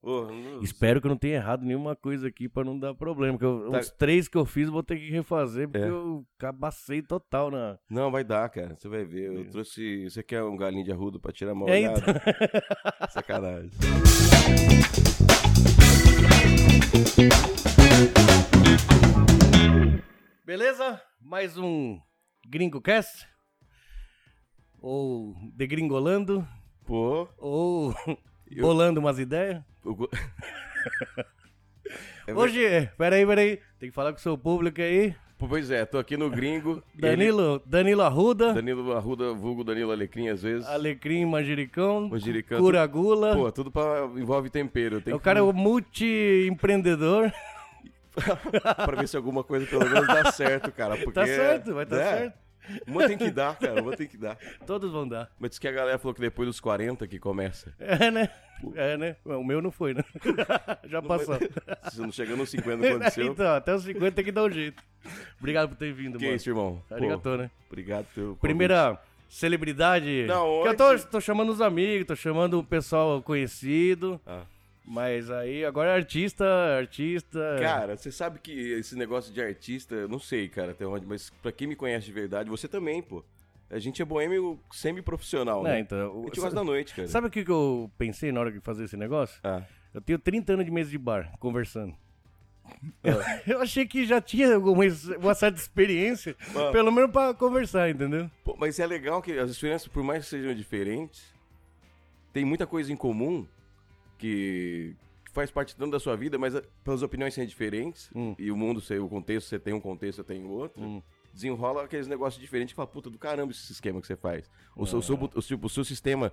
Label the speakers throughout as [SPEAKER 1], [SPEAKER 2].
[SPEAKER 1] Ô, não-
[SPEAKER 2] Espero que eu não tenha errado nenhuma coisa aqui pra não dar problema. Porque eu-
[SPEAKER 1] Tá.
[SPEAKER 2] os três que eu fiz eu vou ter que refazer, porque
[SPEAKER 1] É.
[SPEAKER 2] eu cabacei total na.
[SPEAKER 1] Não, vai dar, cara. Você vai ver. Eu trouxe. Você quer um galinho de arrudo pra tirar mal
[SPEAKER 2] É,
[SPEAKER 1] olhada? Sacanagem.
[SPEAKER 2] Beleza? Mais um GringoCast? Ou degringolando?
[SPEAKER 1] Pô.
[SPEAKER 2] Ou
[SPEAKER 1] Eu-
[SPEAKER 2] bolando umas ideias?
[SPEAKER 1] eu go- É ver-
[SPEAKER 2] Hoje, é, peraí, peraí. Tem que falar com o seu público aí.
[SPEAKER 1] Pois é, tô aqui no gringo. Ele-
[SPEAKER 2] Danilo, Danilo Arruda,
[SPEAKER 1] Danilo Arruda, vulgo Danilo Alecrim, às vezes.
[SPEAKER 2] Alecrim Manjericão,
[SPEAKER 1] Manjericão,
[SPEAKER 2] Cura Gula.
[SPEAKER 1] Pô, tudo pra... envolve tempero. Tem
[SPEAKER 2] é o
[SPEAKER 1] que-
[SPEAKER 2] cara é o multi-empreendedor.
[SPEAKER 1] pra ver se alguma coisa pelo menos dá certo, cara. Porque,
[SPEAKER 2] Tá certo, vai tá
[SPEAKER 1] né?
[SPEAKER 2] certo.
[SPEAKER 1] Uma tem que dar, cara. Uma tem que dar.
[SPEAKER 2] Todos vão dar.
[SPEAKER 1] Mas diz que a galera falou que depois dos 40 que começa.
[SPEAKER 2] É, né? É, né? Bom, O meu não foi, né? Já passou.
[SPEAKER 1] Se não chegando nos 50 quando aconteceu.
[SPEAKER 2] então, até os 50 tem que dar um jeito. Obrigado por ter vindo,
[SPEAKER 1] que
[SPEAKER 2] mano.
[SPEAKER 1] isso, irmão? Pô,
[SPEAKER 2] Arigatô, né?
[SPEAKER 1] Obrigado pelo convite.
[SPEAKER 2] Primeira celebridade.
[SPEAKER 1] Da
[SPEAKER 2] que eu
[SPEAKER 1] onde?
[SPEAKER 2] tô, tô chamando os amigos, tô chamando o pessoal conhecido.
[SPEAKER 1] Ah.
[SPEAKER 2] Mas aí, agora é artista, artista.
[SPEAKER 1] Cara, você sabe que esse negócio de artista, eu não sei, cara, até onde, mas pra quem me conhece de verdade, você também, pô. A gente é boêmio semi-profissional,
[SPEAKER 2] né?
[SPEAKER 1] né?
[SPEAKER 2] Então,
[SPEAKER 1] A
[SPEAKER 2] o-
[SPEAKER 1] gente gosta da né? noite, cara.
[SPEAKER 2] sabe o que que eu pensei na hora de fazer esse negócio?
[SPEAKER 1] Ah,
[SPEAKER 2] Eu tenho 30 anos de mesa de bar, conversando. Eu,
[SPEAKER 1] É.
[SPEAKER 2] eu achei que já tinha alguma, ex- uma certa experiência,
[SPEAKER 1] Ah.
[SPEAKER 2] pelo menos pra conversar, entendeu?
[SPEAKER 1] pô, mas é legal que as experiências, por mais que sejam diferentes, tem muita coisa em comum que faz parte tanto da sua vida, mas a- pelas opiniões serem diferentes,
[SPEAKER 2] Hum.
[SPEAKER 1] e o mundo, ser o contexto, você tem um contexto, você tem outro,
[SPEAKER 2] Hum.
[SPEAKER 1] desenrola aqueles negócios diferentes e fala, puta do caramba esse esquema que você faz. O, seu, o
[SPEAKER 2] É.
[SPEAKER 1] seu- o seu- o seu sistema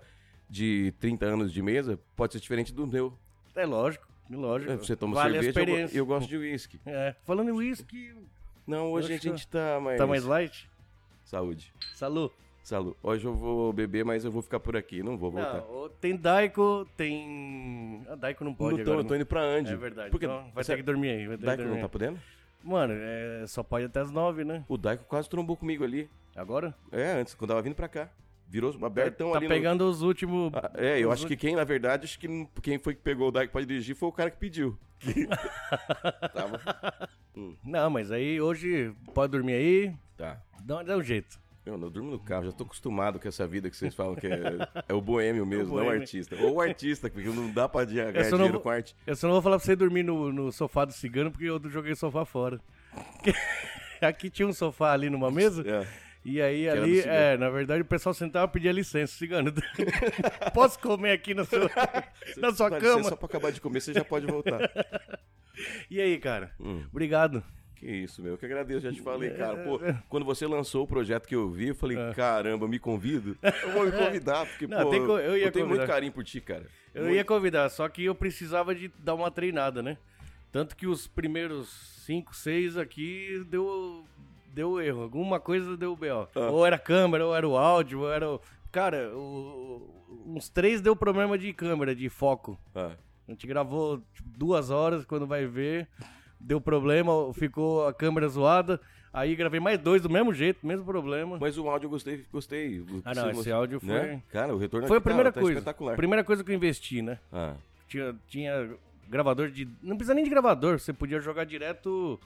[SPEAKER 1] de 30 anos de mesa pode ser diferente do meu.
[SPEAKER 2] É lógico, é lógico.
[SPEAKER 1] É, Você toma
[SPEAKER 2] vale a
[SPEAKER 1] cerveja, eu go-
[SPEAKER 2] experiência.
[SPEAKER 1] eu, gosto de uísque.
[SPEAKER 2] É, falando em uísque,
[SPEAKER 1] Não, hoje a
[SPEAKER 2] Poxa.
[SPEAKER 1] gente tá mais...
[SPEAKER 2] tá mais light?
[SPEAKER 1] Saúde.
[SPEAKER 2] Salud.
[SPEAKER 1] Saúde. Hoje eu vou beber, mas eu vou ficar por aqui, não vou voltar.
[SPEAKER 2] Não, o- tem Daiko, tem... A Daiko não pode
[SPEAKER 1] Não tô,
[SPEAKER 2] agora.
[SPEAKER 1] eu tô indo pra Andy.
[SPEAKER 2] É verdade,
[SPEAKER 1] Porque
[SPEAKER 2] então vai
[SPEAKER 1] essa-
[SPEAKER 2] ter que dormir aí. Vai
[SPEAKER 1] o
[SPEAKER 2] ter que
[SPEAKER 1] Daico
[SPEAKER 2] dormir.
[SPEAKER 1] não tá podendo?
[SPEAKER 2] Mano, é, só pode até as nove, né?
[SPEAKER 1] O Daico quase trombou comigo ali.
[SPEAKER 2] Agora?
[SPEAKER 1] É, antes, quando tava vindo pra cá. Virou um abertão
[SPEAKER 2] tá
[SPEAKER 1] Então ali. no-
[SPEAKER 2] pegando os últimos...
[SPEAKER 1] Ah, É, eu
[SPEAKER 2] os
[SPEAKER 1] acho que quem, na verdade, acho que não- quem foi que pegou o Daico pra dirigir foi o cara que pediu. Tava-
[SPEAKER 2] Não, mas aí hoje pode dormir aí,
[SPEAKER 1] Tá.
[SPEAKER 2] dá, dá um jeito.
[SPEAKER 1] Eu não eu durmo no carro, já tô acostumado com essa vida que vocês falam que é, é o boêmio mesmo, não o
[SPEAKER 2] boêmio.
[SPEAKER 1] artista. Ou o artista, porque não dá pra dia- ganhar
[SPEAKER 2] só não
[SPEAKER 1] dinheiro
[SPEAKER 2] vou-
[SPEAKER 1] com arte.
[SPEAKER 2] Eu só não vou falar pra você dormir no, no sofá do cigano, porque eu joguei o sofá fora. Porque Aqui tinha um sofá ali numa mesa,
[SPEAKER 1] É.
[SPEAKER 2] e aí
[SPEAKER 1] era do
[SPEAKER 2] ali,
[SPEAKER 1] cigano.
[SPEAKER 2] é, na verdade o pessoal sentava e pedia licença, cigano. Posso comer aqui na sua, na sua
[SPEAKER 1] Dá licença,
[SPEAKER 2] cama?
[SPEAKER 1] Tá Só pra acabar de comer, você já pode voltar.
[SPEAKER 2] E aí, cara?
[SPEAKER 1] Hum.
[SPEAKER 2] Obrigado.
[SPEAKER 1] Que isso, meu. Eu que agradeço, já te falei, cara. Pô,
[SPEAKER 2] É.
[SPEAKER 1] quando você lançou o projeto que eu vi, eu falei, caramba, me convido? Eu vou me convidar, porque,
[SPEAKER 2] Não,
[SPEAKER 1] pô,
[SPEAKER 2] tem co- eu ia
[SPEAKER 1] tenho muito
[SPEAKER 2] convidar.
[SPEAKER 1] carinho por ti, cara.
[SPEAKER 2] Eu
[SPEAKER 1] Muito.
[SPEAKER 2] ia convidar, só que eu precisava de dar uma treinada, né? Tanto que os primeiros 5, 6 aqui deu, deu erro. Alguma coisa deu B.O.
[SPEAKER 1] Ah.
[SPEAKER 2] Ou era câmera, ou era o áudio, ou era. o- Cara, o- uns três deu problema de câmera, de foco.
[SPEAKER 1] Ah,
[SPEAKER 2] A gente gravou tipo, duas horas, quando vai ver, deu problema, ficou a câmera zoada. Aí gravei mais dois do mesmo jeito, mesmo problema.
[SPEAKER 1] Mas o áudio eu gostei, gostei.
[SPEAKER 2] Ah, não,
[SPEAKER 1] Você- né?
[SPEAKER 2] esse áudio foi-
[SPEAKER 1] Cara, o retorno
[SPEAKER 2] Foi a
[SPEAKER 1] aqui tá-
[SPEAKER 2] primeira
[SPEAKER 1] tá
[SPEAKER 2] coisa.
[SPEAKER 1] espetacular.
[SPEAKER 2] Primeira coisa que eu investi, né?
[SPEAKER 1] Ah,
[SPEAKER 2] tinha, tinha gravador de. Não precisa nem de gravador, você podia jogar direto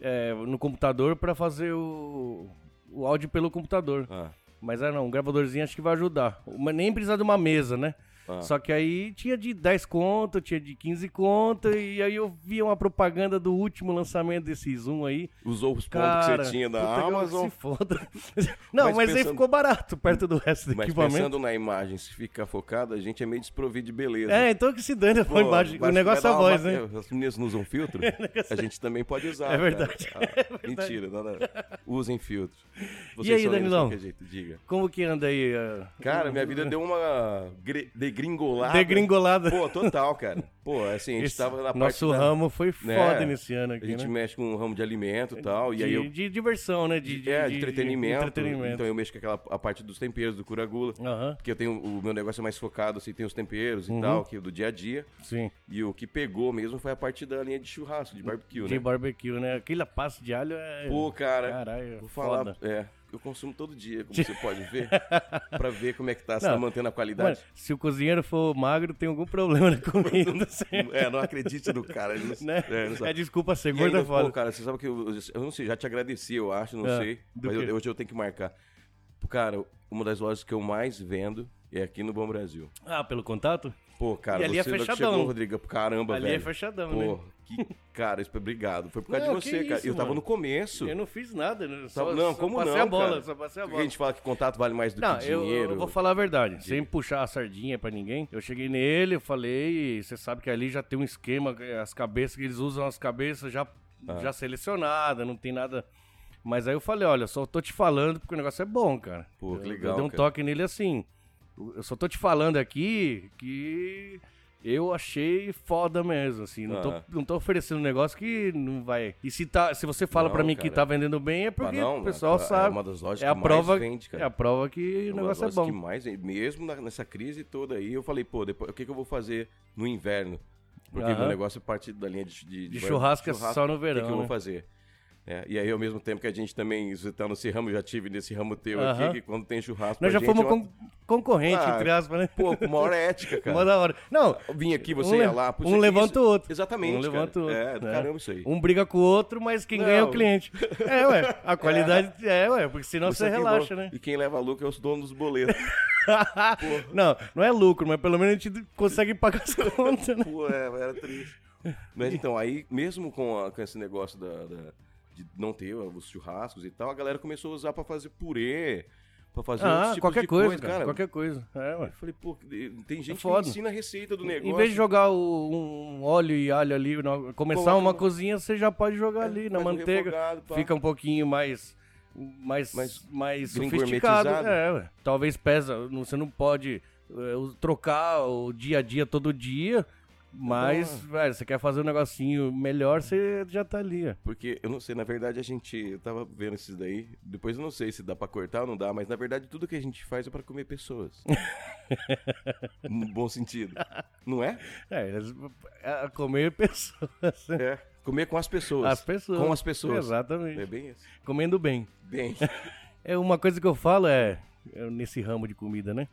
[SPEAKER 2] é, no computador pra fazer o, o áudio pelo computador.
[SPEAKER 1] ah.
[SPEAKER 2] Mas ah, não, um gravadorzinho acho que vai ajudar. Mas nem precisar de uma mesa, né?
[SPEAKER 1] Ah.
[SPEAKER 2] Só que aí tinha de 10 conto, tinha de 15 conto, e aí eu via uma propaganda do último lançamento desse Zoom aí.
[SPEAKER 1] Usou os pontos
[SPEAKER 2] Cara,
[SPEAKER 1] que você tinha
[SPEAKER 2] puta
[SPEAKER 1] da
[SPEAKER 2] que eu-
[SPEAKER 1] Amazon.
[SPEAKER 2] Se foda. Não,
[SPEAKER 1] Mas
[SPEAKER 2] mas, aí
[SPEAKER 1] pensando-
[SPEAKER 2] ficou barato perto do resto do
[SPEAKER 1] Mas
[SPEAKER 2] equipamento.
[SPEAKER 1] pensando na imagem, se ficar focado, a gente é meio desprovido de beleza. né?
[SPEAKER 2] É, então que se dane a
[SPEAKER 1] Pô,
[SPEAKER 2] imagem.
[SPEAKER 1] vai-
[SPEAKER 2] O negócio é
[SPEAKER 1] vai
[SPEAKER 2] a
[SPEAKER 1] dar
[SPEAKER 2] voz,
[SPEAKER 1] uma-
[SPEAKER 2] né?
[SPEAKER 1] As meninas não usam filtro? a gente também pode usar.
[SPEAKER 2] É verdade,
[SPEAKER 1] cara. Ah, Mentira, não, não. usem filtro. Vocês
[SPEAKER 2] aí,
[SPEAKER 1] são lindos de
[SPEAKER 2] Danilão?
[SPEAKER 1] qualquer jeito, diga.
[SPEAKER 2] Como que anda aí? ah,
[SPEAKER 1] Cara, minha vida deu uma gre- degringolada.
[SPEAKER 2] Degringolada.
[SPEAKER 1] Pô, total, cara. Pô, assim, a gente
[SPEAKER 2] Esse
[SPEAKER 1] tava na parte
[SPEAKER 2] nosso
[SPEAKER 1] da-
[SPEAKER 2] ramo foi
[SPEAKER 1] né?
[SPEAKER 2] foda nesse ano aqui,
[SPEAKER 1] A gente
[SPEAKER 2] né?
[SPEAKER 1] mexe com o ramo de alimento e tal, e aí
[SPEAKER 2] de,
[SPEAKER 1] eu...
[SPEAKER 2] de diversão, né? De, de-
[SPEAKER 1] é,
[SPEAKER 2] de-
[SPEAKER 1] de
[SPEAKER 2] de
[SPEAKER 1] entretenimento.
[SPEAKER 2] entretenimento. Ah.
[SPEAKER 1] Então eu mexo com aquela a parte dos temperos, do curagula.
[SPEAKER 2] Aham,
[SPEAKER 1] Porque eu tenho o meu negócio é mais focado, assim, tem os temperos
[SPEAKER 2] Uhum.
[SPEAKER 1] e tal, que é do dia a dia.
[SPEAKER 2] sim.
[SPEAKER 1] E o que pegou mesmo foi a parte da linha de churrasco, de barbecue,
[SPEAKER 2] De
[SPEAKER 1] né?
[SPEAKER 2] barbecue, né? Aquela pasta de alho é...
[SPEAKER 1] Pô, cara,
[SPEAKER 2] Caralho,
[SPEAKER 1] vou falar.
[SPEAKER 2] foda.
[SPEAKER 1] É. eu consumo todo dia, como você pode ver, pra ver como é que tá, se
[SPEAKER 2] Não.
[SPEAKER 1] tá mantendo a
[SPEAKER 2] Mano,
[SPEAKER 1] qualidade.
[SPEAKER 2] se o cozinheiro for magro, tem algum problema na comida, certo?
[SPEAKER 1] É, não acredite no cara. ele não-
[SPEAKER 2] né?
[SPEAKER 1] é, não sabe.
[SPEAKER 2] É desculpa ser
[SPEAKER 1] E ainda,
[SPEAKER 2] gorda é foda.
[SPEAKER 1] Pô, cara, você sabe que eu, eu não sei, já te agradeci, eu acho, não
[SPEAKER 2] Ah,
[SPEAKER 1] sei.
[SPEAKER 2] do
[SPEAKER 1] Mas eu-
[SPEAKER 2] quê?
[SPEAKER 1] hoje eu tenho que marcar. Cara, uma das lojas que eu mais vendo é aqui no Bom Brasil.
[SPEAKER 2] Ah, pelo contato?
[SPEAKER 1] Pô, cara,
[SPEAKER 2] E ali é
[SPEAKER 1] você ainda
[SPEAKER 2] fechadão.
[SPEAKER 1] chegou, Rodrigo. Caramba,
[SPEAKER 2] Ali
[SPEAKER 1] velho.
[SPEAKER 2] é fechadão, né?
[SPEAKER 1] Pô, que cara, isso, obrigado. Foi por causa
[SPEAKER 2] Não,
[SPEAKER 1] de
[SPEAKER 2] que
[SPEAKER 1] você, cara.
[SPEAKER 2] isso,
[SPEAKER 1] eu tava
[SPEAKER 2] mano.
[SPEAKER 1] no começo.
[SPEAKER 2] Eu não fiz nada, né? Só,
[SPEAKER 1] não,
[SPEAKER 2] só
[SPEAKER 1] como
[SPEAKER 2] passei
[SPEAKER 1] não,
[SPEAKER 2] a bola,
[SPEAKER 1] cara?
[SPEAKER 2] só passei a
[SPEAKER 1] Porque a
[SPEAKER 2] bola.
[SPEAKER 1] gente fala que contato vale mais do
[SPEAKER 2] Não,
[SPEAKER 1] que
[SPEAKER 2] eu,
[SPEAKER 1] dinheiro.
[SPEAKER 2] eu vou falar a verdade, sem puxar a sardinha pra ninguém. Eu cheguei nele, eu falei, você sabe que ali já tem um esquema, as cabeças que eles usam as cabeças já
[SPEAKER 1] Ah.
[SPEAKER 2] já selecionada, não tem nada. Mas aí eu falei, olha, só tô te falando porque o negócio é bom, cara.
[SPEAKER 1] Pô, que
[SPEAKER 2] Eu-
[SPEAKER 1] legal,
[SPEAKER 2] Eu dei um
[SPEAKER 1] cara.
[SPEAKER 2] toque nele assim. Eu só tô te falando aqui que eu achei foda mesmo, assim. Não,
[SPEAKER 1] Aham.
[SPEAKER 2] tô, não tô oferecendo um negócio que não vai. E se, tá, se você fala
[SPEAKER 1] Não,
[SPEAKER 2] pra mim que
[SPEAKER 1] cara.
[SPEAKER 2] tá vendendo bem, é porque
[SPEAKER 1] Ah, não,
[SPEAKER 2] o pessoal
[SPEAKER 1] é
[SPEAKER 2] sabe.
[SPEAKER 1] uma das lojas
[SPEAKER 2] é
[SPEAKER 1] que
[SPEAKER 2] a
[SPEAKER 1] mais
[SPEAKER 2] prova,
[SPEAKER 1] vende, cara.
[SPEAKER 2] É a prova que o
[SPEAKER 1] Uma
[SPEAKER 2] negócio é
[SPEAKER 1] das lojas
[SPEAKER 2] bom.
[SPEAKER 1] um Que mais, vende. mesmo na- nessa crise toda aí, eu falei, pô, depois, o que, que eu vou fazer no inverno? Porque
[SPEAKER 2] Aham.
[SPEAKER 1] meu negócio é parte da linha de, de,
[SPEAKER 2] De churrasco é só no
[SPEAKER 1] O que que,
[SPEAKER 2] verão,
[SPEAKER 1] eu vou
[SPEAKER 2] né?
[SPEAKER 1] fazer? É, e aí, ao mesmo tempo que a gente também está nesse ramo, eu já tive nesse ramo teu
[SPEAKER 2] Aham.
[SPEAKER 1] aqui, que quando tem churrasco. pra
[SPEAKER 2] Nós já
[SPEAKER 1] gente,
[SPEAKER 2] fomos
[SPEAKER 1] é
[SPEAKER 2] con- concorrente,
[SPEAKER 1] Ah,
[SPEAKER 2] entre aspas, né?
[SPEAKER 1] uma... Pô, uma hora é ética, cara.
[SPEAKER 2] Mó da hora. Não,
[SPEAKER 1] Eu vim aqui, você
[SPEAKER 2] Um
[SPEAKER 1] ia
[SPEAKER 2] le-
[SPEAKER 1] lá. puxa,
[SPEAKER 2] um
[SPEAKER 1] que
[SPEAKER 2] levanta
[SPEAKER 1] isso-
[SPEAKER 2] o outro.
[SPEAKER 1] Exatamente.
[SPEAKER 2] Um levanta
[SPEAKER 1] cara.
[SPEAKER 2] o outro,
[SPEAKER 1] É, do
[SPEAKER 2] né?
[SPEAKER 1] caramba, isso aí.
[SPEAKER 2] Um briga com o outro, mas quem
[SPEAKER 1] Não.
[SPEAKER 2] ganha é o cliente. É, ué. A qualidade é, ué, porque senão
[SPEAKER 1] Isso
[SPEAKER 2] você
[SPEAKER 1] aqui
[SPEAKER 2] relaxa,
[SPEAKER 1] igual-
[SPEAKER 2] né?
[SPEAKER 1] E quem leva a lucro é os donos dos boletos.
[SPEAKER 2] Não, não é lucro, mas pelo menos a gente consegue pagar as contas, né?
[SPEAKER 1] Pô, é, era triste. Mas então, aí, mesmo com, a- com esse negócio da, da- de não ter os churrascos e tal, a galera começou a usar pra fazer purê, pra fazer outros
[SPEAKER 2] Ah,
[SPEAKER 1] tipos
[SPEAKER 2] qualquer
[SPEAKER 1] de
[SPEAKER 2] coisa,
[SPEAKER 1] coisa,
[SPEAKER 2] cara, Qualquer coisa. É, ué.
[SPEAKER 1] Eu falei, pô, tem gente
[SPEAKER 2] foda.
[SPEAKER 1] que ensina a receita do negócio.
[SPEAKER 2] Em vez de jogar o- um óleo e alho ali, na- começar
[SPEAKER 1] Coloca
[SPEAKER 2] uma
[SPEAKER 1] no-
[SPEAKER 2] cozinha, você já pode jogar ali na
[SPEAKER 1] faz um
[SPEAKER 2] manteiga.
[SPEAKER 1] refogado, pá.
[SPEAKER 2] fica um pouquinho mais.
[SPEAKER 1] Mais
[SPEAKER 2] Mais, mais, mais
[SPEAKER 1] gourmetizado.
[SPEAKER 2] sofisticado. É, ué. Talvez pesa. não- Você não pode é, o- trocar o dia a dia todo dia. Mas, velho, você quer fazer um negocinho melhor, você já tá ali. ó.
[SPEAKER 1] Porque eu não sei, na verdade a gente. Eu tava vendo esses daí. Depois eu não sei se dá pra cortar ou não dá, mas na verdade tudo que a gente faz é pra comer pessoas. no bom sentido. Não é?
[SPEAKER 2] É, eles- é, comer pessoas. né?
[SPEAKER 1] É. Comer com as pessoas.
[SPEAKER 2] As pessoas.
[SPEAKER 1] Com as pessoas.
[SPEAKER 2] Exatamente.
[SPEAKER 1] É bem isso.
[SPEAKER 2] Comendo bem.
[SPEAKER 1] Bem.
[SPEAKER 2] É uma coisa que eu falo é, é nesse ramo de comida, né?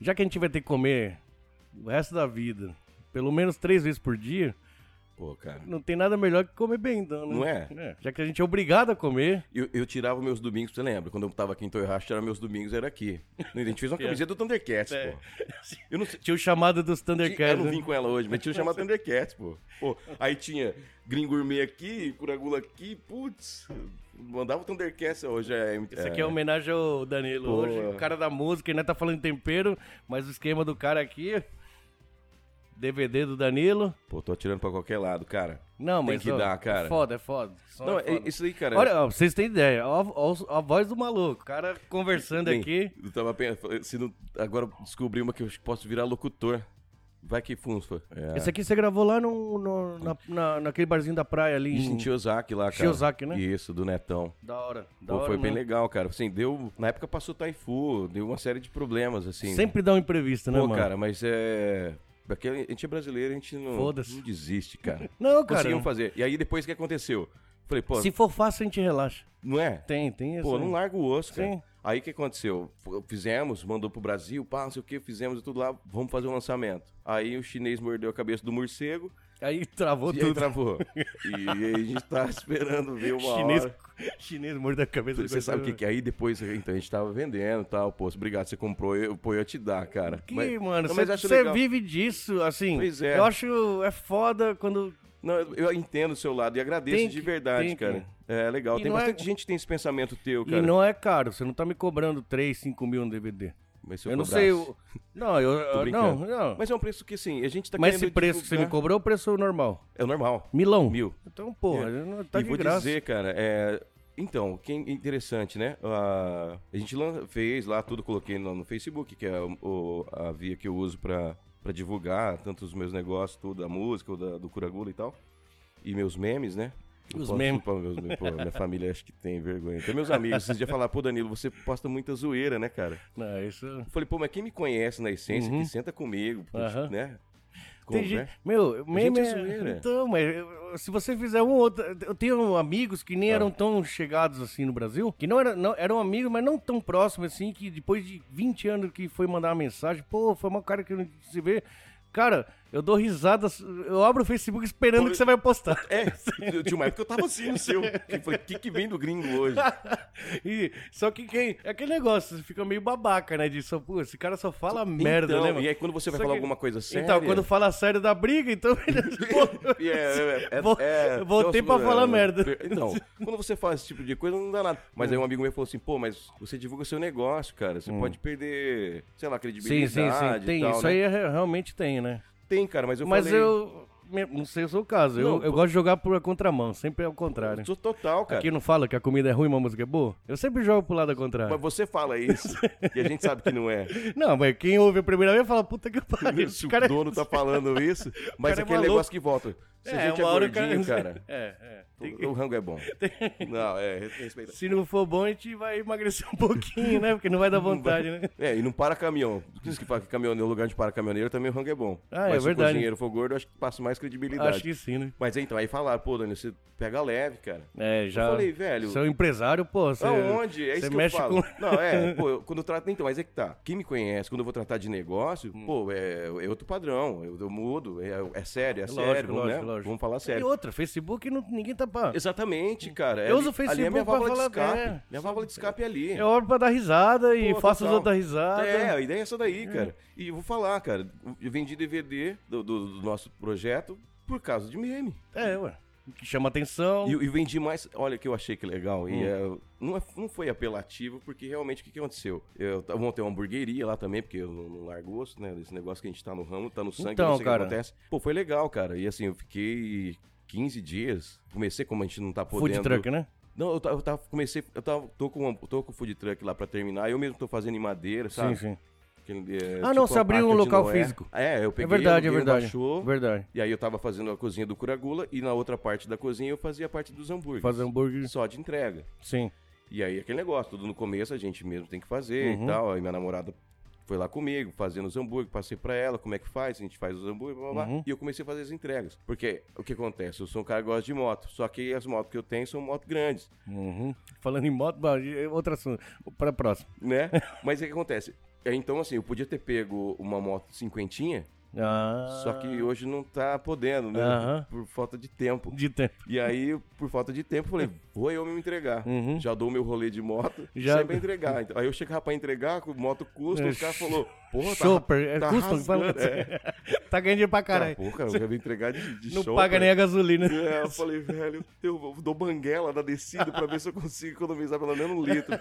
[SPEAKER 2] Já que a gente vai ter que comer o resto da vida, pelo menos três vezes por dia,
[SPEAKER 1] Pô, cara.
[SPEAKER 2] não tem nada melhor que comer bem, então, né?
[SPEAKER 1] Não é?
[SPEAKER 2] Já que a gente é obrigado a comer.
[SPEAKER 1] Eu, eu tirava meus domingos, você lembra? Quando eu tava aqui em Toyracha, tirava meus domingos, era aqui. A gente fez uma camiseta do Thundercats,
[SPEAKER 2] É.
[SPEAKER 1] pô. Eu não sei.
[SPEAKER 2] Tinha o chamado dos
[SPEAKER 1] Eu
[SPEAKER 2] Thundercats.
[SPEAKER 1] não
[SPEAKER 2] né?
[SPEAKER 1] vim com ela hoje, mas tinha chamado Thundercats, pô. Pô, Aí tinha Green Gourmet aqui, Curagula aqui, putz. Mandava o Thundercats hoje. É,
[SPEAKER 2] Isso aqui é homenagem ao Danilo
[SPEAKER 1] Boa.
[SPEAKER 2] hoje, o cara da música, ele não tá falando em tempero, mas o esquema do cara aqui, DVD do Danilo.
[SPEAKER 1] Pô, tô atirando pra qualquer lado, cara.
[SPEAKER 2] Não,
[SPEAKER 1] Tem
[SPEAKER 2] mas
[SPEAKER 1] que
[SPEAKER 2] ó,
[SPEAKER 1] dar, cara.
[SPEAKER 2] É foda, é foda. Som
[SPEAKER 1] Não,
[SPEAKER 2] é
[SPEAKER 1] é,
[SPEAKER 2] foda.
[SPEAKER 1] isso aí, cara.
[SPEAKER 2] Olha, ó, pra vocês terem ideia, ó, ó a voz do maluco, o cara conversando
[SPEAKER 1] Bem,
[SPEAKER 2] aqui.
[SPEAKER 1] Eu tava pensando, se não, agora eu descobri uma que eu acho que posso virar locutor. Vai que funfa. É.
[SPEAKER 2] Esse aqui você gravou lá no, no- na, na- naquele barzinho da praia ali.
[SPEAKER 1] Isso em
[SPEAKER 2] Em...
[SPEAKER 1] Chiosaki lá, cara.
[SPEAKER 2] Chiosaki, Uhum. né?
[SPEAKER 1] Isso, do Netão.
[SPEAKER 2] Da hora.
[SPEAKER 1] Pô,
[SPEAKER 2] Da hora
[SPEAKER 1] foi bem
[SPEAKER 2] mesmo.
[SPEAKER 1] legal, cara. Assim, deu. Na época passou Taifu, deu uma série de problemas, assim.
[SPEAKER 2] Sempre dá um imprevisto, né,
[SPEAKER 1] Pô,
[SPEAKER 2] mano?
[SPEAKER 1] cara, mas é. Porque a gente é brasileiro, a gente não,
[SPEAKER 2] Foda-se.
[SPEAKER 1] não desiste, cara.
[SPEAKER 2] Não, cara. né?
[SPEAKER 1] Conseguimos fazer. E aí depois o que aconteceu? Falei, pô,
[SPEAKER 2] Se for fácil, a gente relaxa.
[SPEAKER 1] não é?
[SPEAKER 2] Tem, tem isso.
[SPEAKER 1] Pô, não
[SPEAKER 2] aí.
[SPEAKER 1] larga o osso, cara.
[SPEAKER 2] Sim.
[SPEAKER 1] Aí o que aconteceu? F- Fizemos, mandou pro Brasil, pá, não sei o que, fizemos e tudo lá, vamos fazer um lançamento. Aí o chinês mordeu a cabeça do morcego
[SPEAKER 2] Aí travou
[SPEAKER 1] e aí
[SPEAKER 2] tudo.
[SPEAKER 1] travou. e aí a gente tá esperando ver uma
[SPEAKER 2] Chinês,
[SPEAKER 1] hora.
[SPEAKER 2] chinês morto da cabeça.
[SPEAKER 1] Você sabe o que que é? Aí depois, então, a gente tava vendendo e tal, pô, obrigado, você comprou, eu, pô, eu ia te dar, cara.
[SPEAKER 2] Que,
[SPEAKER 1] é? Mas-
[SPEAKER 2] mano,
[SPEAKER 1] não, mas
[SPEAKER 2] você
[SPEAKER 1] acho
[SPEAKER 2] você
[SPEAKER 1] legal.
[SPEAKER 2] vive disso, assim.
[SPEAKER 1] Pois é.
[SPEAKER 2] Eu acho, é foda quando...
[SPEAKER 1] Não, eu eu entendo o seu lado e agradeço
[SPEAKER 2] Tem
[SPEAKER 1] de
[SPEAKER 2] que-
[SPEAKER 1] verdade,
[SPEAKER 2] tem que-
[SPEAKER 1] cara. É legal.
[SPEAKER 2] E
[SPEAKER 1] tem
[SPEAKER 2] não é-
[SPEAKER 1] bastante gente que tem esse pensamento teu,
[SPEAKER 2] E
[SPEAKER 1] cara.
[SPEAKER 2] não é caro, você não tá me cobrando 3, 5 mil no DVD.
[SPEAKER 1] Mas se
[SPEAKER 2] Eu não
[SPEAKER 1] cobrasse-
[SPEAKER 2] sei... Eu... Não, eu... Não,
[SPEAKER 1] brincando.
[SPEAKER 2] não. Mas,
[SPEAKER 1] Mas é um preço que, assim, a gente tá
[SPEAKER 2] esse preço que você me
[SPEAKER 1] divulgar-
[SPEAKER 2] cobrou é o preço normal.
[SPEAKER 1] É normal.
[SPEAKER 2] Milão.
[SPEAKER 1] Mil. É.
[SPEAKER 2] Então, porra, não tá
[SPEAKER 1] e
[SPEAKER 2] de
[SPEAKER 1] vou
[SPEAKER 2] graça.
[SPEAKER 1] dizer, cara, é... Então, que interessante, né? Ah, a gente lan- fez lá tudo, coloquei no, no Facebook, que é o- o- a via que eu uso pra, pra divulgar tanto os meus negócios, tudo, a música, o da, do Curagula e tal. E meus memes, né? Eu
[SPEAKER 2] Os
[SPEAKER 1] posto
[SPEAKER 2] memes.
[SPEAKER 1] pra meus- pô, minha família acho que tem vergonha. Até meus amigos, esses dias falaram, pô, Danilo, você posta muita zoeira, né, cara?
[SPEAKER 2] Não, isso...
[SPEAKER 1] Eu falei, pô, mas quem me conhece na essência,
[SPEAKER 2] Uhum.
[SPEAKER 1] que senta comigo,
[SPEAKER 2] Aham.
[SPEAKER 1] né? Como,
[SPEAKER 2] Tem
[SPEAKER 1] né?
[SPEAKER 2] gente, meu, meme
[SPEAKER 1] é
[SPEAKER 2] é-
[SPEAKER 1] zoeira.
[SPEAKER 2] Então, mas eu- se você fizer um outro. Eu tenho amigos que
[SPEAKER 1] Ah.
[SPEAKER 2] nem eram tão chegados assim no Brasil, que não, era, não eram amigos, mas não tão próximos assim, que depois de 20 anos que foi mandar uma mensagem, pô, foi uma cara que não se vê. Cara, eu dou risada, eu abro o Facebook esperando
[SPEAKER 1] Por-
[SPEAKER 2] que você vai postar.
[SPEAKER 1] É, eu tinha uma época que eu tava assim no seu. Que falei, o que, que vem do gringo hoje?
[SPEAKER 2] E- só que quem. É aquele negócio, você fica meio babaca, né? De só, pô, esse cara só fala merda,
[SPEAKER 1] então,
[SPEAKER 2] né? mano?
[SPEAKER 1] E aí quando você vai
[SPEAKER 2] Só
[SPEAKER 1] falar
[SPEAKER 2] que-
[SPEAKER 1] alguma coisa séria...
[SPEAKER 2] Então, quando fala sério da briga, então.
[SPEAKER 1] E é, é, é,
[SPEAKER 2] Vou-
[SPEAKER 1] é,
[SPEAKER 2] voltei
[SPEAKER 1] então,
[SPEAKER 2] pra
[SPEAKER 1] é,
[SPEAKER 2] falar merda. Hum.
[SPEAKER 1] per- Então, quando você fala esse tipo de coisa, não dá nada. Mas aí um amigo meu falou assim, pô, mas você divulga seu negócio, cara. Você pode perder, sei lá,
[SPEAKER 2] Sim,
[SPEAKER 1] credibilidade
[SPEAKER 2] sim, sim.
[SPEAKER 1] e
[SPEAKER 2] Tem,
[SPEAKER 1] tal,
[SPEAKER 2] isso
[SPEAKER 1] né?
[SPEAKER 2] aí é- realmente tem, né?
[SPEAKER 1] Tem, cara, mas eu
[SPEAKER 2] Mas
[SPEAKER 1] falei...
[SPEAKER 2] eu. me- Não sei o seu caso.
[SPEAKER 1] Não,
[SPEAKER 2] eu, eu
[SPEAKER 1] pô.
[SPEAKER 2] gosto de jogar por contramão, sempre é o contrário.
[SPEAKER 1] Sou total, cara.
[SPEAKER 2] Aqui não fala que a comida é ruim, mas a música é boa? Eu sempre jogo pro lado contrário.
[SPEAKER 1] Mas você fala
[SPEAKER 2] é.
[SPEAKER 1] isso, e a gente sabe que não é.
[SPEAKER 2] Não, mas quem ouve a primeira vez fala, puta que pariu.
[SPEAKER 1] Se
[SPEAKER 2] esse
[SPEAKER 1] o
[SPEAKER 2] cara é-
[SPEAKER 1] dono tá falando isso, mas
[SPEAKER 2] cara é
[SPEAKER 1] aquele
[SPEAKER 2] maluco.
[SPEAKER 1] negócio que volta. Se a gente é
[SPEAKER 2] uma hora o
[SPEAKER 1] gordinho, cara...
[SPEAKER 2] É, é. Tem que-
[SPEAKER 1] O rango é bom. Não, é, respeita.
[SPEAKER 2] Se não for bom, a gente vai emagrecer um pouquinho, né? Porque não vai dar vontade, né?
[SPEAKER 1] É, e não para caminhão. Diz que para caminhoneiro, lugar de para caminhoneiro, também o rango é bom.
[SPEAKER 2] Ah, é
[SPEAKER 1] Mas se
[SPEAKER 2] verdade.
[SPEAKER 1] o cozinheiro for gordo, eu acho que passa mais credibilidade.
[SPEAKER 2] Acho que sim, né?
[SPEAKER 1] Mas então, aí falaram, pô, Daniel, você pega leve, cara.
[SPEAKER 2] É, já.
[SPEAKER 1] falei, velho.
[SPEAKER 2] Seu empresário, pô. Você,
[SPEAKER 1] Aonde? É
[SPEAKER 2] você
[SPEAKER 1] isso que
[SPEAKER 2] mexe
[SPEAKER 1] eu falo.
[SPEAKER 2] com.
[SPEAKER 1] Não, é, pô, eu- quando eu trato. Então, mas é que tá. Quem me conhece, quando eu vou tratar de negócio,
[SPEAKER 2] Hum.
[SPEAKER 1] pô, é, é outro padrão. Eu, eu mudo, é, é sério, é sério,
[SPEAKER 2] lógico,
[SPEAKER 1] né?
[SPEAKER 2] lógico.
[SPEAKER 1] Vamos falar
[SPEAKER 2] E
[SPEAKER 1] sério.
[SPEAKER 2] outra, Facebook não, ninguém tá. Pra...
[SPEAKER 1] Exatamente, cara.
[SPEAKER 2] Eu uso o
[SPEAKER 1] Ali- Ali é
[SPEAKER 2] Facebook
[SPEAKER 1] minha
[SPEAKER 2] pra
[SPEAKER 1] válvula de
[SPEAKER 2] falar,
[SPEAKER 1] escape.
[SPEAKER 2] é.
[SPEAKER 1] Minha válvula de escape é ali.
[SPEAKER 2] Eu abro pra dar risada e
[SPEAKER 1] Pô,
[SPEAKER 2] faço os
[SPEAKER 1] total.
[SPEAKER 2] outros dar risada.
[SPEAKER 1] É, a ideia é essa daí, cara. E eu vou falar, cara, eu vendi DVD do, do- do nosso projeto por causa de meme.
[SPEAKER 2] É, ué. Que chama atenção.
[SPEAKER 1] E, e vendi mais. Olha que eu achei que legal.
[SPEAKER 2] Hum.
[SPEAKER 1] E é, não, é- não foi apelativo, porque realmente o que, que aconteceu? Eu t- montei uma hamburgueria lá também, porque eu não, não largo osso, né? Esse negócio que a gente tá no ramo, tá no sangue,
[SPEAKER 2] Então,
[SPEAKER 1] não sei o que
[SPEAKER 2] cara.
[SPEAKER 1] acontece. Pô, foi legal, cara. E assim, eu fiquei 15 dias. Comecei, como a gente não tá podendo.
[SPEAKER 2] Food truck, né?
[SPEAKER 1] Não, eu, ta- eu tava, comecei, eu tava, tô com, tô com food truck lá pra terminar, eu mesmo tô fazendo em madeira, sabe?
[SPEAKER 2] Sim, sim.
[SPEAKER 1] Aquele, é,
[SPEAKER 2] Ah, não,
[SPEAKER 1] tipo
[SPEAKER 2] você
[SPEAKER 1] uma
[SPEAKER 2] abriu
[SPEAKER 1] arca
[SPEAKER 2] um
[SPEAKER 1] de
[SPEAKER 2] local
[SPEAKER 1] Noé.
[SPEAKER 2] físico.
[SPEAKER 1] É, eu peguei,
[SPEAKER 2] é verdade, é
[SPEAKER 1] aluguei um
[SPEAKER 2] verdade.
[SPEAKER 1] Baixô,
[SPEAKER 2] Verdade.
[SPEAKER 1] E aí eu tava fazendo a cozinha do Curagula e na outra parte da cozinha eu fazia a parte dos hambúrgueres.
[SPEAKER 2] Fazer hambúrguer.
[SPEAKER 1] Só de entrega.
[SPEAKER 2] Sim.
[SPEAKER 1] E aí aquele negócio, tudo no começo a gente mesmo tem que fazer
[SPEAKER 2] Uhum.
[SPEAKER 1] e tal. Aí minha namorada foi lá comigo, fazendo os hambúrgueres, passei pra ela como é que faz, a gente faz os hambúrgueres, blá, blá,
[SPEAKER 2] Uhum.
[SPEAKER 1] blá. E eu comecei a fazer as entregas. Porque o que acontece? Eu sou um cara que gosta de moto, só que as motos que eu tenho são motos grandes.
[SPEAKER 2] Uhum. Falando em moto, bom, e- outro assunto. Pra próxima.
[SPEAKER 1] né? Mas o que acontece? É, Então, assim, eu podia ter pego uma moto cinquentinha,
[SPEAKER 2] Ah.
[SPEAKER 1] só que hoje não tá podendo, né?
[SPEAKER 2] Aham.
[SPEAKER 1] Por falta de tempo.
[SPEAKER 2] De tempo.
[SPEAKER 1] E aí, por falta de tempo, eu falei, vou eu me entregar.
[SPEAKER 2] Uhum.
[SPEAKER 1] Já dou meu rolê de moto,
[SPEAKER 2] Já-
[SPEAKER 1] Já... sempre entregar. Então, aí eu chegava pra entregar, com moto custa,
[SPEAKER 2] É,
[SPEAKER 1] os caras falaram, porra, tá,
[SPEAKER 2] Chopper, é
[SPEAKER 1] tá
[SPEAKER 2] custom,
[SPEAKER 1] rasgando.
[SPEAKER 2] fala-
[SPEAKER 1] É,
[SPEAKER 2] Tá ganhando dinheiro pra
[SPEAKER 1] cara,
[SPEAKER 2] caralho.
[SPEAKER 1] pô, cara, eu quero me entregar de, de
[SPEAKER 2] não
[SPEAKER 1] chopper.
[SPEAKER 2] paga nem a gasolina.
[SPEAKER 1] É, eu falei, velho, eu dou banguela da descida pra ver se eu consigo economizar pelo menos um litro.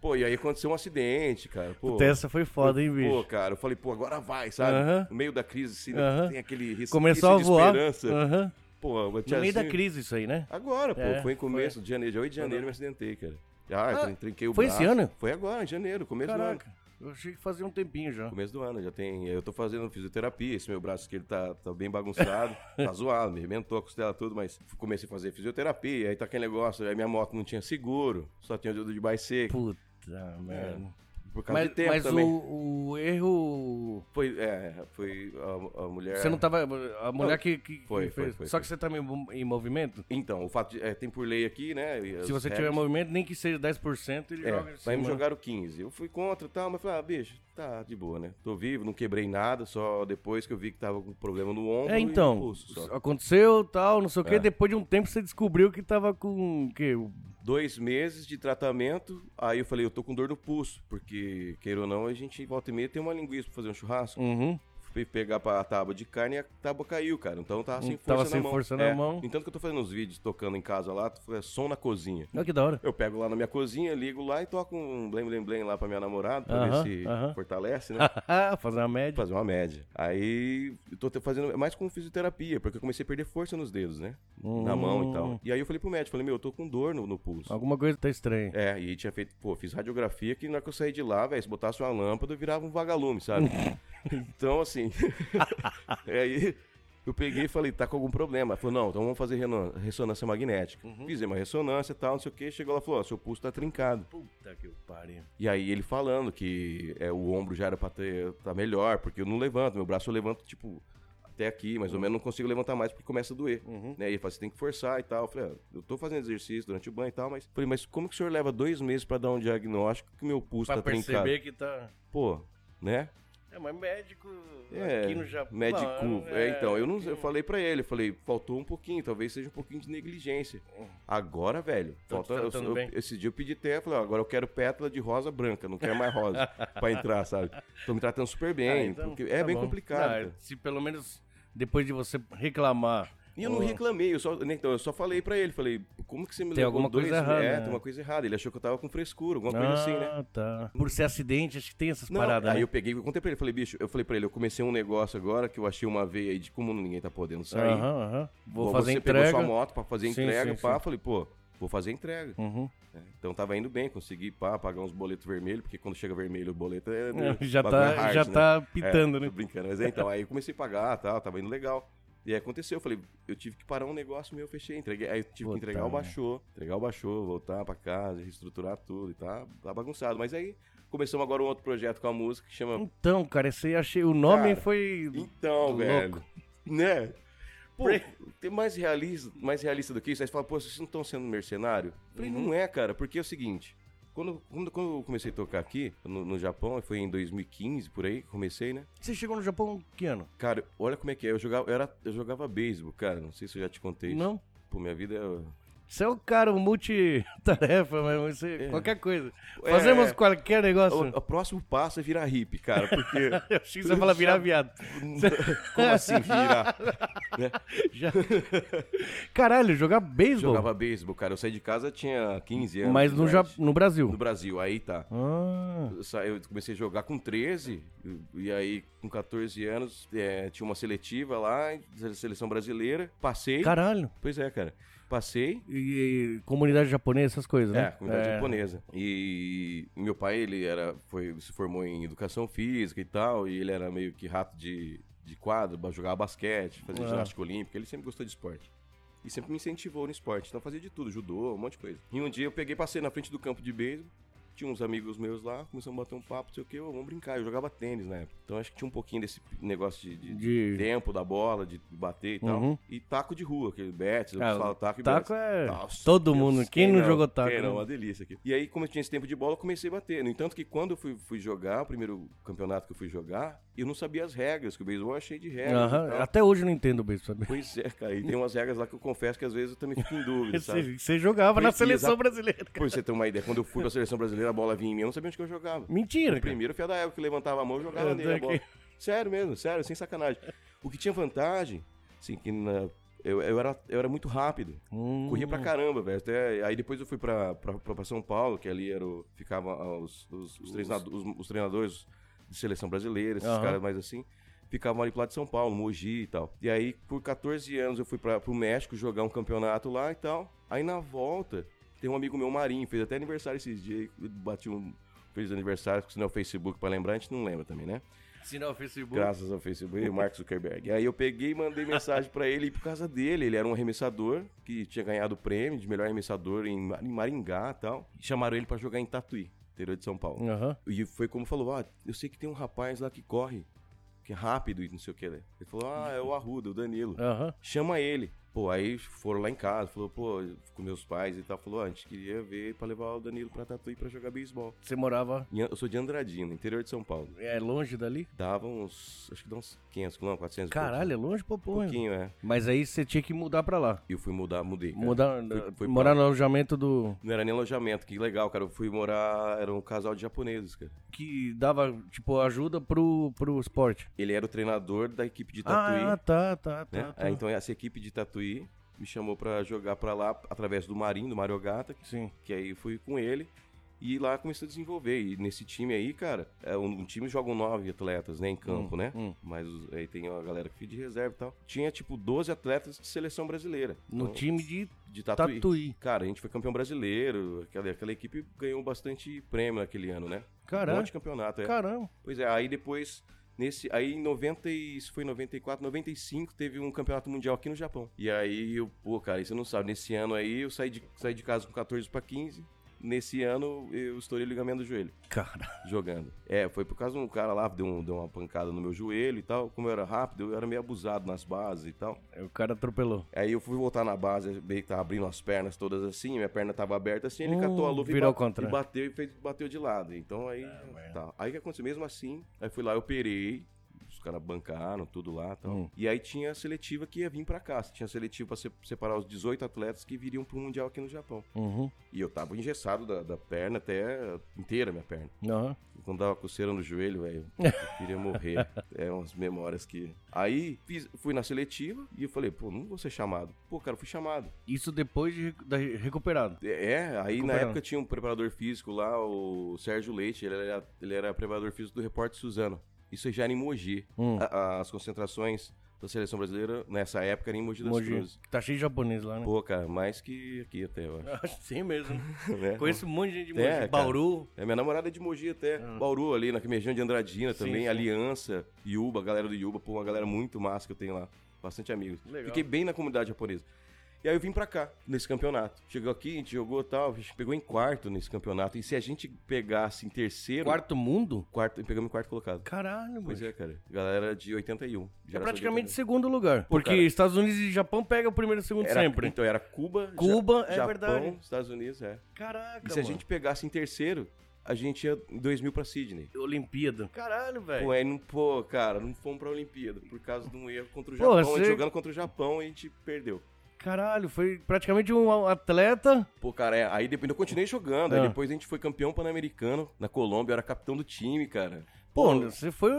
[SPEAKER 1] Pô, e aí aconteceu um acidente, cara. Pô,
[SPEAKER 2] Puta, Essa foi foda, hein, bicho?
[SPEAKER 1] Pô, cara, eu falei, pô, agora vai, sabe?
[SPEAKER 2] Aham.
[SPEAKER 1] No meio da crise, assim,
[SPEAKER 2] Aham.
[SPEAKER 1] tem aquele resquício
[SPEAKER 2] Começou a
[SPEAKER 1] de
[SPEAKER 2] voar.
[SPEAKER 1] esperança.
[SPEAKER 2] Aham.
[SPEAKER 1] Pô, eu
[SPEAKER 2] No
[SPEAKER 1] tinha
[SPEAKER 2] meio da
[SPEAKER 1] assim-
[SPEAKER 2] crise isso aí, né?
[SPEAKER 1] Agora, pô,
[SPEAKER 2] É,
[SPEAKER 1] foi em começo de janeiro, dia 8 de janeiro eu me acidentei, cara. Ah,
[SPEAKER 2] Ah,
[SPEAKER 1] trinquei o
[SPEAKER 2] foi
[SPEAKER 1] braço.
[SPEAKER 2] esse ano?
[SPEAKER 1] Foi agora, em janeiro, começo do ano.
[SPEAKER 2] Caraca. Eu achei que fazia um tempinho já.
[SPEAKER 1] Começo do ano, já tem. Eu tô fazendo fisioterapia, esse meu braço aqui ele tá, tá bem bagunçado, tá zoado, me arrebentou a costela tudo, mas comecei a fazer fisioterapia, aí tá aquele negócio, aí minha moto não tinha seguro, só tinha o dedo de bicycle,
[SPEAKER 2] Puta merda.
[SPEAKER 1] É, por causa
[SPEAKER 2] Mas,
[SPEAKER 1] de tempo
[SPEAKER 2] mas
[SPEAKER 1] também.
[SPEAKER 2] o, o erro.
[SPEAKER 1] Foi, é, foi a, a mulher.
[SPEAKER 2] Você não tava. A mulher que, que- que
[SPEAKER 1] É. Foi, foi,
[SPEAKER 2] fez.
[SPEAKER 1] foi,
[SPEAKER 2] Só
[SPEAKER 1] foi.
[SPEAKER 2] que você tá em mov- em movimento?
[SPEAKER 1] Então, o fato de. é, tem por lei aqui, né? e as
[SPEAKER 2] Se você tiver
[SPEAKER 1] regras.
[SPEAKER 2] em movimento, nem que seja 10%, ele joga
[SPEAKER 1] É,
[SPEAKER 2] em
[SPEAKER 1] aí me
[SPEAKER 2] cima.
[SPEAKER 1] jogaram 15. Eu fui contra e tal, mas falei, ah, bicho, tá de boa, né? Tô vivo, não quebrei nada, só depois que eu vi que tava com problema no ombro.
[SPEAKER 2] É,
[SPEAKER 1] e no
[SPEAKER 2] então.
[SPEAKER 1] pulso só.
[SPEAKER 2] Aconteceu tal, não sei o quê.
[SPEAKER 1] É.
[SPEAKER 2] Depois de um tempo você descobriu que tava com. o quê?
[SPEAKER 1] Dois meses de tratamento, aí eu falei, eu tô com dor no pulso, porque, queira ou não, a gente volta e meia tem uma linguiça pra fazer um churrasco.
[SPEAKER 2] Uhum.
[SPEAKER 1] Fui pegar pra tábua de carne e a tábua caiu, cara. Então eu tava sem força
[SPEAKER 2] Tava
[SPEAKER 1] na
[SPEAKER 2] sem
[SPEAKER 1] mão.
[SPEAKER 2] força na
[SPEAKER 1] É,
[SPEAKER 2] mão.
[SPEAKER 1] Entanto que eu tô fazendo uns vídeos tocando em casa lá, é som na cozinha.
[SPEAKER 2] Olha que da hora.
[SPEAKER 1] Eu pego lá na minha cozinha, ligo lá e toco um blém blém blém lá pra minha namorada, pra
[SPEAKER 2] Aham,
[SPEAKER 1] ver se
[SPEAKER 2] aham.
[SPEAKER 1] fortalece, né?
[SPEAKER 2] Fazer uma média.
[SPEAKER 1] fazer uma média. Aí eu tô te- fazendo é mais com fisioterapia, porque eu comecei a perder força nos dedos, né? Na mão e
[SPEAKER 2] Hum.
[SPEAKER 1] tal. E aí eu falei pro médico, falei, meu, eu tô com dor no, no pulso.
[SPEAKER 2] Alguma coisa tá estranha.
[SPEAKER 1] É, e tinha feito, pô, fiz radiografia que na hora que eu saí de lá, velho, se botasse uma lâmpada, eu virava um vagalume, sabe? então, assim. aí eu peguei e falei, tá com algum problema. Ela falou, não, então vamos fazer renan- ressonância magnética.
[SPEAKER 2] Uhum.
[SPEAKER 1] Fizemos uma ressonância e tal, não sei o que. Chegou lá e falou, ó, seu pulso tá trincado.
[SPEAKER 2] Puta que pariu.
[SPEAKER 1] E aí ele falando que é, o ombro já era pra ter, tá melhor, porque eu não levanto, meu braço eu levanto, tipo, até aqui, mais ou menos, não consigo levantar mais porque começa a doer.
[SPEAKER 2] Uhum.
[SPEAKER 1] Né? E ele fala, você tem que forçar e tal. Eu falei, ah, eu tô fazendo exercício durante o banho e tal, mas. Falei, mas como que o senhor leva dois meses pra dar um diagnóstico que meu pulso
[SPEAKER 2] Pra
[SPEAKER 1] tá trincado?
[SPEAKER 2] perceber que tá.
[SPEAKER 1] Pô, né?
[SPEAKER 2] É, mas médico
[SPEAKER 1] É,
[SPEAKER 2] aqui no Japão.
[SPEAKER 1] Médico.
[SPEAKER 2] não,
[SPEAKER 1] é, então, eu não eu
[SPEAKER 2] aqui-
[SPEAKER 1] falei pra ele, eu falei, faltou um pouquinho, talvez seja um pouquinho de negligência. Agora, velho,
[SPEAKER 2] Tô te
[SPEAKER 1] falta, eu,
[SPEAKER 2] É. Tá tratando
[SPEAKER 1] eu-
[SPEAKER 2] bem.
[SPEAKER 1] esse dia eu pedi até, eu falei, ó, agora eu quero pétala de rosa branca, não quero mais rosa pra entrar, sabe? Tô me tratando super bem,
[SPEAKER 2] Ah, então,
[SPEAKER 1] porque é
[SPEAKER 2] tá
[SPEAKER 1] bem
[SPEAKER 2] bom.
[SPEAKER 1] complicado.
[SPEAKER 2] Não,
[SPEAKER 1] cara.
[SPEAKER 2] se pelo menos depois de você reclamar.
[SPEAKER 1] E eu não
[SPEAKER 2] ou-
[SPEAKER 1] reclamei, eu só, né, então, eu só falei pra ele, falei, como que você me
[SPEAKER 2] Tem
[SPEAKER 1] levou
[SPEAKER 2] alguma
[SPEAKER 1] dois
[SPEAKER 2] coisa
[SPEAKER 1] meses?
[SPEAKER 2] errada,
[SPEAKER 1] É,
[SPEAKER 2] né?
[SPEAKER 1] tem uma coisa errada. Ele achou que eu tava com frescura, alguma coisa assim, né?
[SPEAKER 2] Ah, tá. Por ser acidente, acho que tem essas
[SPEAKER 1] Não,
[SPEAKER 2] paradas.
[SPEAKER 1] aí
[SPEAKER 2] né?
[SPEAKER 1] eu peguei, eu contei pra ele, falei, bicho, eu falei pra ele, eu comecei um negócio agora que eu achei uma veia aí de como ninguém tá podendo sair.
[SPEAKER 2] Aham, aham. Vou
[SPEAKER 1] Bom,
[SPEAKER 2] fazer
[SPEAKER 1] você
[SPEAKER 2] entrega.
[SPEAKER 1] pegou sua moto pra fazer
[SPEAKER 2] Sim,
[SPEAKER 1] entrega,
[SPEAKER 2] sim,
[SPEAKER 1] pá,
[SPEAKER 2] sim.
[SPEAKER 1] falei, pô, vou fazer entrega.
[SPEAKER 2] Uhum.
[SPEAKER 1] É, Então tava indo bem, consegui, pá, pagar uns boletos vermelhos, porque quando chega vermelho o boleto é...
[SPEAKER 2] Já
[SPEAKER 1] bagulho é
[SPEAKER 2] tá,
[SPEAKER 1] hard,
[SPEAKER 2] já
[SPEAKER 1] né?
[SPEAKER 2] tá pitando,
[SPEAKER 1] É,
[SPEAKER 2] né?
[SPEAKER 1] Tô brincando, mas é, então, aí eu comecei a pagar, tal, tava indo legal. E aí aconteceu, eu falei, eu tive que parar um negócio meu, eu fechei, entreguei, aí eu tive
[SPEAKER 2] Puta
[SPEAKER 1] que entregar o
[SPEAKER 2] merda.
[SPEAKER 1] baixô, entregar o baixô, voltar pra casa, reestruturar tudo e tá, tá bagunçado. Mas aí começamos agora um outro projeto com a música que chama
[SPEAKER 2] Então, cara, esse aí achei. O nome
[SPEAKER 1] Cara,
[SPEAKER 2] foi.
[SPEAKER 1] Então,
[SPEAKER 2] Louco.
[SPEAKER 1] velho. Né? Pô,
[SPEAKER 2] Pre-
[SPEAKER 1] tem mais realista, mais realista do que isso. Aí você fala, pô, vocês não estão sendo mercenário? Eu Falei,
[SPEAKER 2] Uhum.
[SPEAKER 1] não é, cara, porque é o seguinte. Quando, quando, quando eu comecei a tocar aqui, no, no Japão, foi em 2015, por aí, que comecei, né?
[SPEAKER 2] Você chegou no Japão que ano?
[SPEAKER 1] Cara, olha como é que é. Eu jogava, eu era, eu jogava beisebol, cara. Não sei se eu já te contei isso.
[SPEAKER 2] Não.
[SPEAKER 1] Pô, minha vida é.
[SPEAKER 2] Você é um cara um multitarefa, mesmo. Você,
[SPEAKER 1] É.
[SPEAKER 2] Qualquer coisa.
[SPEAKER 1] É.
[SPEAKER 2] Fazemos qualquer negócio.
[SPEAKER 1] O, o próximo passo é virar hippie, cara, porque.
[SPEAKER 2] Eu achei que você ia falar virar viado.
[SPEAKER 1] Como assim
[SPEAKER 2] Tá
[SPEAKER 1] virar? Né?
[SPEAKER 2] Já... Caralho, jogar beisebol.
[SPEAKER 1] Jogava beisebol, cara. Eu saí de casa tinha 15 anos.
[SPEAKER 2] Mas no,
[SPEAKER 1] idade.
[SPEAKER 2] Ja- no Brasil.
[SPEAKER 1] No Brasil, aí tá.
[SPEAKER 2] Ah,
[SPEAKER 1] Eu sa- Eu comecei a jogar com 13, e aí com 14 anos é, tinha uma seletiva lá, da seleção brasileira. Passei.
[SPEAKER 2] caralho.
[SPEAKER 1] Pois é, cara. Passei.
[SPEAKER 2] E, e comunidade japonesa, essas coisas, né?
[SPEAKER 1] É, comunidade japonesa. E meu pai, ele era, foi, se formou em educação física e tal, e ele era meio que rato de, de quadro, ba- jogava basquete, fazia
[SPEAKER 2] Ah.
[SPEAKER 1] ginástica olímpica, ele sempre gostou de esporte. E sempre me incentivou no esporte, então fazia de tudo, judô, um monte de coisa. E um dia eu peguei, passei na frente do campo de beisebol, tinha uns amigos meus lá, começamos a bater um papo, não sei o que, vamos brincar, eu jogava tênis na época. Então acho que tinha um pouquinho desse negócio de... de-
[SPEAKER 2] De...
[SPEAKER 1] Tempo da bola, de bater e tal.
[SPEAKER 2] Uhum.
[SPEAKER 1] E taco de rua, aquele bets, eu
[SPEAKER 2] Ah,
[SPEAKER 1] falo taco e bets.
[SPEAKER 2] Taco é.
[SPEAKER 1] Nossa,
[SPEAKER 2] Todo
[SPEAKER 1] Deus,
[SPEAKER 2] mundo. Quem não jogou taco?
[SPEAKER 1] Quem não,
[SPEAKER 2] né?
[SPEAKER 1] uma delícia aqui. E aí, como eu tinha esse tempo de bola, eu comecei a bater. No entanto que quando eu fui, fui jogar, o primeiro campeonato que eu fui jogar, eu não sabia as regras, que o beisebol é cheio de regras.
[SPEAKER 2] Aham,
[SPEAKER 1] e tal.
[SPEAKER 2] Até hoje eu não entendo o beisebol, sabe?
[SPEAKER 1] Pois é, cara. E tem umas regras lá que eu confesso que às vezes eu também fico em dúvida, sabe?
[SPEAKER 2] Você, você jogava na
[SPEAKER 1] Precisa-
[SPEAKER 2] seleção brasileira.
[SPEAKER 1] Pra você ter uma ideia, quando eu fui pra seleção brasileira, a bola vinha em mim, eu não sabia onde que eu jogava.
[SPEAKER 2] Mentira,
[SPEAKER 1] O primeiro foi a da Eva que levantava a mão e jogava
[SPEAKER 2] Eu
[SPEAKER 1] nele
[SPEAKER 2] tô
[SPEAKER 1] a bola.
[SPEAKER 2] aqui.
[SPEAKER 1] Sério mesmo, sério, sem sacanagem. O que tinha vantagem, assim, que na- eu, eu era, eu era muito rápido.
[SPEAKER 2] cara. Hum.
[SPEAKER 1] Corria pra caramba, velho. Até, aí depois eu fui pra, pra, pra- pra São Paulo, que ali era o, ficavam ah, os, os, os treinado- os- os treinadores de seleção brasileira, esses
[SPEAKER 2] Aham.
[SPEAKER 1] caras mais assim. Ficavam ali pro lado de São Paulo, Mogi e tal. E aí, por 14 anos, eu fui pra, pro México jogar um campeonato lá e tal. Aí na volta, tem um amigo meu, Marinho, fez até aniversário esses dias, aí, bati um. Fez aniversário, porque se não é o Facebook pra lembrar, a gente não lembra também, né?
[SPEAKER 2] Sinal Facebook.
[SPEAKER 1] Graças ao Facebook e Mark Zuckerberg. Aí eu peguei e mandei mensagem pra ele e por causa dele. Ele era um arremessador que tinha ganhado o prêmio de melhor arremessador em Ma- em Maringá e tal. E chamaram ele pra jogar em Tatuí, interior de São Paulo.
[SPEAKER 2] Aham.
[SPEAKER 1] E foi como falou: Ó, eu sei que tem um rapaz lá que corre, que é rápido e não sei o que. né? Ele falou: Ah, é o Arruda, o Danilo
[SPEAKER 2] Aham.
[SPEAKER 1] chama ele. Pô, aí foram lá em casa, falou, pô, com meus pais e tal, falou, ó, a gente queria ver pra levar o Danilo pra Tatuí pra jogar beisebol.
[SPEAKER 2] Você morava.
[SPEAKER 1] E Eu sou de Andradina, interior de São Paulo.
[SPEAKER 2] É longe dali?
[SPEAKER 1] Dava uns. Acho que dá uns 500 quilômetros, 400 e
[SPEAKER 2] Caralho, é longe pra
[SPEAKER 1] poucos, né? Um
[SPEAKER 2] porra.
[SPEAKER 1] pouquinho, é.
[SPEAKER 2] Mas aí você tinha que mudar pra lá.
[SPEAKER 1] E eu fui mudar, mudei. cara.
[SPEAKER 2] Mudar,
[SPEAKER 1] Foi- foi
[SPEAKER 2] morar
[SPEAKER 1] pra-
[SPEAKER 2] no alojamento do.
[SPEAKER 1] Não era nem alojamento, que legal, cara. Eu fui morar. Era um casal de japoneses, cara.
[SPEAKER 2] Que dava, tipo, ajuda pro, pro esporte.
[SPEAKER 1] Ele era o treinador da equipe de Tatuí.
[SPEAKER 2] Ah, tá, tá, tá.
[SPEAKER 1] né?
[SPEAKER 2] tá.
[SPEAKER 1] Aí, então, essa equipe de Tatuí me chamou pra jogar pra lá através do Marinho, do Mario Gata,
[SPEAKER 2] Sim.
[SPEAKER 1] que aí eu fui com ele e lá comecei a desenvolver. E nesse time aí, cara, é um, um time jogam nove atletas, né, em campo, né?
[SPEAKER 2] hum.
[SPEAKER 1] Mas os- aí tem a galera que fica de reserva e tal. Tinha, tipo, 12 atletas de seleção brasileira.
[SPEAKER 2] No
[SPEAKER 1] Então,
[SPEAKER 2] time de
[SPEAKER 1] de
[SPEAKER 2] Tatuí.
[SPEAKER 1] tatuí. Cara, a gente foi campeão brasileiro, aquela, aquela equipe ganhou bastante prêmio naquele ano, né? Um
[SPEAKER 2] Caralho.
[SPEAKER 1] monte de campeonato, é.
[SPEAKER 2] Caramba.
[SPEAKER 1] Pois é, aí depois, nesse, aí em 90, e- isso foi em 94, 95, teve um campeonato mundial aqui no Japão. E aí, eu, pô, cara, isso você não sabe, nesse ano aí eu saí de, saí de casa com 14 pra 15, nesse ano eu estourei o ligamento do joelho
[SPEAKER 2] Cara.
[SPEAKER 1] jogando. É, foi por causa de um cara lá, deu, um- deu uma pancada no meu joelho e tal. Como eu era rápido, eu era meio abusado nas bases e tal.
[SPEAKER 2] O cara atropelou.
[SPEAKER 1] Aí eu fui voltar na base, meio que tava abrindo as pernas todas assim, minha perna tava aberta assim, ele catou a luva e
[SPEAKER 2] Uh, virou ao
[SPEAKER 1] bate-
[SPEAKER 2] contrário.
[SPEAKER 1] e bateu e fez, bateu de lado. Então aí. tá. Aí o que aconteceu? Mesmo assim, aí fui lá, eu operei. Os caras bancaram, tudo lá e tal.
[SPEAKER 2] Hum.
[SPEAKER 1] E aí tinha a seletiva que ia vir pra cá. Tinha a seletiva pra se- separar os 18 atletas que viriam pro Mundial aqui no Japão.
[SPEAKER 2] Uhum.
[SPEAKER 1] E eu tava engessado da, da perna até inteira, minha perna.
[SPEAKER 2] Aham.
[SPEAKER 1] Quando dava coceira no joelho, velho, eu queria morrer. É umas memórias que. Aí fiz- fui na seletiva e eu falei, pô, não vou ser chamado. Pô, cara, eu fui chamado.
[SPEAKER 2] Isso depois de recu- da- recuperado.
[SPEAKER 1] É, aí na
[SPEAKER 2] Recuperando.
[SPEAKER 1] época tinha um preparador físico lá, o Sérgio Leite, ele era, ele era preparador físico do Repórter Suzano. Isso já era em Mogi.
[SPEAKER 2] Hum.
[SPEAKER 1] A- a- as concentrações da seleção brasileira nessa época eram em Mogi das
[SPEAKER 2] Mogi.
[SPEAKER 1] Cruzes.
[SPEAKER 2] Tá cheio de japonês lá, né?
[SPEAKER 1] Pô, cara, mais que aqui até, eu acho.
[SPEAKER 2] Acho que Sim mesmo.
[SPEAKER 1] né?
[SPEAKER 2] Conheço um monte de gente de Mogi.
[SPEAKER 1] É, cara.
[SPEAKER 2] Bauru.
[SPEAKER 1] É, minha namorada é de Mogi até. Bauru ali, na região de Andradina
[SPEAKER 2] Ah. Sim,
[SPEAKER 1] também.
[SPEAKER 2] sim.
[SPEAKER 1] Aliança, Yuba, a galera do Yuba. Pô, uma galera muito massa que eu tenho lá. Bastante amigos.
[SPEAKER 2] Legal.
[SPEAKER 1] Fiquei bem na comunidade japonesa. E aí eu vim pra cá, nesse campeonato. Chegou aqui, a gente jogou tal, a gente pegou em quarto nesse campeonato. E se a gente pegasse em terceiro...
[SPEAKER 2] Quarto mundo?
[SPEAKER 1] Quarto, pegamos em quarto colocado.
[SPEAKER 2] Caralho,
[SPEAKER 1] Pois
[SPEAKER 2] mano.
[SPEAKER 1] é, cara. Galera de 81.
[SPEAKER 2] É
[SPEAKER 1] geração de
[SPEAKER 2] praticamente
[SPEAKER 1] 81.
[SPEAKER 2] segundo lugar. Porque
[SPEAKER 1] cara.
[SPEAKER 2] Estados Unidos e Japão pegam o primeiro e o segundo
[SPEAKER 1] Era-
[SPEAKER 2] sempre.
[SPEAKER 1] Então era Cuba, Ja-
[SPEAKER 2] Cuba, é
[SPEAKER 1] Japão,
[SPEAKER 2] verdade.
[SPEAKER 1] Estados Unidos, é.
[SPEAKER 2] Caraca,
[SPEAKER 1] E se a
[SPEAKER 2] mano.
[SPEAKER 1] gente pegasse em terceiro, a gente ia em 2000 pra Sydney.
[SPEAKER 2] Olimpíada. Caralho, velho.
[SPEAKER 1] Pô, aí não, pô, cara, não fomos pra Olimpíada por causa de um erro contra o
[SPEAKER 2] Pô,
[SPEAKER 1] Japão. A
[SPEAKER 2] você-
[SPEAKER 1] gente jogando contra o Japão e a gente perdeu.
[SPEAKER 2] Caralho, foi praticamente um atleta.
[SPEAKER 1] Pô, cara, é, aí depois eu continuei jogando. Aí
[SPEAKER 2] Ah.
[SPEAKER 1] depois a gente foi campeão pan-americano na Colômbia. Eu era capitão do time, cara.
[SPEAKER 2] Pô, você foi,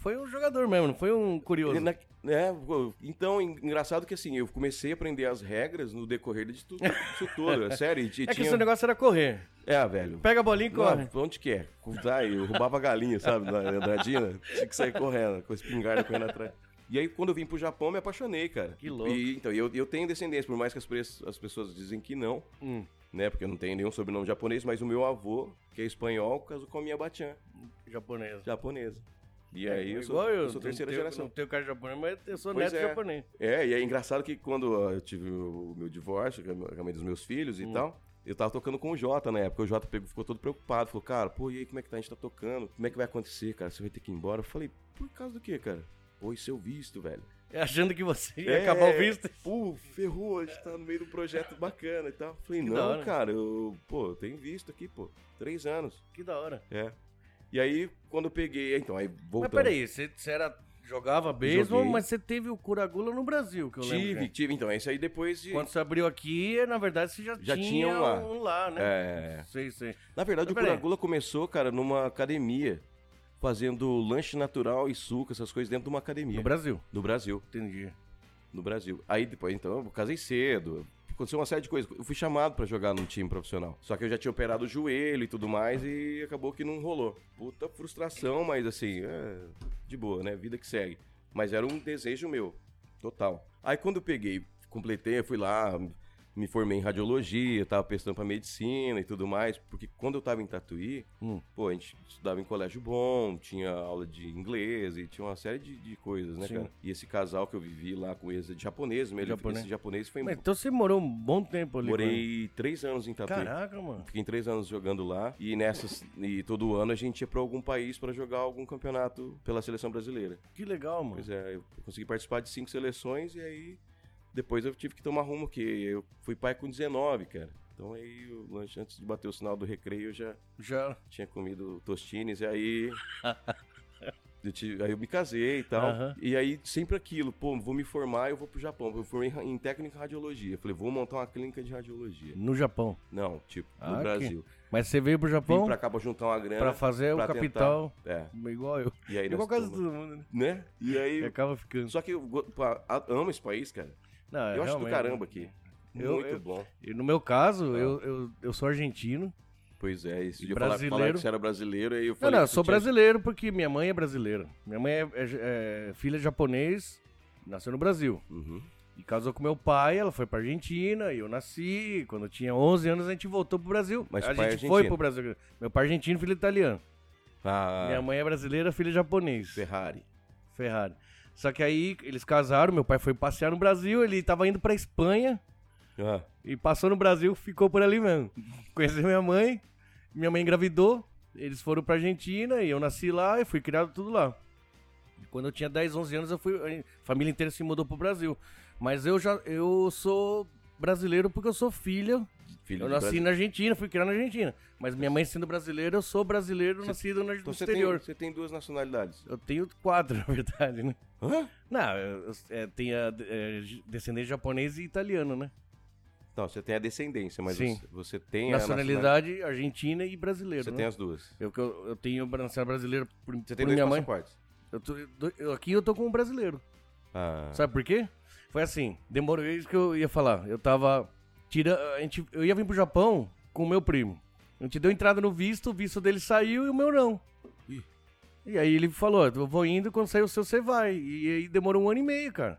[SPEAKER 2] foi um jogador mesmo, não foi um curioso.
[SPEAKER 1] E na- é, pô, então, en- engraçado que assim, eu comecei a aprender as regras no decorrer disso tudo. Isso tudo é sério. E, t-
[SPEAKER 2] É que
[SPEAKER 1] tinha-
[SPEAKER 2] seu negócio era correr.
[SPEAKER 1] é, velho.
[SPEAKER 2] Pega a bolinha e corre.
[SPEAKER 1] Não, pra onde que é? Daí, eu roubava galinha, sabe? Da Andradina. Tinha que sair correndo, com a espingarda correndo atrás. E aí, quando eu vim pro Japão, eu me apaixonei, cara.
[SPEAKER 2] Que louco.
[SPEAKER 1] E, então, eu, eu tenho descendência, por mais que as, pres- as pessoas dizem que não,
[SPEAKER 2] Hum.
[SPEAKER 1] né? Porque eu não tenho nenhum sobrenome japonês, mas o meu avô, que é espanhol, casou com a minha batiã,
[SPEAKER 2] Japonês.
[SPEAKER 1] japonesa. E aí, eu sou,
[SPEAKER 2] É, Igual
[SPEAKER 1] eu
[SPEAKER 2] não
[SPEAKER 1] sou terceira
[SPEAKER 2] tenho-
[SPEAKER 1] geração.
[SPEAKER 2] Não tenho cara de japonês, mas eu sou
[SPEAKER 1] Pois
[SPEAKER 2] neto
[SPEAKER 1] é.
[SPEAKER 2] japonês.
[SPEAKER 1] É, e é engraçado que quando ó, eu tive o meu divórcio, com a mãe dos meus filhos
[SPEAKER 2] Hum.
[SPEAKER 1] e tal, eu tava tocando com o Jota na época. O Jota pegou, ficou todo preocupado. Falou, cara, pô, e aí como é que tá? A gente tá tocando? Como é que vai acontecer, cara? Você vai ter que ir embora? Eu falei, por causa do quê, cara? Pô, e seu visto, velho?
[SPEAKER 2] É, Achando que você ia
[SPEAKER 1] É,
[SPEAKER 2] acabar o visto.
[SPEAKER 1] Pô, ferrou, a gente tá no meio de um projeto bacana e tal. Falei,
[SPEAKER 2] Que da
[SPEAKER 1] não,
[SPEAKER 2] hora."
[SPEAKER 1] cara, eu, pô, eu tenho visto aqui, pô, três anos.
[SPEAKER 2] Que da hora.
[SPEAKER 1] É. E aí, quando eu peguei, então, aí
[SPEAKER 2] Mas
[SPEAKER 1] voltando.
[SPEAKER 2] peraí, você, você era, jogava beisebol,
[SPEAKER 1] Joguei.
[SPEAKER 2] mas você teve o Curagula no Brasil, que eu lembro.
[SPEAKER 1] Tive,
[SPEAKER 2] né?
[SPEAKER 1] tive, então, é isso aí depois de...
[SPEAKER 2] Quando você abriu aqui, na verdade, você já,
[SPEAKER 1] Já
[SPEAKER 2] tinha,
[SPEAKER 1] tinha um lá.
[SPEAKER 2] um lá, né?
[SPEAKER 1] É...
[SPEAKER 2] Sei, sei.
[SPEAKER 1] Na verdade,
[SPEAKER 2] Mas
[SPEAKER 1] o
[SPEAKER 2] peraí.
[SPEAKER 1] Curagula começou, cara, numa academia, fazendo lanche natural e suco, essas coisas, dentro de uma academia.
[SPEAKER 2] No Brasil.
[SPEAKER 1] No Brasil.
[SPEAKER 2] Entendi.
[SPEAKER 1] No Brasil. Aí depois, então, eu casei cedo. Aconteceu uma série de coisas. Eu fui chamado pra jogar num time profissional. Só que eu já tinha operado o joelho e tudo mais e acabou que não rolou. Puta frustração, mas assim, é, de boa, né? Vida que segue. Mas era um desejo meu, total. Aí quando eu peguei, completei, eu fui lá, me formei em radiologia, tava prestando pra medicina e tudo mais, porque quando eu tava em Tatuí,
[SPEAKER 2] Hum.
[SPEAKER 1] pô, a gente estudava em colégio bom, tinha aula de inglês e tinha uma série de, de coisas, né,
[SPEAKER 2] Sim.
[SPEAKER 1] cara? E esse casal que eu vivi lá com eles é de japonês, ele,
[SPEAKER 2] Japonês.
[SPEAKER 1] esse japonês foi
[SPEAKER 2] Mas
[SPEAKER 1] embora.
[SPEAKER 2] então você morou um bom tempo ali. mano.
[SPEAKER 1] Morei três anos em Tatuí.
[SPEAKER 2] Caraca, mano.
[SPEAKER 1] Fiquei três anos jogando lá e nessas e todo ano a gente ia pra algum país pra jogar algum campeonato pela seleção brasileira.
[SPEAKER 2] Que legal, mano.
[SPEAKER 1] Pois é, eu consegui participar de cinco seleções e aí depois eu tive que tomar rumo que eu fui pai com 19, cara. Então aí o lanche antes de bater o sinal do recreio eu já
[SPEAKER 2] Já.
[SPEAKER 1] tinha comido tostines e aí eu tive- aí eu me casei e tal.
[SPEAKER 2] Aham.
[SPEAKER 1] E aí sempre aquilo, pô, vou me formar, eu vou pro Japão. Eu formei em ra- em técnica em radiologia. Falei, vou montar uma clínica de radiologia.
[SPEAKER 2] No Japão.
[SPEAKER 1] Não, tipo,
[SPEAKER 2] Ah,
[SPEAKER 1] no
[SPEAKER 2] que-
[SPEAKER 1] Brasil.
[SPEAKER 2] Mas você veio pro
[SPEAKER 1] Vim
[SPEAKER 2] Japão
[SPEAKER 1] pra
[SPEAKER 2] pra,
[SPEAKER 1] cá pra juntar uma grana.
[SPEAKER 2] fazer
[SPEAKER 1] pra
[SPEAKER 2] o capital
[SPEAKER 1] tentar-
[SPEAKER 2] igual eu.
[SPEAKER 1] É. E aí
[SPEAKER 2] Igual
[SPEAKER 1] nós
[SPEAKER 2] quase
[SPEAKER 1] tamo-
[SPEAKER 2] todo mundo, né?
[SPEAKER 1] Né? E
[SPEAKER 2] E
[SPEAKER 1] aí.
[SPEAKER 2] acaba ficando.
[SPEAKER 1] Só que eu go- pá, a- amo esse país, cara.
[SPEAKER 2] Não, é
[SPEAKER 1] eu acho do
[SPEAKER 2] realmente.
[SPEAKER 1] caramba aqui.
[SPEAKER 2] Eu-
[SPEAKER 1] Muito
[SPEAKER 2] eu-
[SPEAKER 1] bom.
[SPEAKER 2] E no meu caso,
[SPEAKER 1] Ah.
[SPEAKER 2] eu, eu, eu sou argentino.
[SPEAKER 1] Pois é, esse
[SPEAKER 2] E
[SPEAKER 1] dia falar
[SPEAKER 2] brasileiro?
[SPEAKER 1] que você era brasileiro, aí eu
[SPEAKER 2] Não,
[SPEAKER 1] falei.
[SPEAKER 2] não, eu
[SPEAKER 1] que
[SPEAKER 2] sou
[SPEAKER 1] você tinha-
[SPEAKER 2] brasileiro porque minha mãe é brasileira. Minha mãe é, é- é filha de japonês, nasceu no Brasil.
[SPEAKER 1] Uhum.
[SPEAKER 2] E casou com meu pai, ela foi pra Argentina, e eu nasci. Quando eu tinha 11 anos, a gente voltou pro Brasil.
[SPEAKER 1] Mas
[SPEAKER 2] a
[SPEAKER 1] pai é
[SPEAKER 2] gente foi
[SPEAKER 1] argentino.
[SPEAKER 2] pro Brasil. Meu pai é argentino, filho italiano.
[SPEAKER 1] Ah,
[SPEAKER 2] Minha mãe é brasileira, filho japonês.
[SPEAKER 1] Ferrari.
[SPEAKER 2] Ferrari. Só que aí eles casaram, meu pai foi passear no Brasil, ele tava indo pra Espanha.
[SPEAKER 1] Ah,
[SPEAKER 2] E passou no Brasil, ficou por ali mesmo. Conheceu minha mãe, minha mãe engravidou, eles foram pra Argentina e eu nasci lá e fui criado tudo lá. E Quando eu tinha 10, 11 anos, eu fui, a família inteira se mudou pro Brasil. Mas eu já eu sou brasileiro porque eu sou filho.
[SPEAKER 1] Filho
[SPEAKER 2] eu
[SPEAKER 1] de
[SPEAKER 2] nasci
[SPEAKER 1] Brasil.
[SPEAKER 2] na Argentina, fui criado na Argentina. Mas minha mãe sendo brasileira, eu sou brasileiro nascido no
[SPEAKER 1] Então você tem,
[SPEAKER 2] exterior.
[SPEAKER 1] você tem duas nacionalidades.
[SPEAKER 2] Eu tenho quatro, na verdade, né?
[SPEAKER 1] Hã?
[SPEAKER 2] Não, eu, eu- é, tem a é, descendente japonês e italiano, né?
[SPEAKER 1] Não, você tem a descendência, mas
[SPEAKER 2] Sim.
[SPEAKER 1] você, você tem a
[SPEAKER 2] Nacionalidade argentina e
[SPEAKER 1] nacionalidade. é,
[SPEAKER 2] brasileiro,
[SPEAKER 1] Você
[SPEAKER 2] né?
[SPEAKER 1] tem as duas.
[SPEAKER 2] Eu, que eu, eu tenho nacionalidade brasileira por,
[SPEAKER 1] Você
[SPEAKER 2] por
[SPEAKER 1] tem
[SPEAKER 2] minha
[SPEAKER 1] dois
[SPEAKER 2] mãe.
[SPEAKER 1] passaportes.
[SPEAKER 2] Eu tô- do- eu- aqui eu tô com um brasileiro.
[SPEAKER 1] Ah,
[SPEAKER 2] Sabe por quê? Foi assim, demorou isso que eu ia falar. Eu tava. Tira, a gente, eu ia vir pro Japão com o meu primo. A gente deu entrada no visto, o visto dele saiu e o meu não.
[SPEAKER 1] Ih.
[SPEAKER 2] E aí ele falou: eu vou indo, quando sair o seu, você vai. E aí demorou um ano e meio, cara.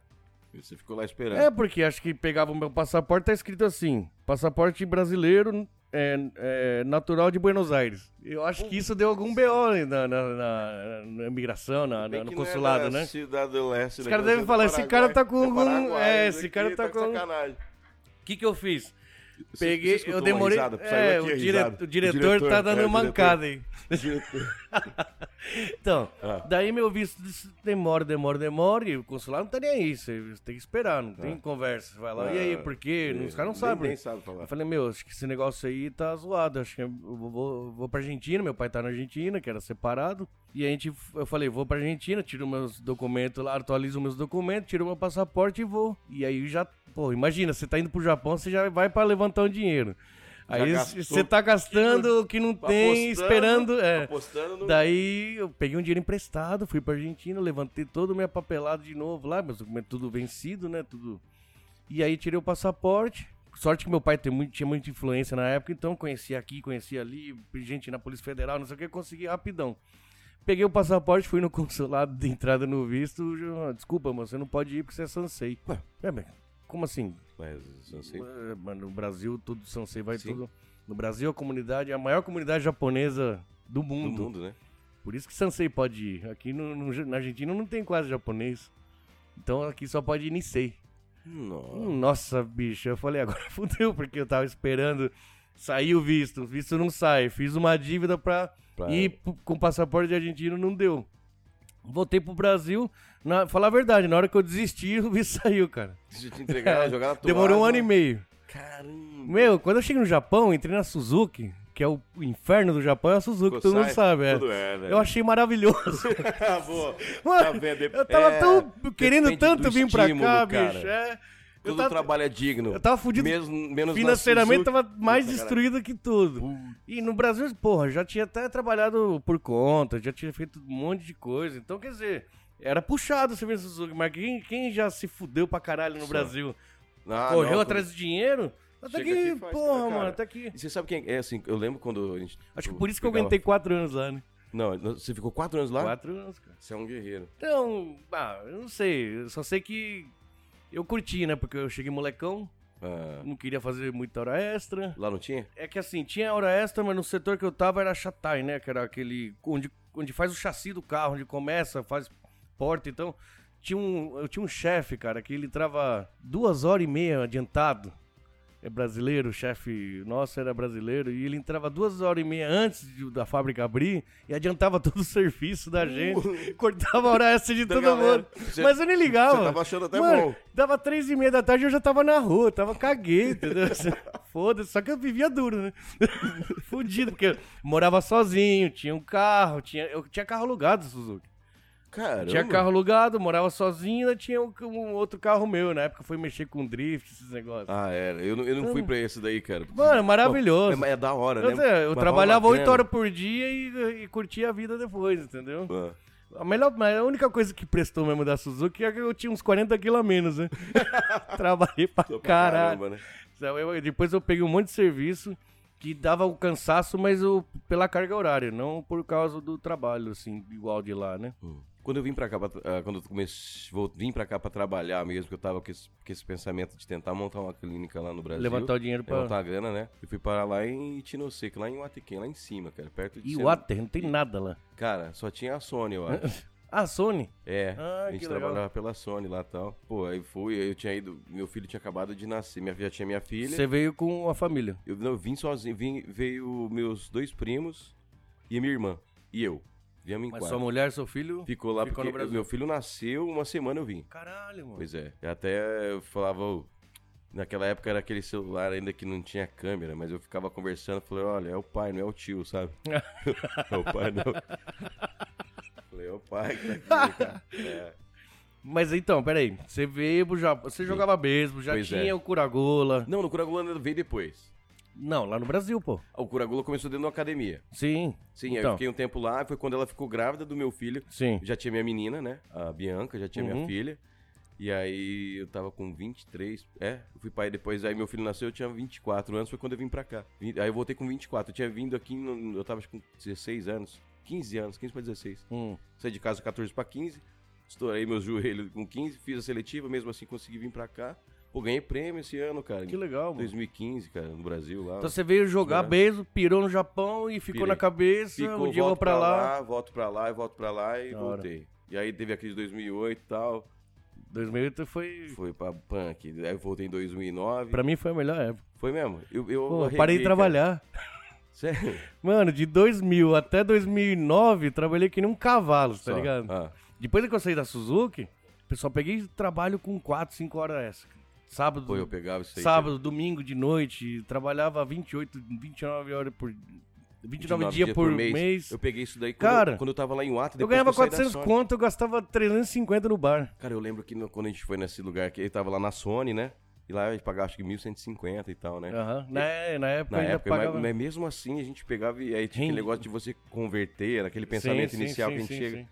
[SPEAKER 1] você ficou lá esperando.
[SPEAKER 2] É, porque acho que pegava o meu passaporte, tá escrito assim: passaporte brasileiro é, é, natural de Buenos Aires. Eu acho que isso deu algum BO na, na, na- na imigração, na, na-
[SPEAKER 1] Bem
[SPEAKER 2] no
[SPEAKER 1] que não é
[SPEAKER 2] consulado,
[SPEAKER 1] da
[SPEAKER 2] né?
[SPEAKER 1] Cidade do Leste,
[SPEAKER 2] Os
[SPEAKER 1] né,
[SPEAKER 2] caras
[SPEAKER 1] que é
[SPEAKER 2] devem
[SPEAKER 1] do
[SPEAKER 2] falar, esse cara tá com
[SPEAKER 1] Paraguai,
[SPEAKER 2] algum- é,
[SPEAKER 1] isso
[SPEAKER 2] esse
[SPEAKER 1] aqui
[SPEAKER 2] cara tá com-
[SPEAKER 1] sacanagem.
[SPEAKER 2] O que, que eu fiz?
[SPEAKER 1] Você- você
[SPEAKER 2] Peguei,
[SPEAKER 1] escutou
[SPEAKER 2] eu
[SPEAKER 1] uma
[SPEAKER 2] demorei.
[SPEAKER 1] risada? Saiu
[SPEAKER 2] é,
[SPEAKER 1] aqui
[SPEAKER 2] o,
[SPEAKER 1] a
[SPEAKER 2] dire-
[SPEAKER 1] risada.
[SPEAKER 2] o diretor tá dando
[SPEAKER 1] é, o
[SPEAKER 2] mancada aí.
[SPEAKER 1] diretor.
[SPEAKER 2] Então,
[SPEAKER 1] Ah.
[SPEAKER 2] daí meu visto disse, demora, demora, demora, e o consulado não tá nem aí, você tem que esperar, não
[SPEAKER 1] Ah.
[SPEAKER 2] tem conversa. Vai lá, e aí, por quê?
[SPEAKER 1] É,
[SPEAKER 2] Os caras não
[SPEAKER 1] nem-
[SPEAKER 2] sabem.
[SPEAKER 1] nem sabe falar.
[SPEAKER 2] Eu falei, meu, acho que esse negócio aí tá zoado, acho que eu vou, vou, vou pra Argentina, meu pai tá na Argentina, que era separado, e a gente, eu falei, vou pra Argentina, tiro meus documentos lá, atualizo meus documentos, tiro meu passaporte e vou. E aí já, pô, imagina, você tá indo pro Japão, você já vai pra levantar um dinheiro. Aí
[SPEAKER 1] gastou tá
[SPEAKER 2] você tá gastando o que não tem,
[SPEAKER 1] Apostando-
[SPEAKER 2] esperando. É.
[SPEAKER 1] Apostando no...
[SPEAKER 2] Daí eu peguei um dinheiro emprestado, fui pra Argentina, levantei todo o meu papelado de novo lá, meus documentos tudo vencido, né? Tudo. E aí tirei o passaporte. Sorte que meu pai tem muito- tinha muita influência na época, então conhecia aqui, conhecia ali, gente na Polícia Federal, não sei o que, consegui rapidão. Peguei o passaporte, fui no consulado de entrada no visto. já, Desculpa, mano, você não pode ir porque você é Sansei.
[SPEAKER 1] Ué.
[SPEAKER 2] É, mas como assim?
[SPEAKER 1] Mas, não sei.
[SPEAKER 2] É, mas no Brasil, tudo Sansei vai
[SPEAKER 1] Sim.
[SPEAKER 2] tudo. No Brasil, a comunidade é a maior comunidade japonesa do
[SPEAKER 1] No
[SPEAKER 2] mundo.
[SPEAKER 1] mundo, né?
[SPEAKER 2] Por isso que Sansei pode ir. Aqui no, no- na Argentina não tem quase japonês. Então aqui só pode ir Nisei.
[SPEAKER 1] Nossa.
[SPEAKER 2] Hum, Nossa, bicho. Eu falei, agora fudeu, porque eu tava esperando sair o visto. O visto não sai. Fiz uma dívida pra,
[SPEAKER 1] Pra-
[SPEAKER 2] ir p- com passaporte argentino, não deu. Voltei pro Brasil. Na, falar a verdade, na hora que eu desisti, o visto saiu, cara.
[SPEAKER 1] Deixa eu te entregar, jogar na toalha.
[SPEAKER 2] Demorou um ano e meio.
[SPEAKER 1] Caramba.
[SPEAKER 2] Meu, quando eu cheguei no Japão, entrei na Suzuki, que é o o inferno do Japão, é a Suzuki, todo mundo
[SPEAKER 1] Sai,
[SPEAKER 2] sabe. é.
[SPEAKER 1] Tudo é, velho.
[SPEAKER 2] Eu achei maravilhoso.
[SPEAKER 1] Ah, boa. Tá
[SPEAKER 2] Mano,
[SPEAKER 1] vendo?
[SPEAKER 2] eu tava
[SPEAKER 1] É,
[SPEAKER 2] tão querendo
[SPEAKER 1] depende do
[SPEAKER 2] tanto vir pra
[SPEAKER 1] estímulo,
[SPEAKER 2] cá,
[SPEAKER 1] cara.
[SPEAKER 2] bicho. É. Eu
[SPEAKER 1] Todo
[SPEAKER 2] tava,
[SPEAKER 1] trabalho é digno.
[SPEAKER 2] eu tava fudido
[SPEAKER 1] Mesmo, menos na
[SPEAKER 2] financeiramente,
[SPEAKER 1] Suzuki.
[SPEAKER 2] tava mais
[SPEAKER 1] Puta,
[SPEAKER 2] destruído que tudo. E no Brasil, porra, já tinha até trabalhado por conta, já tinha feito um monte de coisa. Então, quer dizer, era puxado você vir Suzuki. Mas quem, quem já se fudeu pra caralho no
[SPEAKER 1] Só.
[SPEAKER 2] Brasil?
[SPEAKER 1] Ah,
[SPEAKER 2] Correu
[SPEAKER 1] não,
[SPEAKER 2] atrás de dinheiro? Até
[SPEAKER 1] Chega
[SPEAKER 2] que,
[SPEAKER 1] aqui e faz,
[SPEAKER 2] porra,
[SPEAKER 1] cara.
[SPEAKER 2] mano, até que...
[SPEAKER 1] E você sabe quem é assim? Eu lembro quando a gente.
[SPEAKER 2] Acho que
[SPEAKER 1] eu
[SPEAKER 2] por isso que eu
[SPEAKER 1] pegava-
[SPEAKER 2] aguentei quatro anos lá, né?
[SPEAKER 1] Não, não, você ficou quatro anos lá?
[SPEAKER 2] Quatro anos, cara.
[SPEAKER 1] Você é um guerreiro.
[SPEAKER 2] Então, ah, eu não sei. Eu só sei que eu curti, né? Porque eu cheguei molecão,
[SPEAKER 1] Ah,
[SPEAKER 2] não queria fazer muita hora extra.
[SPEAKER 1] lá não tinha?
[SPEAKER 2] É que assim, tinha hora extra, mas no setor que eu tava era Chatai, né? Que era aquele. Onde, onde faz o chassi do carro, onde começa, faz porta. Então, tinha um, eu tinha um chefe, cara, que ele trava duas horas e meia adiantado. É brasileiro, o chefe nosso era brasileiro, e ele entrava duas horas e meia antes de- da fábrica abrir e adiantava todo o serviço da gente, cortava a hora extra de
[SPEAKER 1] Uh. Da
[SPEAKER 2] todo
[SPEAKER 1] galera.
[SPEAKER 2] mundo.
[SPEAKER 1] Você-
[SPEAKER 2] Mas eu nem ligava.
[SPEAKER 1] você tava achando até
[SPEAKER 2] Mano,
[SPEAKER 1] bom.
[SPEAKER 2] Dava três e meia da tarde e eu já tava na rua, eu tava caguei, entendeu? Foda-se, só que eu vivia duro, né? Fudido, porque eu morava sozinho, tinha um carro, tinha, eu tinha carro alugado, Suzuki.
[SPEAKER 1] Caramba.
[SPEAKER 2] Tinha carro alugado, morava sozinho, ainda tinha um, um outro carro meu. Na época foi mexer com drift, esses negócios.
[SPEAKER 1] Ah, era. Eu não, eu não fui pra esse daí, cara.
[SPEAKER 2] Mano, maravilhoso.
[SPEAKER 1] Mas é da hora,
[SPEAKER 2] Eu,
[SPEAKER 1] né?
[SPEAKER 2] eu
[SPEAKER 1] Mas
[SPEAKER 2] trabalhava
[SPEAKER 1] rola
[SPEAKER 2] oito
[SPEAKER 1] grana.
[SPEAKER 2] horas por dia e, e curtia a vida depois, entendeu?
[SPEAKER 1] Ah.
[SPEAKER 2] A, melhor, a única coisa que prestou mesmo da Suzuki é que eu tinha uns 40 quilos a menos, né? Trabalhei pra
[SPEAKER 1] Tô pra
[SPEAKER 2] caralho.
[SPEAKER 1] caramba, né?
[SPEAKER 2] Então, eu- depois eu peguei um monte de serviço que dava o cansaço, mas o, pela carga horária, não por causa do trabalho, assim, igual de lá, né?
[SPEAKER 1] Hum. Quando eu vim pra cá, pra, tra- ah, quando eu comecei, vou, vim pra cá pra trabalhar mesmo, que eu tava com esse, com esse pensamento de tentar montar uma clínica lá no Brasil.
[SPEAKER 2] Levantar o dinheiro pra.
[SPEAKER 1] levantar a grana, né? E fui parar lá em Tinoseca, lá em Watequém, lá em cima, cara, perto de...
[SPEAKER 2] E
[SPEAKER 1] Sena-
[SPEAKER 2] o Water, não tem nada lá.
[SPEAKER 1] Cara, só tinha a Sony, eu acho.
[SPEAKER 2] Ah, Sony.
[SPEAKER 1] É,
[SPEAKER 2] Ah,
[SPEAKER 1] a gente
[SPEAKER 2] que legal.
[SPEAKER 1] trabalhava pela Sony lá e tal. Pô, aí fui, aí eu tinha ido, meu filho tinha acabado de nascer, minha, já tinha minha filha.
[SPEAKER 2] Você veio com a família.
[SPEAKER 1] Eu, não, eu vim sozinho, vim, veio meus dois primos e minha irmã, e eu. Viemos em
[SPEAKER 2] Mas
[SPEAKER 1] quatro.
[SPEAKER 2] sua mulher, seu filho.
[SPEAKER 1] Ficou lá
[SPEAKER 2] ficou no
[SPEAKER 1] porque
[SPEAKER 2] Brasil.
[SPEAKER 1] meu filho nasceu, uma semana eu vim.
[SPEAKER 2] Caralho, mano.
[SPEAKER 1] Pois é, eu até eu falava... ô, Naquela época era aquele celular ainda que não tinha câmera, mas eu ficava conversando, falei, olha, é o pai, não é o tio, sabe? é o pai, não. falei, é o pai que tá aqui, cara. É.
[SPEAKER 2] Mas então, peraí. Você veio pro Japão. Você jogava beisebol, já
[SPEAKER 1] Pois é.
[SPEAKER 2] tinha o Curagola.
[SPEAKER 1] Não, no Curagulana veio depois.
[SPEAKER 2] Não, lá no Brasil, pô.
[SPEAKER 1] O Curagula começou dentro de uma academia.
[SPEAKER 2] Sim.
[SPEAKER 1] Sim, aí eu
[SPEAKER 2] Então.
[SPEAKER 1] fiquei um tempo lá, foi quando ela ficou grávida do meu filho.
[SPEAKER 2] Sim.
[SPEAKER 1] Já tinha minha menina, né? A Bianca, já tinha minha
[SPEAKER 2] Uhum.
[SPEAKER 1] filha. E aí eu tava com 23, é, eu fui pai depois, aí meu filho nasceu, eu tinha 24 anos, foi quando eu vim pra cá. Vim- Aí eu voltei com 24, eu tinha vindo aqui, no- eu tava acho, que com 16 anos, 15 anos, 15 pra 16.
[SPEAKER 2] Hum.
[SPEAKER 1] Saí de casa 14 pra 15, estourei meus joelhos com 15, fiz a seletiva, mesmo assim consegui vir pra cá. Pô, ganhei prêmio esse ano, cara.
[SPEAKER 2] Que legal, mano.
[SPEAKER 1] 2015, cara, no Brasil lá.
[SPEAKER 2] Então você veio jogar
[SPEAKER 1] Esperando.
[SPEAKER 2] beisebol, pirou no Japão e ficou
[SPEAKER 1] É. Pirei.
[SPEAKER 2] na cabeça.
[SPEAKER 1] Ficou,
[SPEAKER 2] um dia eu vou
[SPEAKER 1] volto
[SPEAKER 2] pra lá.
[SPEAKER 1] volto pra lá, e volto pra lá e
[SPEAKER 2] Da hora.
[SPEAKER 1] voltei. E aí teve a crise de 2008 e tal,
[SPEAKER 2] 2008 foi.
[SPEAKER 1] foi pra punk, aí eu voltei em 2009.
[SPEAKER 2] Pra mim foi a melhor época.
[SPEAKER 1] Foi mesmo? Eu, eu
[SPEAKER 2] Pô,
[SPEAKER 1] arreguei,
[SPEAKER 2] parei de
[SPEAKER 1] cara.
[SPEAKER 2] trabalhar. Tá
[SPEAKER 1] Sério?
[SPEAKER 2] Mano, de 2000 até 2009, trabalhei que nem um cavalo, tá
[SPEAKER 1] Só.
[SPEAKER 2] ligado?
[SPEAKER 1] Ah,
[SPEAKER 2] Depois que eu saí da Suzuki, pessoal, peguei trabalho com 4, 5 horas extra. Sábado,
[SPEAKER 1] pô, eu pegava isso aí.
[SPEAKER 2] sábado domingo de noite, trabalhava 28, 29 horas por...
[SPEAKER 1] 29
[SPEAKER 2] 29, dias um por, mês.
[SPEAKER 1] Eu
[SPEAKER 2] Eu,
[SPEAKER 1] peguei isso daí quando,
[SPEAKER 2] Cara,
[SPEAKER 1] eu, quando eu tava lá em Wata. depois
[SPEAKER 2] ganhava
[SPEAKER 1] que eu saí da
[SPEAKER 2] 400
[SPEAKER 1] Sony.
[SPEAKER 2] conto, eu gastava 350 no bar.
[SPEAKER 1] Cara, eu lembro que no- quando a gente foi nesse lugar, que ele tava lá na Sony, né? E lá a gente pagava acho que 1.150 e tal, né?
[SPEAKER 2] Aham. Na,
[SPEAKER 1] Na
[SPEAKER 2] na época Ah, eu ainda
[SPEAKER 1] época,
[SPEAKER 2] pagava...
[SPEAKER 1] mas, mas mesmo assim a gente pegava e aí tinha aquele
[SPEAKER 2] Rende.
[SPEAKER 1] negócio de você converter, era aquele pensamento
[SPEAKER 2] Sim, sim,
[SPEAKER 1] inicial
[SPEAKER 2] sim,
[SPEAKER 1] que a gente
[SPEAKER 2] sim,
[SPEAKER 1] chega.
[SPEAKER 2] sim.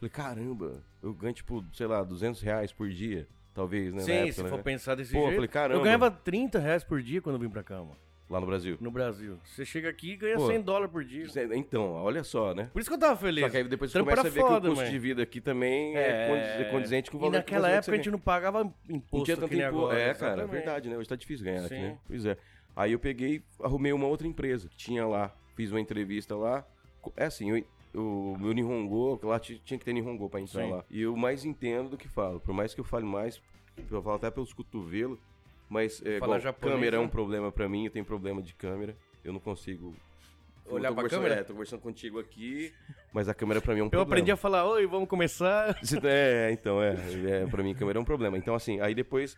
[SPEAKER 1] Falei, caramba, eu ganho tipo, sei lá, 200 reais por dia, talvez, né? na
[SPEAKER 2] Sim,
[SPEAKER 1] época,
[SPEAKER 2] se
[SPEAKER 1] né?
[SPEAKER 2] for pensar desse
[SPEAKER 1] Pô, eu
[SPEAKER 2] jeito.
[SPEAKER 1] falei, caramba.
[SPEAKER 2] Eu ganhava 30 reais por dia quando eu vim pra cá, mano.
[SPEAKER 1] Lá no Brasil.
[SPEAKER 2] No Brasil. Você chega aqui e ganha
[SPEAKER 1] Pô.
[SPEAKER 2] 100 dólares por dia.
[SPEAKER 1] Então, olha só, né?
[SPEAKER 2] Por isso que eu tava feliz.
[SPEAKER 1] Só que aí depois você
[SPEAKER 2] Trampo
[SPEAKER 1] começa a
[SPEAKER 2] era
[SPEAKER 1] ver que o
[SPEAKER 2] foda,
[SPEAKER 1] custo
[SPEAKER 2] mano.
[SPEAKER 1] de vida aqui também é, condiz- é condizente com o valor
[SPEAKER 2] E
[SPEAKER 1] que você-
[SPEAKER 2] naquela
[SPEAKER 1] que você
[SPEAKER 2] época a gente
[SPEAKER 1] ganha.
[SPEAKER 2] não pagava imposto.
[SPEAKER 1] tinha tanto
[SPEAKER 2] que nem
[SPEAKER 1] imposto.
[SPEAKER 2] agora,
[SPEAKER 1] É, cara, é
[SPEAKER 2] exatamente.
[SPEAKER 1] verdade, né? Hoje tá difícil ganhar aqui,
[SPEAKER 2] Sim.
[SPEAKER 1] né? Pois é. Aí eu peguei, arrumei uma outra empresa que tinha lá, fiz uma entrevista lá. Co- É assim, eu- o meu Nihongo, lá ti- tinha que ter Nihongo pra entrar
[SPEAKER 2] Sim.
[SPEAKER 1] lá. E eu mais entendo do que falo. Por mais que eu fale mais, eu falo até pelos cotovelos, mas é,
[SPEAKER 2] Falar
[SPEAKER 1] igual,
[SPEAKER 2] japonês,
[SPEAKER 1] câmera é um
[SPEAKER 2] né?
[SPEAKER 1] problema pra mim, eu tenho problema de câmera. Eu não consigo... eu
[SPEAKER 2] Olhar
[SPEAKER 1] tô
[SPEAKER 2] pra
[SPEAKER 1] conversando-
[SPEAKER 2] câmera?
[SPEAKER 1] É, tô conversando contigo aqui, mas a câmera pra mim é um
[SPEAKER 2] Eu
[SPEAKER 1] problema.
[SPEAKER 2] aprendi a falar, oi, vamos começar.
[SPEAKER 1] Se- É, então, é. é pra mim, câmera é um problema. Então, assim, aí depois.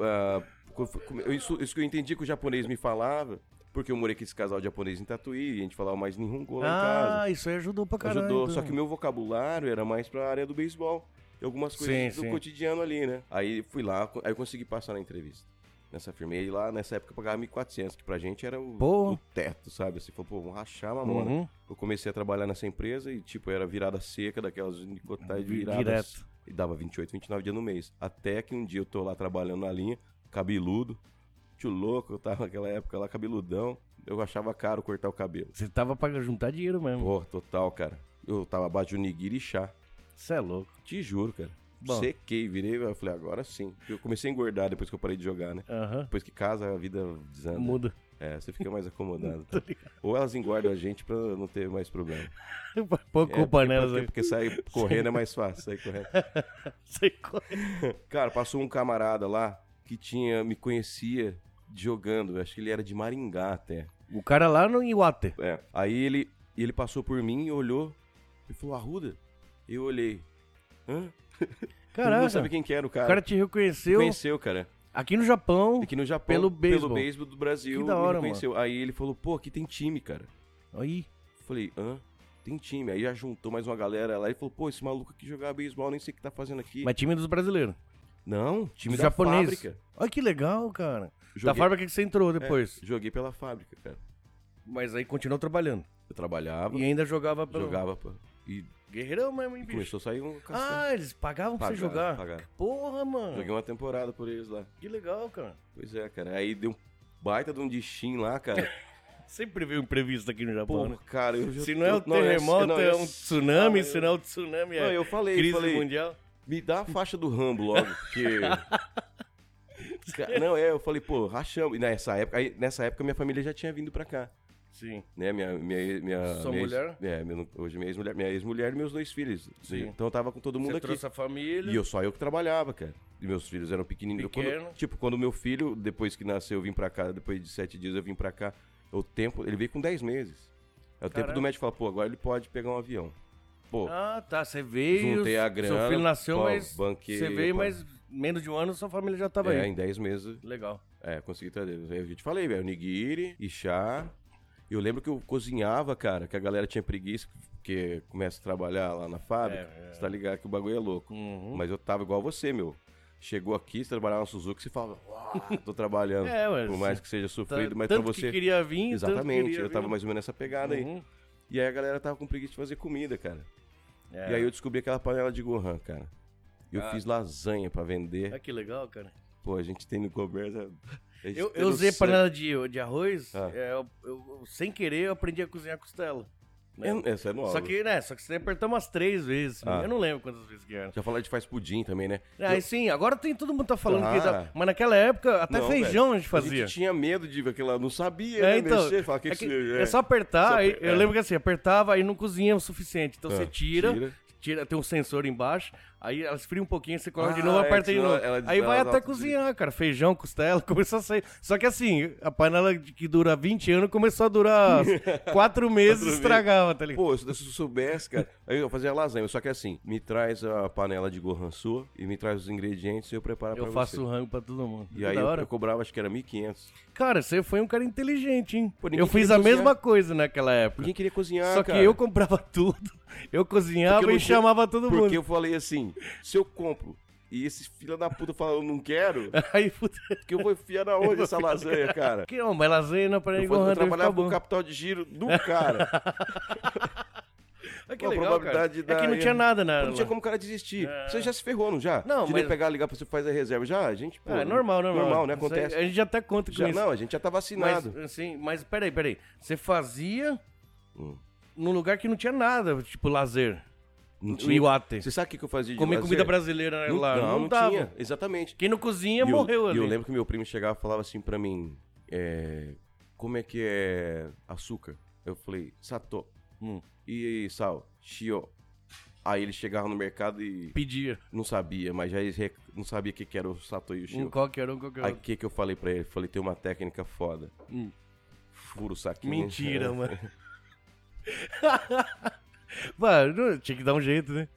[SPEAKER 1] ah, co- co- eu- isso, isso que eu entendi que o japonês me falava, porque eu morei com esse casal japonês em Tatuí, e a gente falava mais Nihongo lá em casa.
[SPEAKER 2] Ah, isso aí ajudou pra caralho.
[SPEAKER 1] Ajudou,
[SPEAKER 2] então.
[SPEAKER 1] só que o meu vocabulário era mais pra área do beisebol. E algumas coisas
[SPEAKER 2] Sim,
[SPEAKER 1] do
[SPEAKER 2] sim.
[SPEAKER 1] cotidiano ali, né? Aí fui lá, co- aí eu consegui passar na entrevista. Nessa firma. E aí lá, nessa época, eu pagava 1.400, que pra gente era o,
[SPEAKER 2] Porra.
[SPEAKER 1] o teto, sabe? Assim, falou, pô, vamos rachar a mamona.
[SPEAKER 2] Uhum.
[SPEAKER 1] Eu comecei a trabalhar nessa empresa e, tipo, era virada seca, daquelas nicotais
[SPEAKER 2] Vi-
[SPEAKER 1] é viradas.
[SPEAKER 2] direto.
[SPEAKER 1] E dava 28, 29 dias no mês. Até que um dia eu tô lá trabalhando na linha, cabeludo, tio louco, eu tava naquela época lá, cabeludão. Eu achava caro cortar o cabelo.
[SPEAKER 2] Você tava pra juntar dinheiro mesmo.
[SPEAKER 1] Porra, total, cara. Eu tava abaixo de um nigiri e chá.
[SPEAKER 2] Você é louco.
[SPEAKER 1] Te juro, cara.
[SPEAKER 2] Bom.
[SPEAKER 1] Sequei, virei, eu falei, agora sim. Eu comecei a engordar depois que eu parei de jogar, né?
[SPEAKER 2] Aham.
[SPEAKER 1] Depois que casa, a vida desanda.
[SPEAKER 2] Muda.
[SPEAKER 1] É, você fica mais acomodado. tá? Ou elas engordam a gente pra não ter mais problema.
[SPEAKER 2] Pô,
[SPEAKER 1] É,
[SPEAKER 2] culpa
[SPEAKER 1] porque-
[SPEAKER 2] nelas né?
[SPEAKER 1] porque-
[SPEAKER 2] aí.
[SPEAKER 1] Porque sair correndo é mais fácil, sair correndo.
[SPEAKER 2] Sei qual é.
[SPEAKER 1] Cara, passou um camarada lá que tinha, me conhecia jogando. eu Acho que ele era de Maringá até.
[SPEAKER 2] O cara lá no Iwate.
[SPEAKER 1] É. Aí ele, ele passou por mim, olhou e falou, Arruda? Eu olhei. Hã? Eu
[SPEAKER 2] Caraca.
[SPEAKER 1] não sabia quem é, que era o cara.
[SPEAKER 2] O cara te reconheceu
[SPEAKER 1] Conheceu, cara.
[SPEAKER 2] aqui no Japão.
[SPEAKER 1] Aqui no Japão.
[SPEAKER 2] Pelo beisebol.
[SPEAKER 1] Pelo beisebol do Brasil.
[SPEAKER 2] Que da hora,
[SPEAKER 1] me reconheceu. Aí ele falou, pô, aqui tem time, cara.
[SPEAKER 2] Aí.
[SPEAKER 1] Falei, hã? Tem time. Aí já juntou mais uma galera lá e falou, pô, esse maluco aqui jogava beisebol, nem sei o que tá fazendo aqui.
[SPEAKER 2] Mas time dos brasileiros.
[SPEAKER 1] Não, time
[SPEAKER 2] Dos
[SPEAKER 1] da
[SPEAKER 2] japoneses.
[SPEAKER 1] fábrica.
[SPEAKER 2] Olha que legal, cara. Da
[SPEAKER 1] Joguei- É,
[SPEAKER 2] fábrica que você entrou depois.
[SPEAKER 1] Joguei pela fábrica, cara.
[SPEAKER 2] Mas aí continuou trabalhando.
[SPEAKER 1] Eu trabalhava,
[SPEAKER 2] E ainda jogava pelo.
[SPEAKER 1] jogava, pô. E
[SPEAKER 2] Guerreirão mesmo, hein, bicho?
[SPEAKER 1] começou a sair um cacete.
[SPEAKER 2] Ah, eles pagavam pra você
[SPEAKER 1] Pagaram,
[SPEAKER 2] jogar. Ah.
[SPEAKER 1] pagaram.
[SPEAKER 2] Porra, mano.
[SPEAKER 1] Joguei um- uma temporada por eles lá.
[SPEAKER 2] Que legal, cara.
[SPEAKER 1] Pois é, cara. Aí deu um baita de um destino lá, cara.
[SPEAKER 2] Sempre veio um imprevisto aqui no Japão,
[SPEAKER 1] Pô,
[SPEAKER 2] né?
[SPEAKER 1] cara, eu já...
[SPEAKER 2] Se não é
[SPEAKER 1] eu-
[SPEAKER 2] o
[SPEAKER 1] eu-
[SPEAKER 2] terremoto,
[SPEAKER 1] não, eu-
[SPEAKER 2] é um tsunami.
[SPEAKER 1] eu-
[SPEAKER 2] Se não é o tsunami,
[SPEAKER 1] Não,
[SPEAKER 2] é
[SPEAKER 1] eu falei,
[SPEAKER 2] crise
[SPEAKER 1] falei,
[SPEAKER 2] mundial.
[SPEAKER 1] me dá a faixa do Rambo logo, porque... Ca- Não, é, eu falei, pô, rachamos. E nessa época, aí, nessa época minha família já tinha vindo pra cá.
[SPEAKER 2] Sim.
[SPEAKER 1] né? Minha, minha, minha,
[SPEAKER 2] Sua
[SPEAKER 1] minha
[SPEAKER 2] mulher?
[SPEAKER 1] Ex, é, meu- hoje minha ex-mulher, minha ex-mulher e meus dois filhos.
[SPEAKER 2] Sim.
[SPEAKER 1] Então eu tava com todo mundo
[SPEAKER 2] Você
[SPEAKER 1] aqui.
[SPEAKER 2] trouxe a família.
[SPEAKER 1] E eu só eu que trabalhava, cara. E meus filhos eram pequenininhos. Quando-
[SPEAKER 2] Pequeno.
[SPEAKER 1] tipo, quando meu filho, depois que nasceu, eu vim pra cá, depois de sete dias eu vim pra cá, o tempo, ele veio com 10 meses. É o tempo
[SPEAKER 2] Caramba.
[SPEAKER 1] do médico falar, pô, agora ele pode pegar um avião. Pô,
[SPEAKER 2] Ah, tá. Você veio.
[SPEAKER 1] Juntei a grana,
[SPEAKER 2] Seu filho nasceu,
[SPEAKER 1] pô,
[SPEAKER 2] mas.
[SPEAKER 1] banquei,
[SPEAKER 2] você veio,
[SPEAKER 1] pô.
[SPEAKER 2] mas menos de um ano sua família já tava
[SPEAKER 1] é,
[SPEAKER 2] aí.
[SPEAKER 1] em 10 meses,
[SPEAKER 2] Legal.
[SPEAKER 1] é, consegui trazer. Aí Eu te falei, velho, nigiri e chá. Eu lembro que eu cozinhava, cara, que a galera tinha preguiça, porque começa a trabalhar lá na fábrica,
[SPEAKER 2] É,
[SPEAKER 1] você tá ligado que o bagulho é louco.
[SPEAKER 2] Uhum.
[SPEAKER 1] Mas eu tava igual você, meu. Chegou aqui, você trabalhava na Suzuki, você falava, "Uau, tô trabalhando.
[SPEAKER 2] É, mas-
[SPEAKER 1] Por mais que seja
[SPEAKER 2] Tá-
[SPEAKER 1] sofrido, mas pra
[SPEAKER 2] tanto
[SPEAKER 1] você.
[SPEAKER 2] que queria vir, tanto
[SPEAKER 1] Exatamente,
[SPEAKER 2] queria
[SPEAKER 1] eu tava
[SPEAKER 2] vir.
[SPEAKER 1] mais ou menos nessa pegada aí.
[SPEAKER 2] Uhum.
[SPEAKER 1] E aí a galera tava com preguiça de fazer comida, cara.
[SPEAKER 2] É.
[SPEAKER 1] E aí eu descobri aquela panela de Gohan, cara. Eu
[SPEAKER 2] Ah.
[SPEAKER 1] fiz lasanha pra vender.
[SPEAKER 2] Ah, que legal, cara.
[SPEAKER 1] Pô, a gente tem no comércio. a gente
[SPEAKER 2] Eu,
[SPEAKER 1] tem
[SPEAKER 2] eu
[SPEAKER 1] no
[SPEAKER 2] usei
[SPEAKER 1] sangue.
[SPEAKER 2] panela de, de arroz,
[SPEAKER 1] Ah.
[SPEAKER 2] é, eu, eu- sem querer eu aprendi a cozinhar costela. né?
[SPEAKER 1] É, essa é nova.
[SPEAKER 2] Só que, né, só que você apertou umas três vezes.
[SPEAKER 1] Ah.
[SPEAKER 2] Eu não lembro quantas vezes que Ah, era.
[SPEAKER 1] Já falaram de faz pudim também, né?
[SPEAKER 2] Aí sim, agora tem todo mundo tá falando que
[SPEAKER 1] Ah.
[SPEAKER 2] dá, Mas naquela época, até
[SPEAKER 1] Não,
[SPEAKER 2] feijão
[SPEAKER 1] velho.
[SPEAKER 2] a gente fazia.
[SPEAKER 1] A gente tinha medo de aquilo, não sabia,
[SPEAKER 2] É,
[SPEAKER 1] né?
[SPEAKER 2] então,
[SPEAKER 1] mexer, falar, que
[SPEAKER 2] é,
[SPEAKER 1] que
[SPEAKER 2] que
[SPEAKER 1] você-
[SPEAKER 2] é só apertar,
[SPEAKER 1] Só
[SPEAKER 2] aí-
[SPEAKER 1] aper-
[SPEAKER 2] eu
[SPEAKER 1] é.
[SPEAKER 2] lembro que assim, apertava aí não cozinha o suficiente. Então
[SPEAKER 1] Ah,
[SPEAKER 2] você tira,
[SPEAKER 1] tira.
[SPEAKER 2] tira, tem um sensor embaixo, aí ela esfria um pouquinho, você coloca de
[SPEAKER 1] Ah,
[SPEAKER 2] novo,
[SPEAKER 1] é,
[SPEAKER 2] aperta de
[SPEAKER 1] senão
[SPEAKER 2] novo.
[SPEAKER 1] ela- ela
[SPEAKER 2] aí vai
[SPEAKER 1] ela
[SPEAKER 2] até
[SPEAKER 1] dá-
[SPEAKER 2] cozinhar, cara. Feijão, costela, começou a sair. Só que assim, a panela de- que dura 20 anos começou a durar quatro meses e
[SPEAKER 1] meses.
[SPEAKER 2] estragava, tá ligado?
[SPEAKER 1] Pô, se eu soubesse, cara, aí eu fazia lasanha. Só que assim, me traz a panela de gohan sua e me traz os ingredientes e eu preparo pra
[SPEAKER 2] eu
[SPEAKER 1] você.
[SPEAKER 2] faço rango pra todo mundo.
[SPEAKER 1] E aí
[SPEAKER 2] da
[SPEAKER 1] eu,
[SPEAKER 2] hora.
[SPEAKER 1] eu cobrava, acho que era 1.500.
[SPEAKER 2] Cara, você foi um cara inteligente, hein?
[SPEAKER 1] Pô, ninguém
[SPEAKER 2] eu fiz
[SPEAKER 1] queria
[SPEAKER 2] a
[SPEAKER 1] cozinhar.
[SPEAKER 2] mesma coisa naquela época.
[SPEAKER 1] Ninguém queria cozinhar,
[SPEAKER 2] Só que
[SPEAKER 1] cara.
[SPEAKER 2] eu comprava tudo, eu cozinhava
[SPEAKER 1] Porque eu não
[SPEAKER 2] e
[SPEAKER 1] tinha-
[SPEAKER 2] chamava todo mundo.
[SPEAKER 1] Porque eu falei assim, se eu compro e esse filho da puta fala, eu não quero,
[SPEAKER 2] Aí fudeu.
[SPEAKER 1] que eu vou enfiar na onde essa lasanha, cara?
[SPEAKER 2] Que é não, mas lasanha não para
[SPEAKER 1] Eu,
[SPEAKER 2] ninguém
[SPEAKER 1] fazia- eu
[SPEAKER 2] correr.
[SPEAKER 1] trabalhava com o capital de giro do cara.
[SPEAKER 2] Ah, que
[SPEAKER 1] com a
[SPEAKER 2] legal,
[SPEAKER 1] probabilidade
[SPEAKER 2] cara. É que
[SPEAKER 1] da-
[SPEAKER 2] não tinha nada na...
[SPEAKER 1] Não tinha como o cara desistir. Você já se ferrou, não já?
[SPEAKER 2] É. Não,
[SPEAKER 1] de
[SPEAKER 2] mas-
[SPEAKER 1] nem pegar, ligar pra você fazer reserva. Já, a gente... pô,
[SPEAKER 2] Ah, é normal, normal.
[SPEAKER 1] Normal, né?
[SPEAKER 2] Isso aí,
[SPEAKER 1] Acontece.
[SPEAKER 2] A gente já até conta com
[SPEAKER 1] Já,
[SPEAKER 2] isso.
[SPEAKER 1] não, a gente já tá
[SPEAKER 2] mas,
[SPEAKER 1] vacinado.
[SPEAKER 2] assim, mas peraí, peraí. Você fazia
[SPEAKER 1] Hum.
[SPEAKER 2] num lugar que não tinha nada, tipo lazer.
[SPEAKER 1] Não
[SPEAKER 2] O Iwate.
[SPEAKER 1] Você sabe o que que eu fazia de
[SPEAKER 2] Comer
[SPEAKER 1] lazer?
[SPEAKER 2] comida brasileira
[SPEAKER 1] Não,
[SPEAKER 2] lá.
[SPEAKER 1] não, não,
[SPEAKER 2] dava.
[SPEAKER 1] tinha. Exatamente.
[SPEAKER 2] Quem não cozinha
[SPEAKER 1] E eu-
[SPEAKER 2] morreu
[SPEAKER 1] e
[SPEAKER 2] ali.
[SPEAKER 1] Eu lembro que meu primo chegava e falava assim pra mim, é, como é que é açúcar? Eu falei, sato.
[SPEAKER 2] Hum.
[SPEAKER 1] E sal, shio. Aí ele chegava no mercado e
[SPEAKER 2] Pedia.
[SPEAKER 1] não sabia, mas já eles rec- não sabia o que, que era o sato e o
[SPEAKER 2] Um
[SPEAKER 1] shio.
[SPEAKER 2] qualquer um, qualquer
[SPEAKER 1] Aí o
[SPEAKER 2] outro.
[SPEAKER 1] que, que eu falei pra ele? Falei, tem uma técnica foda.
[SPEAKER 2] Hum.
[SPEAKER 1] Fura o saquinho.
[SPEAKER 2] Mentira, mano. Mano, tinha que dar um jeito, né?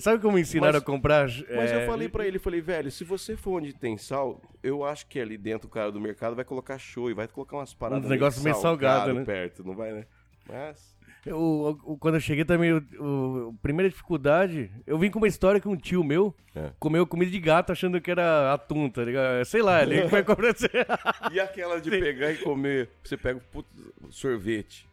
[SPEAKER 2] Sabe como ensinaram
[SPEAKER 1] Mas-
[SPEAKER 2] a comprar?
[SPEAKER 1] Mas
[SPEAKER 2] é,
[SPEAKER 1] eu falei pra ele, falei, velho, se você for onde tem sal, eu acho que ali dentro o cara do mercado vai colocar show e vai colocar umas paradas.
[SPEAKER 2] Uns negócios meio salgado, né?
[SPEAKER 1] perto, não vai, né? Mas.
[SPEAKER 2] Eu- eu- quando eu cheguei também, eu- eu- a primeira dificuldade, eu vim com uma história que um tio meu
[SPEAKER 1] É.
[SPEAKER 2] comeu comida de gato achando que era atum, tá ligado? Sei lá, ele é vai comprar.
[SPEAKER 1] E aquela de pegar e comer. Você pega o puto sorvete.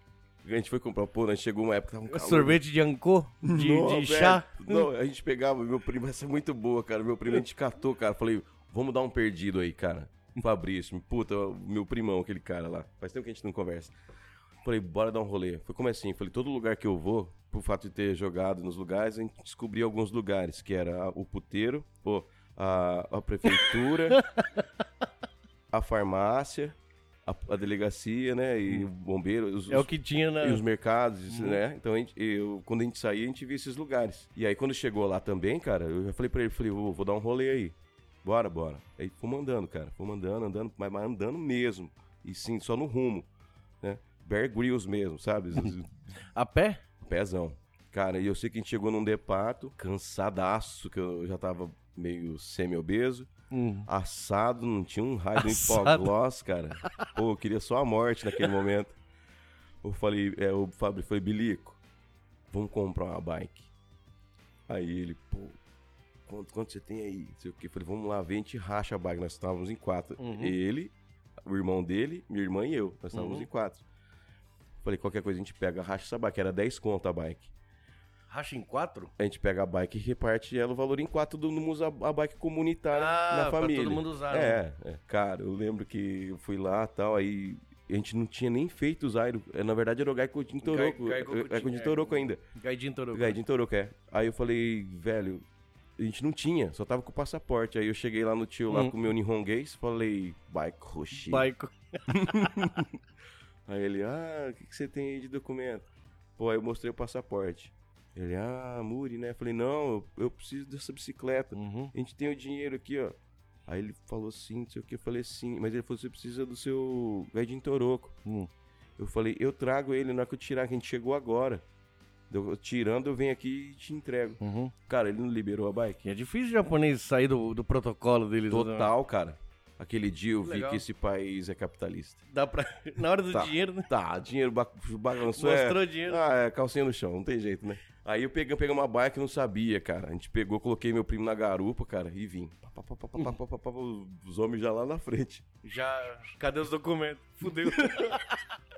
[SPEAKER 1] A gente foi comprar, pô, né? Chegou uma época que tava um calor.
[SPEAKER 2] Sorvete de ancô, de,
[SPEAKER 1] Não,
[SPEAKER 2] de
[SPEAKER 1] velho.
[SPEAKER 2] chá.
[SPEAKER 1] Não, a gente pegava, meu primo, essa é muito boa, cara. Meu primo, a gente catou, cara. Falei, vamos dar um perdido aí, cara. Fabrício, puta, meu primão, aquele cara lá. Faz tempo que a gente não conversa. Falei, bora dar um rolê. Foi como assim? Falei, todo lugar que eu vou, por fato de ter jogado nos lugares, a gente descobriu alguns lugares, que era a- o puteiro, pô, a, a prefeitura, a farmácia, a, a delegacia, né? E o bombeiro. os-
[SPEAKER 2] É o
[SPEAKER 1] os-
[SPEAKER 2] que tinha na.
[SPEAKER 1] e os mercados, isso, né? Então, a gente- eu, quando a gente saía, a gente via esses lugares. E aí, quando chegou lá também, cara, eu já falei pra ele, falei, "Ô, vou dar um rolê aí. Bora, bora. Aí fomos andando, cara. Fomos andando, andando, mas, mas andando mesmo. E sim, só no rumo, né? Bear Grylls mesmo, sabe?
[SPEAKER 2] A pé?
[SPEAKER 1] Pezão. Cara, e eu sei que a gente chegou num depato, cansadaço, que eu já tava meio semi-obeso.
[SPEAKER 2] Hum.
[SPEAKER 1] Assado, não tinha um raio do
[SPEAKER 2] Assado.
[SPEAKER 1] hipoglós, cara. Pô, eu queria só a morte naquele momento. Eu falei, é, o Fábio foi bilico, vamos comprar uma bike. Aí ele, pô, quanto, quanto você tem aí? Não sei o quê. Eu Falei, vamos lá ver, a gente racha a bike. Nós estávamos em quatro.
[SPEAKER 2] Uhum.
[SPEAKER 1] Ele, o irmão dele, minha irmã e eu. Nós estávamos
[SPEAKER 2] Uhum.
[SPEAKER 1] em quatro. Falei, qualquer coisa a gente pega, racha essa bike. Era 10 conto a bike.
[SPEAKER 2] Racha em quatro?
[SPEAKER 1] A gente pega a bike e reparte ela o valor em quatro, todo mundo usa a bike comunitária
[SPEAKER 2] Ah,
[SPEAKER 1] na
[SPEAKER 2] pra
[SPEAKER 1] família.
[SPEAKER 2] todo mundo usar, né?
[SPEAKER 1] É, é. cara, eu lembro que eu fui lá e tal, aí a gente não tinha nem feito os Airo. É, Na verdade era o Gaicodin Toroco. eh,
[SPEAKER 2] Gai- Gaikokujin,
[SPEAKER 1] Gaicodin
[SPEAKER 2] é.
[SPEAKER 1] Toroco ainda.
[SPEAKER 2] Gaidinho Toro.
[SPEAKER 1] Gaicodin Toroco, é. Aí eu falei, velho, a gente não tinha, só tava com o passaporte. Aí eu cheguei lá no tio lá
[SPEAKER 2] Hum.
[SPEAKER 1] com o meu Nihonguês, falei, bike Hoshi.
[SPEAKER 2] Baico.
[SPEAKER 1] Aí ele, ah, o que, que você tem aí de documento? Pô, aí eu mostrei o passaporte. Ele, ah, Muri, né? Eu falei, não, eu, eu preciso dessa bicicleta.
[SPEAKER 2] Uhum.
[SPEAKER 1] A gente tem o dinheiro aqui, ó. Aí ele falou sim, não sei o que. Eu falei sim. Mas ele falou, você precisa do seu Gaidin Toroco.
[SPEAKER 2] Hum.
[SPEAKER 1] Eu falei, eu trago ele na hora que eu tirar, que a gente chegou agora. Eu, tirando, eu venho aqui e te entrego.
[SPEAKER 2] Uhum.
[SPEAKER 1] Cara, ele não liberou a bike.
[SPEAKER 2] Que é difícil o japonês sair do, do protocolo deles. né?
[SPEAKER 1] Total, cara. Aquele dia eu vi
[SPEAKER 2] Legal.
[SPEAKER 1] que esse país é capitalista.
[SPEAKER 2] Dá pra... Na hora do
[SPEAKER 1] Tá.
[SPEAKER 2] dinheiro, né?
[SPEAKER 1] Tá, dinheiro ba- balançou. é-
[SPEAKER 2] Mostrou dinheiro.
[SPEAKER 1] Ah, é calcinha no chão, não tem jeito, né? Aí eu peguei, peguei uma bike não sabia, cara. A gente pegou, coloquei meu primo na garupa, cara, e vim. Pá, pá, pá, pá, pá, pá, pá, pá, pá, os homens já lá na frente.
[SPEAKER 2] Já. Cadê os documentos? Fudeu.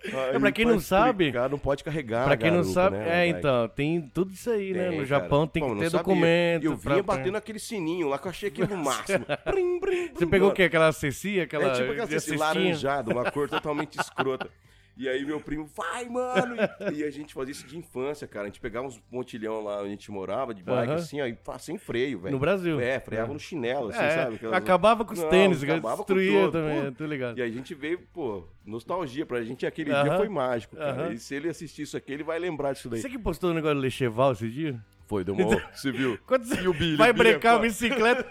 [SPEAKER 1] Aí,
[SPEAKER 2] É, pra quem não sabe-
[SPEAKER 1] explicar, não pode carregar.
[SPEAKER 2] pra
[SPEAKER 1] a
[SPEAKER 2] quem não
[SPEAKER 1] garupa,
[SPEAKER 2] sabe.
[SPEAKER 1] né,
[SPEAKER 2] é,
[SPEAKER 1] a bike.
[SPEAKER 2] então, tem tudo isso aí,
[SPEAKER 1] Tem,
[SPEAKER 2] né?
[SPEAKER 1] cara.
[SPEAKER 2] No Japão tem
[SPEAKER 1] Pô,
[SPEAKER 2] que
[SPEAKER 1] não
[SPEAKER 2] ter
[SPEAKER 1] sabia.
[SPEAKER 2] documento.
[SPEAKER 1] Eu
[SPEAKER 2] pra-
[SPEAKER 1] vinha é batendo aquele sininho lá que eu achei aquilo no máximo. Brim, brim,
[SPEAKER 2] Você
[SPEAKER 1] brim,
[SPEAKER 2] pegou o
[SPEAKER 1] mano.
[SPEAKER 2] quê? Aquela ceci? Aquela.
[SPEAKER 1] É tipo aquela assim,
[SPEAKER 2] cestinha?
[SPEAKER 1] laranjada, uma cor totalmente escrota. E aí meu primo, vai, mano! E, e a gente fazia isso de infância, cara. A gente pegava uns pontilhão lá onde a gente morava, de bike,
[SPEAKER 2] Aham.
[SPEAKER 1] assim, ó, e pá, sem freio, velho.
[SPEAKER 2] No Brasil.
[SPEAKER 1] É, freava no chinelo, assim,
[SPEAKER 2] É,
[SPEAKER 1] sabe? Aquelas-
[SPEAKER 2] Acabava com os
[SPEAKER 1] Não,
[SPEAKER 2] tênis,
[SPEAKER 1] acabava com
[SPEAKER 2] destruía
[SPEAKER 1] tudo,
[SPEAKER 2] também, é,
[SPEAKER 1] pô.
[SPEAKER 2] tô ligado.
[SPEAKER 1] E aí a gente veio, pô, nostalgia pra gente. Aquele dia
[SPEAKER 2] Aham.
[SPEAKER 1] foi mágico, cara.
[SPEAKER 2] Aham.
[SPEAKER 1] E se ele assistir isso aqui, ele vai lembrar disso daí.
[SPEAKER 2] Você que postou o negócio do Lecheval esse dia?
[SPEAKER 1] Foi, deu uma... Você viu?
[SPEAKER 2] Quando você
[SPEAKER 1] E o Billy?
[SPEAKER 2] vai
[SPEAKER 1] Billy é
[SPEAKER 2] brecar a
[SPEAKER 1] foda.
[SPEAKER 2] bicicleta,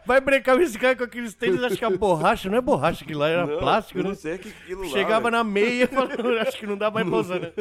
[SPEAKER 2] vai brecar a bicicleta com aqueles tênis, acho que a borracha, não é borracha que lá, era
[SPEAKER 1] Não,
[SPEAKER 2] plástico,
[SPEAKER 1] eu não
[SPEAKER 2] né?
[SPEAKER 1] sei o que aquilo lá, velho.
[SPEAKER 2] Chegava na meia e falava, acho que não dá mais pra usar, né?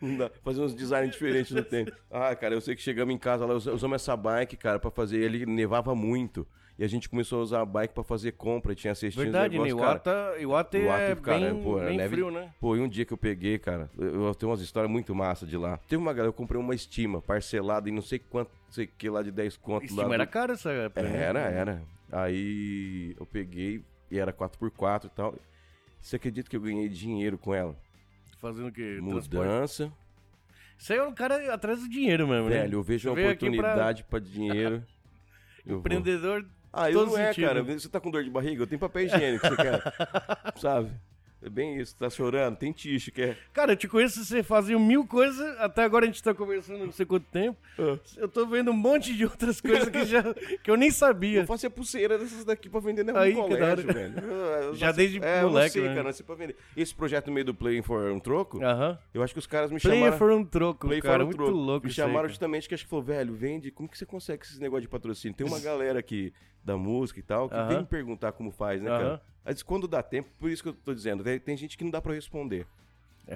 [SPEAKER 1] Não dá. Fazer uns designs diferentes no tempo. Ah, cara, eu sei que chegamos em casa lá, us- usamos essa bike, cara, pra fazer. Ele nevava muito. E a gente começou a usar a bike pra fazer compra. E tinha cestinha
[SPEAKER 2] Verdade,
[SPEAKER 1] de
[SPEAKER 2] né?
[SPEAKER 1] negócio, cara.
[SPEAKER 2] Iwata, Iwata
[SPEAKER 1] Iwata,
[SPEAKER 2] é
[SPEAKER 1] cara,
[SPEAKER 2] bem,
[SPEAKER 1] pô, é
[SPEAKER 2] bem
[SPEAKER 1] neve-
[SPEAKER 2] frio, né?
[SPEAKER 1] Pô, e um dia que eu peguei, cara, eu, eu tenho umas histórias muito massa de lá. Teve uma galera, eu comprei uma estima parcelada em não sei quanto, não sei que lá de 10 conto lá.
[SPEAKER 2] Estima era caro essa época, né?
[SPEAKER 1] Era, era. Aí eu peguei e era 4x4 e tal. Você acredita que eu ganhei dinheiro com ela?
[SPEAKER 2] Fazendo o quê? Transporte.
[SPEAKER 1] Mudança.
[SPEAKER 2] Isso aí é um cara atrás do dinheiro mesmo, né?
[SPEAKER 1] Velho, eu vejo uma
[SPEAKER 2] Veio aqui pra-
[SPEAKER 1] oportunidade pra dinheiro. Eu vou.
[SPEAKER 2] Empreendedor,
[SPEAKER 1] Ah, eu
[SPEAKER 2] Todo
[SPEAKER 1] não é,
[SPEAKER 2] sentido.
[SPEAKER 1] cara. Você tá com dor de barriga? Eu tenho papel higiênico, você quer? Sabe? É bem isso, tá chorando, tem ticho, quer.
[SPEAKER 2] Cara, eu te conheço, você fazia mil coisas, até agora a gente tá conversando não sei quanto tempo. Eu tô vendo um monte de outras coisas que, já, que eu nem
[SPEAKER 1] Eu
[SPEAKER 2] sabia.
[SPEAKER 1] faço a pulseira dessas daqui pra vender no
[SPEAKER 2] Aí, que da hora.
[SPEAKER 1] colégio, velho. Eu- eu
[SPEAKER 2] Já
[SPEAKER 1] nasci-
[SPEAKER 2] desde
[SPEAKER 1] é,
[SPEAKER 2] moleque,
[SPEAKER 1] eu não
[SPEAKER 2] né?
[SPEAKER 1] sei, cara, nasci pra vender. Esse projeto no meio do Play for um troco,
[SPEAKER 2] Aham.
[SPEAKER 1] eu acho que os caras me
[SPEAKER 2] Player
[SPEAKER 1] chamaram...
[SPEAKER 2] for um troco,
[SPEAKER 1] Play
[SPEAKER 2] cara,
[SPEAKER 1] for um
[SPEAKER 2] muito
[SPEAKER 1] troco.
[SPEAKER 2] louco
[SPEAKER 1] Me
[SPEAKER 2] isso aí,
[SPEAKER 1] chamaram
[SPEAKER 2] cara.
[SPEAKER 1] justamente que acho que falou, velho, vende, como que você consegue esses negócios de patrocínio? Tem uma galera aqui da música e tal que
[SPEAKER 2] Aham.
[SPEAKER 1] tem que perguntar como faz, né,
[SPEAKER 2] Aham.
[SPEAKER 1] cara? Mas quando dá tempo, por isso que eu tô dizendo, tem, tem gente que não dá pra responder.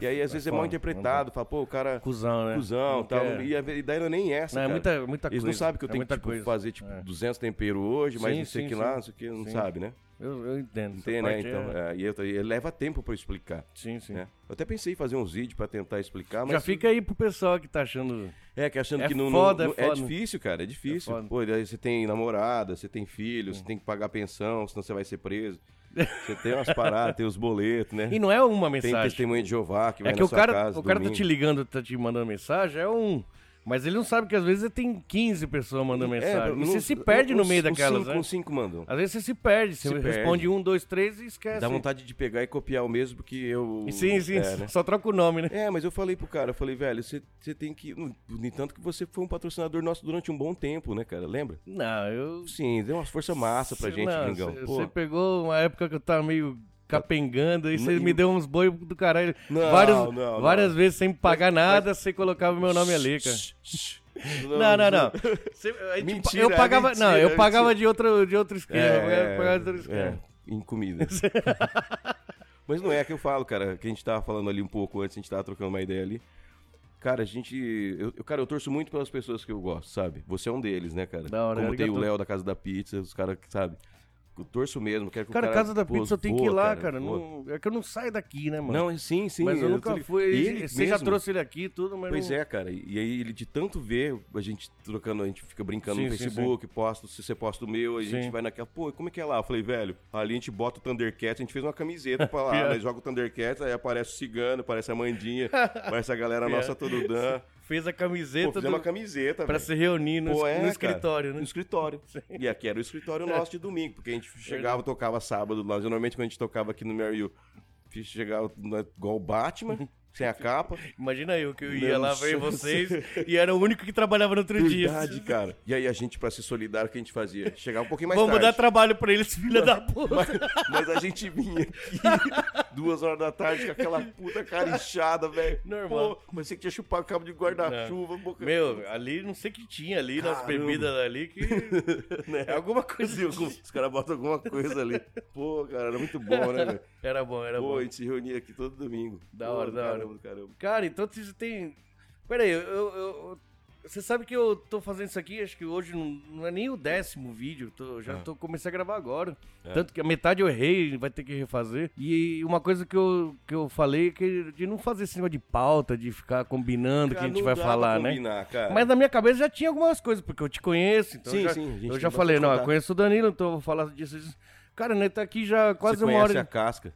[SPEAKER 1] e aí, às vezes, é mal
[SPEAKER 2] foda, né?
[SPEAKER 1] interpretado, fala, pô, o cara é
[SPEAKER 2] Cusão, né?
[SPEAKER 1] cuzão
[SPEAKER 2] Não
[SPEAKER 1] e tal.
[SPEAKER 2] quer-
[SPEAKER 1] E, a, e daí não é nem essa,
[SPEAKER 2] Não, é
[SPEAKER 1] cara.
[SPEAKER 2] muita, muita
[SPEAKER 1] Eles
[SPEAKER 2] coisa.
[SPEAKER 1] não sabem que eu
[SPEAKER 2] é
[SPEAKER 1] tenho
[SPEAKER 2] muita
[SPEAKER 1] que tipo,
[SPEAKER 2] coisa.
[SPEAKER 1] fazer, tipo,
[SPEAKER 2] É.
[SPEAKER 1] 200 tempero hoje, mas
[SPEAKER 2] Sim,
[SPEAKER 1] não sei
[SPEAKER 2] sim,
[SPEAKER 1] que
[SPEAKER 2] sim.
[SPEAKER 1] lá, não sei o que, não
[SPEAKER 2] Sim.
[SPEAKER 1] sabe, né?
[SPEAKER 2] Eu, eu entendo. essa
[SPEAKER 1] Tem, né?
[SPEAKER 2] parte
[SPEAKER 1] Então,
[SPEAKER 2] é-
[SPEAKER 1] é, e, eu- e leva tempo pra eu explicar,
[SPEAKER 2] Sim, sim.
[SPEAKER 1] né? Eu até pensei em fazer uns vídeos pra tentar explicar, mas...
[SPEAKER 2] Já fica aí pro pessoal que tá achando...
[SPEAKER 1] É, que achando
[SPEAKER 2] É
[SPEAKER 1] que não,
[SPEAKER 2] foda,
[SPEAKER 1] não-
[SPEAKER 2] é foda.
[SPEAKER 1] difícil, cara, é difícil.
[SPEAKER 2] É foda.
[SPEAKER 1] Pô, daí você tem namorada, você tem filho, você tem que pagar pensão, senão você vai ser preso. Você tem umas paradas, tem os boletos, né?
[SPEAKER 2] E não é uma
[SPEAKER 1] Tem
[SPEAKER 2] mensagem.
[SPEAKER 1] testemunha de Jeová que vai
[SPEAKER 2] É que
[SPEAKER 1] na
[SPEAKER 2] o
[SPEAKER 1] sua
[SPEAKER 2] cara,
[SPEAKER 1] casa
[SPEAKER 2] o cara tá
[SPEAKER 1] domingo.
[SPEAKER 2] te ligando, tá te mandando mensagem, é um. Mas ele não sabe que às vezes tem 15 pessoas mandando
[SPEAKER 1] É,
[SPEAKER 2] mensagem.
[SPEAKER 1] não-
[SPEAKER 2] e você se perde no
[SPEAKER 1] uns-
[SPEAKER 2] meio
[SPEAKER 1] uns
[SPEAKER 2] daquelas,
[SPEAKER 1] cinco,
[SPEAKER 2] né?
[SPEAKER 1] uns cinco mandam.
[SPEAKER 2] Às vezes você se perde, você
[SPEAKER 1] Se perde.
[SPEAKER 2] responde um, dois, três e esquece.
[SPEAKER 1] Dá vontade de pegar e copiar o mesmo que eu...
[SPEAKER 2] assim. E Sim, sim,
[SPEAKER 1] É, né?
[SPEAKER 2] só troca o nome, né?
[SPEAKER 1] É, mas eu falei pro cara, eu falei, velho, você você tem que... No tanto que você foi um patrocinador nosso durante um bom tempo, né, cara? Lembra?
[SPEAKER 2] Não, eu.
[SPEAKER 1] Sim, deu uma força massa pra
[SPEAKER 2] Cê-
[SPEAKER 1] gente,
[SPEAKER 2] não,
[SPEAKER 1] gringão.
[SPEAKER 2] cê-
[SPEAKER 1] Pô.
[SPEAKER 2] Você pegou uma época que eu tava meio capengando, aí você
[SPEAKER 1] Não,
[SPEAKER 2] me deu uns boi do caralho.
[SPEAKER 1] Não,
[SPEAKER 2] Vários-
[SPEAKER 1] não, não.
[SPEAKER 2] várias vezes sem me pagar nada, você colocava meu nome ali, cara. Não, não, não. Cê- a gente-
[SPEAKER 1] Mentira, é
[SPEAKER 2] eu pagava, não, eu
[SPEAKER 1] mentira,
[SPEAKER 2] pagava de outro, de outro esquema. eu pagava de outro
[SPEAKER 1] É,
[SPEAKER 2] esquema.
[SPEAKER 1] é, em comida. Mas não é que eu falo, cara, que a gente tava falando ali um pouco antes, a gente tava trocando uma ideia ali. Cara, a gente. Eu, eu- cara, eu torço muito pelas pessoas que eu gosto, sabe? Você é um deles, né, cara?
[SPEAKER 2] Da hora,
[SPEAKER 1] Como tem o
[SPEAKER 2] arigato.
[SPEAKER 1] Léo da Casa da Pizza, os caras que, sabe? Eu torço mesmo, quero que
[SPEAKER 2] Cara,
[SPEAKER 1] o cara.
[SPEAKER 2] Casa da
[SPEAKER 1] pô,
[SPEAKER 2] Pizza eu tenho que
[SPEAKER 1] voa,
[SPEAKER 2] ir lá, cara.
[SPEAKER 1] voa.
[SPEAKER 2] não- é que eu não saio daqui, né, mano?
[SPEAKER 1] Não, sim, sim.
[SPEAKER 2] mas eu
[SPEAKER 1] tô
[SPEAKER 2] nunca
[SPEAKER 1] ligado.
[SPEAKER 2] fui.
[SPEAKER 1] Ele
[SPEAKER 2] você já
[SPEAKER 1] mesmo.
[SPEAKER 2] trouxe ele aqui e tudo, mas.
[SPEAKER 1] Pois
[SPEAKER 2] não...
[SPEAKER 1] é, cara. E aí ele de tanto ver, a gente trocando, a gente fica brincando no
[SPEAKER 2] Sim, sim,
[SPEAKER 1] Facebook, posta, se você posta o meu, a gente
[SPEAKER 2] Sim.
[SPEAKER 1] vai naquela, pô, como é que é lá? Eu falei, velho, ali a gente bota o Thundercats, a gente fez uma camiseta pra lá,
[SPEAKER 2] Piada.
[SPEAKER 1] né? Joga o Thundercats, aí aparece o Cigano, aparece a Mandinha, aparece a galera nossa todo dan.
[SPEAKER 2] Fez a
[SPEAKER 1] Pô,
[SPEAKER 2] camiseta
[SPEAKER 1] fizemos uma
[SPEAKER 2] do-
[SPEAKER 1] camiseta,
[SPEAKER 2] pra
[SPEAKER 1] velho.
[SPEAKER 2] se reunir no,
[SPEAKER 1] Pô, é,
[SPEAKER 2] no
[SPEAKER 1] cara.
[SPEAKER 2] escritório,
[SPEAKER 1] No
[SPEAKER 2] né? É.
[SPEAKER 1] escritório. E aqui era o escritório nosso de domingo, porque a gente chegava, tocava sábado lá. Geralmente quando a gente tocava aqui no Mary U, chegava né, igual o Batman, sem a capa.
[SPEAKER 2] Imagina eu que eu
[SPEAKER 1] Não,
[SPEAKER 2] ia lá ver
[SPEAKER 1] nossa.
[SPEAKER 2] vocês e era o único que trabalhava no outro dia.
[SPEAKER 1] Verdade, cara. E aí a gente, pra se solidário, o que a gente fazia? Chegava um pouquinho mais
[SPEAKER 2] Vamos dar
[SPEAKER 1] tarde.
[SPEAKER 2] trabalho pra eles, filha da puta.
[SPEAKER 1] Mas, mas a gente vinha aqui duas horas da tarde com aquela puta cara inchada, velho.
[SPEAKER 2] Normal. É.
[SPEAKER 1] Pô, comecei que tinha chupado cabo de guarda-chuva, boca.
[SPEAKER 2] Meu, ali não sei o que tinha ali nas
[SPEAKER 1] Caramba. Né?
[SPEAKER 2] bebidas ali que. É alguma coisa.
[SPEAKER 1] Os caras botam alguma coisa ali. Pô, cara, era muito bom, né, velho?
[SPEAKER 2] Era bom, era
[SPEAKER 1] Pô,
[SPEAKER 2] Tá bom.
[SPEAKER 1] a gente se reunia aqui todo domingo.
[SPEAKER 2] Da
[SPEAKER 1] Pô,
[SPEAKER 2] hora, da hora.
[SPEAKER 1] Caramba, caramba.
[SPEAKER 2] Cara, então você tem. Pera aí, eu, eu- eu- Você sabe que eu tô fazendo isso aqui, acho que hoje não, não é nem o décimo vídeo, eu tô- eu já
[SPEAKER 1] Ah.
[SPEAKER 2] tô comecei a gravar agora.
[SPEAKER 1] É.
[SPEAKER 2] Tanto que a metade eu errei, vai ter que refazer. E uma coisa que eu, que eu falei é que de não fazer esse negócio de pauta, de ficar combinando o que a
[SPEAKER 1] Cara,
[SPEAKER 2] gente
[SPEAKER 1] não
[SPEAKER 2] vai
[SPEAKER 1] dá
[SPEAKER 2] falar,
[SPEAKER 1] pra
[SPEAKER 2] né?
[SPEAKER 1] combinar, Cara.
[SPEAKER 2] Mas na minha cabeça já tinha algumas coisas, porque eu te conheço, então
[SPEAKER 1] é. Sim,
[SPEAKER 2] eu já,
[SPEAKER 1] sim, a gente
[SPEAKER 2] eu
[SPEAKER 1] tem
[SPEAKER 2] já falei,
[SPEAKER 1] bastante
[SPEAKER 2] não, eu
[SPEAKER 1] contato.
[SPEAKER 2] conheço o Danilo, então eu vou falar disso. disso. Cara, né, tá aqui já quase
[SPEAKER 1] Você
[SPEAKER 2] uma
[SPEAKER 1] conhece
[SPEAKER 2] hora.
[SPEAKER 1] a casca.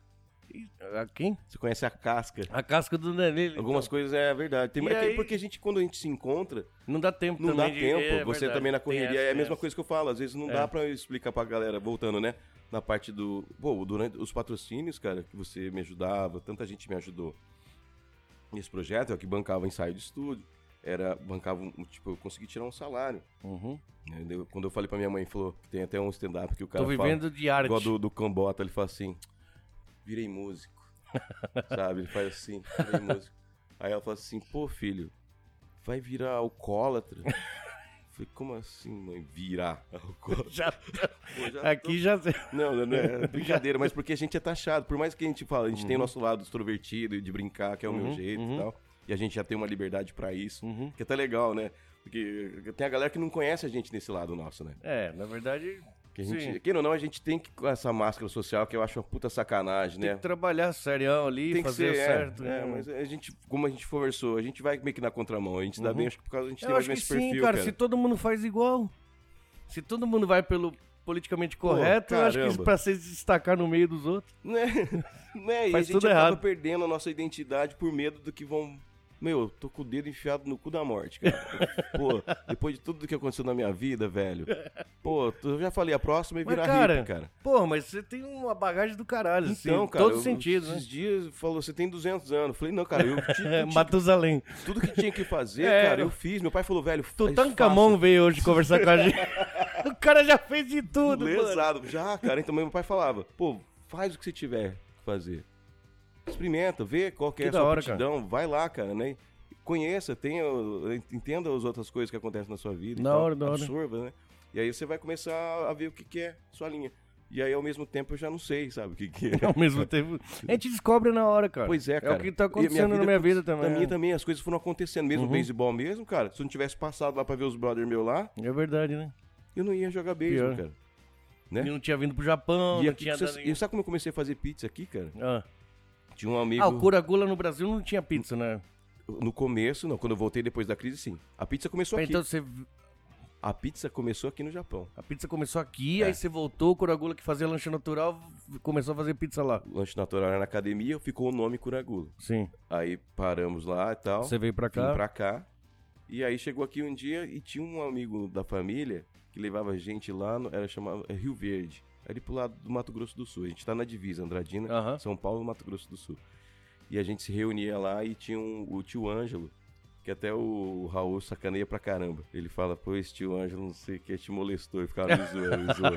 [SPEAKER 2] de- A quem?
[SPEAKER 1] Você conhece a casca.
[SPEAKER 2] A casca do Danilo.
[SPEAKER 1] Algumas coisas é verdade. Tem,
[SPEAKER 2] Então. E
[SPEAKER 1] é que-
[SPEAKER 2] aí-
[SPEAKER 1] porque a gente, quando a gente se encontra,
[SPEAKER 2] Não dá tempo
[SPEAKER 1] não dá
[SPEAKER 2] também. de-
[SPEAKER 1] tempo.
[SPEAKER 2] é
[SPEAKER 1] você
[SPEAKER 2] verdade,
[SPEAKER 1] também na
[SPEAKER 2] tem
[SPEAKER 1] correria.
[SPEAKER 2] essa,
[SPEAKER 1] é a
[SPEAKER 2] tem
[SPEAKER 1] mesma
[SPEAKER 2] essa.
[SPEAKER 1] coisa que eu falo. Às vezes não
[SPEAKER 2] É.
[SPEAKER 1] dá pra eu explicar pra galera, voltando, né? Na parte do. Pô, durante os patrocínios, cara, que você me ajudava, tanta gente me ajudou nesse projeto, eu que bancava ensaio de estúdio. Era, bancava, um- tipo, eu consegui tirar um salário.
[SPEAKER 2] Uhum.
[SPEAKER 1] né? Eu- Quando eu falei pra minha mãe, falou, tem até um stand-up que o cara
[SPEAKER 2] Tô
[SPEAKER 1] fala.
[SPEAKER 2] vivendo de arte.
[SPEAKER 1] Igual do, do Cambota, ele fala assim: virei músico. Sabe? Ele faz assim: virei músico. Aí ela fala assim: pô, filho, vai virar alcoólatra? Eu Falei, como assim, mãe? Virar alcoólatra?
[SPEAKER 2] Já-
[SPEAKER 1] Pô, já
[SPEAKER 2] aqui já.
[SPEAKER 1] tô- Não, não, não é brincadeira, mas porque a gente é taxado. Por mais que a gente fala, a gente tem o nosso lado extrovertido e de brincar, que é o meu
[SPEAKER 2] Uhum,
[SPEAKER 1] jeito
[SPEAKER 2] uhum.
[SPEAKER 1] e tal. E a gente já tem uma liberdade pra isso.
[SPEAKER 2] Uhum.
[SPEAKER 1] Que é até legal, né? Porque tem a galera que não conhece a gente nesse lado nosso, né?
[SPEAKER 2] É, na verdade,
[SPEAKER 1] Que a
[SPEAKER 2] Sim.
[SPEAKER 1] gente, queira ou não, a gente tem que com essa máscara social que eu acho uma puta sacanagem,
[SPEAKER 2] tem
[SPEAKER 1] né?
[SPEAKER 2] que trabalhar serião ali,
[SPEAKER 1] Tem que
[SPEAKER 2] fazer
[SPEAKER 1] ser, é,
[SPEAKER 2] certo.
[SPEAKER 1] é,
[SPEAKER 2] né?
[SPEAKER 1] mas a gente, como a gente conversou, a gente vai meio que na contramão. A gente se dá bem, acho que por causa a gente tem
[SPEAKER 2] Uhum. Eu
[SPEAKER 1] mais
[SPEAKER 2] acho
[SPEAKER 1] bem
[SPEAKER 2] que
[SPEAKER 1] esse
[SPEAKER 2] sim,
[SPEAKER 1] perfil,
[SPEAKER 2] cara,
[SPEAKER 1] cara.
[SPEAKER 2] Se todo mundo faz igual, se todo mundo vai pelo politicamente correto, eu acho que isso
[SPEAKER 1] caramba.
[SPEAKER 2] pra se destacar no meio dos outros.
[SPEAKER 1] Né? Né? E a
[SPEAKER 2] Faz
[SPEAKER 1] gente
[SPEAKER 2] tudo
[SPEAKER 1] acaba
[SPEAKER 2] errado.
[SPEAKER 1] perdendo a nossa identidade por medo do que vão... Meu, eu tô com o dedo enfiado no cu da morte, cara. Pô, depois de tudo que aconteceu na minha vida, velho. Pô, tu- eu já falei, a próxima é
[SPEAKER 2] Mas,
[SPEAKER 1] virar
[SPEAKER 2] cara,
[SPEAKER 1] hippie, cara.
[SPEAKER 2] Pô, mas você tem uma bagagem do caralho, assim,
[SPEAKER 1] Então,
[SPEAKER 2] em
[SPEAKER 1] cara,
[SPEAKER 2] todo
[SPEAKER 1] eu-
[SPEAKER 2] sentido,
[SPEAKER 1] esses
[SPEAKER 2] né?
[SPEAKER 1] dias falou, você tem 200 anos. Eu falei, não, cara, eu te,
[SPEAKER 2] É,
[SPEAKER 1] eu te
[SPEAKER 2] Matusalém.
[SPEAKER 1] Tudo que tinha que fazer,
[SPEAKER 2] É,
[SPEAKER 1] cara,
[SPEAKER 2] não.
[SPEAKER 1] eu fiz. Meu pai falou, velho, faz
[SPEAKER 2] Tutankamon veio hoje conversar com a gente. o cara já fez de
[SPEAKER 1] fácil.
[SPEAKER 2] tudo, mano.
[SPEAKER 1] Lesado. Já, cara. Então meu pai falava, pô, faz o que você tiver que fazer. Experimenta, vê qual que é
[SPEAKER 2] Que
[SPEAKER 1] a
[SPEAKER 2] da
[SPEAKER 1] sua
[SPEAKER 2] hora,
[SPEAKER 1] aptidão. Vai lá, cara, né? Conheça, tenha, entenda as outras coisas que acontecem na sua vida. e
[SPEAKER 2] Da
[SPEAKER 1] tal.
[SPEAKER 2] hora, da hora.
[SPEAKER 1] Absorva, né? E aí você vai começar a ver o que, que é sua linha. E aí, ao mesmo tempo, eu já não sei, sabe, o que, que é.
[SPEAKER 2] Ao mesmo tempo. A gente descobre na hora, cara.
[SPEAKER 1] Pois é, cara.
[SPEAKER 2] É o que
[SPEAKER 1] E
[SPEAKER 2] tá
[SPEAKER 1] a minha
[SPEAKER 2] acontecendo na minha vida
[SPEAKER 1] Na
[SPEAKER 2] também.
[SPEAKER 1] minha
[SPEAKER 2] é. Uhum.
[SPEAKER 1] também, as coisas foram acontecendo. Mesmo o beisebol mesmo, cara. Se eu não tivesse passado lá pra ver os brother meu lá,
[SPEAKER 2] É verdade, né?
[SPEAKER 1] eu não ia jogar beisebol,
[SPEAKER 2] Pior.
[SPEAKER 1] cara.
[SPEAKER 2] E não tinha vindo pro
[SPEAKER 1] É.
[SPEAKER 2] Japão,
[SPEAKER 1] E é
[SPEAKER 2] não
[SPEAKER 1] aqui,
[SPEAKER 2] tinha
[SPEAKER 1] você-
[SPEAKER 2] dado
[SPEAKER 1] e sabe como eu comecei a fazer pizza aqui, cara?
[SPEAKER 2] nenhum- Ah.
[SPEAKER 1] Tinha um amigo.
[SPEAKER 2] Ah, o Curagula no Brasil não tinha pizza, né?
[SPEAKER 1] No começo, não, quando eu voltei depois da crise, sim. A pizza começou aqui.
[SPEAKER 2] Então você.
[SPEAKER 1] A pizza começou aqui no Japão.
[SPEAKER 2] A pizza começou aqui,
[SPEAKER 1] É.
[SPEAKER 2] aí você voltou, o Curagula que fazia lanche natural começou a fazer pizza lá.
[SPEAKER 1] O lanche natural era na academia, ficou o nome Curagula.
[SPEAKER 2] Sim.
[SPEAKER 1] Aí paramos lá e tal.
[SPEAKER 2] Você tá? veio pra
[SPEAKER 1] vim
[SPEAKER 2] cá.
[SPEAKER 1] pra cá. E aí chegou aqui um dia e tinha um amigo da família que levava gente lá, no- era chamado é Rio Verde. Ali pro lado do Mato Grosso do Sul. A gente tá na divisa, Andradina,
[SPEAKER 2] Aham.
[SPEAKER 1] São Paulo e Mato Grosso do Sul. E a gente se reunia lá e tinha um- o tio Ângelo, que até o Raul sacaneia pra caramba. Ele fala, pô, esse tio Ângelo não sei o que, te molestou. E ficava me zoando, me zoando.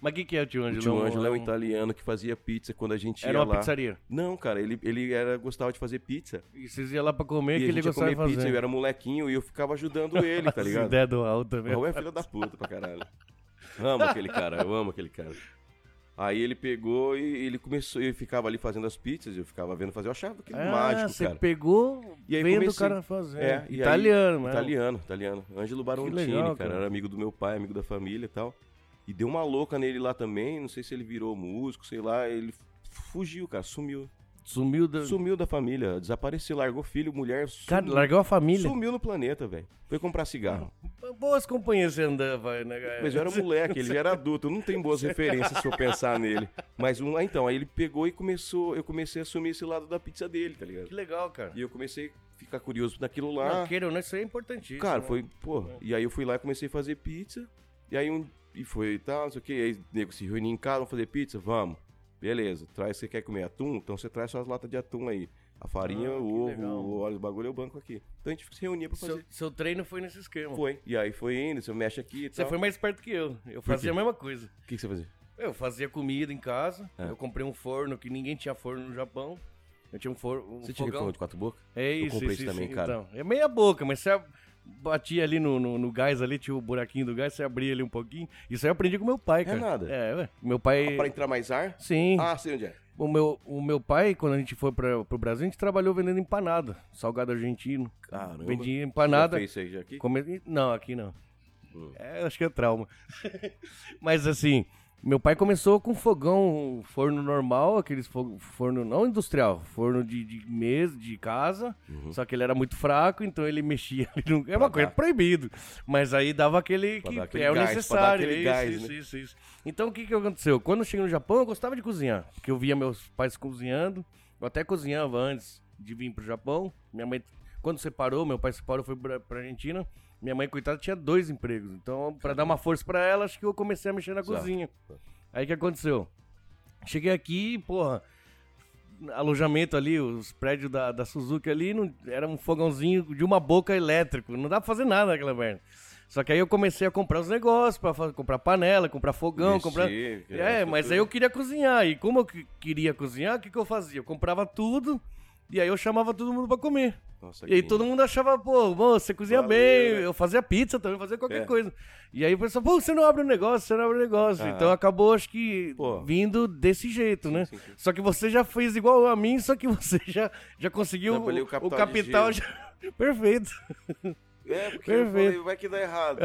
[SPEAKER 2] Mas o que, que é o tio
[SPEAKER 1] O
[SPEAKER 2] Ângelo?
[SPEAKER 1] tio Ângelo é um
[SPEAKER 2] então.
[SPEAKER 1] italiano que fazia pizza quando a gente
[SPEAKER 2] Era
[SPEAKER 1] ia
[SPEAKER 2] uma
[SPEAKER 1] lá.
[SPEAKER 2] pizzaria.
[SPEAKER 1] Não, cara, ele, ele era, gostava de fazer pizza.
[SPEAKER 2] E vocês iam lá pra comer,
[SPEAKER 1] E
[SPEAKER 2] é que
[SPEAKER 1] a
[SPEAKER 2] ele
[SPEAKER 1] gente ia
[SPEAKER 2] gostava
[SPEAKER 1] comer
[SPEAKER 2] de fazer.
[SPEAKER 1] pizza, eu era molequinho e eu ficava ajudando ele, tá
[SPEAKER 2] As
[SPEAKER 1] ligado?
[SPEAKER 2] ideias do Raul também.
[SPEAKER 1] Raul é filho da puta pra caralho. Amo aquele cara, eu amo aquele cara. Aí ele pegou e ele começou, ele ficava ali fazendo as pizzas, eu ficava vendo fazer, eu achava que
[SPEAKER 2] Ah,
[SPEAKER 1] mágico,
[SPEAKER 2] você
[SPEAKER 1] cara.
[SPEAKER 2] pegou
[SPEAKER 1] E aí
[SPEAKER 2] vendo o
[SPEAKER 1] comecei.
[SPEAKER 2] cara fazer.
[SPEAKER 1] É, e aí-
[SPEAKER 2] italiano, né? mano.
[SPEAKER 1] Italiano, italiano. Ângelo Barontini,
[SPEAKER 2] legal,
[SPEAKER 1] cara.
[SPEAKER 2] cara.
[SPEAKER 1] Era amigo do meu pai, amigo da família e tal. E deu uma louca nele lá também, não sei se ele virou músico, sei lá, ele fugiu, cara, sumiu.
[SPEAKER 2] Sumiu da.
[SPEAKER 1] Sumiu da família, desapareceu, largou filho, mulher,
[SPEAKER 2] Cara,
[SPEAKER 1] sumiu,
[SPEAKER 2] largou a família.
[SPEAKER 1] sumiu no planeta, velho. Foi comprar cigarro.
[SPEAKER 2] Boas companhias você andava, né, cara?
[SPEAKER 1] Mas eu era um moleque, ele já era adulto, eu não tenho boas referências se eu pensar nele. Mas um, ah, então, aí ele pegou e começou, eu comecei a assumir esse lado da pizza dele, tá ligado?
[SPEAKER 2] Que legal, cara.
[SPEAKER 1] E eu comecei a ficar curioso naquilo
[SPEAKER 2] Não,
[SPEAKER 1] lá.
[SPEAKER 2] queira ou não, isso aí é importantíssimo.
[SPEAKER 1] Cara,
[SPEAKER 2] né?
[SPEAKER 1] foi, pô, e aí eu fui lá e comecei a fazer pizza. E aí um e foi e tal, não sei o que, aí nego se reuniu em casa, vamos fazer pizza, vamos. Beleza, traz, você quer comer atum? Então você traz suas latas de atum aí. A farinha,
[SPEAKER 2] Ah, que
[SPEAKER 1] o ovo,
[SPEAKER 2] legal.
[SPEAKER 1] o óleo, o bagulho eu banco aqui. Então a gente se reunia pra fazer.
[SPEAKER 2] Seu, seu treino foi nesse esquema.
[SPEAKER 1] Foi. E aí foi indo, você mexe aqui e
[SPEAKER 2] Você
[SPEAKER 1] tal.
[SPEAKER 2] foi mais esperto que eu. Eu fazia a mesma coisa.
[SPEAKER 1] O que, que você fazia?
[SPEAKER 2] Eu fazia comida em casa.
[SPEAKER 1] É.
[SPEAKER 2] Eu comprei um forno que ninguém tinha forno no Japão. Eu tinha um forno. Um
[SPEAKER 1] Você tinha
[SPEAKER 2] fogão.
[SPEAKER 1] forno de quatro bocas?
[SPEAKER 2] É isso,
[SPEAKER 1] comprei
[SPEAKER 2] isso,
[SPEAKER 1] isso também,
[SPEAKER 2] isso.
[SPEAKER 1] cara.
[SPEAKER 2] Então, é meia boca, mas você ab- batia ali no, no, no gás ali, tinha o buraquinho do gás, você abria ali um pouquinho. Isso aí eu aprendi com meu pai, cara.
[SPEAKER 1] nada.
[SPEAKER 2] É, ué. Meu pai.
[SPEAKER 1] Ah, pra entrar mais ar?
[SPEAKER 2] Sim.
[SPEAKER 1] Ah, sei onde é.
[SPEAKER 2] O, meu, o meu pai, quando a gente foi pra, pro Brasil, a gente trabalhou vendendo empanada. Salgado argentino.
[SPEAKER 1] Caramba.
[SPEAKER 2] Vendia
[SPEAKER 1] Já
[SPEAKER 2] empanada.
[SPEAKER 1] fez isso aí já aqui?
[SPEAKER 2] Come- é Não, aqui não.
[SPEAKER 1] Hum.
[SPEAKER 2] É, eu acho que é trauma. Mas assim, meu pai começou com fogão, forno normal, aqueles fo- forno não industrial, forno de, de mesa, de casa. Só que ele era muito fraco, então ele mexia ali no... É uma
[SPEAKER 1] Uhum. Pra
[SPEAKER 2] coisa
[SPEAKER 1] dar-
[SPEAKER 2] proibido. Mas aí dava aquele
[SPEAKER 1] Pra
[SPEAKER 2] que
[SPEAKER 1] dar aquele
[SPEAKER 2] é o
[SPEAKER 1] gás, pra dar
[SPEAKER 2] necessário.
[SPEAKER 1] aquele
[SPEAKER 2] isso,
[SPEAKER 1] gás,
[SPEAKER 2] isso,
[SPEAKER 1] né?
[SPEAKER 2] isso, isso. Então o que que aconteceu? Quando eu cheguei no Japão, eu gostava de cozinhar, porque eu via meus pais cozinhando. Eu até cozinhava antes de vir pro Japão. Minha mãe, quando separou, meu pai separou, foi pra, pra Argentina. Minha mãe, coitada, tinha dois empregos. Então, pra dar uma força pra ela, acho que eu comecei a mexer na
[SPEAKER 1] Exato.
[SPEAKER 2] cozinha. Aí o que aconteceu? Cheguei aqui, porra, alojamento ali, os prédios da, da Suzuki ali, não, era um fogãozinho de uma boca elétrico. Não dá pra fazer nada naquela merda. Só que aí eu comecei a comprar os negócios, pra fa- comprar panela, comprar fogão,
[SPEAKER 1] Mexer,
[SPEAKER 2] comprar.
[SPEAKER 1] que
[SPEAKER 2] É,
[SPEAKER 1] essa
[SPEAKER 2] mas
[SPEAKER 1] tudo.
[SPEAKER 2] aí eu queria cozinhar. E como eu que- queria cozinhar, o que, que eu fazia? Eu comprava tudo e aí eu chamava todo mundo pra comer.
[SPEAKER 1] Nossa,
[SPEAKER 2] E aí
[SPEAKER 1] que-
[SPEAKER 2] todo mundo achava, pô, bom, você cozinha
[SPEAKER 1] Valeu,
[SPEAKER 2] bem,
[SPEAKER 1] né?
[SPEAKER 2] eu fazia pizza também, fazia qualquer
[SPEAKER 1] É.
[SPEAKER 2] coisa. E aí o pessoal, pô, você não abre um negócio, você não abre um negócio.
[SPEAKER 1] Ah.
[SPEAKER 2] Então acabou, acho que,
[SPEAKER 1] Pô.
[SPEAKER 2] vindo desse jeito, né?
[SPEAKER 1] sim, sim.
[SPEAKER 2] Só que você já fez igual a mim, só que você já, já conseguiu
[SPEAKER 1] Já valeu o capital de
[SPEAKER 2] capital
[SPEAKER 1] giro.
[SPEAKER 2] já- Perfeito.
[SPEAKER 1] É, porque eu
[SPEAKER 2] Perfeito.
[SPEAKER 1] falei, vai que dá errado.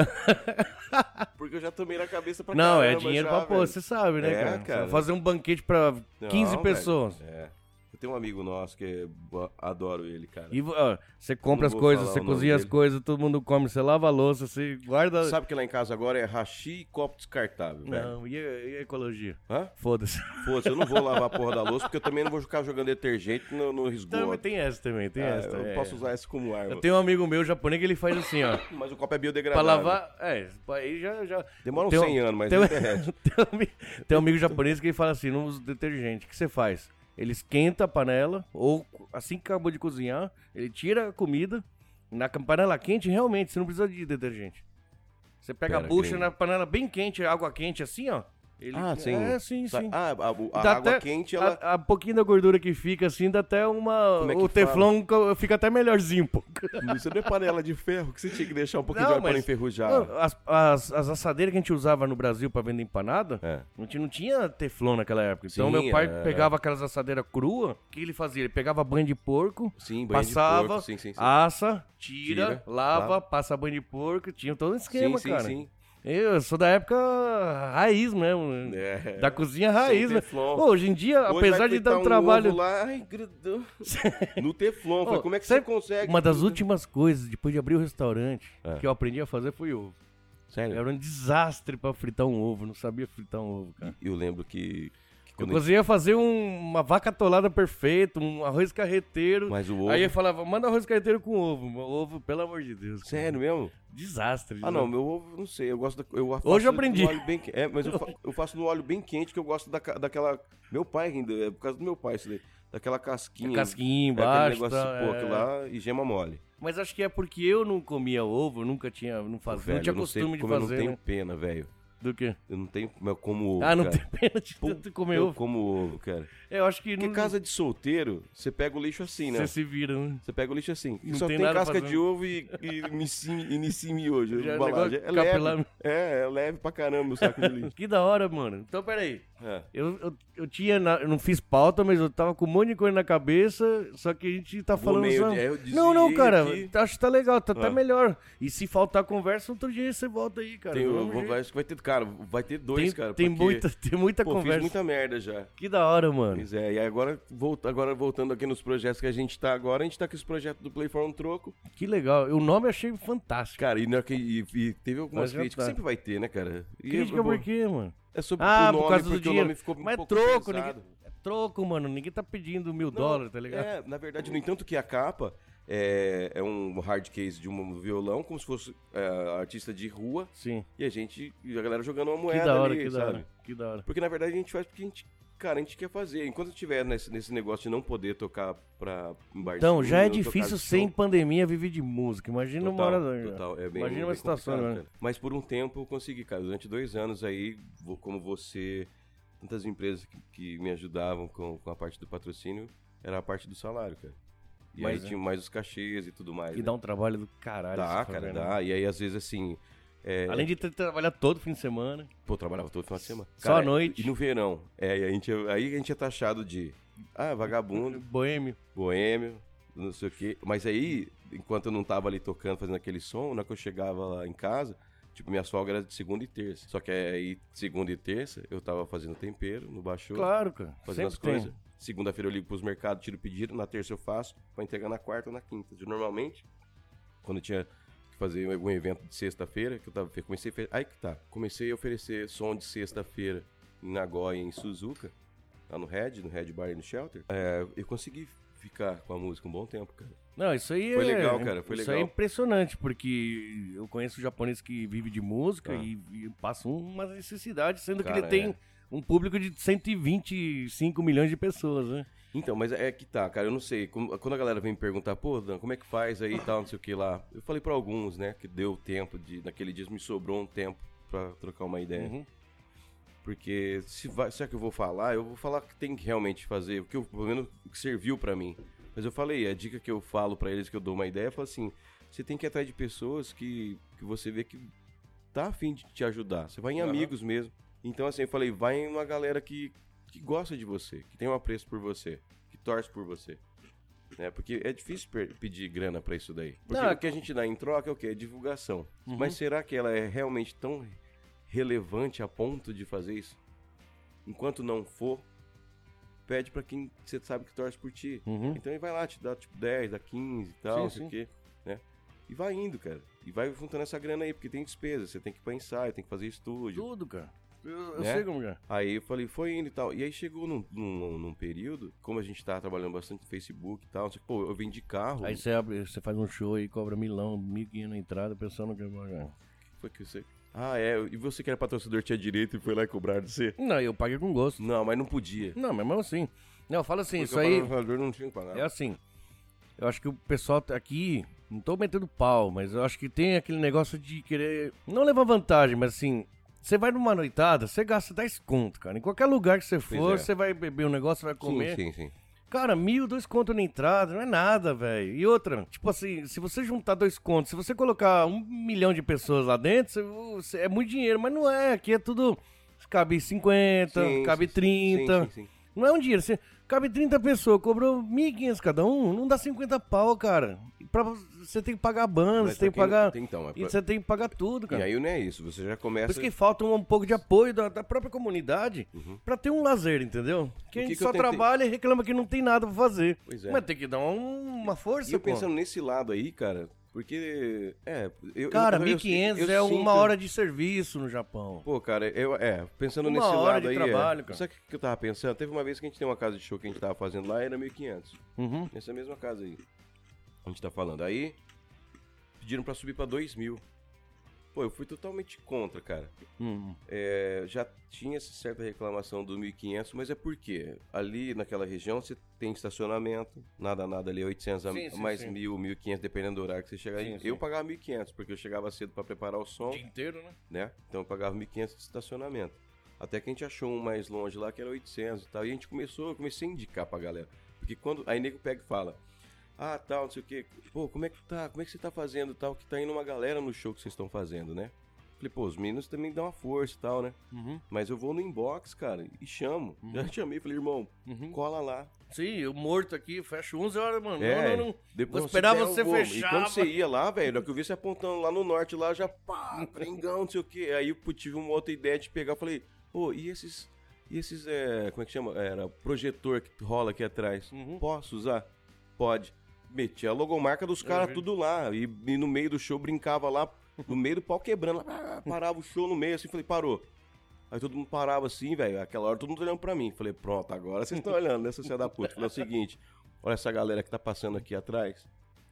[SPEAKER 1] porque eu já tomei na cabeça pra
[SPEAKER 2] não, é
[SPEAKER 1] caramba
[SPEAKER 2] dinheiro
[SPEAKER 1] já,
[SPEAKER 2] pra pôr,
[SPEAKER 1] velho.
[SPEAKER 2] você sabe,
[SPEAKER 1] É,
[SPEAKER 2] né, cara? Você vai
[SPEAKER 1] cara.
[SPEAKER 2] Fazer um banquete pra 15
[SPEAKER 1] Não,
[SPEAKER 2] pessoas.
[SPEAKER 1] velho. É. Eu tenho um amigo nosso que é... bo- adoro ele, cara.
[SPEAKER 2] E vo- ó, você compra
[SPEAKER 1] Não
[SPEAKER 2] as
[SPEAKER 1] vou
[SPEAKER 2] coisas,
[SPEAKER 1] falar
[SPEAKER 2] você
[SPEAKER 1] o nome
[SPEAKER 2] cozinha as
[SPEAKER 1] dele.
[SPEAKER 2] coisas, todo mundo come, você lava a louça, você guarda.
[SPEAKER 1] Sabe né? que lá em casa agora é hashi e copo descartável, velho.
[SPEAKER 2] Não, e, e a ecologia?
[SPEAKER 1] Hã?
[SPEAKER 2] Foda-se.
[SPEAKER 1] Foda-se, eu não vou lavar a porra da louça, porque eu também não vou ficar jogando detergente no, no
[SPEAKER 2] Também
[SPEAKER 1] esgoto.
[SPEAKER 2] tem essa também, tem
[SPEAKER 1] Ah,
[SPEAKER 2] essa.
[SPEAKER 1] eu
[SPEAKER 2] é.
[SPEAKER 1] posso usar isso como arma.
[SPEAKER 2] Eu tenho um amigo meu japonês que ele faz assim, ó.
[SPEAKER 1] Mas o copo é
[SPEAKER 2] Pra
[SPEAKER 1] biodegradável.
[SPEAKER 2] lavar. É, aí já. já...
[SPEAKER 1] Demora uns
[SPEAKER 2] Tem um-
[SPEAKER 1] 100 anos, mas é
[SPEAKER 2] tem, um-
[SPEAKER 1] não derrete.
[SPEAKER 2] tem um ami- tem um amigo japonês que ele fala assim: não usa detergente. O que você faz? Ele esquenta a panela, ou assim que acabou de cozinhar, ele tira a comida. Na cam- panela quente, realmente, você não precisa de detergente. Você pega
[SPEAKER 1] Pera,
[SPEAKER 2] a bucha
[SPEAKER 1] que-
[SPEAKER 2] na panela bem quente, água quente assim, ó. Ele...
[SPEAKER 1] Ah, sim.
[SPEAKER 2] É, sim,
[SPEAKER 1] Sa-
[SPEAKER 2] sim.
[SPEAKER 1] Ah, a, a- a
[SPEAKER 2] Dá
[SPEAKER 1] água
[SPEAKER 2] até-
[SPEAKER 1] quente, ela...
[SPEAKER 2] A, a pouquinho da gordura que fica assim, dá até uma.
[SPEAKER 1] Como é que
[SPEAKER 2] o teflon co- fica até melhorzinho um pouco.
[SPEAKER 1] Isso não é panela de ferro, que você tinha que deixar um pouquinho de
[SPEAKER 2] Não,
[SPEAKER 1] óleo para
[SPEAKER 2] mas-
[SPEAKER 1] enferrujar.
[SPEAKER 2] Não, As, as, as assadeiras que a gente usava no Brasil pra vender empanada,
[SPEAKER 1] É.
[SPEAKER 2] a gente não tinha teflon naquela época. Então
[SPEAKER 1] Sim,
[SPEAKER 2] meu pai
[SPEAKER 1] é.
[SPEAKER 2] pegava aquelas assadeiras cruas, o que ele fazia? Ele pegava banho de porco,
[SPEAKER 1] Sim, banho
[SPEAKER 2] passava,
[SPEAKER 1] de porco, sim, sim, sim.
[SPEAKER 2] assa, tira,
[SPEAKER 1] Tira,
[SPEAKER 2] lava,
[SPEAKER 1] lava.
[SPEAKER 2] passa banho de porco, tinha todo um
[SPEAKER 1] sim,
[SPEAKER 2] esquema,
[SPEAKER 1] sim,
[SPEAKER 2] cara.
[SPEAKER 1] sim.
[SPEAKER 2] Eu sou da época raiz mesmo. né?
[SPEAKER 1] É.
[SPEAKER 2] Da cozinha raiz, né?
[SPEAKER 1] teflon.
[SPEAKER 2] Pô, hoje em dia,
[SPEAKER 1] Hoje
[SPEAKER 2] apesar
[SPEAKER 1] vai
[SPEAKER 2] de
[SPEAKER 1] fritar
[SPEAKER 2] dar um
[SPEAKER 1] ovo
[SPEAKER 2] trabalho.
[SPEAKER 1] lá, ai, grudou. no Teflon, falei,
[SPEAKER 2] Ô,
[SPEAKER 1] como é que você
[SPEAKER 2] sabe
[SPEAKER 1] consegue?
[SPEAKER 2] Uma das últimas coisas, depois de abrir o restaurante,
[SPEAKER 1] É.
[SPEAKER 2] que eu aprendi a fazer foi ovo.
[SPEAKER 1] Sério?
[SPEAKER 2] Era um desastre pra fritar um ovo, não sabia fritar um ovo, cara.
[SPEAKER 1] Eu lembro que, que
[SPEAKER 2] Eu
[SPEAKER 1] quando a gente-
[SPEAKER 2] conseguia fazer um- uma vaca atolada perfeita, um arroz carreteiro.
[SPEAKER 1] Mas o ovo...
[SPEAKER 2] Aí eu falava, manda arroz carreteiro com ovo. Meu Ovo, pelo amor de Deus. cara.
[SPEAKER 1] Sério mesmo?
[SPEAKER 2] Desastre. Um
[SPEAKER 1] Ah,
[SPEAKER 2] desastre.
[SPEAKER 1] não, meu ovo, não sei, eu gosto da, eu faço
[SPEAKER 2] Hoje eu aprendi.
[SPEAKER 1] no óleo bem que- é, mas eu, fa- eu faço no óleo bem quente, que eu gosto da, ca- daquela... Meu pai ainda, é por causa do meu pai isso daí. Daquela casquinha.
[SPEAKER 2] Casquinha
[SPEAKER 1] É aquele
[SPEAKER 2] embaixo.
[SPEAKER 1] negócio,
[SPEAKER 2] tá,
[SPEAKER 1] pô,
[SPEAKER 2] é.
[SPEAKER 1] aquilo lá e gema mole.
[SPEAKER 2] Mas acho que é porque eu não comia ovo, nunca tinha, não fazia,
[SPEAKER 1] Velho,
[SPEAKER 2] não tinha
[SPEAKER 1] eu sei
[SPEAKER 2] costume de
[SPEAKER 1] como eu
[SPEAKER 2] fazer.
[SPEAKER 1] não tenho
[SPEAKER 2] né?
[SPEAKER 1] pena, velho.
[SPEAKER 2] Do quê?
[SPEAKER 1] Eu não tenho como eu como ovo,
[SPEAKER 2] ah, não
[SPEAKER 1] cara.
[SPEAKER 2] tem pena de tanto comer
[SPEAKER 1] eu
[SPEAKER 2] ovo. É,
[SPEAKER 1] como ovo, cara.
[SPEAKER 2] Eu acho que
[SPEAKER 1] Porque
[SPEAKER 2] não,
[SPEAKER 1] casa de solteiro, você pega o lixo assim, né?
[SPEAKER 2] você se vira, né?
[SPEAKER 1] Você pega o lixo assim. E
[SPEAKER 2] Não
[SPEAKER 1] só
[SPEAKER 2] tem
[SPEAKER 1] tem,
[SPEAKER 2] nada
[SPEAKER 1] casca
[SPEAKER 2] fazendo.
[SPEAKER 1] de ovo e, e inicime, inicime hoje.
[SPEAKER 2] Já é
[SPEAKER 1] embalagem.
[SPEAKER 2] negócio
[SPEAKER 1] É leve.
[SPEAKER 2] capilar.
[SPEAKER 1] É, é leve pra caramba o saco de lixo.
[SPEAKER 2] Que da hora, mano. Então, peraí.
[SPEAKER 1] É.
[SPEAKER 2] Eu, eu, eu tinha, na- eu não fiz pauta, mas eu tava com um monte de coisa na cabeça, só que a gente tá
[SPEAKER 1] Vou
[SPEAKER 2] falando
[SPEAKER 1] meio
[SPEAKER 2] só...
[SPEAKER 1] de- eu
[SPEAKER 2] Não, não,
[SPEAKER 1] desviei
[SPEAKER 2] cara,
[SPEAKER 1] aqui.
[SPEAKER 2] acho que tá legal, tá até
[SPEAKER 1] Ah.
[SPEAKER 2] melhor. E se faltar conversa, outro dia você volta aí, cara.
[SPEAKER 1] Tem,
[SPEAKER 2] do
[SPEAKER 1] eu
[SPEAKER 2] mesmo
[SPEAKER 1] vou-
[SPEAKER 2] jeito.
[SPEAKER 1] acho que vai ter, cara, vai ter dois,
[SPEAKER 2] tem,
[SPEAKER 1] cara.
[SPEAKER 2] tem
[SPEAKER 1] porque,
[SPEAKER 2] muita, tem muita
[SPEAKER 1] pô,
[SPEAKER 2] conversa.
[SPEAKER 1] fiz muita merda já.
[SPEAKER 2] Que da hora, mano.
[SPEAKER 1] Pois é, e agora, volta, agora voltando aqui nos projetos que a gente tá agora, a gente tá com esse projeto do Playform Troco.
[SPEAKER 2] Que legal. O nome eu achei fantástico.
[SPEAKER 1] Cara, e, na- que- e- e teve algumas
[SPEAKER 2] Mas já
[SPEAKER 1] críticas,
[SPEAKER 2] tá.
[SPEAKER 1] sempre vai ter, né, cara? E
[SPEAKER 2] Crítica
[SPEAKER 1] eu-
[SPEAKER 2] por quê, mano?
[SPEAKER 1] É sobre
[SPEAKER 2] Ah,
[SPEAKER 1] o nome,
[SPEAKER 2] por causa do
[SPEAKER 1] porque o
[SPEAKER 2] dinheiro.
[SPEAKER 1] nome ficou um
[SPEAKER 2] Mas é
[SPEAKER 1] pouco
[SPEAKER 2] troco,
[SPEAKER 1] pesado.
[SPEAKER 2] ninguém... É troco, mano. Ninguém tá pedindo mil
[SPEAKER 1] Não,
[SPEAKER 2] dólares, tá ligado?
[SPEAKER 1] É, na verdade, no entanto que a capa é, é um hard case de um violão, como se fosse é, artista de rua,
[SPEAKER 2] Sim.
[SPEAKER 1] e a gente, e a galera jogando uma
[SPEAKER 2] Que
[SPEAKER 1] moeda
[SPEAKER 2] da hora,
[SPEAKER 1] ali,
[SPEAKER 2] que da
[SPEAKER 1] sabe?
[SPEAKER 2] hora. Que da hora.
[SPEAKER 1] Porque na verdade a gente faz porque a gente cara, a gente quer fazer. Enquanto eu tiver nesse, nesse negócio de não poder tocar pra em barzinho,
[SPEAKER 2] Então, já é
[SPEAKER 1] eu tocar
[SPEAKER 2] difícil
[SPEAKER 1] de
[SPEAKER 2] sem
[SPEAKER 1] show.
[SPEAKER 2] pandemia viver de música. Imagina uma hora da-
[SPEAKER 1] total. É bem,
[SPEAKER 2] né? Imagina uma
[SPEAKER 1] bem
[SPEAKER 2] situação,
[SPEAKER 1] complicado,
[SPEAKER 2] né?
[SPEAKER 1] cara. Mas por um tempo eu consegui, cara. Durante dois anos aí, vou- como você, tantas empresas que, que me ajudavam com, com a parte do patrocínio, era a parte do salário, cara. E
[SPEAKER 2] Mas,
[SPEAKER 1] aí
[SPEAKER 2] né?
[SPEAKER 1] tinha mais os cachês e tudo mais.
[SPEAKER 2] E
[SPEAKER 1] né?
[SPEAKER 2] dá um trabalho do caralho.
[SPEAKER 1] Dá,
[SPEAKER 2] esse
[SPEAKER 1] cara,
[SPEAKER 2] programa.
[SPEAKER 1] dá. E aí, às vezes, assim. é,
[SPEAKER 2] né? Além de ter que trabalhar todo fim de semana.
[SPEAKER 1] Pô, eu trabalhava todo final de semana.
[SPEAKER 2] Só à noite.
[SPEAKER 1] E no verão. É, e a gente, aí a gente é taxado de. Ah, vagabundo,
[SPEAKER 2] Boêmio.
[SPEAKER 1] boêmio, não sei o quê. Mas aí, enquanto eu não tava ali tocando, fazendo aquele som, na hora que eu chegava lá em casa, tipo, minha sogra era de segunda e terça. Só que aí, segunda e terça, eu tava fazendo tempero no baixo,
[SPEAKER 2] Claro, cara.
[SPEAKER 1] fazendo as
[SPEAKER 2] Sempre tem.
[SPEAKER 1] coisas. Segunda-feira eu ligo pros mercados, tiro o pedido, na terça eu faço, pra entregar na quarta ou na quinta. De- Normalmente, quando eu tinha que fazer algum evento de sexta-feira, que eu tava, eu comecei a, fe- aí que tá, comecei a oferecer som de sexta-feira em Nagoya, em Suzuka, lá no Red, no Red Bar e no Shelter. É, eu consegui ficar com a música um bom tempo, cara.
[SPEAKER 2] Não, isso aí
[SPEAKER 1] Foi
[SPEAKER 2] é.
[SPEAKER 1] legal, cara, foi
[SPEAKER 2] isso
[SPEAKER 1] legal.
[SPEAKER 2] é impressionante, porque eu conheço japonês que vive de música
[SPEAKER 1] Ah.
[SPEAKER 2] e, e passa uma necessidade, sendo que
[SPEAKER 1] Cara,
[SPEAKER 2] ele tem
[SPEAKER 1] é.
[SPEAKER 2] um público de 125 milhões de pessoas, né?
[SPEAKER 1] Então, mas é que tá, cara, eu não sei. como- Quando a galera vem me perguntar, pô, Dan, como é que faz aí e tal, não sei o que lá. Eu falei pra alguns, né, que deu tempo de. Naquele dia me sobrou um tempo pra trocar uma ideia.
[SPEAKER 2] Uhum.
[SPEAKER 1] Porque se, vai, se é que eu vou falar, eu vou falar o que tem que realmente fazer, o que eu, pelo menos o que serviu pra mim. Mas eu falei, a dica que eu falo pra eles, que eu dou uma ideia, eu falo assim: você tem que ir atrás de pessoas que, que você vê que tá afim de te ajudar. Você vai em
[SPEAKER 2] Aham.
[SPEAKER 1] amigos mesmo. Então, assim, eu falei, vai em uma galera que, que gosta de você, que tem um apreço por você, que torce por você. Né? Porque é difícil per- pedir grana pra isso daí. Porque
[SPEAKER 2] Não,
[SPEAKER 1] o que a gente dá em troca é o quê? É divulgação.
[SPEAKER 2] Uhum.
[SPEAKER 1] Mas será que ela é realmente tão relevante a ponto de fazer isso? Enquanto não for, pede pra quem você sabe que torce por ti.
[SPEAKER 2] Uhum.
[SPEAKER 1] Então ele vai lá, te dá tipo 10, dá 15 e tal,
[SPEAKER 2] Sim,
[SPEAKER 1] não sei o
[SPEAKER 2] sim.
[SPEAKER 1] quê, né? E vai indo, cara. E vai juntando essa grana aí, porque tem despesa, você tem que ir pra ensaio, tem que fazer estúdio.
[SPEAKER 2] Tudo, cara. Eu, eu
[SPEAKER 1] Né?
[SPEAKER 2] sei como que é.
[SPEAKER 1] Aí eu falei, foi indo e tal. E aí chegou num, num- num período, como a gente tava trabalhando bastante no Facebook e tal, não sei o quê, pô, eu vendi carro.
[SPEAKER 2] Aí você, abre, você faz um show e cobra milão, mil quinhentos na entrada, o pessoal não quer pagar.
[SPEAKER 1] Foi que você. Ah, é. E você que era patrocinador tinha direito e foi lá cobrar de você?
[SPEAKER 2] Não, eu paguei com gosto.
[SPEAKER 1] Não, mas não podia.
[SPEAKER 2] Não, mas mesmo assim. Não, eu falo assim,
[SPEAKER 1] Porque
[SPEAKER 2] isso
[SPEAKER 1] o
[SPEAKER 2] aí.
[SPEAKER 1] patrocinador não tinha que pagar.
[SPEAKER 2] É assim, eu acho que o pessoal tá aqui, não tô metendo pau, mas eu acho que tem aquele negócio de querer, não levar vantagem, mas assim, você vai numa noitada, você gasta 10 conto, cara. Em qualquer lugar que você for,
[SPEAKER 1] é.
[SPEAKER 2] você vai beber um negócio, vai comer.
[SPEAKER 1] Sim, sim, sim.
[SPEAKER 2] Cara, mil, dois conto na entrada, não é nada, velho. E outra, tipo assim, se você juntar dois contos, se você colocar um milhão de pessoas lá dentro, você- você- é muito dinheiro, mas não é. Aqui é tudo. Cabe 50,
[SPEAKER 1] Sim,
[SPEAKER 2] cabe
[SPEAKER 1] sim, sim.
[SPEAKER 2] 30.
[SPEAKER 1] Sim, sim, sim.
[SPEAKER 2] Não é um dinheiro. Você cabe 30 pessoas, cobrou 1.500 cada um, não dá 50 pau, cara. E pra, você tem que pagar a banda,
[SPEAKER 1] Mas
[SPEAKER 2] você tem que
[SPEAKER 1] pra quem-
[SPEAKER 2] pagar.
[SPEAKER 1] Então, é
[SPEAKER 2] E
[SPEAKER 1] pra-
[SPEAKER 2] você tem que pagar tudo,
[SPEAKER 1] E
[SPEAKER 2] cara.
[SPEAKER 1] aí não é isso, você já
[SPEAKER 2] Por
[SPEAKER 1] começa.
[SPEAKER 2] isso que falta um, pouco de apoio da, da própria comunidade pra ter um lazer, entendeu? Que
[SPEAKER 1] O que
[SPEAKER 2] a gente
[SPEAKER 1] que eu
[SPEAKER 2] só
[SPEAKER 1] tentei-
[SPEAKER 2] trabalha e reclama que não tem nada pra fazer.
[SPEAKER 1] Pois é.
[SPEAKER 2] Mas tem que dar um- uma força,
[SPEAKER 1] E eu
[SPEAKER 2] pô.
[SPEAKER 1] pensando nesse lado aí, cara, porque. É. Eu,
[SPEAKER 2] Cara,
[SPEAKER 1] eu- eu-
[SPEAKER 2] 1.500
[SPEAKER 1] eu
[SPEAKER 2] é
[SPEAKER 1] sinto-
[SPEAKER 2] uma hora de serviço no Japão.
[SPEAKER 1] Pô, cara, eu. É, pensando
[SPEAKER 2] Uma
[SPEAKER 1] nesse
[SPEAKER 2] hora
[SPEAKER 1] lado
[SPEAKER 2] de
[SPEAKER 1] aí.
[SPEAKER 2] trabalho,
[SPEAKER 1] é,
[SPEAKER 2] cara.
[SPEAKER 1] Sabe o que que eu tava pensando? Teve uma vez que a gente tem uma casa de show que a gente tava fazendo lá, era 1.500.
[SPEAKER 2] Uhum.
[SPEAKER 1] Nessa mesma casa aí. A gente tá falando. Aí. Pediram pra subir pra 2.000. Pô, eu fui totalmente contra, cara.
[SPEAKER 2] Uhum.
[SPEAKER 1] É, já tinha essa certa reclamação do 1500, mas é porque ali naquela região você tem estacionamento, nada, nada ali, 800 a
[SPEAKER 2] Sim, sim,
[SPEAKER 1] mais
[SPEAKER 2] sim.
[SPEAKER 1] mil, 1500, dependendo do horário que você chegar.
[SPEAKER 2] Sim,
[SPEAKER 1] Eu
[SPEAKER 2] sim.
[SPEAKER 1] pagava 1500, porque eu chegava cedo pra preparar o som,
[SPEAKER 2] O dia inteiro, né?
[SPEAKER 1] né? Então eu pagava 1500 de estacionamento. Até que a gente achou um mais longe lá que era 800 e tal. E a gente começou, eu comecei a indicar pra galera. Porque quando. Aí nego pega e fala: Ah, tal, não sei o que. Pô, como é que tá? Como é que você tá fazendo e tal? Que tá indo uma galera no show que vocês estão fazendo, né? Falei, pô, os meninos também dão uma força e tal, né?
[SPEAKER 2] Uhum.
[SPEAKER 1] Mas eu vou no inbox, cara, e chamo. Já chamei, falei, irmão,
[SPEAKER 2] Uhum.
[SPEAKER 1] cola lá.
[SPEAKER 2] Sim, eu morto aqui, fecho 11 horas, mano.
[SPEAKER 1] É,
[SPEAKER 2] Não, não, não.
[SPEAKER 1] Depois
[SPEAKER 2] Vou esperar
[SPEAKER 1] der,
[SPEAKER 2] você
[SPEAKER 1] eu vou.
[SPEAKER 2] fechar,
[SPEAKER 1] E quando você
[SPEAKER 2] mano.
[SPEAKER 1] ia lá, velho, na hora que eu vi você apontando lá no norte, lá já pá, gringão, não sei o quê. Aí eu tive uma outra ideia de pegar, falei, pô, e esses. E esses, é, como é que chama? Era projetor que rola aqui atrás.
[SPEAKER 2] Uhum.
[SPEAKER 1] Posso usar? Pode. Meti a logomarca dos caras
[SPEAKER 2] vi.
[SPEAKER 1] tudo lá. E, e no meio do show brincava lá, no meio do pau quebrando. lá, parava o show no meio assim, falei, parou. Aí todo mundo parava assim, velho. Aquela hora todo mundo olhando pra mim. Falei, pronto, agora vocês estão olhando, né, seu da puta? Falei o seguinte: olha essa galera que tá passando aqui atrás.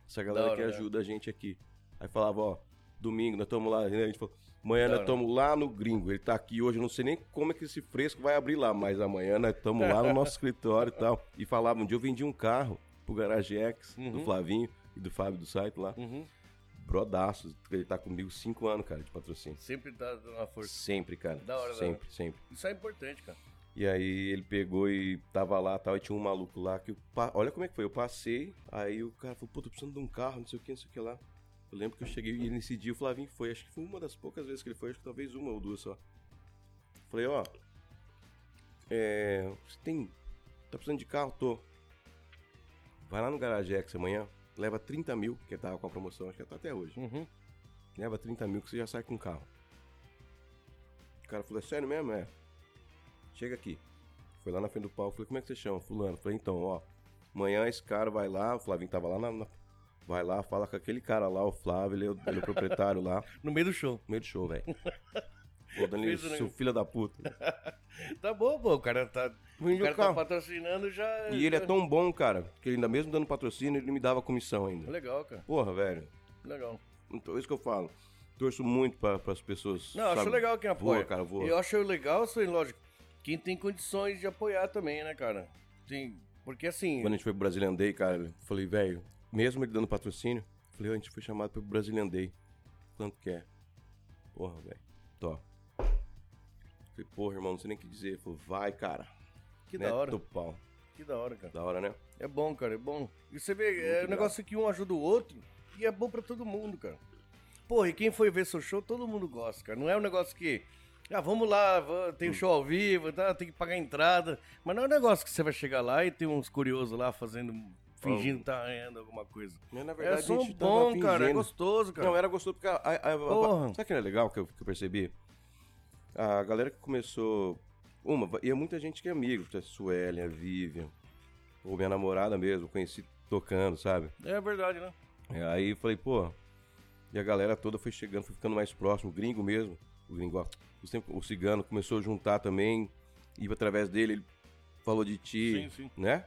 [SPEAKER 1] Essa galera
[SPEAKER 2] Da hora,
[SPEAKER 1] que
[SPEAKER 2] né?
[SPEAKER 1] ajuda a gente aqui. Aí falava, ó, domingo, nós estamos lá, né? A gente falou, Amanhã
[SPEAKER 2] Da
[SPEAKER 1] nós
[SPEAKER 2] hora.
[SPEAKER 1] estamos lá no gringo. Ele tá aqui hoje, eu não sei nem como é que esse fresco vai abrir lá, mas amanhã nós estamos lá no nosso escritório e tal. E falava, um dia eu vendi um carro pro Garage X, do
[SPEAKER 2] Uhum.
[SPEAKER 1] Flavinho e do Fábio do site lá.
[SPEAKER 2] Uhum.
[SPEAKER 1] Brodaço, ele tá comigo cinco anos, cara, de patrocínio.
[SPEAKER 2] Sempre tá dando uma força.
[SPEAKER 1] Sempre, cara.
[SPEAKER 2] Da hora, da
[SPEAKER 1] sempre, sempre.
[SPEAKER 2] Isso é importante, cara.
[SPEAKER 1] E aí ele pegou e tava lá tal, e tinha um maluco lá que. eu pa- Olha como é que foi. Eu passei, aí o cara falou, pô, tô precisando de um carro, não sei o que, não sei o que lá. Eu lembro que eu cheguei e nesse dia o Flavinho foi, acho que foi uma das poucas vezes que ele foi, acho que talvez uma ou duas só. Falei, ó. É. Você tem. Tá precisando de carro? Tô. Vai lá no Garage X amanhã, leva 30 mil, que tava com a promoção, acho que tá até hoje.
[SPEAKER 2] Uhum.
[SPEAKER 1] Leva 30 mil que você já sai com o carro. O cara falou, é sério mesmo? É. Chega aqui. Foi lá na frente do palco, falei, como é que você chama? Fulano. Falei, então, ó, amanhã esse cara vai lá, o Flavinho tava lá na. na- vai lá, fala com aquele cara lá, o Flávio, ele é o, ele é o proprietário lá.
[SPEAKER 2] No meio do show.
[SPEAKER 1] No meio do show, velho. Ô, Danilo,
[SPEAKER 2] Fez o
[SPEAKER 1] seu
[SPEAKER 2] negócio.
[SPEAKER 1] filho da puta.
[SPEAKER 2] Tá bom, pô. O cara tá, o
[SPEAKER 1] Vendi o
[SPEAKER 2] cara tá
[SPEAKER 1] carro.
[SPEAKER 2] patrocinando já.
[SPEAKER 1] E ele é tão bom, cara, que ele ainda mesmo dando patrocínio, ele me dava comissão ainda.
[SPEAKER 2] Legal, cara.
[SPEAKER 1] Porra, velho.
[SPEAKER 2] Legal.
[SPEAKER 1] Então, é isso que eu falo. Torço muito pra, pras pessoas.
[SPEAKER 2] Não, acho
[SPEAKER 1] sabe?
[SPEAKER 2] legal quem apoia.
[SPEAKER 1] Voa, cara, voa.
[SPEAKER 2] Eu acho legal, assim, lógico, quem tem condições de apoiar também, né, cara? Tem... Porque assim,
[SPEAKER 1] Quando a gente foi pro Brazilian Day, cara, eu falei, velho, mesmo ele dando patrocínio, eu falei, ó, a gente foi chamado pro Brazilian Day. Quanto que é? Porra, velho. Tó. Falei, porra, irmão, não sei nem o que dizer. Ele falou, vai, cara.
[SPEAKER 2] que
[SPEAKER 1] Mete
[SPEAKER 2] da hora.
[SPEAKER 1] o pau.
[SPEAKER 2] Que da hora, cara.
[SPEAKER 1] Da hora, né?
[SPEAKER 2] É bom, cara, é bom. E você vê, é
[SPEAKER 1] legal.
[SPEAKER 2] um negócio que um ajuda o outro e é bom pra todo mundo, cara. Porra, e quem foi ver seu show, todo mundo gosta, cara. Não é um negócio que. Ah, vamos lá, va-
[SPEAKER 1] Hum.
[SPEAKER 2] tem show ao vivo, tá, tem que pagar a entrada. Mas não é um negócio que você vai chegar lá e tem uns curiosos lá fazendo. fingindo que tá ganhando alguma coisa.
[SPEAKER 1] Mas, Né, na
[SPEAKER 2] é som bom, cara, é gostoso, cara.
[SPEAKER 1] Não, era gostoso porque. A, a, a-
[SPEAKER 2] Porra.
[SPEAKER 1] sabe o que era legal que eu, que eu percebi? A galera que começou. Uma, e é muita gente que é amigo, a Suelen, a Vivian, ou minha namorada mesmo, conheci tocando, sabe?
[SPEAKER 2] É verdade, né?
[SPEAKER 1] É, Aí eu falei, pô. E a galera toda foi chegando, foi ficando mais próximo, o gringo mesmo, o gringo, ó, o cem- o cigano começou a juntar também, e através dele, ele falou de ti,
[SPEAKER 2] Sim, sim.
[SPEAKER 1] né?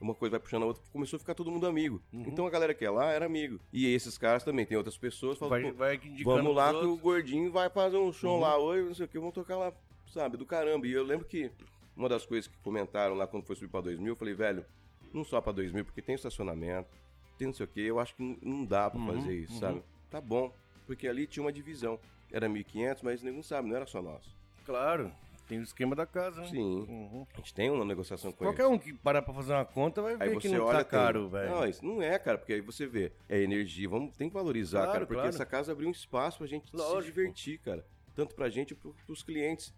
[SPEAKER 1] Uma coisa vai puxando a outra, começou a ficar todo mundo amigo.
[SPEAKER 2] Uhum.
[SPEAKER 1] Então a galera que é lá era amigo. E esses caras também, tem outras pessoas, falam, pô,
[SPEAKER 2] Vai, vai indicando
[SPEAKER 1] vamos lá
[SPEAKER 2] pros
[SPEAKER 1] que o
[SPEAKER 2] outros. Uhum.
[SPEAKER 1] gordinho vai fazer um show lá hoje, não sei o que, vamos tocar lá, sabe, do caramba. E eu lembro que uma das coisas que comentaram lá quando foi subir pra 2000, eu falei, velho, não só pra 2000, porque tem estacionamento, tem não sei o que, eu acho que n- não dá pra
[SPEAKER 2] Uhum,
[SPEAKER 1] fazer isso,
[SPEAKER 2] uhum.
[SPEAKER 1] sabe? Tá bom, porque ali tinha uma divisão. Era 1.500, mas ninguém sabe, não era só nosso.
[SPEAKER 2] Claro, tem o esquema da casa, né?
[SPEAKER 1] Sim,
[SPEAKER 2] Uhum.
[SPEAKER 1] a gente tem uma negociação com eles.
[SPEAKER 2] Qualquer um que parar pra fazer uma conta vai
[SPEAKER 1] Aí
[SPEAKER 2] ver que
[SPEAKER 1] você
[SPEAKER 2] não
[SPEAKER 1] olha
[SPEAKER 2] tá
[SPEAKER 1] tem-
[SPEAKER 2] caro, velho.
[SPEAKER 1] Não, isso não é, cara, porque aí você vê, é energia, vamos, tem que valorizar,
[SPEAKER 2] Claro,
[SPEAKER 1] cara, porque
[SPEAKER 2] claro.
[SPEAKER 1] essa casa abriu um espaço pra gente
[SPEAKER 2] Lógico.
[SPEAKER 1] se divertir, cara, tanto pra gente pro, pros clientes.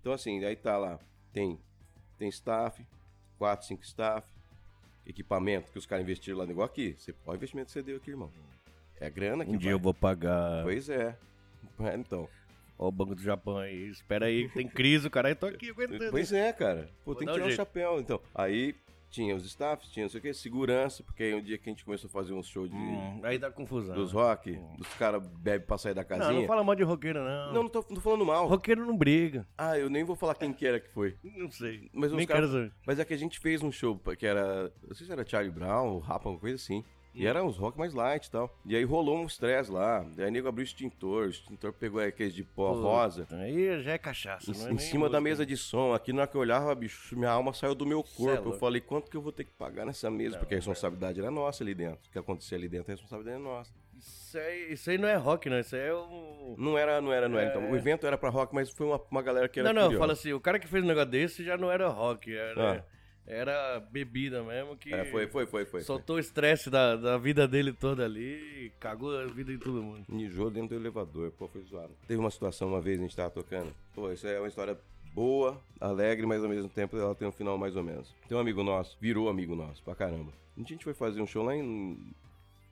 [SPEAKER 1] Então assim, aí tá lá, tem tem staff, 4, 5 staff, equipamento que os caras investiram lá igual aqui. Você, olha o investimento que você deu aqui, irmão. É a grana que
[SPEAKER 2] Um dia eu
[SPEAKER 1] vai.
[SPEAKER 2] vou pagar.
[SPEAKER 1] Pois é. É, Então,
[SPEAKER 2] Ó, o Banco do Japão aí. Espera aí, que tem crise, o caralho. Tô aqui aguentando.
[SPEAKER 1] Pois é, cara. Pô,
[SPEAKER 2] Vou
[SPEAKER 1] tem que
[SPEAKER 2] dar um
[SPEAKER 1] tirar o
[SPEAKER 2] jeito.
[SPEAKER 1] chapéu, então. Aí tinha os staffs, tinha não sei o que, segurança, porque aí um dia que a gente começou a fazer um show de,
[SPEAKER 2] Hum, aí dá confusão.
[SPEAKER 1] dos rock, os caras bebem pra sair da
[SPEAKER 2] não,
[SPEAKER 1] casinha.
[SPEAKER 2] não fala mal de roqueiro, não.
[SPEAKER 1] Não, não tô, não tô falando mal.
[SPEAKER 2] Roqueiro não briga.
[SPEAKER 1] Ah, eu nem vou falar quem que era que foi.
[SPEAKER 2] Não sei.
[SPEAKER 1] Mas os
[SPEAKER 2] Nem
[SPEAKER 1] caras-
[SPEAKER 2] quero saber.
[SPEAKER 1] Mas é que a gente fez um show que era. Não sei se era Charlie Brown ou Rapa, alguma coisa assim.
[SPEAKER 2] Hum.
[SPEAKER 1] E era uns rock mais light e tal. E aí rolou um stress lá. Daí o nego abriu o extintor, o extintor pegou aqueles de pó rosa.
[SPEAKER 2] Puta, Aí já é cachaça,
[SPEAKER 1] Em,
[SPEAKER 2] não é
[SPEAKER 1] em
[SPEAKER 2] nem
[SPEAKER 1] cima da
[SPEAKER 2] música.
[SPEAKER 1] mesa de som, aqui na hora que eu olhava, bicho, minha alma saiu do meu
[SPEAKER 2] Cê é
[SPEAKER 1] corpo. eu
[SPEAKER 2] louco. é.
[SPEAKER 1] falei, quanto que eu vou ter que pagar nessa mesa? Porque a responsabilidade era nossa ali dentro. O que acontecia ali dentro, a responsabilidade era nossa.
[SPEAKER 2] Isso aí, isso aí não é rock, não. Isso aí é um.
[SPEAKER 1] Não era, não era, não era.
[SPEAKER 2] É.
[SPEAKER 1] Então, o evento era pra rock, mas foi uma, uma galera que era
[SPEAKER 2] Não, não,
[SPEAKER 1] curiosa.
[SPEAKER 2] fala assim, o cara que fez um negócio desse já não era rock, era,
[SPEAKER 1] Ah.
[SPEAKER 2] era bebida mesmo que.
[SPEAKER 1] É, foi, foi, foi, foi.
[SPEAKER 2] Soltou o estresse da, da vida dele toda ali, e cagou a vida de todo mundo.
[SPEAKER 1] Mijou dentro do elevador, pô, foi zoado. Teve uma situação uma vez, a gente tava tocando. Pô, isso é uma história boa, alegre, mas ao mesmo tempo ela tem um final mais ou menos. Tem um amigo nosso, virou amigo nosso, pra caramba. Um dia a gente foi fazer um show lá em,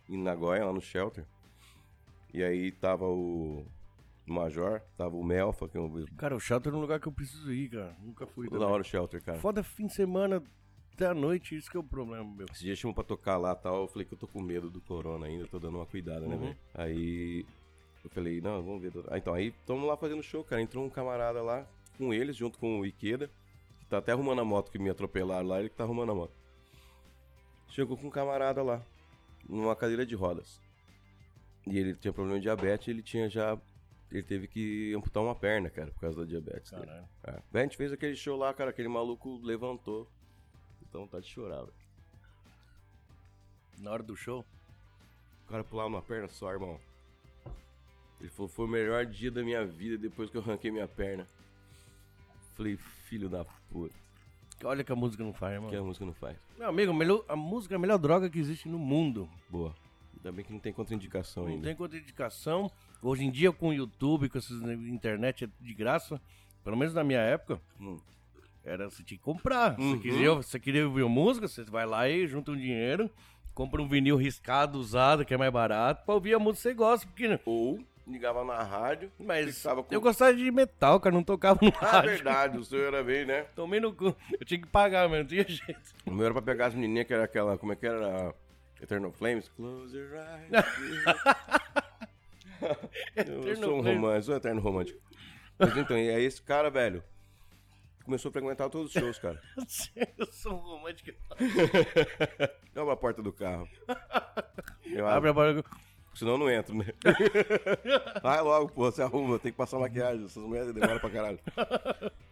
[SPEAKER 1] em Nagoya, lá no Shelter. E aí tava o Major, tava o Melfa, que é um...
[SPEAKER 2] Cara, o Shelter é um lugar que eu preciso ir, cara. Nunca fui.
[SPEAKER 1] Da
[SPEAKER 2] Também.
[SPEAKER 1] hora o Shelter, cara.
[SPEAKER 2] É. Foda fim de semana até a noite, isso que é o problema, meu.
[SPEAKER 1] Esse dia chamou pra tocar lá e tal. Eu falei que eu tô com medo do corona ainda, tô dando uma cuidada, né,
[SPEAKER 2] Uhum.
[SPEAKER 1] velho? Aí eu falei, não, vamos ver. doutor. Ah, então, aí tamo lá fazendo show, cara. Entrou um camarada lá com eles, junto com o Ikeda, que tá até arrumando a moto que me atropelaram lá, ele que tá arrumando a moto. Chegou com um camarada lá, numa cadeira de rodas. E ele tinha problema de diabetes, ele tinha já ele teve que amputar uma perna, cara, por causa da diabetes dele.
[SPEAKER 2] Caralho.
[SPEAKER 1] É. Daí A gente fez aquele show lá, cara, aquele maluco levantou. Então tá de chorar, velho.
[SPEAKER 2] Na hora do show?
[SPEAKER 1] O cara pulava uma perna só, irmão. Ele falou, foi o melhor dia da minha vida depois que eu arranquei minha perna. Falei, filho da puta,
[SPEAKER 2] Olha que a música não faz,
[SPEAKER 1] que é
[SPEAKER 2] mano.
[SPEAKER 1] a música não faz.
[SPEAKER 2] Meu amigo, a melhor- a música é a melhor droga que existe no mundo.
[SPEAKER 1] Boa. Ainda bem que não tem contraindicação
[SPEAKER 2] Não
[SPEAKER 1] ainda.
[SPEAKER 2] tem contraindicação. Hoje em dia, com o YouTube, com essa internet é de graça, pelo menos na minha época,
[SPEAKER 1] Hum.
[SPEAKER 2] era você tinha que comprar.
[SPEAKER 1] Uhum.
[SPEAKER 2] Você, queria, você queria ouvir música, você vai lá e junta um dinheiro, compra um vinil riscado, usado, que é mais barato, pra ouvir a música que você gosta. Porque...
[SPEAKER 1] Ou ligava na rádio,
[SPEAKER 2] Mas
[SPEAKER 1] ficava com...
[SPEAKER 2] eu gostava de metal, cara, não tocava no
[SPEAKER 1] Ah,
[SPEAKER 2] rádio.
[SPEAKER 1] verdade, o senhor era bem, né?
[SPEAKER 2] Tomei no cu. Eu tinha que pagar, mas não tinha jeito.
[SPEAKER 1] O meu era pra pegar as menininhas que era aquela, como é que era? Eternal Flames? Close your eyes. Eu
[SPEAKER 2] Eterno
[SPEAKER 1] sou um
[SPEAKER 2] Flames.
[SPEAKER 1] romântico, sou um eterno romântico. Mas então, e aí esse cara, velho, começou a frequentar todos os shows, cara.
[SPEAKER 2] Eu sou um romântico.
[SPEAKER 1] Abre a porta do carro. Eu
[SPEAKER 2] Abre
[SPEAKER 1] abro,
[SPEAKER 2] a barriga.
[SPEAKER 1] senão eu não entro, né? Vai logo, pô, você arruma, tem que passar maquiagem, essas mulheres demoram pra caralho.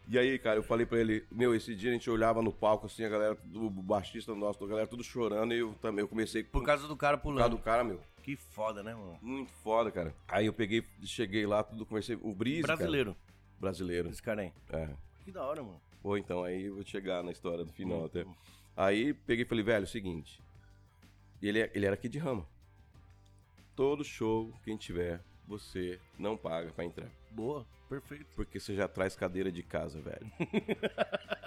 [SPEAKER 1] E aí, cara, eu falei pra ele, meu, esse dia a gente olhava no palco, assim, a galera, do baixista nosso, a galera tudo chorando, e eu também, eu comecei
[SPEAKER 2] Por causa do cara
[SPEAKER 1] por causa
[SPEAKER 2] pulando.
[SPEAKER 1] do cara, meu.
[SPEAKER 2] Que foda, né, mano?
[SPEAKER 1] Muito foda, cara. Aí eu peguei, cheguei lá, tudo conversei. O Brise. cara.
[SPEAKER 2] Brasileiro,
[SPEAKER 1] brasileiro.
[SPEAKER 2] esse cara aí.
[SPEAKER 1] É.
[SPEAKER 2] Que da hora, mano.
[SPEAKER 1] Ou então, aí eu vou chegar na história do final
[SPEAKER 2] Hum,
[SPEAKER 1] até.
[SPEAKER 2] hum.
[SPEAKER 1] Aí peguei e falei, velho, é o seguinte. Ele, é- ele era aqui de rama. Todo show, quem tiver, você não paga pra entrar.
[SPEAKER 2] Boa, perfeito.
[SPEAKER 1] Porque você já traz cadeira de casa, velho.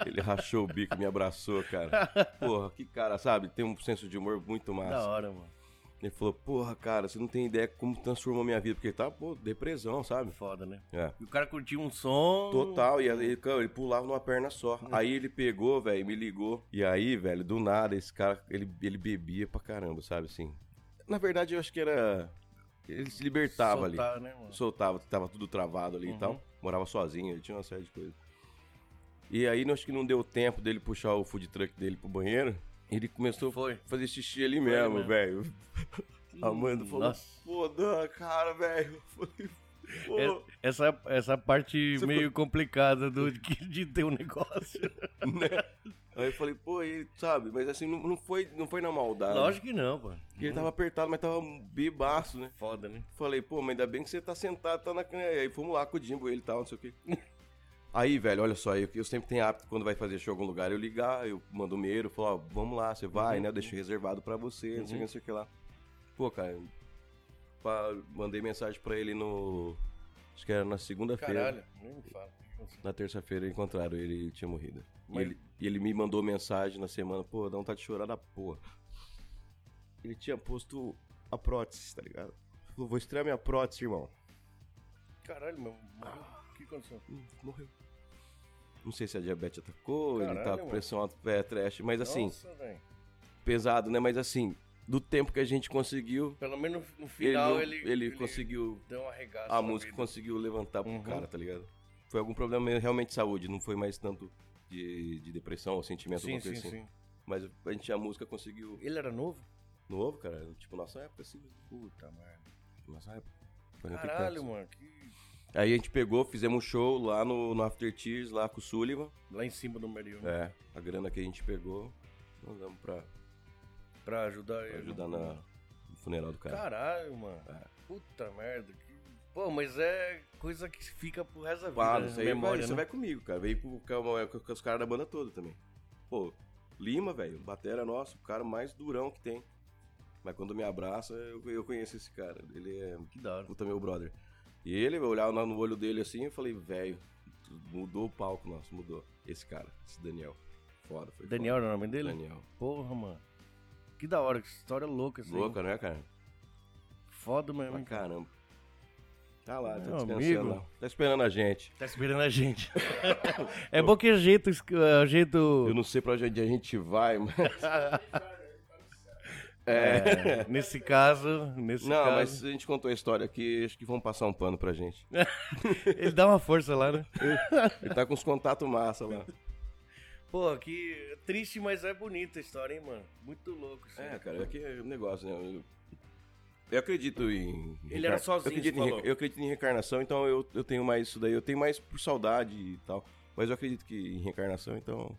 [SPEAKER 1] ele rachou o bico, me abraçou, cara. Porra, que cara, sabe? Tem um senso de humor muito massa.
[SPEAKER 2] Da hora, mano.
[SPEAKER 1] Ele falou, porra, cara, você não tem ideia como transformou minha vida. Porque ele tava, pô, depressão, sabe?
[SPEAKER 2] Foda, né?
[SPEAKER 1] É.
[SPEAKER 2] E o cara curtiu um som.
[SPEAKER 1] Total, e
[SPEAKER 2] Uhum.
[SPEAKER 1] ele, cara, ele pulava numa perna só. Aí ele pegou, velho, me ligou. E aí, velho, do nada, esse cara, ele, ele bebia pra caramba, sabe assim? Na verdade, eu acho que era. Ele se libertava ali.
[SPEAKER 2] Soltar, né, mano?
[SPEAKER 1] Soltava, tava tudo travado ali e
[SPEAKER 2] Uhum.
[SPEAKER 1] tal. Morava sozinho, ele tinha uma série de coisas. E aí, não- acho que não deu tempo dele puxar o food truck dele pro banheiro. Ele começou
[SPEAKER 2] Foi.
[SPEAKER 1] a fazer xixi ali
[SPEAKER 2] Foi
[SPEAKER 1] mesmo,
[SPEAKER 2] mesmo.
[SPEAKER 1] velho. A Amanda
[SPEAKER 2] Hum,
[SPEAKER 1] falou:
[SPEAKER 2] nossa.
[SPEAKER 1] foda, cara, velho. Eu falei, "Pô."
[SPEAKER 2] É- Essa, essa parte
[SPEAKER 1] Você
[SPEAKER 2] meio complicada do, de, de ter um negócio.
[SPEAKER 1] né? Aí eu falei, pô, ele sabe, mas assim, não, não foi, não foi na maldade.
[SPEAKER 2] Lógico Ah. que não, pô.
[SPEAKER 1] Porque ele tava apertado, mas tava bebaço, né?
[SPEAKER 2] Foda, né?
[SPEAKER 1] Falei, pô, mas ainda bem que você tá sentado, tá na cama. Aí fomos lá com o Jimbo, ele e tal, não sei o quê. Aí, velho, olha só, eu, eu sempre tenho hábito, quando vai fazer show em algum lugar, eu ligar, eu mando um e-mail, eu falo, ó, vamos lá, você vai, né? Eu deixo reservado pra você, não sei o que, não sei o que lá. Pô, cara, eu pa- mandei mensagem pra ele no... Acho que era na segunda-feira.
[SPEAKER 2] nem me fala.
[SPEAKER 1] Na terça-feira encontraram ele e tinha morrido. E,
[SPEAKER 2] Mas-
[SPEAKER 1] ele, e ele me mandou mensagem na semana, pô, dá vontade de chorar da porra. Ele tinha posto a prótese, tá ligado? Falou, vou estrear minha prótese, irmão.
[SPEAKER 2] Caralho, meu. O que aconteceu?
[SPEAKER 1] Hum, Morreu. Não sei se a diabetes atacou, ele
[SPEAKER 2] Caralho,
[SPEAKER 1] tá com
[SPEAKER 2] mano.
[SPEAKER 1] pressão alta, pé trash, mas assim,
[SPEAKER 2] velho.
[SPEAKER 1] pesado, né? Mas assim, do tempo que a gente conseguiu,
[SPEAKER 2] Pelo menos no
[SPEAKER 1] ele,
[SPEAKER 2] final
[SPEAKER 1] não-
[SPEAKER 2] ele,
[SPEAKER 1] ele conseguiu
[SPEAKER 2] deu uma regaça.
[SPEAKER 1] a
[SPEAKER 2] na
[SPEAKER 1] música
[SPEAKER 2] vida.
[SPEAKER 1] conseguiu levantar pro
[SPEAKER 2] Uhum.
[SPEAKER 1] cara, tá ligado? Foi algum problema mesmo, realmente de saúde, não foi mais tanto de, de depressão ou sentimento,
[SPEAKER 2] Sim,
[SPEAKER 1] alguma
[SPEAKER 2] sim,
[SPEAKER 1] coisa assim.
[SPEAKER 2] sim.
[SPEAKER 1] Mas a gente, a música conseguiu.
[SPEAKER 2] Ele era novo?
[SPEAKER 1] Novo, cara, tipo, nossa época assim.
[SPEAKER 2] Puta merda.
[SPEAKER 1] Nossa época. 40 e
[SPEAKER 2] Caralho,
[SPEAKER 1] tantos.
[SPEAKER 2] mano. que-
[SPEAKER 1] Aí a gente pegou, fizemos um show lá no, no After Tears, lá com o Sullivan.
[SPEAKER 2] Lá em cima do né? Merion.
[SPEAKER 1] É, a grana que a gente pegou, mandamos pra,
[SPEAKER 2] Pra ajudar
[SPEAKER 1] pra
[SPEAKER 2] ele.
[SPEAKER 1] É. ajudar na, no funeral do cara.
[SPEAKER 2] Caralho, mano.
[SPEAKER 1] É.
[SPEAKER 2] Puta merda. que- Pô, mas é coisa que fica pro resto da vida.
[SPEAKER 1] Claro,
[SPEAKER 2] né?
[SPEAKER 1] isso aí
[SPEAKER 2] memória,
[SPEAKER 1] vai, isso
[SPEAKER 2] né?
[SPEAKER 1] vai comigo, cara. Veio com, é, com- com os caras da banda toda também. Pô, Lima, velho, batera nosso, o cara mais durão que tem. Mas quando me abraça, eu, eu conheço esse cara. Ele é
[SPEAKER 2] Que da hora.
[SPEAKER 1] puta meu brother. E ele, eu olhava no olho dele assim eu falei, velho, tu- mudou o palco nosso, mudou. Esse cara, esse Daniel. Foda, foi.
[SPEAKER 2] Daniel era o nome
[SPEAKER 1] foda.
[SPEAKER 2] dele?
[SPEAKER 1] Daniel.
[SPEAKER 2] Porra, mano. Que da hora, que história louca essa. aí.
[SPEAKER 1] Louca, né,
[SPEAKER 2] É
[SPEAKER 1] cara?
[SPEAKER 2] Foda é mesmo.
[SPEAKER 1] Pra
[SPEAKER 2] hein?
[SPEAKER 1] caramba. Tá lá, tá
[SPEAKER 2] Meu
[SPEAKER 1] descansando.
[SPEAKER 2] amigo.
[SPEAKER 1] lá. Tá esperando a gente.
[SPEAKER 2] Tá esperando a gente. é bom que é jeito. esc- é
[SPEAKER 1] Eu
[SPEAKER 2] jeito...
[SPEAKER 1] não sei pra onde a gente vai, mas.
[SPEAKER 2] É, nesse caso. Nesse
[SPEAKER 1] Não,
[SPEAKER 2] caso.
[SPEAKER 1] mas a gente contou a história aqui, acho que vão passar um pano pra gente.
[SPEAKER 2] Ele dá uma força lá, né?
[SPEAKER 1] Ele tá com os contatos massa lá.
[SPEAKER 2] Pô, que é triste, mas é bonita a história, hein, mano? Muito louco isso.
[SPEAKER 1] É, cara, aqui é um negócio, né? Eu- Eu acredito em.
[SPEAKER 2] Ele era
[SPEAKER 1] reencar-
[SPEAKER 2] sozinho,
[SPEAKER 1] Eu acredito, em,
[SPEAKER 2] você falou.
[SPEAKER 1] re- eu acredito em reencarnação, então eu, eu tenho mais isso daí. Eu tenho mais por saudade e tal. Mas eu acredito que em reencarnação, então.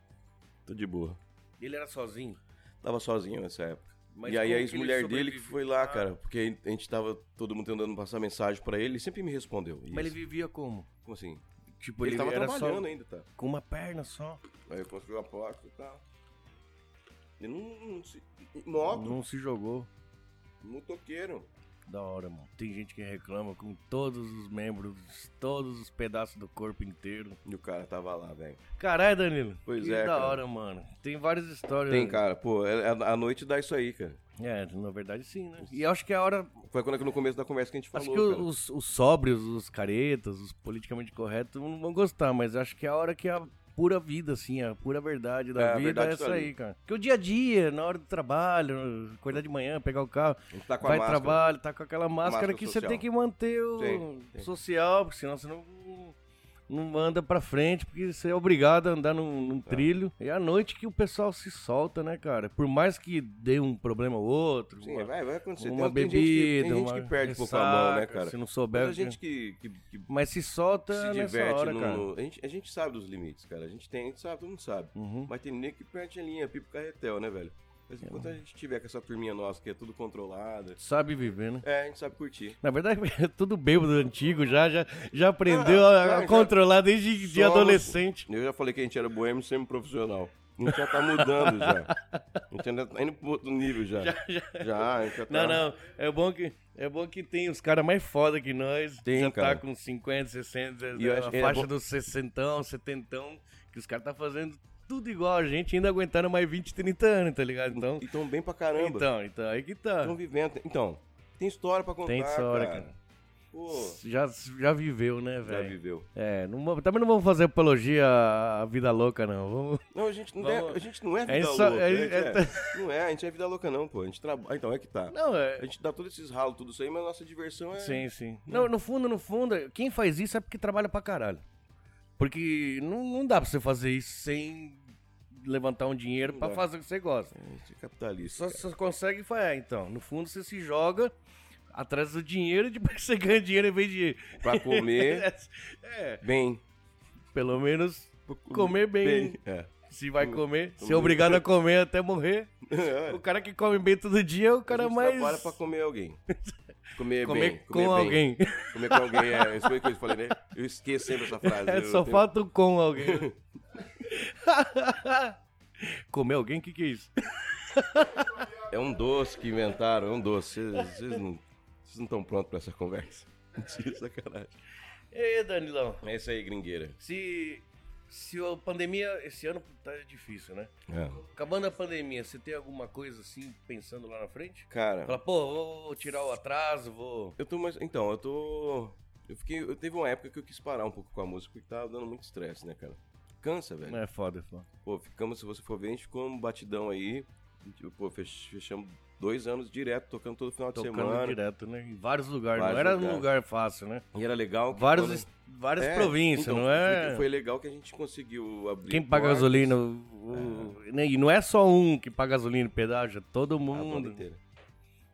[SPEAKER 1] Tô de boa.
[SPEAKER 2] Ele era sozinho.
[SPEAKER 1] Tava sozinho nessa época.
[SPEAKER 2] Mas
[SPEAKER 1] e aí a
[SPEAKER 2] como que ele
[SPEAKER 1] ex-mulher dele que
[SPEAKER 2] sobrevive-
[SPEAKER 1] foi lá,
[SPEAKER 2] Ah,
[SPEAKER 1] cara. Porque a gente tava todo mundo tentando passar mensagem pra ele. Ele sempre me respondeu.
[SPEAKER 2] Mas ele vivia como?
[SPEAKER 1] Como assim?
[SPEAKER 2] Tipo,
[SPEAKER 1] Ele,
[SPEAKER 2] ele,
[SPEAKER 1] tava
[SPEAKER 2] era
[SPEAKER 1] trabalhando
[SPEAKER 2] só
[SPEAKER 1] ainda, tá?
[SPEAKER 2] com uma perna só.
[SPEAKER 1] Aí eu construí a porta e tal. Ele não, não se. Moto,
[SPEAKER 2] Não se jogou.
[SPEAKER 1] motoqueiro.
[SPEAKER 2] Da hora, mano. Tem gente que reclama com todos os membros, todos os pedaços do corpo inteiro.
[SPEAKER 1] E o cara tava lá, velho.
[SPEAKER 2] Caralho, Danilo.
[SPEAKER 1] Pois
[SPEAKER 2] que
[SPEAKER 1] é,
[SPEAKER 2] da
[SPEAKER 1] cara.
[SPEAKER 2] hora, mano. Tem várias histórias.
[SPEAKER 1] Tem, cara, pô, é- a a noite dá isso aí, cara.
[SPEAKER 2] É, na verdade sim, né? E eu acho que é a hora.
[SPEAKER 1] Foi quando no começo da conversa que a gente
[SPEAKER 2] Acho
[SPEAKER 1] falou.
[SPEAKER 2] que o-
[SPEAKER 1] Tá cara.
[SPEAKER 2] os, os sóbrios, os caretas, os politicamente corretos não vão gostar, mas acho que é a hora que a pura vida, assim, a pura verdade da
[SPEAKER 1] É, a
[SPEAKER 2] vida
[SPEAKER 1] verdade
[SPEAKER 2] é
[SPEAKER 1] tá
[SPEAKER 2] essa
[SPEAKER 1] ali.
[SPEAKER 2] aí, cara. Porque o dia a dia, na hora do trabalho, acordar de manhã, pegar o carro,
[SPEAKER 1] A gente tá com a
[SPEAKER 2] vai
[SPEAKER 1] máscara.
[SPEAKER 2] trabalho, tá com aquela máscara,
[SPEAKER 1] Máscara
[SPEAKER 2] que você
[SPEAKER 1] social.
[SPEAKER 2] tem que manter o
[SPEAKER 1] Sim, sim.
[SPEAKER 2] social, porque senão você não, não anda pra frente, porque você é obrigado a andar num, num trilho. É à noite que o pessoal se solta, né, cara? Por mais que dê um problema ou outro,
[SPEAKER 1] Sim,
[SPEAKER 2] uma,
[SPEAKER 1] vai, vai acontecer. tem,
[SPEAKER 2] uma bebida,
[SPEAKER 1] tem gente que, tem gente
[SPEAKER 2] uma
[SPEAKER 1] que perde um pouco a mão, né,
[SPEAKER 2] ressaca,
[SPEAKER 1] cara?
[SPEAKER 2] Se não
[SPEAKER 1] Mas
[SPEAKER 2] souber... né?
[SPEAKER 1] a gente que, que, que
[SPEAKER 2] Mas se solta
[SPEAKER 1] se
[SPEAKER 2] nessa
[SPEAKER 1] diverte
[SPEAKER 2] hora,
[SPEAKER 1] no.
[SPEAKER 2] cara.
[SPEAKER 1] no- A, gente, a gente sabe dos limites, cara. A gente tem, a gente sabe, todo mundo sabe.
[SPEAKER 2] Uhum.
[SPEAKER 1] Mas tem nego que perde a linha, pipa o carretel, né, velho?
[SPEAKER 2] É,
[SPEAKER 1] Mas enquanto a gente tiver com essa turminha nossa que é tudo controlada,
[SPEAKER 2] Sabe viver, né?
[SPEAKER 1] é, a gente sabe curtir.
[SPEAKER 2] Na verdade, é tudo bêbado antigo já, já, já aprendeu
[SPEAKER 1] Ah,
[SPEAKER 2] a, a
[SPEAKER 1] já-
[SPEAKER 2] controlar desde de
[SPEAKER 1] Somos-
[SPEAKER 2] adolescente.
[SPEAKER 1] Eu já falei que a gente era boêmio semi-profissional. A gente já tá mudando já. A gente ainda tá indo pro outro nível já. Já, a gente já tá.
[SPEAKER 2] Não, não. É bom que, é bom que tem os caras mais foda que nós.
[SPEAKER 1] Tem,
[SPEAKER 2] já
[SPEAKER 1] cara.
[SPEAKER 2] tá com 50, 60,
[SPEAKER 1] E eu
[SPEAKER 2] a
[SPEAKER 1] acho que é
[SPEAKER 2] faixa
[SPEAKER 1] bom-
[SPEAKER 2] dos 60, 70, que os caras tá fazendo tudo igual a gente, ainda aguentando mais 20, 30 anos, tá ligado? Então,
[SPEAKER 1] E tão bem pra caramba.
[SPEAKER 2] então, então aí que tá.
[SPEAKER 1] Estão vivendo. Então, tem história pra contar.
[SPEAKER 2] Tem história,
[SPEAKER 1] cara.
[SPEAKER 2] cara.
[SPEAKER 1] Pô,
[SPEAKER 2] Já, já viveu, né,
[SPEAKER 1] já
[SPEAKER 2] velho?
[SPEAKER 1] viveu.
[SPEAKER 2] É, não vamos- também não vamos fazer apologia à à vida louca, não. Vamos...
[SPEAKER 1] Não, a gente não,
[SPEAKER 2] Vamos-
[SPEAKER 1] é, a gente não é vida
[SPEAKER 2] É isso-
[SPEAKER 1] louca.
[SPEAKER 2] é-
[SPEAKER 1] a gente
[SPEAKER 2] é-
[SPEAKER 1] é- Não é, a gente é vida louca, não, pô. A gente trabalha. Então, é que tá.
[SPEAKER 2] Não, é,
[SPEAKER 1] A gente dá todos esses ralos, tudo isso aí, mas a nossa diversão é.
[SPEAKER 2] Sim, sim. Não, no fundo, no fundo, quem faz isso é porque trabalha pra caralho. Porque não, não dá pra você fazer isso sem levantar um dinheiro pra
[SPEAKER 1] dá.
[SPEAKER 2] fazer o que você gosta.
[SPEAKER 1] A gente é capitalista.
[SPEAKER 2] Só você consegue fazer, então. No fundo, você se joga atrás do dinheiro e depois você ganha dinheiro em vez de.
[SPEAKER 1] Pra comer
[SPEAKER 2] é,
[SPEAKER 1] bem.
[SPEAKER 2] pelo menos comer bem.
[SPEAKER 1] É.
[SPEAKER 2] Se vai comer, ser obrigado a comer até morrer. O cara que come bem todo dia, o cara
[SPEAKER 1] É. a gente
[SPEAKER 2] mais.
[SPEAKER 1] trabalha pra comer alguém. Comer,
[SPEAKER 2] comer
[SPEAKER 1] bem.
[SPEAKER 2] com
[SPEAKER 1] comer bem.
[SPEAKER 2] alguém.
[SPEAKER 1] Comer com alguém, é. Isso foi o que eu falei, né? Eu esqueço sempre essa frase.
[SPEAKER 2] É,
[SPEAKER 1] eu
[SPEAKER 2] só
[SPEAKER 1] tenho-
[SPEAKER 2] falta o com
[SPEAKER 1] né?
[SPEAKER 2] alguém. Comer alguém? O que, que é isso?
[SPEAKER 1] É um doce que inventaram, é um doce. Vocês- Vocês não vocês não estão prontos pra essa conversa. Mentira, sacanagem.
[SPEAKER 2] Ê, Danilão,
[SPEAKER 1] É isso aí, gringueira.
[SPEAKER 2] se, se a pandemia esse ano tá difícil, né?
[SPEAKER 1] É.
[SPEAKER 2] Acabando a pandemia, você tem alguma coisa assim pensando lá na frente?
[SPEAKER 1] Cara,
[SPEAKER 2] Fala, pô, vou tirar o atraso, vou.
[SPEAKER 1] eu tô mais. Então, eu tô. Eu fiquei. Eu teve uma época que eu quis parar um pouco com a música porque tava dando muito estresse, né, cara? Cansa, velho.
[SPEAKER 2] É foda, é foda.
[SPEAKER 1] Pô, ficamos, se você for ver, a gente ficou um batidão aí. Tipo, Pô, fech- fechamos dois anos direto, tocando todo final de
[SPEAKER 2] Tocando
[SPEAKER 1] semana.
[SPEAKER 2] direto, né? Em vários lugares.
[SPEAKER 1] Vários
[SPEAKER 2] não era um
[SPEAKER 1] lugares.
[SPEAKER 2] lugar fácil, né?
[SPEAKER 1] E era legal. que
[SPEAKER 2] Vários,
[SPEAKER 1] quando-
[SPEAKER 2] es- várias
[SPEAKER 1] É,
[SPEAKER 2] províncias,
[SPEAKER 1] então,
[SPEAKER 2] não é?
[SPEAKER 1] Foi, foi legal que a gente conseguiu abrir.
[SPEAKER 2] Quem paga
[SPEAKER 1] portas,
[SPEAKER 2] gasolina, o- o- né, e não é só um que paga gasolina e pedágio, é todo
[SPEAKER 1] a banda
[SPEAKER 2] mundo.
[SPEAKER 1] inteira.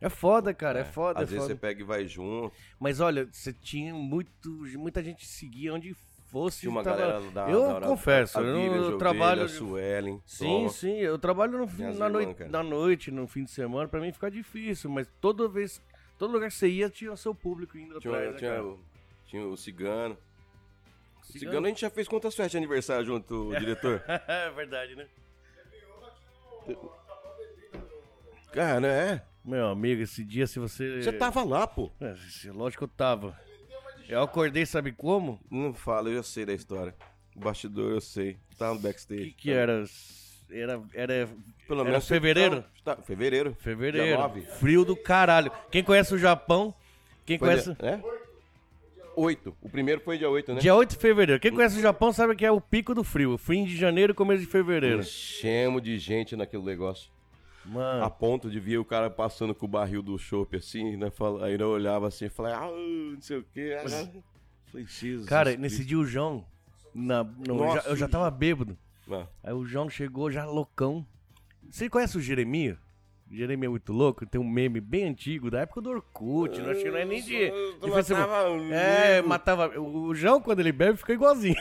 [SPEAKER 2] É foda, cara, é, foda, é
[SPEAKER 1] Às vezes
[SPEAKER 2] foda.
[SPEAKER 1] você pega e vai junto.
[SPEAKER 2] Mas olha, você tinha muito, muita gente que seguia onde fosse.
[SPEAKER 1] Tinha uma
[SPEAKER 2] tava-
[SPEAKER 1] galera da.
[SPEAKER 2] eu
[SPEAKER 1] da hora-
[SPEAKER 2] confesso,
[SPEAKER 1] a
[SPEAKER 2] eu
[SPEAKER 1] Vivian Giovelli,
[SPEAKER 2] trabalho-
[SPEAKER 1] A Suelen.
[SPEAKER 2] Sim,
[SPEAKER 1] Toma.
[SPEAKER 2] sim, eu trabalho no,
[SPEAKER 1] Minhas
[SPEAKER 2] na,
[SPEAKER 1] irmãs,
[SPEAKER 2] noite,
[SPEAKER 1] cara.
[SPEAKER 2] na noite, no fim de semana, pra mim fica difícil, mas toda vez, todo lugar que você ia tinha o seu público indo
[SPEAKER 1] Tinha,
[SPEAKER 2] atrás. né,
[SPEAKER 1] tinha,
[SPEAKER 2] cara?
[SPEAKER 1] o- tinha o Cigano. O Cigano.
[SPEAKER 2] Cigano.
[SPEAKER 1] a gente já fez quantas festas de aniversário junto, diretor?
[SPEAKER 2] é verdade, né?
[SPEAKER 1] Cara, é.
[SPEAKER 2] Meu amigo, esse dia se você.
[SPEAKER 1] Você tá- tava lá, pô.
[SPEAKER 2] É, se- lógico que eu tava. Eu acordei, sabe como?
[SPEAKER 1] Não fala, eu já sei da história. O bastidor eu sei. Tava no
[SPEAKER 2] O
[SPEAKER 1] backstage.
[SPEAKER 2] que, que era? Era. Era.
[SPEAKER 1] Pelo
[SPEAKER 2] era
[SPEAKER 1] menos você
[SPEAKER 2] fevereiro?
[SPEAKER 1] tá- tá- fevereiro. Dia
[SPEAKER 2] Fevereiro.
[SPEAKER 1] nove.
[SPEAKER 2] Frio do caralho. Quem conhece o Japão? Quem
[SPEAKER 1] Foi
[SPEAKER 2] conhece.
[SPEAKER 1] dia, né? Oito. O primeiro foi dia 8, né?
[SPEAKER 2] Dia 8 de fevereiro. Quem conhece o Japão sabe que é o pico do frio. Fim de janeiro, começo de fevereiro.
[SPEAKER 1] Enchemos de gente naquele negócio. A
[SPEAKER 2] Mano,
[SPEAKER 1] ponto de ver o cara passando com o barril do chopp assim, né? Fala- Aí eu olhava assim e falava, ah, não sei o quê. Ah, falei, Jesus.
[SPEAKER 2] cara,
[SPEAKER 1] Cristo.
[SPEAKER 2] nesse dia o João. na- no-
[SPEAKER 1] Nossa,
[SPEAKER 2] já- eu já tava bêbado.
[SPEAKER 1] Ah,
[SPEAKER 2] Aí o João chegou já loucão. Você conhece o Jeremias? Jeremy é muito louco, tem um meme bem antigo, da época do Orkut, não acho que não é nem de.
[SPEAKER 1] Tu
[SPEAKER 2] de Facebook.
[SPEAKER 1] matava um
[SPEAKER 2] É,
[SPEAKER 1] livro.
[SPEAKER 2] matava. O João, quando ele bebe, fica igualzinho.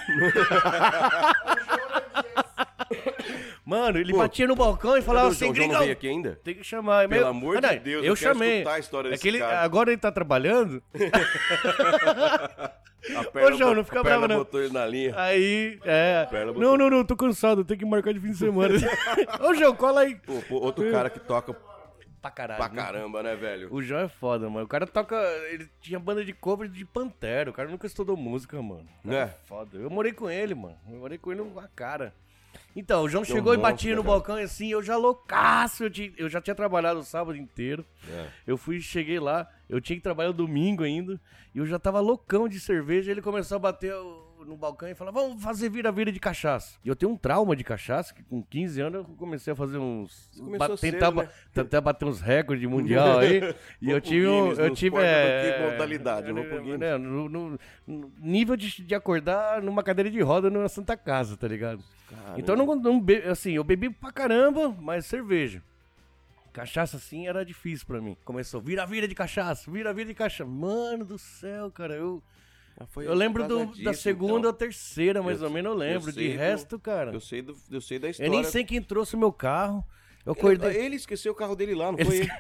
[SPEAKER 2] Mano, ele
[SPEAKER 1] Pô,
[SPEAKER 2] batia no balcão e falava
[SPEAKER 1] Cadê o
[SPEAKER 2] assim,
[SPEAKER 1] João? O João não
[SPEAKER 2] gringão,
[SPEAKER 1] veio aqui ainda?
[SPEAKER 2] tem que chamar. é
[SPEAKER 1] Pelo
[SPEAKER 2] meu-
[SPEAKER 1] amor
[SPEAKER 2] Ah,
[SPEAKER 1] de
[SPEAKER 2] não,
[SPEAKER 1] Deus,
[SPEAKER 2] eu,
[SPEAKER 1] eu quero
[SPEAKER 2] chamei.
[SPEAKER 1] escutar a história
[SPEAKER 2] É
[SPEAKER 1] desse
[SPEAKER 2] que ele-
[SPEAKER 1] cara.
[SPEAKER 2] Agora ele tá trabalhando,
[SPEAKER 1] A perna
[SPEAKER 2] João,
[SPEAKER 1] bot-
[SPEAKER 2] não fica
[SPEAKER 1] a perna
[SPEAKER 2] bravo, não. Ah.
[SPEAKER 1] botou ele na linha.
[SPEAKER 2] aí, é...
[SPEAKER 1] Perna botou.
[SPEAKER 2] Não, não, não, tô cansado, tenho que marcar de fim de semana. Ô, João, cola aí.
[SPEAKER 1] Pô, pô, outro cara que toca
[SPEAKER 2] Pra caralho.
[SPEAKER 1] pra
[SPEAKER 2] né?
[SPEAKER 1] caramba, né, velho?
[SPEAKER 2] O João é foda, mano. O cara toca. Ele tinha banda de cover de Pantera. O cara nunca estudou música, mano. O cara
[SPEAKER 1] Né?
[SPEAKER 2] é foda. Eu morei com ele, mano. Eu morei com ele com a cara. Então, o João
[SPEAKER 1] um
[SPEAKER 2] chegou e
[SPEAKER 1] monstro,
[SPEAKER 2] batia
[SPEAKER 1] né,
[SPEAKER 2] no
[SPEAKER 1] cara?
[SPEAKER 2] balcão e assim, eu já loucaço. Eu, tinha- eu já tinha trabalhado o sábado inteiro.
[SPEAKER 1] É.
[SPEAKER 2] Eu fui, cheguei lá. Eu tinha que trabalhar o domingo ainda. E eu já tava loucão de cerveja. Ele começou a bater o- no balcão e falar: Vamos fazer vira-vira de cachaça. E eu tenho um trauma de cachaça, que com 15 anos eu comecei a fazer uns.
[SPEAKER 1] começou cedo,
[SPEAKER 2] tentar, ba-
[SPEAKER 1] né?
[SPEAKER 2] tentar bater Tá uns recordes de mundial aí. E
[SPEAKER 1] Vou pro
[SPEAKER 2] eu tive um.
[SPEAKER 1] Guinness,
[SPEAKER 2] Eu
[SPEAKER 1] nos
[SPEAKER 2] tive.
[SPEAKER 1] porta
[SPEAKER 2] é,
[SPEAKER 1] daqui, modalidade, eu vou pro Guinness.
[SPEAKER 2] né, no, no- no nível de, de acordar numa cadeira de roda numa Santa Casa, tá ligado?
[SPEAKER 1] Caramba.
[SPEAKER 2] Então eu não, não be- assim, eu bebi pra caramba, mas cerveja. Cachaça assim era difícil pra mim. Começou vira-vira de cachaça, vira-vira de cachaça. Mano do céu, cara, eu,
[SPEAKER 1] Ah, foi
[SPEAKER 2] eu
[SPEAKER 1] por
[SPEAKER 2] lembro
[SPEAKER 1] causa
[SPEAKER 2] do-
[SPEAKER 1] disso,
[SPEAKER 2] da segunda
[SPEAKER 1] então.
[SPEAKER 2] ou terceira, mais
[SPEAKER 1] Eu-
[SPEAKER 2] ou menos, eu lembro.
[SPEAKER 1] sei
[SPEAKER 2] De
[SPEAKER 1] do-
[SPEAKER 2] resto, cara,
[SPEAKER 1] Eu, sei do, eu sei da
[SPEAKER 2] eu
[SPEAKER 1] história.
[SPEAKER 2] nem sei quem trouxe o meu carro. Eu acordei.
[SPEAKER 1] Ele, ele esqueceu o carro dele lá, não
[SPEAKER 2] Ele
[SPEAKER 1] foi ele?
[SPEAKER 2] esque-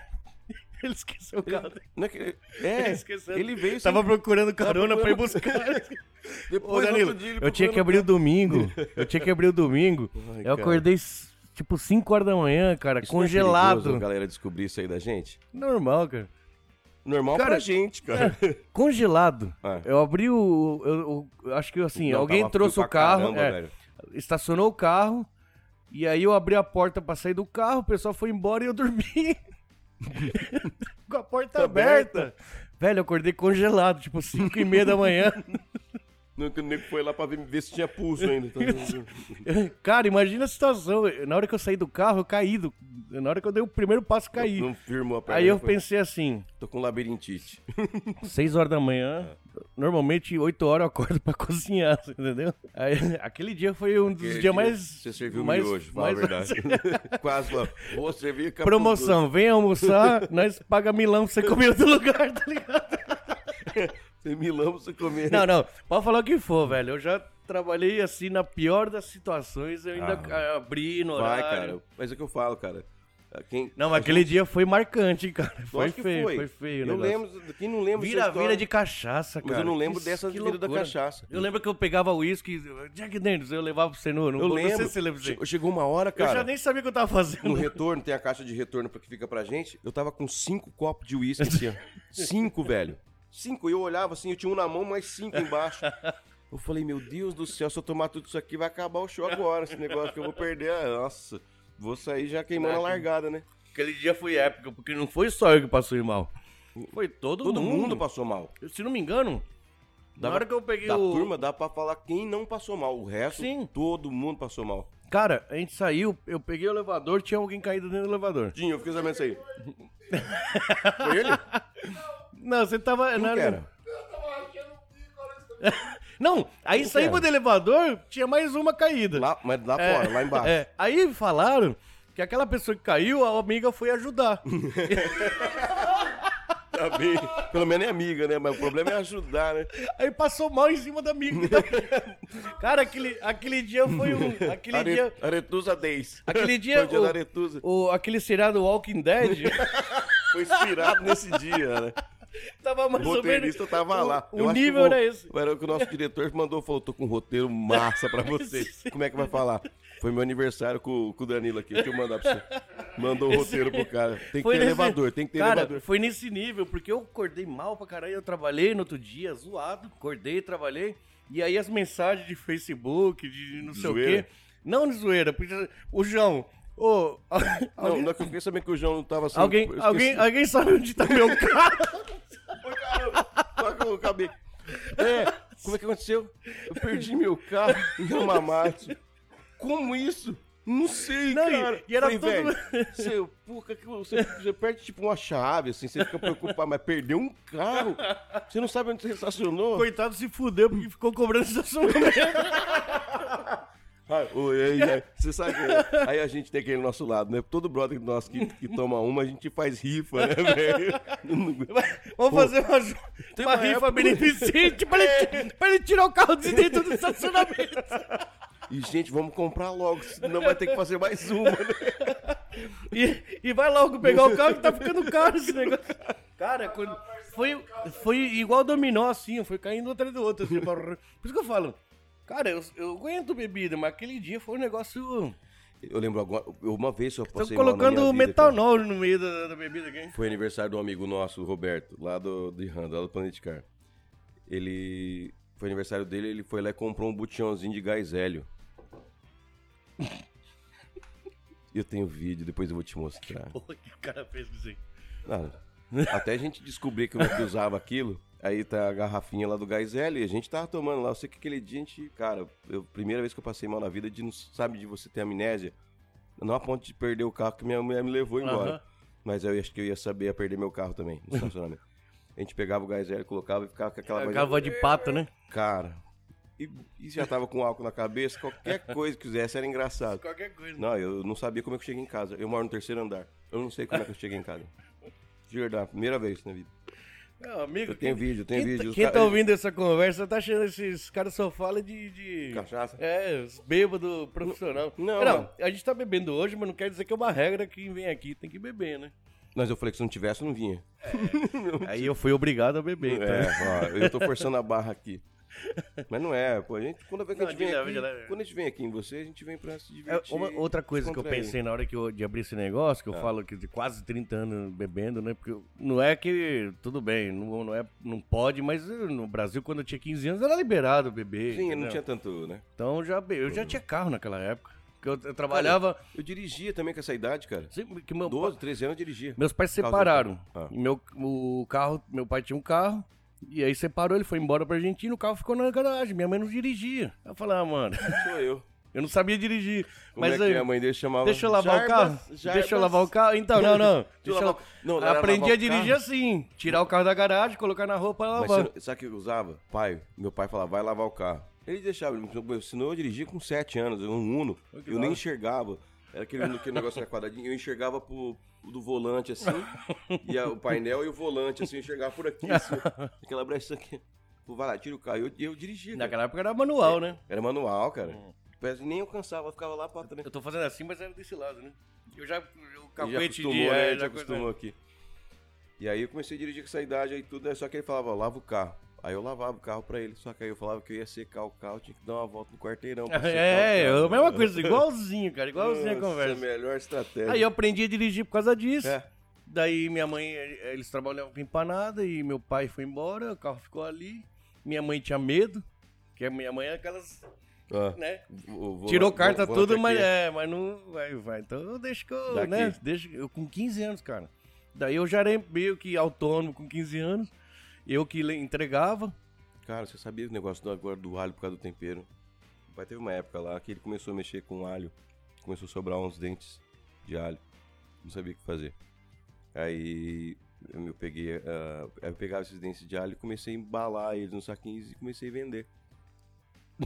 [SPEAKER 2] Ele esqueceu o carro. dele.
[SPEAKER 1] Não é, que- é,
[SPEAKER 2] Ele
[SPEAKER 1] ele
[SPEAKER 2] esqueceu.
[SPEAKER 1] veio
[SPEAKER 2] Tava procurando
[SPEAKER 1] Tava
[SPEAKER 2] carona pra ir
[SPEAKER 1] procurando-
[SPEAKER 2] buscar.
[SPEAKER 1] sem...
[SPEAKER 2] Ô,
[SPEAKER 1] Depois,
[SPEAKER 2] Danilo,
[SPEAKER 1] outro dia, ele
[SPEAKER 2] eu tinha que
[SPEAKER 1] procurando-
[SPEAKER 2] abrir o domingo. Eu tinha que abrir o domingo.
[SPEAKER 1] Ai,
[SPEAKER 2] eu
[SPEAKER 1] cara.
[SPEAKER 2] acordei, s- tipo, 5 horas da manhã, cara,
[SPEAKER 1] Isso não é
[SPEAKER 2] congelado.
[SPEAKER 1] perigoso, a galera descobrir isso aí da gente?
[SPEAKER 2] Normal, cara.
[SPEAKER 1] Normal
[SPEAKER 2] Cara, é,
[SPEAKER 1] pra gente, cara.
[SPEAKER 2] Congelado.
[SPEAKER 1] É.
[SPEAKER 2] Eu abri o. eu- eu- acho que assim,
[SPEAKER 1] Não,
[SPEAKER 2] alguém
[SPEAKER 1] tava
[SPEAKER 2] trouxe
[SPEAKER 1] frio
[SPEAKER 2] o
[SPEAKER 1] pra
[SPEAKER 2] carro,
[SPEAKER 1] caramba,
[SPEAKER 2] é,
[SPEAKER 1] velho.
[SPEAKER 2] estacionou o carro, e aí eu abri a porta pra sair do carro, o pessoal foi embora e eu dormi. Com a porta
[SPEAKER 1] Tá
[SPEAKER 2] aberta.
[SPEAKER 1] aberta.
[SPEAKER 2] Velho, eu acordei congelado, tipo 5 e meia da manhã.
[SPEAKER 1] Não, que O nego foi lá pra ver, ver se tinha pulso ainda. Tá...
[SPEAKER 2] Cara, imagina a situação. Na hora que eu saí do carro, eu caí. do- Na hora que eu dei o primeiro passo, eu caí.
[SPEAKER 1] Não firmou a perna.
[SPEAKER 2] Aí eu
[SPEAKER 1] foi-
[SPEAKER 2] pensei assim,
[SPEAKER 1] Tô com labirintite.
[SPEAKER 2] 6 horas da manhã, normalmente 8 horas eu acordo pra cozinhar, você entendeu? Aí, aquele dia foi um dos
[SPEAKER 1] Aquele
[SPEAKER 2] dias
[SPEAKER 1] dia
[SPEAKER 2] mais...
[SPEAKER 1] Você serviu
[SPEAKER 2] mais,
[SPEAKER 1] miojo, fala a verdade. Quase falou, vou servir capuz.
[SPEAKER 2] Promoção, vem almoçar, nós paga milão pra você comer em outro lugar, tá ligado?
[SPEAKER 1] Tem milão pra você comer.
[SPEAKER 2] Não, não, pode falar o que for, velho, eu já trabalhei assim na pior das situações, eu ainda
[SPEAKER 1] Ah.
[SPEAKER 2] abri no
[SPEAKER 1] Vai,
[SPEAKER 2] horário.
[SPEAKER 1] cara. Mas é o que eu falo, cara. Quem...
[SPEAKER 2] Não, mas aquele dia foi marcante, hein, cara, foi
[SPEAKER 1] Lógico que
[SPEAKER 2] feio, foi. feio o
[SPEAKER 1] Eu
[SPEAKER 2] negócio.
[SPEAKER 1] lembro, quem não lembra dessa
[SPEAKER 2] Vira-vira
[SPEAKER 1] história?
[SPEAKER 2] de cachaça, cara.
[SPEAKER 1] Mas eu não lembro
[SPEAKER 2] Que-
[SPEAKER 1] dessa
[SPEAKER 2] que
[SPEAKER 1] vira da
[SPEAKER 2] loucura.
[SPEAKER 1] cachaça.
[SPEAKER 2] Eu lembro que eu pegava uísque, Jack Daniels, eu levava pro Senhor.
[SPEAKER 1] Eu lembro.
[SPEAKER 2] Não sei se você lembra disso aí.
[SPEAKER 1] Che- Chegou uma hora,
[SPEAKER 2] Eu já
[SPEAKER 1] cara.
[SPEAKER 2] nem sabia o que eu tava
[SPEAKER 1] No
[SPEAKER 2] fazendo.
[SPEAKER 1] retorno, tem a caixa de retorno pra que fica pra gente. Eu tava com cinco copos de uísque assim, ó. Cinco, velho. Cinco. Eu olhava assim, eu tinha um na mão, mais cinco embaixo. Eu falei, meu Deus do céu, se eu tomar tudo isso aqui, vai acabar o show agora, esse negócio que eu vou perder. a- Nossa, vou sair já queimando a largada, né?
[SPEAKER 2] Aquele dia foi épico, porque não foi só eu que passei mal. Foi todo,
[SPEAKER 1] Todo
[SPEAKER 2] mundo.
[SPEAKER 1] mundo passou mal.
[SPEAKER 2] Eu, Se não me engano, na
[SPEAKER 1] Dava-
[SPEAKER 2] hora que eu peguei
[SPEAKER 1] Da
[SPEAKER 2] o...
[SPEAKER 1] turma dá pra falar quem não passou mal. O resto,
[SPEAKER 2] Sim.
[SPEAKER 1] todo mundo passou mal.
[SPEAKER 2] Cara, a gente saiu, eu peguei o elevador, tinha alguém caído dentro do elevador.
[SPEAKER 1] Dinho, eu fiquei sabendo isso aí. Foi ele?
[SPEAKER 2] Não, você tava...
[SPEAKER 1] Quem que
[SPEAKER 2] na hora-
[SPEAKER 1] era?
[SPEAKER 2] Não, aí saímos
[SPEAKER 1] era?
[SPEAKER 2] do elevador, tinha mais uma caída.
[SPEAKER 1] Lá, mas lá
[SPEAKER 2] É,
[SPEAKER 1] fora, lá embaixo.
[SPEAKER 2] é. Aí falaram que aquela pessoa que caiu, a amiga foi ajudar.
[SPEAKER 1] Tá bem. Pelo menos é amiga, né? Mas o problema é ajudar, né?
[SPEAKER 2] Aí passou mal em cima da amiga. Cara, aquele, aquele dia foi um. Aquele
[SPEAKER 1] Are-
[SPEAKER 2] dia.
[SPEAKER 1] Aretusa 10.
[SPEAKER 2] Aquele dia.
[SPEAKER 1] Foi o dia da Aretusa.
[SPEAKER 2] O, o, aquele seriado Walking Dead
[SPEAKER 1] Foi inspirado nesse dia, né?
[SPEAKER 2] tava mais
[SPEAKER 1] O
[SPEAKER 2] ou menos.
[SPEAKER 1] roteirista tava lá.
[SPEAKER 2] O,
[SPEAKER 1] Eu
[SPEAKER 2] o
[SPEAKER 1] acho que
[SPEAKER 2] nível era esse.
[SPEAKER 1] Era o que o nosso diretor mandou, falou, tô com um roteiro massa pra vocês. Como é que vai falar? Foi meu aniversário com, com o Danilo aqui, deixa eu mandar pra você. Mandou o roteiro pro cara. Tem que ter
[SPEAKER 2] nesse-
[SPEAKER 1] elevador, tem que ter
[SPEAKER 2] Cara,
[SPEAKER 1] elevador.
[SPEAKER 2] foi nesse nível, porque eu acordei mal pra caralho. Eu trabalhei no outro dia, zoado. Acordei, trabalhei. E aí as mensagens de Facebook, de não sei o
[SPEAKER 1] Zoeira?
[SPEAKER 2] quê. Não de zoeira, porque o João. Ô,
[SPEAKER 1] Não,
[SPEAKER 2] alguém,
[SPEAKER 1] não é que eu fiquei sabendo que o João não tava assim.
[SPEAKER 2] alguém,
[SPEAKER 1] eu
[SPEAKER 2] alguém, alguém sabe onde tá meu carro?
[SPEAKER 1] Só que eu acabei. É, como é que aconteceu? Eu perdi meu carro em Ramamate. Como isso? Não sei,
[SPEAKER 2] Não, e-
[SPEAKER 1] cara.
[SPEAKER 2] e era
[SPEAKER 1] Falei,
[SPEAKER 2] todo-
[SPEAKER 1] velho, Você, porra, que você, você perde tipo uma chave, assim, você fica preocupado, mas perdeu um carro? Você não sabe onde você estacionou?
[SPEAKER 2] Coitado se fudeu porque ficou cobrando estacionamento.
[SPEAKER 1] Ah, oi, aí, aí, Você sabe que aí a gente tem aquele nosso lado, né? Todo brother nosso que, que toma uma, a gente faz rifa, né, velho?
[SPEAKER 2] Vamos fazer uma, ju-
[SPEAKER 1] Tem
[SPEAKER 2] uma
[SPEAKER 1] uma
[SPEAKER 2] rifa
[SPEAKER 1] época-
[SPEAKER 2] beneficente pra ele, pra ele tirar o carro de dentro do estacionamento.
[SPEAKER 1] E, gente, vamos comprar logo, senão vai ter que fazer mais uma, né?
[SPEAKER 2] E, e vai logo pegar o carro que tá ficando caro esse negócio. Cara, é quando- foi, foi igual dominó, assim, foi caindo um atrás do outro. assim, por isso que eu falo, cara, eu, eu aguento bebida, mas aquele dia foi um negócio...
[SPEAKER 1] Eu lembro agora, uma vez eu
[SPEAKER 2] Estão
[SPEAKER 1] passei mal na minha
[SPEAKER 2] colocando
[SPEAKER 1] vida, cara.
[SPEAKER 2] metanol no meio da, da bebida aqui.
[SPEAKER 1] Foi aniversário de um amigo nosso, o Roberto, lá do, de Randa, lá do Planet Car. Ele. Foi aniversário dele, ele foi lá e comprou um botijãozinho de gás hélio. Eu tenho vídeo, depois eu vou te mostrar.
[SPEAKER 2] Porra, que o cara fez isso aí.
[SPEAKER 1] Ah, até a gente descobrir que o que usava aquilo, aí tá a garrafinha lá do gás hélio e a gente tava tomando lá. Eu sei que aquele dia a gente, cara, eu, primeira vez que eu passei mal na vida de não sabe de você ter amnésia. Não a ponto de perder o carro que minha mulher me levou embora.
[SPEAKER 2] Aham.
[SPEAKER 1] Mas eu acho que eu ia saber ia perder meu carro também no estacionamento. a gente pegava o gás hélio, colocava e ficava com aquela voz-
[SPEAKER 2] Cava de pato, né?
[SPEAKER 1] Cara. E, e já tava com álcool na cabeça, qualquer coisa que fizesse era engraçado.
[SPEAKER 2] Qualquer coisa.
[SPEAKER 1] Não, eu não sabia como é que eu cheguei em casa. Eu moro no terceiro andar. Eu não sei como é que eu cheguei em casa. De verdade, primeira vez na vida.
[SPEAKER 2] Não, amigo,
[SPEAKER 1] Eu tenho vídeo, eu tenho
[SPEAKER 2] quem,
[SPEAKER 1] vídeo. Os
[SPEAKER 2] Quem tá
[SPEAKER 1] caras-
[SPEAKER 2] ouvindo essa conversa tá achando que esses caras só falam de. de-
[SPEAKER 1] Cachaça?
[SPEAKER 2] É, os bêbado profissional.
[SPEAKER 1] Não, mano.
[SPEAKER 2] a gente tá bebendo hoje, mas não quer dizer que é uma regra que quem vem aqui tem que beber, né?
[SPEAKER 1] Mas eu falei que se não tivesse, eu não vinha.
[SPEAKER 2] Aí eu fui obrigado a beber. então.
[SPEAKER 1] É, ó, eu tô forçando a barra aqui. Mas não é, pô. A gente, quando, a gente
[SPEAKER 2] Não, de
[SPEAKER 1] vem
[SPEAKER 2] leve,
[SPEAKER 1] aqui,
[SPEAKER 2] de leve.
[SPEAKER 1] quando a gente vem aqui em você, a gente vem pra se
[SPEAKER 2] É,
[SPEAKER 1] divertir.
[SPEAKER 2] uma- outra coisa que eu
[SPEAKER 1] descontrair.
[SPEAKER 2] pensei na hora que eu, de abrir esse negócio,
[SPEAKER 1] Ah.
[SPEAKER 2] que eu falo que de quase 30 anos bebendo, né? Porque eu- não é que, tudo bem, não, não, é, não pode, mas eh, no Brasil, quando eu tinha 15 anos, era liberado beber.
[SPEAKER 1] Sim, eu não
[SPEAKER 2] entendeu?
[SPEAKER 1] tinha tanto, né?
[SPEAKER 2] Então já, be- eu já tinha carro naquela época. Porque eu, eu trabalhava.
[SPEAKER 1] Eu dirigia também com essa idade, cara.
[SPEAKER 2] sempre que meu, pa-
[SPEAKER 1] 12, 13 anos eu dirigia.
[SPEAKER 2] meus pais
[SPEAKER 1] Causa-
[SPEAKER 2] separaram.
[SPEAKER 1] Ah.
[SPEAKER 2] E Meu, o carro, meu pai tinha um carro. E aí separou, ele foi embora pra Argentina, o carro ficou na garagem. Minha mãe não dirigia. Eu falei, ah, mano,
[SPEAKER 1] Sou eu.
[SPEAKER 2] eu não sabia dirigir.
[SPEAKER 1] Como
[SPEAKER 2] mas
[SPEAKER 1] é que
[SPEAKER 2] aí,
[SPEAKER 1] minha mãe dele chamava?
[SPEAKER 2] deixa eu lavar o
[SPEAKER 1] Jarbas,
[SPEAKER 2] carro.
[SPEAKER 1] Jarbas.
[SPEAKER 2] Deixa eu lavar o carro. Então, não, não.
[SPEAKER 1] Deixa eu
[SPEAKER 2] Deixa eu-
[SPEAKER 1] lavar- não, não era
[SPEAKER 2] Aprendi
[SPEAKER 1] lavar
[SPEAKER 2] a
[SPEAKER 1] o
[SPEAKER 2] dirigir
[SPEAKER 1] carro.
[SPEAKER 2] assim: tirar o carro da garagem, colocar na roupa e
[SPEAKER 1] Mas
[SPEAKER 2] lavar.
[SPEAKER 1] você, não- sabe o que eu usava? Pai, meu pai falava, vai lavar o carro. Ele deixava, ele me ensinou eu dirigia com 7 anos, eu um Uno, eu nem enxergava. Era aquele, Uno que o negócio era quadradinho, eu enxergava pro, do volante assim, e a- o painel e o volante assim, eu enxergava por aqui, assim, aquela brecha aqui. Pô, Vai lá, tira o carro. E eu, e eu dirigia. cara.
[SPEAKER 2] Naquela época era manual, né?
[SPEAKER 1] Era manual, cara. Parece que nem alcançava, ficava lá pra trás.
[SPEAKER 2] Eu tô fazendo assim, mas era desse lado, né? Eu já. O
[SPEAKER 1] Ele já
[SPEAKER 2] capete
[SPEAKER 1] acostumou,
[SPEAKER 2] de.
[SPEAKER 1] né?
[SPEAKER 2] é,
[SPEAKER 1] Ele já
[SPEAKER 2] já coisa-
[SPEAKER 1] acostumou aqui. E aí eu comecei a dirigir com essa idade aí tudo, né? só que ele falava, ó, lava o carro. Aí eu lavava o carro pra ele, só que aí eu falava que eu ia secar o carro, tinha que dar uma volta no quarteirão pra secar
[SPEAKER 2] É,
[SPEAKER 1] o
[SPEAKER 2] é,
[SPEAKER 1] carro.
[SPEAKER 2] a mesma coisa, igualzinho, cara, igualzinho a
[SPEAKER 1] Nossa,
[SPEAKER 2] conversa.
[SPEAKER 1] melhor estratégia.
[SPEAKER 2] Aí eu aprendi a dirigir por causa disso.
[SPEAKER 1] É.
[SPEAKER 2] Daí minha mãe, eh, eles trabalhavam com empanada e meu pai foi embora, o carro ficou ali. Minha mãe tinha medo, que a minha mãe é aquelas,
[SPEAKER 1] Ah,
[SPEAKER 2] né?
[SPEAKER 1] o- o
[SPEAKER 2] Tirou
[SPEAKER 1] volante-
[SPEAKER 2] carta
[SPEAKER 1] o volante
[SPEAKER 2] tudo, mas
[SPEAKER 1] aqui.
[SPEAKER 2] é, mas não vai, vai. Então eu deixo que eu,
[SPEAKER 1] Daqui.
[SPEAKER 2] né? Deixo, eu com 15 anos, cara. Daí eu já era meio que autônomo com 15 anos. Eu que le- entregava.
[SPEAKER 1] Cara, você sabia o negócio do, agora do alho por causa do tempero? Meu pai teve uma época lá que ele começou a mexer com alho. Começou a sobrar uns dentes de alho. Não sabia o que fazer. Aí eu, eu peguei, ah, eu pegava esses dentes de alho e comecei a embalar eles nos saquinhos e comecei a vender.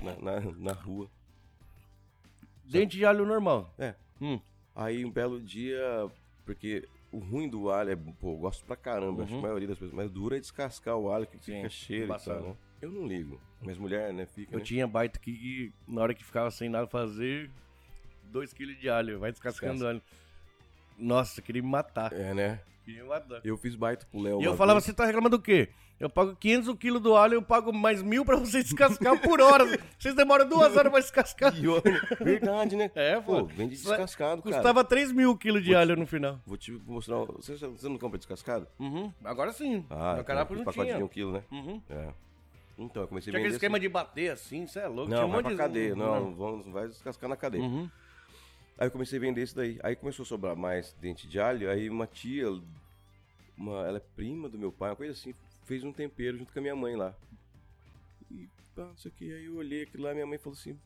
[SPEAKER 1] Na, na, na rua.
[SPEAKER 2] Dente de alho normal.
[SPEAKER 1] É.
[SPEAKER 2] Hum.
[SPEAKER 1] Aí um belo dia, porque o ruim do alho é, pô, eu gosto pra caramba, acho que a maioria das pessoas, mas dura é descascar o alho que
[SPEAKER 2] Uhum. Sim,
[SPEAKER 1] fica cheiro e
[SPEAKER 2] embaçado.
[SPEAKER 1] tal, né? Eu não ligo. Mas mulher, né, fica.
[SPEAKER 2] Eu
[SPEAKER 1] né?
[SPEAKER 2] tinha baita que, que na hora que ficava sem nada fazer, 2kg de alho, vai descascando alho. Nossa, eu queria me matar.
[SPEAKER 1] É, né?
[SPEAKER 2] Queria me matar.
[SPEAKER 1] Eu fiz baito pro Léo.
[SPEAKER 2] E eu
[SPEAKER 1] uma
[SPEAKER 2] falava,
[SPEAKER 1] vez.
[SPEAKER 2] você tá reclamando do quê? Eu pago 500 kg do alho, eu pago mais mil pra você descascar por hora. Vocês demoram duas horas pra descascar.
[SPEAKER 1] E olha, Verdade, né?
[SPEAKER 2] assim, É,
[SPEAKER 1] Pô,
[SPEAKER 2] pô.
[SPEAKER 1] vende
[SPEAKER 2] Isso é-
[SPEAKER 1] descascado, cara.
[SPEAKER 2] Custava 3 mil quilos de alho no final.
[SPEAKER 1] Vou te mostrar. um- Você, você não compra descascado?
[SPEAKER 2] Uhum. Agora sim.
[SPEAKER 1] Ah,
[SPEAKER 2] Na Carapa
[SPEAKER 1] aquele
[SPEAKER 2] não
[SPEAKER 1] pacote
[SPEAKER 2] tinha.
[SPEAKER 1] de um quilo, né?
[SPEAKER 2] Uhum.
[SPEAKER 1] É. Então, eu comecei
[SPEAKER 2] Tinha
[SPEAKER 1] a
[SPEAKER 2] aquele
[SPEAKER 1] vender.
[SPEAKER 2] esquema de bater assim, você é louco.
[SPEAKER 1] Não,
[SPEAKER 2] tinha um
[SPEAKER 1] vai
[SPEAKER 2] monte de... né?
[SPEAKER 1] pra cadeia. Não, Vamos, vai descascar na cadeia.
[SPEAKER 2] Uhum.
[SPEAKER 1] Aí eu comecei a vender isso daí. Aí começou a sobrar mais dente de alho. Aí uma tia, uma, ela é prima do meu pai, uma coisa assim, fez um tempero junto com a minha mãe lá. E pá, não sei o que. Aí eu olhei aquilo lá, minha mãe falou assim: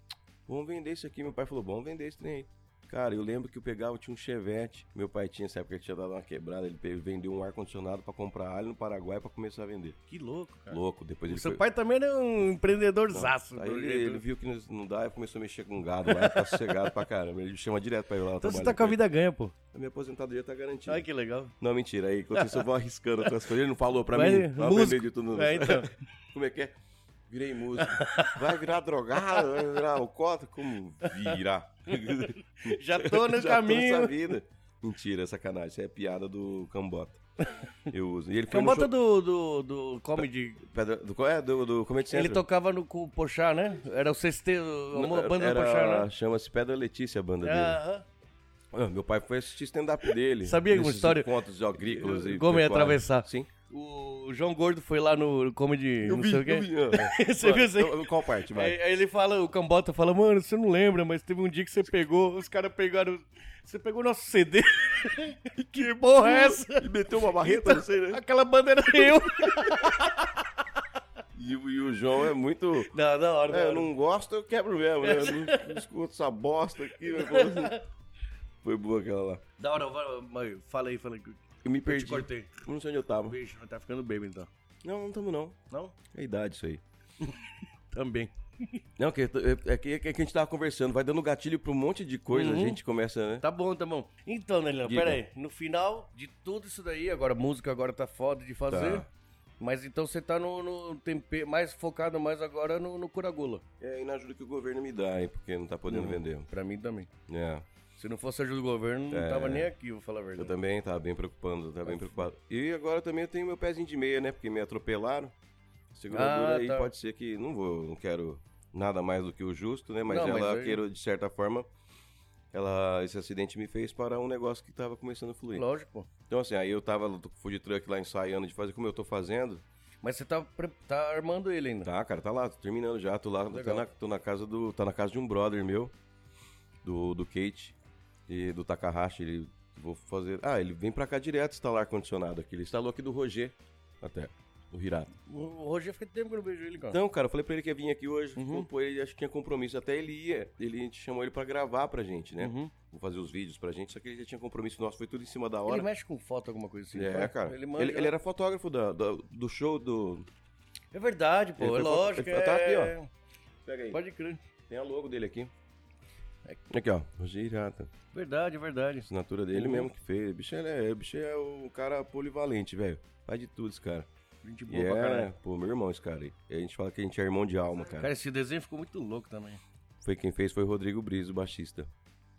[SPEAKER 1] vamos vender isso aqui. Meu pai falou: vamos vender esse trem aí. Cara, eu lembro que eu pegava, tinha um Chevette. Meu pai tinha, nessa época, que tinha dado uma quebrada. Ele pe- vendeu um ar-condicionado pra comprar alho no Paraguai pra começar a vender.
[SPEAKER 2] Que louco, cara.
[SPEAKER 1] Louco, depois ele
[SPEAKER 2] É. Seu
[SPEAKER 1] foi-
[SPEAKER 2] pai também era um empreendedor zaço.
[SPEAKER 1] Aí ele, ele viu que não dá e começou a mexer com gado lá, tá sossegado pra caramba. Ele chama direto pra ir lá.
[SPEAKER 2] Então você
[SPEAKER 1] trabalhar
[SPEAKER 2] tá com a
[SPEAKER 1] ele.
[SPEAKER 2] vida ganha, pô.
[SPEAKER 1] A minha aposentadoria tá garantida.
[SPEAKER 2] Olha que legal.
[SPEAKER 1] Não, mentira. Aí, enquanto isso, eu vou arriscando outras coisas. Ele não falou pra
[SPEAKER 2] Vai,
[SPEAKER 1] mim. Eu
[SPEAKER 2] músico.
[SPEAKER 1] aprendi de tudo.
[SPEAKER 2] É, então.
[SPEAKER 1] Como é que é? Virei músico. Vai virar drogado? Vai virar alcoólatra? Como virar?
[SPEAKER 2] Já tô no
[SPEAKER 1] Já
[SPEAKER 2] caminho.
[SPEAKER 1] nessa vida. Mentira, sacanagem. Isso é piada do Cambota. Eu uso. E ele foi
[SPEAKER 2] Cambota
[SPEAKER 1] no
[SPEAKER 2] do, do, do comedy.
[SPEAKER 1] show... Pedra- do... qual É, do, do Comedy
[SPEAKER 2] Ele
[SPEAKER 1] Central.
[SPEAKER 2] tocava no com o Pochá, né? Era o sexteiro, a banda
[SPEAKER 1] Era-
[SPEAKER 2] do Pochá, né?
[SPEAKER 1] Chama-se Pedra Letícia a banda dele.
[SPEAKER 2] Ah, ah.
[SPEAKER 1] Ah, meu pai foi assistir stand-up dele.
[SPEAKER 2] Sabia alguma
[SPEAKER 1] nesses
[SPEAKER 2] história?
[SPEAKER 1] Encontros agrícolas e.
[SPEAKER 2] Como ia
[SPEAKER 1] pecuários.
[SPEAKER 2] atravessar.
[SPEAKER 1] Sim.
[SPEAKER 2] O João Gordo foi lá no comedy, não sei o quê.
[SPEAKER 1] eu vi, ah.
[SPEAKER 2] Você viu isso aí?
[SPEAKER 1] Então, Qual parte, vai?
[SPEAKER 2] Aí, aí ele fala, o Cambota fala, mano, você não lembra, mas teve um dia que você pegou, os caras pegaram. Você pegou nosso CD. que porra é essa?
[SPEAKER 1] E meteu uma barreta, não sei, né?
[SPEAKER 2] Aquela banda era eu.
[SPEAKER 1] E, o- e o João é muito.
[SPEAKER 2] Não, da hora, da
[SPEAKER 1] É, eu
[SPEAKER 2] hora.
[SPEAKER 1] não gosto, eu quebro mesmo, né? Eu não, não escuto essa bosta aqui. né? Foi boa aquela lá.
[SPEAKER 2] Da hora, vai- vai, fala aí, fala aí.
[SPEAKER 1] Eu me
[SPEAKER 2] Eu te
[SPEAKER 1] perdi.
[SPEAKER 2] cortei.
[SPEAKER 1] Não sei onde eu tava.
[SPEAKER 2] Bicho, tá ficando bêbado então.
[SPEAKER 1] Não, não tamo não.
[SPEAKER 2] Não?
[SPEAKER 1] É idade isso aí.
[SPEAKER 2] Também.
[SPEAKER 1] Não, que, é, que, é que a gente tava conversando, vai dando gatilho pra um monte de coisa, a gente começa, né?
[SPEAKER 2] Tá bom, tá bom. Então, Nelão,
[SPEAKER 1] Diga.
[SPEAKER 2] pera aí. No final de tudo isso daí, agora a música agora tá foda de fazer.
[SPEAKER 1] Tá.
[SPEAKER 2] Mas então você tá no, no tempero, mais focado mais agora no, no Curagula.
[SPEAKER 1] É, e na ajuda que o governo me dá, hein? Porque não tá podendo vender.
[SPEAKER 2] Pra mim também.
[SPEAKER 1] É.
[SPEAKER 2] Se não fosse ajuda do governo, não tava nem aqui, vou falar a
[SPEAKER 1] Eu
[SPEAKER 2] verdade.
[SPEAKER 1] também tava bem preocupando, tava bem preocupado. E agora também eu tenho meu pezinho de meia, né? Porque me atropelaram. Seguradora
[SPEAKER 2] Ah,
[SPEAKER 1] aí
[SPEAKER 2] tá.
[SPEAKER 1] pode ser que não vou, não quero nada mais do que o justo, né? Mas
[SPEAKER 2] Não, mas
[SPEAKER 1] ela
[SPEAKER 2] aí-
[SPEAKER 1] queira, de certa forma, ela esse acidente me fez parar um negócio que tava começando a fluir.
[SPEAKER 2] Lógico, pô.
[SPEAKER 1] Então assim, aí eu tava no food truck lá ensaiando de fazer como eu tô fazendo.
[SPEAKER 2] Mas você tá, pre- tá armando ele ainda.
[SPEAKER 1] Tá, cara, tá lá, tô terminando já, tô lá, tá
[SPEAKER 2] Legal.
[SPEAKER 1] na, tô na casa do, tá na casa de um brother meu, do, do Kate e do Takahashi, ele, vou fazer, ah, ele vem pra cá direto instalar ar-condicionado aqui, ele instalou aqui do Roger, até, do Hirata.
[SPEAKER 2] O Roger fez tempo que eu não vejo ele, cara.
[SPEAKER 1] Então, cara, eu falei pra ele que ia vir aqui hoje, uhum. pô, ele acho que tinha compromisso, até ele ia, ele a gente chamou ele pra gravar pra gente, né,
[SPEAKER 2] Uhum.
[SPEAKER 1] vou fazer os vídeos pra gente, só que ele já tinha compromisso nosso, foi tudo em cima da hora.
[SPEAKER 2] Ele mexe com foto, alguma coisa assim.
[SPEAKER 1] É,
[SPEAKER 2] né?
[SPEAKER 1] cara, ele,
[SPEAKER 2] Ele manda.
[SPEAKER 1] ele era fotógrafo da- da- do show do...
[SPEAKER 2] É verdade, pô.
[SPEAKER 1] Ele
[SPEAKER 2] é
[SPEAKER 1] foi foto-
[SPEAKER 2] lógico.
[SPEAKER 1] ele- tá aqui, ó.
[SPEAKER 2] é-
[SPEAKER 1] Pega aí,
[SPEAKER 2] Pode crer.
[SPEAKER 1] tem a logo dele aqui. Aqui, ó, Roger Hirata.
[SPEAKER 2] Verdade, é verdade.
[SPEAKER 1] assinatura
[SPEAKER 2] Uhum.
[SPEAKER 1] dele mesmo que fez. O bicho, ele é, o bicho é um cara polivalente, velho. Faz de tudo esse cara.
[SPEAKER 2] Gente
[SPEAKER 1] E
[SPEAKER 2] boa pra
[SPEAKER 1] é,
[SPEAKER 2] caralho.
[SPEAKER 1] pô, meu irmão esse cara aí. E a gente fala que a gente é irmão de alma, cara.
[SPEAKER 2] Cara, é esse desenho ficou muito louco também.
[SPEAKER 1] Foi quem fez foi o Rodrigo Briz, o baixista.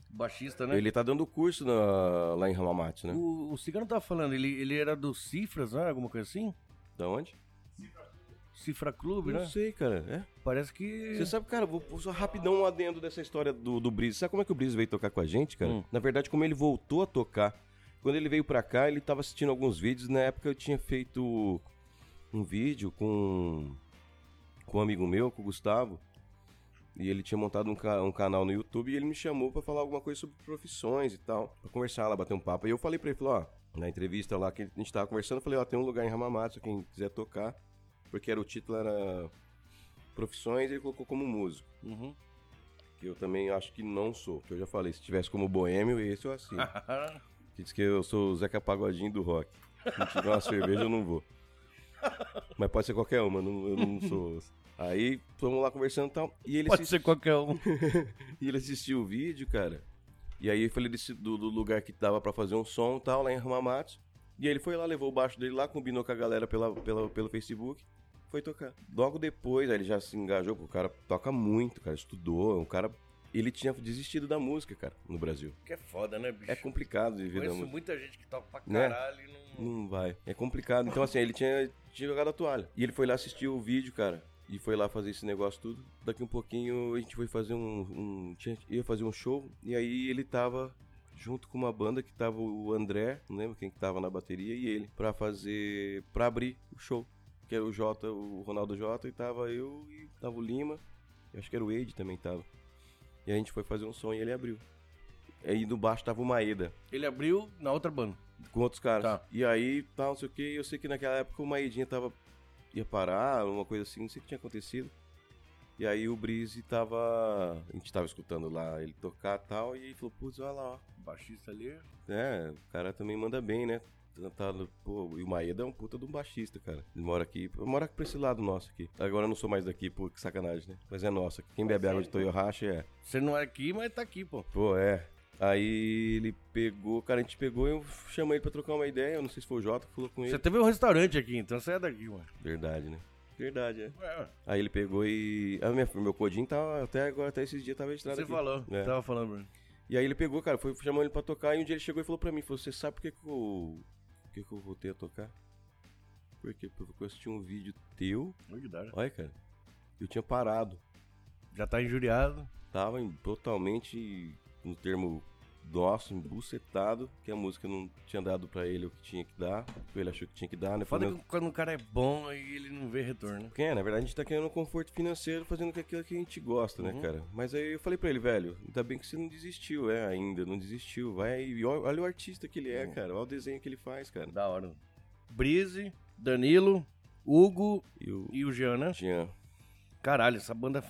[SPEAKER 2] Baixista, né?
[SPEAKER 1] Ele tá dando curso na- lá em Ramamate, né?
[SPEAKER 2] O, o Cigano tava falando, ele, ele era do Cifras, né? Alguma coisa assim?
[SPEAKER 1] Da onde?
[SPEAKER 2] Cifra Clube,
[SPEAKER 1] Não
[SPEAKER 2] né?
[SPEAKER 1] sei, cara. É.
[SPEAKER 2] Parece que.
[SPEAKER 1] Você sabe, cara, vou vou só rapidão um adendo dessa história do, do Briz. Sabe como é que o Briz veio tocar com a gente, cara? Na verdade, como ele voltou a tocar. Quando ele veio pra cá, ele tava assistindo alguns vídeos. Na época eu tinha feito um vídeo com, com um amigo meu, com o Gustavo. E ele tinha montado um, ca- um canal no YouTube e ele me chamou pra falar alguma coisa sobre profissões e tal. Pra conversar lá, bater um papo. E eu falei pra ele, falei, ó, na entrevista lá que a gente tava conversando, eu falei, ó, tem um lugar em Ramamatsu, quem quiser tocar. Porque era o título era Profissões e ele colocou como músico.
[SPEAKER 2] Uhum.
[SPEAKER 1] Que eu também acho que não sou. Que eu já falei, se tivesse como boêmio, esse eu assino.
[SPEAKER 2] Ah.
[SPEAKER 1] Que diz que eu sou o Zeca Pagodinho do rock. Se tiver uma cerveja, eu não vou. Mas pode ser qualquer uma, não- eu não sou. Aí, fomos lá conversando e tal. E ele,
[SPEAKER 2] Pode
[SPEAKER 1] assis-
[SPEAKER 2] ser qualquer um.
[SPEAKER 1] e ele assistiu o vídeo, cara. E aí eu falei desse- do, do lugar que dava pra fazer um som e tal, lá em Ramamatsu. E aí ele foi lá, levou o baixo dele lá, combinou com a galera pela, pela- pelo Facebook, foi tocar. Logo depois, aí ele já se engajou, porque o cara toca muito, cara, estudou, é um cara... Ele tinha desistido da música, cara, no Brasil.
[SPEAKER 2] Que é foda, né, bicho?
[SPEAKER 1] É complicado de vida da
[SPEAKER 2] Conheço
[SPEAKER 1] música.
[SPEAKER 2] muita gente que toca pra
[SPEAKER 1] Né?
[SPEAKER 2] caralho e não.
[SPEAKER 1] Não vai. É complicado. Então, assim, ele tinha, tinha jogado a toalha. E ele foi lá assistir o vídeo, cara. E foi lá fazer esse negócio tudo. Daqui um pouquinho a gente foi fazer um. um- tinha- ia fazer um show. E aí ele tava junto com uma banda que tava o André, não lembro quem que tava na bateria, e ele, pra fazer. pra abrir o show. Que era o Jota, o Ronaldo Jota, e tava eu e tava o Lima. Eu acho que era o Wade também tava. E a gente foi fazer um som e ele abriu. Aí no baixo tava o Maeda
[SPEAKER 2] Ele abriu na outra banda.
[SPEAKER 1] com outros caras.
[SPEAKER 2] Tá.
[SPEAKER 1] E aí, tal, não sei o que. Eu sei que naquela época o Maidinha tava. ia parar, uma coisa assim, não sei o que tinha acontecido. E aí o Breeze tava. A gente tava escutando lá ele tocar e tal, e ele falou, putz, olha lá, ó.
[SPEAKER 2] Baixista ali.
[SPEAKER 1] É, o cara também manda bem, né? Tá no- pô, e o Maeda é um puta de um baixista, cara. Ele mora aqui, mora pra esse lado nosso aqui. Agora eu não sou mais daqui, pô, que sacanagem, né? Mas é nosso. aqui. Quem bebe água de Toyohashi é.
[SPEAKER 2] Você não é aqui, mas tá aqui, pô.
[SPEAKER 1] Pô, é. Aí ele pegou, cara, a gente pegou e eu chamei ele pra trocar uma ideia. Eu não sei se foi o Jota que falou com ele.
[SPEAKER 2] Você teve um restaurante aqui, então você é daqui, mano.
[SPEAKER 1] Verdade, né? Verdade, é.
[SPEAKER 2] É, ué.
[SPEAKER 1] Aí ele pegou e. Ah, minha, meu codinho tava até agora, até esses dias tava registrado
[SPEAKER 2] Você
[SPEAKER 1] aqui.
[SPEAKER 2] falou,
[SPEAKER 1] É.
[SPEAKER 2] tava falando, Bruno.
[SPEAKER 1] E aí ele pegou, cara, foi chamando ele pra tocar, e um dia ele chegou e falou pra mim, falou, você sabe por que que eu, por que que eu voltei a tocar? Por quê? Porque eu assisti um vídeo teu,
[SPEAKER 2] Muito que da hora.
[SPEAKER 1] olha, cara, eu tinha parado,
[SPEAKER 2] Já tá injuriado.
[SPEAKER 1] tava em- totalmente, no termo nosso, embucetado, que a música não tinha dado pra ele o que tinha que dar, ele achou que tinha que dar, né?
[SPEAKER 2] Foda
[SPEAKER 1] Falando-
[SPEAKER 2] que quando o cara é bom, aí ele não vê retorno. né?
[SPEAKER 1] Porque, é, na verdade, a gente tá querendo um conforto financeiro fazendo com aquilo que a gente gosta, né,
[SPEAKER 2] Uhum.
[SPEAKER 1] cara? Mas aí eu falei pra ele, velho, ainda bem que você não desistiu, é, ainda, não desistiu. Vai e ó- olha o artista que ele é, cara, olha o desenho que ele faz, cara.
[SPEAKER 2] Da hora. mano. Brise, Danilo, Hugo
[SPEAKER 1] E o
[SPEAKER 2] e o Jean, né?
[SPEAKER 1] Jean,
[SPEAKER 2] Caralho, essa banda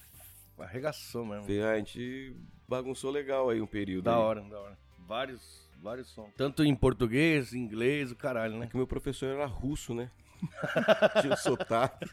[SPEAKER 2] arregaçou mesmo.
[SPEAKER 1] Fe- ah, a gente bagunçou legal aí um período.
[SPEAKER 2] Da
[SPEAKER 1] aí.
[SPEAKER 2] hora, da hora. Vários, vários sons. Tanto em português, em inglês, o caralho,
[SPEAKER 1] É
[SPEAKER 2] né?
[SPEAKER 1] que o meu professor era russo, né? Tinha um sotaque.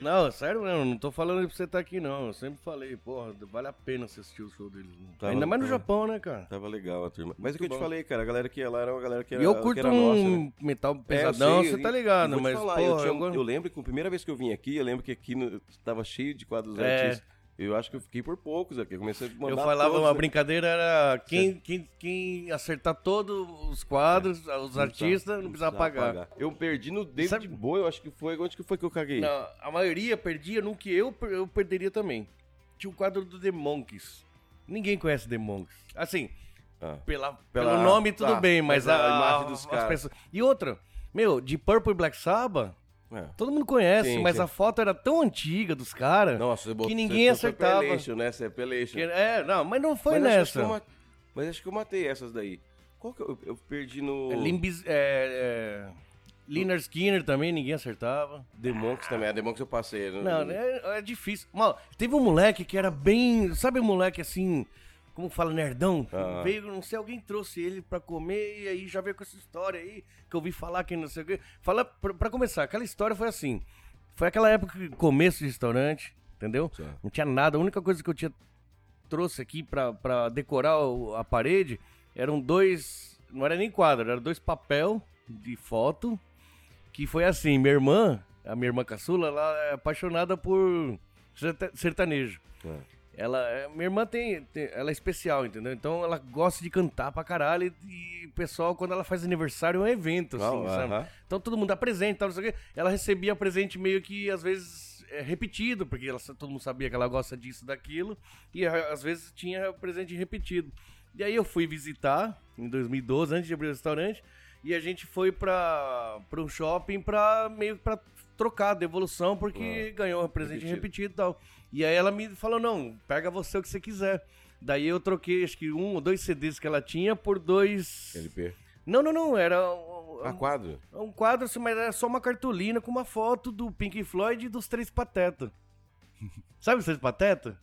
[SPEAKER 2] Não, sério mesmo, não tô falando pra você estar aqui, não. Eu sempre falei, porra, vale a pena você assistir o show deles. né?
[SPEAKER 1] Tava-
[SPEAKER 2] Ainda mais no
[SPEAKER 1] tava-
[SPEAKER 2] Japão, né, cara?
[SPEAKER 1] Tava legal a turma. Mas é o que eu te
[SPEAKER 2] bom.
[SPEAKER 1] falei, cara, a galera que ia lá era uma galera que era,
[SPEAKER 2] e eu
[SPEAKER 1] que
[SPEAKER 2] curto
[SPEAKER 1] era
[SPEAKER 2] um
[SPEAKER 1] nossa, né?
[SPEAKER 2] metal
[SPEAKER 1] É, eu
[SPEAKER 2] pesadão,
[SPEAKER 1] sei,
[SPEAKER 2] você tá
[SPEAKER 1] e- e
[SPEAKER 2] ligado,
[SPEAKER 1] vou te
[SPEAKER 2] mas
[SPEAKER 1] falar,
[SPEAKER 2] porra,
[SPEAKER 1] eu, tinha- um
[SPEAKER 2] eu gosto-
[SPEAKER 1] eu lembro que a primeira vez que eu vim aqui, eu lembro que aqui no, tava cheio de quadros
[SPEAKER 2] É.
[SPEAKER 1] artistas. Eu acho que eu fiquei por poucos aqui. Eu comecei a mandar
[SPEAKER 2] Eu falava,
[SPEAKER 1] todos,
[SPEAKER 2] uma
[SPEAKER 1] né?
[SPEAKER 2] brincadeira era quem, quem, quem acertar todos os quadros, os
[SPEAKER 1] Não
[SPEAKER 2] artistas, não É. precisava pagar.
[SPEAKER 1] Eu perdi no David
[SPEAKER 2] Sabe-
[SPEAKER 1] Bowie, eu acho que foi. Onde que foi que eu caguei?
[SPEAKER 2] Não, a maioria perdia no que eu, per- eu perderia também. Tinha o quadro do The Monks. Ninguém conhece The Monks. Assim,
[SPEAKER 1] Ah,
[SPEAKER 2] pela,
[SPEAKER 1] Pela-
[SPEAKER 2] pelo nome tudo
[SPEAKER 1] tá,
[SPEAKER 2] bem, mas
[SPEAKER 1] mas
[SPEAKER 2] a,
[SPEAKER 1] a imagem
[SPEAKER 2] a-
[SPEAKER 1] dos
[SPEAKER 2] as
[SPEAKER 1] caras.
[SPEAKER 2] pessoas- E outra, meu, de Purple e Black Sabbath,
[SPEAKER 1] é.
[SPEAKER 2] todo mundo conhece,
[SPEAKER 1] Sim,
[SPEAKER 2] mas
[SPEAKER 1] sim.
[SPEAKER 2] a foto era tão antiga dos caras.
[SPEAKER 1] Nossa, você botou-
[SPEAKER 2] Que ninguém
[SPEAKER 1] você botou
[SPEAKER 2] acertava.
[SPEAKER 1] Appellation, né? Essa é Appellation.
[SPEAKER 2] que- é, não, mas não foi
[SPEAKER 1] Mas acho- acho que
[SPEAKER 2] nessa.
[SPEAKER 1] eu ma- Mas acho que eu matei essas daí. Qual que eu, eu perdi no.
[SPEAKER 2] É, Limbis, é, é, Leonard Skinner também, ninguém acertava.
[SPEAKER 1] The Monks também. A The Monks eu passei. né?
[SPEAKER 2] Não, é, é difícil. Mal, teve um moleque que era bem. Sabe, um moleque assim. Como fala, nerdão?
[SPEAKER 1] Ah.
[SPEAKER 2] Veio, não sei, alguém trouxe ele pra comer e aí já veio com essa história aí que eu ouvi falar que não sei o quê. Fala, pra, pra começar, aquela história foi assim. Foi aquela época, que começo de restaurante, entendeu?
[SPEAKER 1] Certo.
[SPEAKER 2] Não tinha nada. A única coisa que eu tinha trouxe aqui pra, pra decorar o- a parede eram dois. Não era nem quadro, eram dois papel de foto. Que foi assim, minha irmã, a minha irmã caçula, ela é apaixonada por serta- sertanejo.
[SPEAKER 1] É.
[SPEAKER 2] Ela, é, minha irmã tem, tem- ela é especial, entendeu? Então ela gosta de cantar pra caralho e, e o pessoal, quando ela faz aniversário, é um evento, assim,
[SPEAKER 1] Ah,
[SPEAKER 2] sabe?
[SPEAKER 1] aham.
[SPEAKER 2] Então todo mundo dá presente, tal, não sei o quê. Ela recebia presente meio que, às vezes, é, repetido, porque ela, todo mundo sabia que ela gosta disso, daquilo, e a- às vezes tinha presente repetido. E aí eu fui visitar, em 2012, antes de abrir o restaurante, e a gente foi pra, pra um shopping pra meio que pra trocar, devolução, porque ganhou um presente
[SPEAKER 1] Ah, repetido.
[SPEAKER 2] repetido. e tal. E aí ela me falou, não, pega você o que você quiser. Daí eu troquei, acho que um ou dois CDs que ela tinha por dois...
[SPEAKER 1] LP.
[SPEAKER 2] Não, não, não, era... um-
[SPEAKER 1] A Ah, quadro?
[SPEAKER 2] é um quadro, assim, mas era só uma cartolina com uma foto do Pink Floyd e dos três patetas. Sabe os três patetas?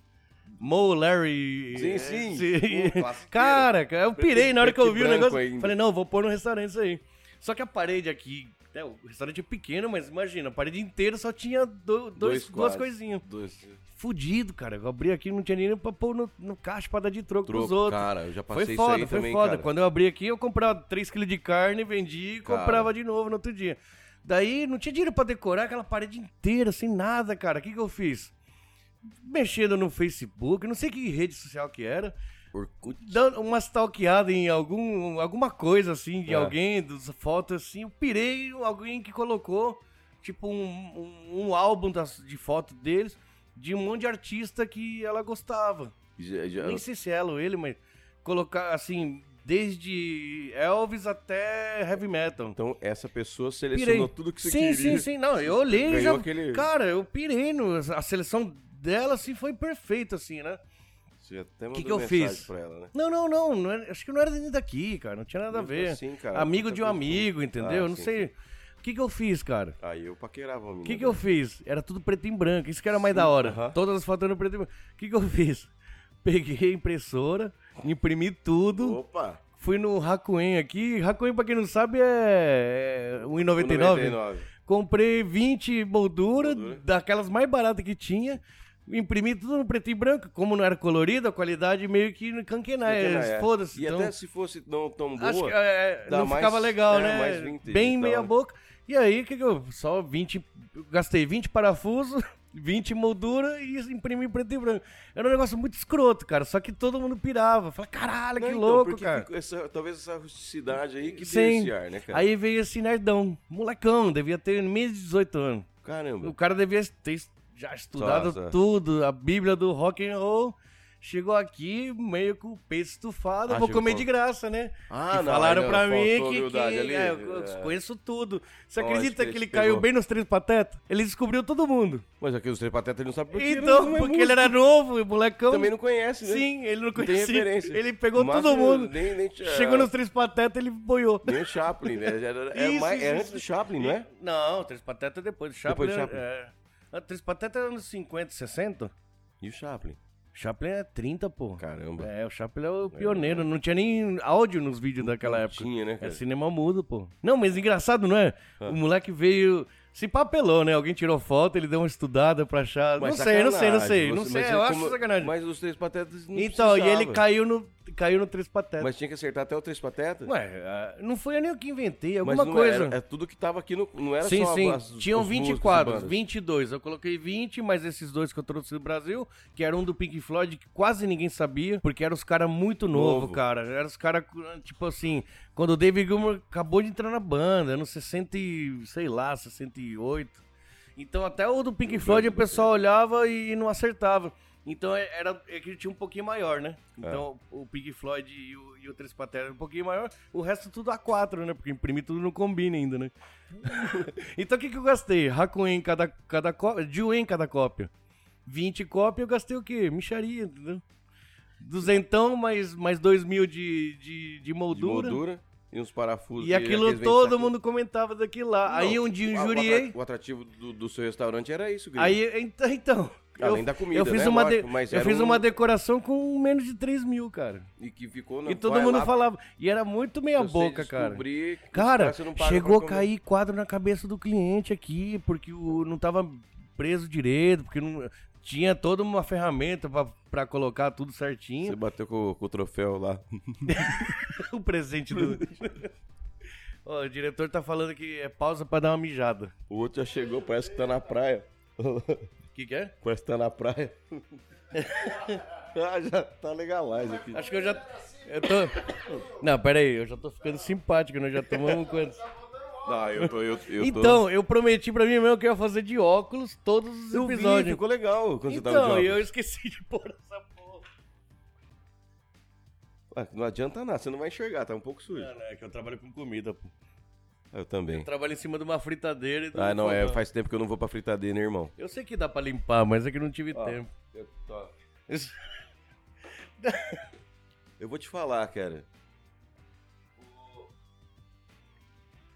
[SPEAKER 2] Mo, Larry.
[SPEAKER 1] Sim, sim.
[SPEAKER 2] esse-
[SPEAKER 1] Pô, classiqueiro.
[SPEAKER 2] cara, cara, eu pirei na hora que eu
[SPEAKER 1] Preto
[SPEAKER 2] vi o
[SPEAKER 1] e branco
[SPEAKER 2] negócio.
[SPEAKER 1] ainda.
[SPEAKER 2] Falei, não, vou pôr no restaurante isso aí. Só que a parede aqui. né, o restaurante é pequeno, mas imagina, a parede inteira só tinha do- dois,
[SPEAKER 1] Dois
[SPEAKER 2] duas
[SPEAKER 1] quadros.
[SPEAKER 2] coisinhas.
[SPEAKER 1] Dois.
[SPEAKER 2] Fudido, cara. Eu abri aqui não tinha nem pra pôr no, no caixa pra dar de troco, pros
[SPEAKER 1] Troco,
[SPEAKER 2] outros.
[SPEAKER 1] cara, eu já passei
[SPEAKER 2] Foi foda,
[SPEAKER 1] isso aí
[SPEAKER 2] foi
[SPEAKER 1] também,
[SPEAKER 2] foda.
[SPEAKER 1] cara.
[SPEAKER 2] Quando eu abri aqui, eu comprava 3 kg de carne, vendia e
[SPEAKER 1] Cara.
[SPEAKER 2] comprava de novo no outro dia. Daí não tinha dinheiro pra decorar aquela parede inteira, sem nada, cara. O que, que eu fiz? Mexendo no Facebook, não sei que rede social que era,
[SPEAKER 1] Orkut.
[SPEAKER 2] dando uma stalkeada em algum, alguma coisa assim, de
[SPEAKER 1] É.
[SPEAKER 2] alguém, das fotos assim. Eu pirei em alguém que colocou, tipo, um, um, um álbum das- de foto deles, de um monte de artista que ela gostava.
[SPEAKER 1] Já, já-
[SPEAKER 2] Nem sei se é ela ou ele, mas colocar assim, desde Elvis até heavy metal.
[SPEAKER 1] Então essa pessoa selecionou tudo que você
[SPEAKER 2] sim,
[SPEAKER 1] queria.
[SPEAKER 2] sim, sim. Não, eu olhei e
[SPEAKER 1] Ganhou
[SPEAKER 2] já.
[SPEAKER 1] aquele-
[SPEAKER 2] Cara, eu pirei. No... A seleção dela assim, foi perfeita, assim, né?
[SPEAKER 1] Você até mandou
[SPEAKER 2] que eu
[SPEAKER 1] mensagem
[SPEAKER 2] fiz?
[SPEAKER 1] pra ela, né?
[SPEAKER 2] Não, não, não. não era- Acho que não era nem daqui, cara. Não tinha nada a
[SPEAKER 1] Mesmo
[SPEAKER 2] ver.
[SPEAKER 1] assim, cara,
[SPEAKER 2] amigo
[SPEAKER 1] puta
[SPEAKER 2] de um
[SPEAKER 1] coisa.
[SPEAKER 2] amigo, entendeu?
[SPEAKER 1] Ah,
[SPEAKER 2] não
[SPEAKER 1] sim,
[SPEAKER 2] sei. O que, que eu fiz, cara?
[SPEAKER 1] Aí eu paquerava a menina.
[SPEAKER 2] O que, que eu fiz? Era tudo preto e branco. Isso que era mais da hora.
[SPEAKER 1] aham.
[SPEAKER 2] Todas as fotos eram preto e branco. O que, que eu fiz? Peguei a impressora, imprimi tudo.
[SPEAKER 1] Opa!
[SPEAKER 2] Fui no Hakuen aqui. Hakuen, pra quem não sabe, é é 1,99.
[SPEAKER 1] 99.
[SPEAKER 2] Comprei 20 molduras,
[SPEAKER 1] Moldura.
[SPEAKER 2] daquelas mais baratas que tinha. Imprimi tudo no preto e branco. Como não era colorido, a qualidade meio que canquenar.
[SPEAKER 1] É.
[SPEAKER 2] Ah, Foda-se.
[SPEAKER 1] E
[SPEAKER 2] então-
[SPEAKER 1] até se fosse não tão boa.
[SPEAKER 2] Acho que é,
[SPEAKER 1] dá
[SPEAKER 2] não
[SPEAKER 1] mais-
[SPEAKER 2] ficava legal,
[SPEAKER 1] é,
[SPEAKER 2] né?
[SPEAKER 1] mais vintage e
[SPEAKER 2] Bem
[SPEAKER 1] tal,
[SPEAKER 2] meia
[SPEAKER 1] né?
[SPEAKER 2] boca. E aí, que, que eu. Só 20. eu Gastei 20 parafusos, 20 moldura e imprimi em preto e branco. Era um negócio muito escroto, cara. Só que todo mundo pirava. Fala, caralho,
[SPEAKER 1] Não,
[SPEAKER 2] que
[SPEAKER 1] então,
[SPEAKER 2] louco,
[SPEAKER 1] porque
[SPEAKER 2] cara.
[SPEAKER 1] ficou essa- talvez essa rusticidade aí que deu
[SPEAKER 2] Sim.
[SPEAKER 1] esse ar, né, cara?
[SPEAKER 2] Aí veio esse nerdão, molecão, devia ter no mínimo 18 anos.
[SPEAKER 1] Caramba.
[SPEAKER 2] O cara devia ter já estudado
[SPEAKER 1] Só, só.
[SPEAKER 2] tudo, a bíblia do rock and roll. Chegou aqui meio com o peito estufado,
[SPEAKER 1] Ah,
[SPEAKER 2] vou
[SPEAKER 1] chegou
[SPEAKER 2] comer
[SPEAKER 1] com-
[SPEAKER 2] de graça, né?
[SPEAKER 1] Ah,
[SPEAKER 2] e
[SPEAKER 1] não,
[SPEAKER 2] falaram
[SPEAKER 1] aí não,
[SPEAKER 2] pra mim
[SPEAKER 1] faltou
[SPEAKER 2] que, que
[SPEAKER 1] humildade ali.
[SPEAKER 2] é, eu
[SPEAKER 1] É.
[SPEAKER 2] conheço tudo. Você
[SPEAKER 1] Lógico
[SPEAKER 2] acredita
[SPEAKER 1] que
[SPEAKER 2] que ele
[SPEAKER 1] ele pegou.
[SPEAKER 2] caiu bem nos Três Patetas? Ele descobriu todo mundo.
[SPEAKER 1] Mas aqui os três patetas ele não sabe por que
[SPEAKER 2] então,
[SPEAKER 1] não é
[SPEAKER 2] porque
[SPEAKER 1] músico.
[SPEAKER 2] ele era novo, e molecão.
[SPEAKER 1] Também não conhece, né?
[SPEAKER 2] Sim, ele não
[SPEAKER 1] tem
[SPEAKER 2] conhecia.
[SPEAKER 1] referência.
[SPEAKER 2] Ele pegou
[SPEAKER 1] Mas
[SPEAKER 2] todo mundo.
[SPEAKER 1] nem- nem tinha-
[SPEAKER 2] Chegou nos Três Patetas, ele boiou.
[SPEAKER 1] Nem o Chaplin, né? Era- é
[SPEAKER 2] Isso,
[SPEAKER 1] mais- é
[SPEAKER 2] isso,
[SPEAKER 1] antes do Chaplin, não é?
[SPEAKER 2] Não, Três Patetas é depois.
[SPEAKER 1] Depois
[SPEAKER 2] Chaplin,
[SPEAKER 1] do
[SPEAKER 2] depois
[SPEAKER 1] Chaplin.
[SPEAKER 2] é... é, Três Patetas é anos 50, 60?
[SPEAKER 1] E o Chaplin?
[SPEAKER 2] Chaplin é 30, pô.
[SPEAKER 1] Caramba.
[SPEAKER 2] É, o Chaplin é o pioneiro. Não tinha nem áudio nos vídeos daquela época.
[SPEAKER 1] Tinha, né,
[SPEAKER 2] É
[SPEAKER 1] cara? Ah.
[SPEAKER 2] cinema mudo, pô. Não, mas engraçado, não é? O moleque veio. Se papelou, né? Alguém tirou foto, ele deu uma estudada pra achar.
[SPEAKER 1] Mas
[SPEAKER 2] não sei, não sei, não
[SPEAKER 1] sacanagem,
[SPEAKER 2] sei.
[SPEAKER 1] você-
[SPEAKER 2] Não sei,
[SPEAKER 1] mas
[SPEAKER 2] eu
[SPEAKER 1] ele
[SPEAKER 2] acho
[SPEAKER 1] como-
[SPEAKER 2] sacanagem.
[SPEAKER 1] Mas os três patetas não
[SPEAKER 2] então, e
[SPEAKER 1] precisava.
[SPEAKER 2] ele caiu no, caiu no Três Patetas.
[SPEAKER 1] Mas tinha que acertar até o três patetas?
[SPEAKER 2] Ué, ah, não foi nem eu que inventei,
[SPEAKER 1] Mas
[SPEAKER 2] alguma
[SPEAKER 1] não
[SPEAKER 2] coisa.
[SPEAKER 1] Era, é tudo que tava aqui, no, não era
[SPEAKER 2] sim,
[SPEAKER 1] só
[SPEAKER 2] sim.
[SPEAKER 1] as- os-
[SPEAKER 2] Tinham
[SPEAKER 1] os
[SPEAKER 2] 20
[SPEAKER 1] músicos e
[SPEAKER 2] quadros,
[SPEAKER 1] bandas.
[SPEAKER 2] 22. Eu coloquei 20, mas esses dois que eu trouxe do Brasil, que era um do Pink Floyd que quase ninguém sabia, porque eram os caras muito novo,
[SPEAKER 1] Novo.
[SPEAKER 2] cara. Eram os caras, tipo assim, quando o David Gilmour acabou de entrar na banda, no 60, e- sei lá, 68. Então até o do Pink Floyd o pessoal olhava e não acertava. Então é- era é que ele tinha um pouquinho maior, né?
[SPEAKER 1] É.
[SPEAKER 2] Então o Pink Floyd e o, e o Três Pateras era um pouquinho maior, o resto tudo A4, né? Porque imprimir tudo não combina ainda, né? então o que, que eu gastei? Hakuen em cada, cada cópia, Juen em cada cópia. 20 cópias eu gastei o quê? Micharia, entendeu? Duzentão mais, mais dois mil de, de, de
[SPEAKER 1] De
[SPEAKER 2] moldura.
[SPEAKER 1] moldura e uns parafusos.
[SPEAKER 2] E aquilo todo mundo comentava daquilo lá. Aí um dia eu injuriei.
[SPEAKER 1] O atrativo do, do seu restaurante era isso, Gui.
[SPEAKER 2] Aí, ent- então.
[SPEAKER 1] Além da comida,
[SPEAKER 2] eu fiz
[SPEAKER 1] né?
[SPEAKER 2] uma de-
[SPEAKER 1] Lógico, mas
[SPEAKER 2] Eu
[SPEAKER 1] era
[SPEAKER 2] fiz
[SPEAKER 1] um-
[SPEAKER 2] uma decoração com menos de 3 mil, cara.
[SPEAKER 1] E que ficou na
[SPEAKER 2] E todo
[SPEAKER 1] vai
[SPEAKER 2] mundo
[SPEAKER 1] lá,
[SPEAKER 2] falava. E era muito meia
[SPEAKER 1] você
[SPEAKER 2] boca, cara.
[SPEAKER 1] descobrir que os
[SPEAKER 2] Cara,
[SPEAKER 1] caras não pagam
[SPEAKER 2] chegou a
[SPEAKER 1] pra comer.
[SPEAKER 2] cair quadro na cabeça do cliente aqui, porque o, não tava preso direito, porque não tinha toda uma ferramenta pra, pra colocar tudo certinho.
[SPEAKER 1] Você bateu com, com o troféu lá.
[SPEAKER 2] o presente do. Ó, o diretor tá falando que é pausa pra dar uma mijada.
[SPEAKER 1] O outro já chegou, parece que tá na praia.
[SPEAKER 2] O que, que é?
[SPEAKER 1] parece que tá na praia. ah, já tá legalize aqui.
[SPEAKER 2] Acho que eu já. Eu tô. Não, pera aí, eu já tô ficando simpático, nós já tomamos quantos?
[SPEAKER 1] Não, eu tô... Eu, eu tô...
[SPEAKER 2] Então, eu prometi pra mim mesmo que eu ia fazer de óculos todos os
[SPEAKER 1] Eu vi,
[SPEAKER 2] episódios.
[SPEAKER 1] ficou legal quando você tava
[SPEAKER 2] então,
[SPEAKER 1] de
[SPEAKER 2] e eu
[SPEAKER 1] óculos.
[SPEAKER 2] esqueci de pôr essa porra.
[SPEAKER 1] Ah, Não adianta nada, você não vai enxergar, tá um pouco sujo.
[SPEAKER 2] Não, não, é que eu trabalho com comida, pô.
[SPEAKER 1] Eu também.
[SPEAKER 2] Eu trabalho em cima de uma fritadeira e do
[SPEAKER 1] Ah, não, é,
[SPEAKER 2] fogão.
[SPEAKER 1] faz tempo que eu não vou pra fritadeira, né, irmão?
[SPEAKER 2] Eu sei que dá pra limpar, mas é que não tive tempo.
[SPEAKER 1] Eu, tô- eu vou te falar, cara.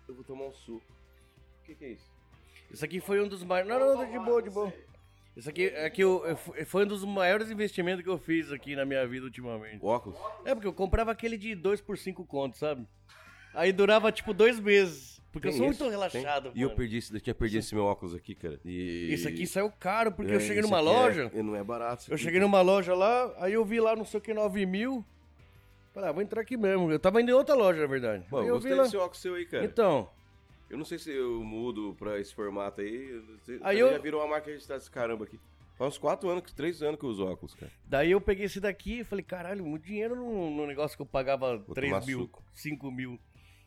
[SPEAKER 1] Eu vou tomar um suco. O que, que é isso?
[SPEAKER 2] Isso aqui foi um dos maiores. Não, não, não, de boa, de boa. Isso aqui é que eu, eu fu- foi um dos maiores investimentos que eu fiz aqui na minha vida ultimamente.
[SPEAKER 1] Óculos?
[SPEAKER 2] É, porque eu comprava aquele de 2 por 5 conto, sabe? Aí durava tipo dois meses. Porque eu
[SPEAKER 1] Tem
[SPEAKER 2] sou
[SPEAKER 1] isso?
[SPEAKER 2] muito relaxado,
[SPEAKER 1] Tem? E eu
[SPEAKER 2] mano.
[SPEAKER 1] perdi, esse- eu tinha perdido esse meu óculos aqui, cara. E...
[SPEAKER 2] Isso aqui saiu caro, porque
[SPEAKER 1] É,
[SPEAKER 2] eu cheguei
[SPEAKER 1] isso
[SPEAKER 2] numa
[SPEAKER 1] aqui
[SPEAKER 2] loja.
[SPEAKER 1] É, e não é barato. isso
[SPEAKER 2] Eu
[SPEAKER 1] aqui.
[SPEAKER 2] cheguei numa loja lá, aí eu vi lá não sei o que 9 mil. Falei, ah, vou entrar aqui mesmo. Eu tava indo em outra loja, na verdade.
[SPEAKER 1] Então, Pô,
[SPEAKER 2] Aí
[SPEAKER 1] eu
[SPEAKER 2] eu vi
[SPEAKER 1] gostei
[SPEAKER 2] lá.
[SPEAKER 1] desse óculos seu aí, cara.
[SPEAKER 2] Então,
[SPEAKER 1] Eu não sei se eu mudo pra esse formato aí. eu não sei-
[SPEAKER 2] Aí
[SPEAKER 1] também
[SPEAKER 2] eu-
[SPEAKER 1] Já virou uma marca registrada esse caramba aqui. Faz uns 4 anos, 3 anos que eu uso óculos, cara.
[SPEAKER 2] daí eu peguei esse daqui e falei, caralho, muito dinheiro no, no negócio que eu pagava
[SPEAKER 1] Vou
[SPEAKER 2] 3
[SPEAKER 1] tomar
[SPEAKER 2] mil,
[SPEAKER 1] suco.
[SPEAKER 2] 5 mil.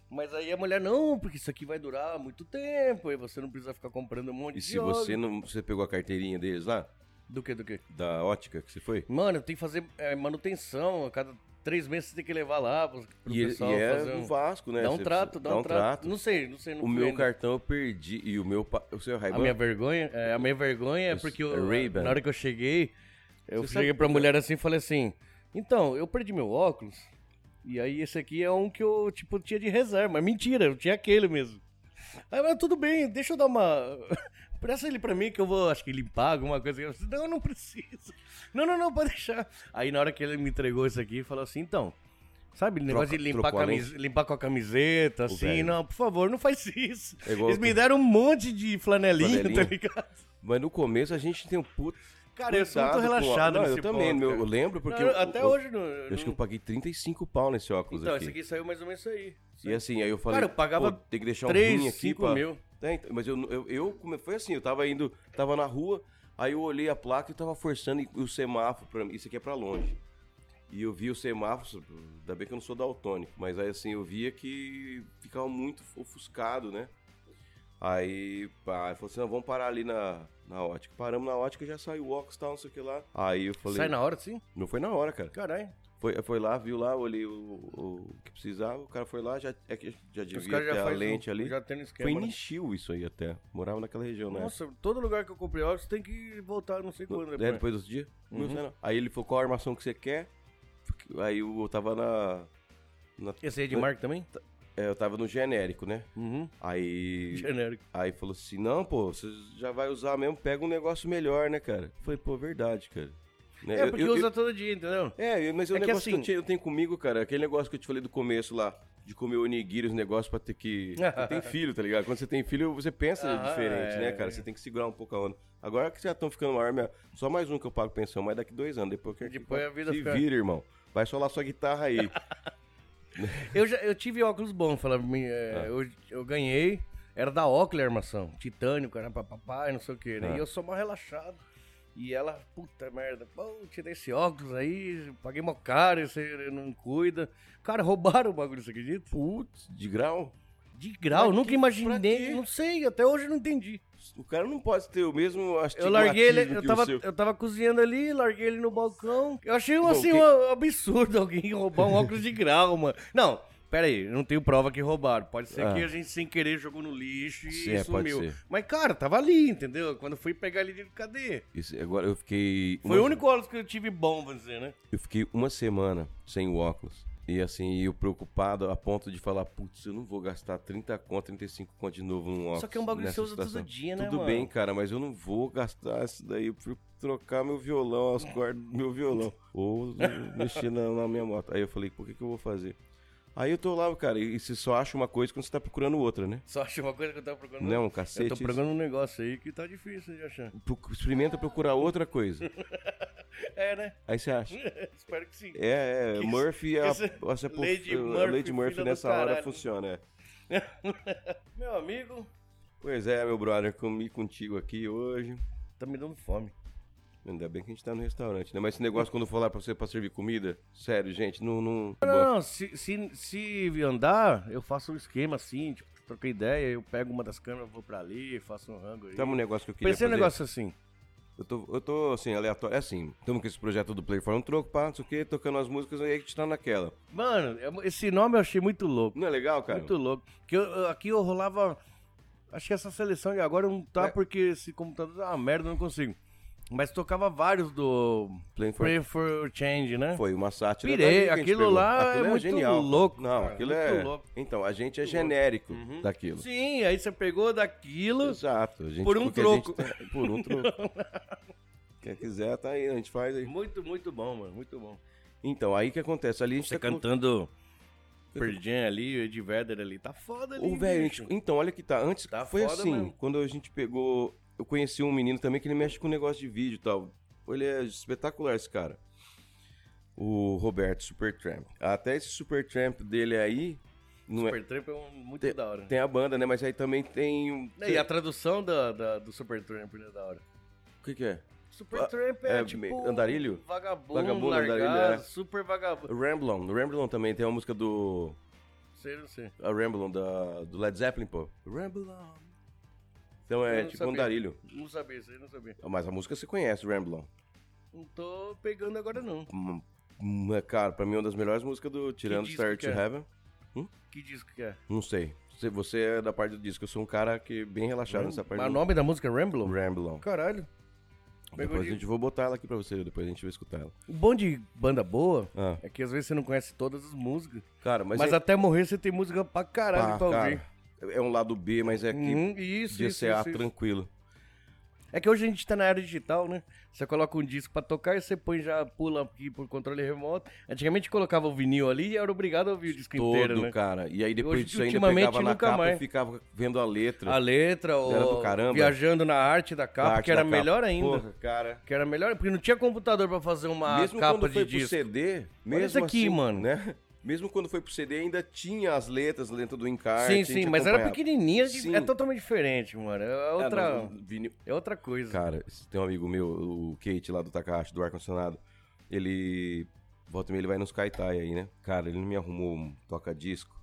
[SPEAKER 2] Mas aí a mulher, não, porque isso aqui vai durar muito tempo, e você não precisa ficar comprando um monte
[SPEAKER 1] E
[SPEAKER 2] de
[SPEAKER 1] se
[SPEAKER 2] óculos.
[SPEAKER 1] você não. Você pegou a carteirinha deles lá?
[SPEAKER 2] Do que, do que?
[SPEAKER 1] Da ótica que você foi?
[SPEAKER 2] Mano, eu tenho que fazer é, manutenção. A cada três meses você tem que levar lá pro, pro
[SPEAKER 1] E, ele-
[SPEAKER 2] pessoal
[SPEAKER 1] e é
[SPEAKER 2] fazer.
[SPEAKER 1] um
[SPEAKER 2] Um...
[SPEAKER 1] Vasco, né?
[SPEAKER 2] Dá um
[SPEAKER 1] Você
[SPEAKER 2] trato,
[SPEAKER 1] precisa-
[SPEAKER 2] dá um trato. Não sei, não sei. Não
[SPEAKER 1] O
[SPEAKER 2] fui
[SPEAKER 1] meu
[SPEAKER 2] ainda.
[SPEAKER 1] cartão eu perdi e o meu. pa- O seu ray
[SPEAKER 2] A minha vergonha, é, a minha vergonha é
[SPEAKER 1] Os-
[SPEAKER 2] porque
[SPEAKER 1] é
[SPEAKER 2] eu,
[SPEAKER 1] Ray-Ban.
[SPEAKER 2] na hora que eu cheguei, eu
[SPEAKER 1] Você
[SPEAKER 2] cheguei
[SPEAKER 1] sabe-
[SPEAKER 2] pra mulher assim e falei assim: Então, eu perdi meu óculos. E aí esse aqui é um que eu, tipo, tinha de reserva. Mas mentira, eu tinha aquele mesmo. Aí, mas tudo bem, deixa eu dar uma. Presta ele pra mim que eu vou, acho que limpar alguma coisa. Eu disse, não, não preciso. Não, não, não, pode deixar. Aí na hora que ele me entregou isso aqui, falou assim, então. Sabe, negócio de limpar,
[SPEAKER 1] trocou a
[SPEAKER 2] camis- limpar com a camiseta, assim,
[SPEAKER 1] velho.
[SPEAKER 2] não, por favor, não faz isso.
[SPEAKER 1] É igual
[SPEAKER 2] Eles me
[SPEAKER 1] outro.
[SPEAKER 2] deram um monte de flanelinha,
[SPEAKER 1] Flanelinha?
[SPEAKER 2] tá ligado?
[SPEAKER 1] Mas no começo a gente tem um puto.
[SPEAKER 2] Cara, eu sou muito
[SPEAKER 1] cuidado com-
[SPEAKER 2] relaxado
[SPEAKER 1] Não,
[SPEAKER 2] nesse
[SPEAKER 1] eu também,
[SPEAKER 2] ponto,
[SPEAKER 1] meu,
[SPEAKER 2] cara.
[SPEAKER 1] eu lembro porque.
[SPEAKER 2] Não,
[SPEAKER 1] eu-
[SPEAKER 2] até
[SPEAKER 1] eu-
[SPEAKER 2] hoje não.
[SPEAKER 1] Eu acho que eu
[SPEAKER 2] não-
[SPEAKER 1] paguei 35 pau nesse óculos
[SPEAKER 2] Então,
[SPEAKER 1] aqui.
[SPEAKER 2] esse aqui saiu mais ou menos isso aí.
[SPEAKER 1] E assim, aí eu falei.
[SPEAKER 2] Cara, eu pagava
[SPEAKER 1] "Pô, tem que deixar um
[SPEAKER 2] três,
[SPEAKER 1] rim aqui
[SPEAKER 2] cinco
[SPEAKER 1] pra...
[SPEAKER 2] mil.
[SPEAKER 1] É, então, mas eu, eu, eu come- foi assim, eu tava indo, tava na rua, aí eu olhei a placa e tava forçando e- o semáforo pra mim, isso aqui é pra longe. E eu vi o semáforo, ainda bem que eu não sou daltônico, mas aí assim, eu via que ficava muito ofuscado, né? Aí, pá, eu falei assim, não, vamos parar ali na, na ótica. Paramos na ótica, já saiu o óculos e tal, não sei o que lá. Aí eu falei,
[SPEAKER 2] Sai na hora, sim?
[SPEAKER 1] não foi na hora, cara.
[SPEAKER 2] Caralho.
[SPEAKER 1] Foi, foi lá, viu lá, olhei o, o- o que precisava, o cara foi lá, já, é que já
[SPEAKER 2] Os
[SPEAKER 1] devia
[SPEAKER 2] caras
[SPEAKER 1] ter
[SPEAKER 2] já
[SPEAKER 1] a
[SPEAKER 2] fazem.
[SPEAKER 1] lente ali.
[SPEAKER 2] Já tem no
[SPEAKER 1] Foi
[SPEAKER 2] esquema. né?
[SPEAKER 1] inixil isso aí até. Morava naquela região, né?
[SPEAKER 2] Nossa, todo lugar que eu comprei óculos tem que voltar não sei quando. né?
[SPEAKER 1] É,
[SPEAKER 2] Depois.
[SPEAKER 1] depois dos dias?
[SPEAKER 2] Uhum.
[SPEAKER 1] Não sei não. Aí ele falou, qual a armação que você quer? Aí eu tava na... na-
[SPEAKER 2] Esse aí é de marca também?
[SPEAKER 1] é, eu tava no genérico, né?
[SPEAKER 2] Uhum.
[SPEAKER 1] Aí...
[SPEAKER 2] Genérico.
[SPEAKER 1] Aí falou assim, não, pô, você já vai usar mesmo, pega um negócio melhor, né, cara? Eu Falei, pô, verdade, cara. Né,
[SPEAKER 2] É,
[SPEAKER 1] eu-
[SPEAKER 2] porque
[SPEAKER 1] eu-
[SPEAKER 2] usa
[SPEAKER 1] eu-
[SPEAKER 2] todo dia, entendeu?
[SPEAKER 1] É, mas o
[SPEAKER 2] É
[SPEAKER 1] negócio
[SPEAKER 2] que
[SPEAKER 1] que eu,
[SPEAKER 2] assim-
[SPEAKER 1] tinha- eu tenho comigo, cara, aquele negócio que eu te falei do começo lá, de comer onigiri, os negócios pra ter que... Você tem filho, tá ligado? Quando você tem filho, você pensa
[SPEAKER 2] Ah,
[SPEAKER 1] diferente,
[SPEAKER 2] é.
[SPEAKER 1] né, cara? Você tem que segurar um pouco a onda. Agora que já estão ficando maior, minha... só mais um que eu pago pensão, mas daqui dois anos, depois que...
[SPEAKER 2] Depois a vida
[SPEAKER 1] Se
[SPEAKER 2] fica-
[SPEAKER 1] vira, irmão. Vai solar sua guitarra aí.
[SPEAKER 2] Eu, já, eu tive óculos bons, falar pra mim. é,
[SPEAKER 1] Ah.
[SPEAKER 2] eu, eu ganhei, era da Oakley a armação. Titânio, cara, papai, não sei o que, né?
[SPEAKER 1] Ah.
[SPEAKER 2] E eu sou mal relaxado. E ela, puta merda, pô, tirei esse óculos aí, paguei mó caro, esse não cuida. Cara, roubaram o bagulho, você acredita?
[SPEAKER 1] Putz, de grau?
[SPEAKER 2] De grau,
[SPEAKER 1] Pra
[SPEAKER 2] nunca
[SPEAKER 1] quê? Pra
[SPEAKER 2] imaginei,
[SPEAKER 1] quê?
[SPEAKER 2] não sei, até hoje eu não entendi.
[SPEAKER 1] O cara não pode ter o mesmo
[SPEAKER 2] Eu
[SPEAKER 1] astigmatismo
[SPEAKER 2] larguei ele, eu
[SPEAKER 1] Tipo, que o
[SPEAKER 2] tava,
[SPEAKER 1] seu.
[SPEAKER 2] eu tava cozinhando ali, larguei ele no balcão. Eu achei um,
[SPEAKER 1] Bom,
[SPEAKER 2] assim,
[SPEAKER 1] quem-
[SPEAKER 2] um absurdo alguém roubar um óculos de grau, mano. Não, pera aí, eu não tenho prova que roubaram. Pode ser
[SPEAKER 1] Ah.
[SPEAKER 2] que a gente sem querer jogou no lixo e
[SPEAKER 1] Sim, é, pode
[SPEAKER 2] sumiu.
[SPEAKER 1] ser.
[SPEAKER 2] Mas, cara, tava ali, entendeu? Quando fui pegar ele, digo, cadê?
[SPEAKER 1] Esse- agora eu fiquei... um
[SPEAKER 2] Foi o
[SPEAKER 1] uma-
[SPEAKER 2] único óculos que eu tive bom, vamos dizer, né?
[SPEAKER 1] Eu fiquei uma semana sem o óculos. E assim, eu preocupado a ponto de falar, putz, eu não vou gastar 30 conto, 35 conto de novo num óculos.
[SPEAKER 2] Só que é um bagulho que
[SPEAKER 1] nessa
[SPEAKER 2] você usa todo
[SPEAKER 1] situação."
[SPEAKER 2] dia, né,
[SPEAKER 1] Tudo
[SPEAKER 2] mano?
[SPEAKER 1] bem, cara, mas eu não vou gastar isso daí. Eu fui trocar meu violão, as cordas do meu violão. Ou mexer na, na minha moto. Aí eu falei, por que, que eu vou fazer? Aí eu tô lá, cara, e você só acha uma coisa quando você tá procurando outra, né?
[SPEAKER 2] Só achei uma coisa que eu tava procurando.
[SPEAKER 1] Não, é
[SPEAKER 2] eu
[SPEAKER 1] cacete.
[SPEAKER 2] tô procurando um negócio aí que tá difícil de achar.
[SPEAKER 1] Pro- Experimenta procurar outra coisa.
[SPEAKER 2] É, né?
[SPEAKER 1] Aí você acha.
[SPEAKER 2] Espero que sim.
[SPEAKER 1] É, é,
[SPEAKER 2] Que
[SPEAKER 1] Murphy, a,
[SPEAKER 2] esse-
[SPEAKER 1] a, sepo-
[SPEAKER 2] Lady
[SPEAKER 1] a
[SPEAKER 2] Murphy,
[SPEAKER 1] Lady Murphy
[SPEAKER 2] filha do
[SPEAKER 1] nessa hora
[SPEAKER 2] caralho.
[SPEAKER 1] funciona, é.
[SPEAKER 2] Meu amigo,
[SPEAKER 1] Pois é, meu brother, comi contigo aqui hoje.
[SPEAKER 2] tá me dando fome.
[SPEAKER 1] Ainda bem que a gente tá no restaurante, né? Mas esse negócio quando eu falar pra você pra servir comida, sério, gente, não. não...
[SPEAKER 2] Não, não, não, se, se, se andar, eu faço um esquema assim, tipo, troquei ideia, eu pego uma das câmeras, vou pra ali, faço um rango aí.
[SPEAKER 1] Sabe um negócio que eu queria
[SPEAKER 2] Pensei num
[SPEAKER 1] fazer?
[SPEAKER 2] negócio assim.
[SPEAKER 1] Eu tô, eu tô, assim, aleatório. É assim, estamos com esse projeto do Play for um troco, pá, não sei o quê, tocando as músicas, aí a gente tá naquela.
[SPEAKER 2] Mano, eu- esse nome eu achei muito louco.
[SPEAKER 1] Não é legal, cara?
[SPEAKER 2] Muito louco. Porque eu- eu- aqui eu rolava. Acho que essa seleção de agora não tá
[SPEAKER 1] É.
[SPEAKER 2] porque esse computador tá uma merda, eu não consigo. Mas tocava vários do
[SPEAKER 1] Play for...
[SPEAKER 2] Pray for Change, né?
[SPEAKER 1] Foi uma sátira.
[SPEAKER 2] Pirei,
[SPEAKER 1] da vida que a gente
[SPEAKER 2] aquilo
[SPEAKER 1] pegou.
[SPEAKER 2] lá é muito louco,
[SPEAKER 1] Não,
[SPEAKER 2] cara,
[SPEAKER 1] aquilo
[SPEAKER 2] muito
[SPEAKER 1] é.
[SPEAKER 2] louco.
[SPEAKER 1] Então, a gente é genérico
[SPEAKER 2] Uhum.
[SPEAKER 1] daquilo.
[SPEAKER 2] Sim, aí você pegou daquilo.
[SPEAKER 1] Exato. a gente-
[SPEAKER 2] Por um
[SPEAKER 1] porque a gente
[SPEAKER 2] troco.
[SPEAKER 1] tá- por um troco. Quem quiser, tá aí, a gente faz aí.
[SPEAKER 2] Muito, muito bom, mano, muito bom.
[SPEAKER 1] Então, aí que acontece? Ali a gente
[SPEAKER 2] Você
[SPEAKER 1] tá com-
[SPEAKER 2] cantando Perdinha ali, o Ed Vedder ali. Tá foda ali.
[SPEAKER 1] Ô, velho, a
[SPEAKER 2] bicho.
[SPEAKER 1] gente- então, olha que tá. Antes
[SPEAKER 2] Tá
[SPEAKER 1] foi
[SPEAKER 2] foda
[SPEAKER 1] assim,
[SPEAKER 2] mesmo.
[SPEAKER 1] quando a gente pegou. Eu conheci um menino também que ele mexe com negócio de vídeo e tal. Ele é espetacular, esse cara. O Roberto Supertramp. Até esse Supertramp dele aí. Não é,
[SPEAKER 2] Supertramp é um- muito da hora.
[SPEAKER 1] tem a banda, né? Mas aí também tem. um-
[SPEAKER 2] E a tradução da, da- do Supertramp é da hora.
[SPEAKER 1] O que, que é?
[SPEAKER 2] Supertramp é,
[SPEAKER 1] é,
[SPEAKER 2] tipo...
[SPEAKER 1] meio- andarilho?
[SPEAKER 2] Vagabundo,
[SPEAKER 1] Vagabundo,
[SPEAKER 2] largado,
[SPEAKER 1] andarilho, é.
[SPEAKER 2] super vagabundo.
[SPEAKER 1] Ramblon. No Ramblon também tem uma música do.
[SPEAKER 2] Sei, não sei.
[SPEAKER 1] A Ramblon da, do Led Zeppelin, pô. Ramblon. Então é
[SPEAKER 2] Eu não
[SPEAKER 1] tipo
[SPEAKER 2] sabia.
[SPEAKER 1] andarilho.
[SPEAKER 2] Não sabia, isso aí não sabia.
[SPEAKER 1] Mas a música você conhece, Ramblon.
[SPEAKER 2] Não tô pegando agora, não.
[SPEAKER 1] Hum, hum, é, Cara, pra mim é uma das melhores músicas do Tirando
[SPEAKER 2] disco
[SPEAKER 1] Star
[SPEAKER 2] que
[SPEAKER 1] to
[SPEAKER 2] é?
[SPEAKER 1] Heaven.
[SPEAKER 2] Que disco que é?
[SPEAKER 1] Não sei. Você, você é da parte do disco. Eu sou um cara que bem relaxado nessa parte.
[SPEAKER 2] Hum, Mas o
[SPEAKER 1] do...
[SPEAKER 2] nome da música é Ramblin'?
[SPEAKER 1] Ramblon.
[SPEAKER 2] Caralho. Pegou
[SPEAKER 1] Depois a
[SPEAKER 2] de-
[SPEAKER 1] gente vou botar ela aqui pra você. Depois a gente vai escutar ela.
[SPEAKER 2] O Um bom de banda boa
[SPEAKER 1] Ah,
[SPEAKER 2] é que às vezes você não conhece todas as músicas.
[SPEAKER 1] cara, mas,
[SPEAKER 2] Mas,
[SPEAKER 1] é...
[SPEAKER 2] até morrer você tem música pra caralho
[SPEAKER 1] Pá,
[SPEAKER 2] pra
[SPEAKER 1] cara,
[SPEAKER 2] ouvir.
[SPEAKER 1] é um lado B, mas é que
[SPEAKER 2] Hum, isso,
[SPEAKER 1] podia
[SPEAKER 2] isso,
[SPEAKER 1] ser A
[SPEAKER 2] isso, isso.
[SPEAKER 1] tranquilo.
[SPEAKER 2] É que hoje a gente tá na era digital, né? Você coloca um disco pra tocar e você põe já, pula aqui por controle remoto. Antigamente colocava o vinil ali e era obrigado a ouvir o disco inteiro,
[SPEAKER 1] Todo,
[SPEAKER 2] né?
[SPEAKER 1] cara. E aí depois
[SPEAKER 2] Hoje,
[SPEAKER 1] disso ainda
[SPEAKER 2] ultimamente,
[SPEAKER 1] pegava na
[SPEAKER 2] nunca
[SPEAKER 1] capa
[SPEAKER 2] mais.
[SPEAKER 1] e ficava vendo a letra.
[SPEAKER 2] A letra, ou
[SPEAKER 1] do caramba.
[SPEAKER 2] viajando na arte da
[SPEAKER 1] a
[SPEAKER 2] capa,
[SPEAKER 1] arte
[SPEAKER 2] que era
[SPEAKER 1] da capa.
[SPEAKER 2] melhor ainda.
[SPEAKER 1] Porra, cara.
[SPEAKER 2] Que era melhor, porque não tinha computador pra fazer uma
[SPEAKER 1] mesmo
[SPEAKER 2] capa
[SPEAKER 1] quando foi
[SPEAKER 2] de
[SPEAKER 1] pro
[SPEAKER 2] disco.
[SPEAKER 1] CD,
[SPEAKER 2] Olha
[SPEAKER 1] mesmo
[SPEAKER 2] isso aqui,
[SPEAKER 1] assim,
[SPEAKER 2] mano.
[SPEAKER 1] né? Mesmo quando foi pro CD, ainda tinha as letras dentro do encarte. a
[SPEAKER 2] Sim,
[SPEAKER 1] gente
[SPEAKER 2] sim, mas era
[SPEAKER 1] acompanhava.
[SPEAKER 2] pequenininha, de-
[SPEAKER 1] Sim.
[SPEAKER 2] é totalmente diferente, mano. É
[SPEAKER 1] É,
[SPEAKER 2] outra,
[SPEAKER 1] nós- vinil-
[SPEAKER 2] é outra coisa.
[SPEAKER 1] Cara, esse- tem um amigo meu, o Kate, lá do Takahashi, do ar-condicionado. Ele. Volta e meia, ele vai nos Kaitai aí, né? Cara, ele não me arrumou um toca-disco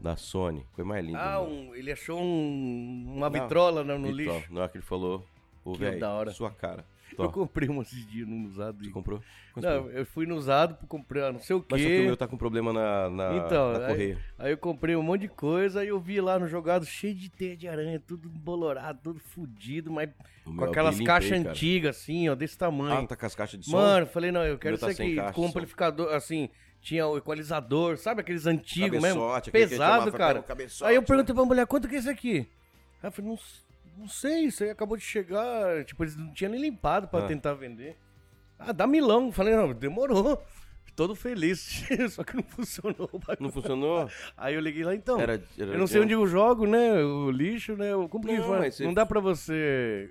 [SPEAKER 1] da Sony. Foi mais lindo.
[SPEAKER 2] ah,
[SPEAKER 1] mano.
[SPEAKER 2] um- ele achou um- uma
[SPEAKER 1] Não,
[SPEAKER 2] vitrola no, no
[SPEAKER 1] Então,
[SPEAKER 2] lixo.
[SPEAKER 1] Na hora que ele falou, ô,
[SPEAKER 2] Que
[SPEAKER 1] velho,
[SPEAKER 2] da hora.
[SPEAKER 1] sua cara.
[SPEAKER 2] Eu
[SPEAKER 1] Tó,
[SPEAKER 2] comprei um esses dias num usado.
[SPEAKER 1] você
[SPEAKER 2] e-
[SPEAKER 1] comprou? Quanto
[SPEAKER 2] Não,
[SPEAKER 1] foi?
[SPEAKER 2] eu fui no usado pra comprar não sei o
[SPEAKER 1] Mas só que o
[SPEAKER 2] quê.
[SPEAKER 1] meu tá com problema na, na,
[SPEAKER 2] Então,
[SPEAKER 1] na
[SPEAKER 2] aí-
[SPEAKER 1] correia.
[SPEAKER 2] Aí eu comprei um monte de coisa, aí eu vi lá no jogado cheio de teia de aranha, tudo bolorado, tudo fudido, mas
[SPEAKER 1] O
[SPEAKER 2] com
[SPEAKER 1] meu, eu
[SPEAKER 2] aquelas
[SPEAKER 1] limpei,
[SPEAKER 2] caixas
[SPEAKER 1] cara.
[SPEAKER 2] antigas, assim, ó, desse tamanho.
[SPEAKER 1] Ah, tá com as caixas de som?
[SPEAKER 2] Mano, eu falei, não, eu quero
[SPEAKER 1] meu
[SPEAKER 2] isso
[SPEAKER 1] tá sem
[SPEAKER 2] aqui
[SPEAKER 1] caixa,
[SPEAKER 2] com um
[SPEAKER 1] som.
[SPEAKER 2] amplificador, assim, tinha o equalizador, sabe aqueles antigos mesmo?
[SPEAKER 1] Cabeçote, aquele que a gente
[SPEAKER 2] Pesado,
[SPEAKER 1] chamava,
[SPEAKER 2] cara.
[SPEAKER 1] cabeçote, né?
[SPEAKER 2] Aí eu perguntei pra mulher, quanto que é isso aqui? Aí eu falei, não, s- não sei, isso aí acabou de chegar, tipo, eles não tinham nem limpado pra
[SPEAKER 1] Ah.
[SPEAKER 2] tentar vender. Ah, dá milão. Eu Falei, não, demorou. Todo feliz, só que não funcionou. o bagulho.
[SPEAKER 1] Não funcionou?
[SPEAKER 2] Aí eu liguei lá, então,
[SPEAKER 1] Era, era-
[SPEAKER 2] eu não sei onde eu jogo, né, o lixo, né, eu comprei,
[SPEAKER 1] Não,
[SPEAKER 2] não,
[SPEAKER 1] mas você-
[SPEAKER 2] não dá pra você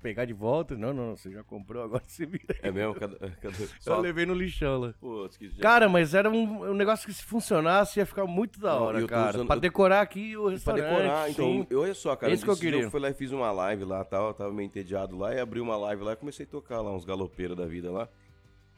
[SPEAKER 2] pegar de volta, não, não, não, você já comprou, agora você vira aí.
[SPEAKER 1] É mesmo? Cadê? cadê?
[SPEAKER 2] Eu
[SPEAKER 1] Só...
[SPEAKER 2] levei no lixão lá.
[SPEAKER 1] Putz, que já-
[SPEAKER 2] Cara, mas era um, um negócio que se funcionasse ia ficar muito da
[SPEAKER 1] Não,
[SPEAKER 2] hora,
[SPEAKER 1] eu tô
[SPEAKER 2] cara.
[SPEAKER 1] usando-
[SPEAKER 2] pra
[SPEAKER 1] eu-
[SPEAKER 2] decorar aqui o
[SPEAKER 1] Pra
[SPEAKER 2] restaurante.
[SPEAKER 1] decorar, então.
[SPEAKER 2] sim.
[SPEAKER 1] eu- Olha só, cara.
[SPEAKER 2] Esse que eu
[SPEAKER 1] esse dia
[SPEAKER 2] queria.
[SPEAKER 1] Eu fui lá e fiz uma live lá tal. Eu tava meio entediado lá. E abri uma live lá e comecei a tocar lá uns galopeiros da vida lá.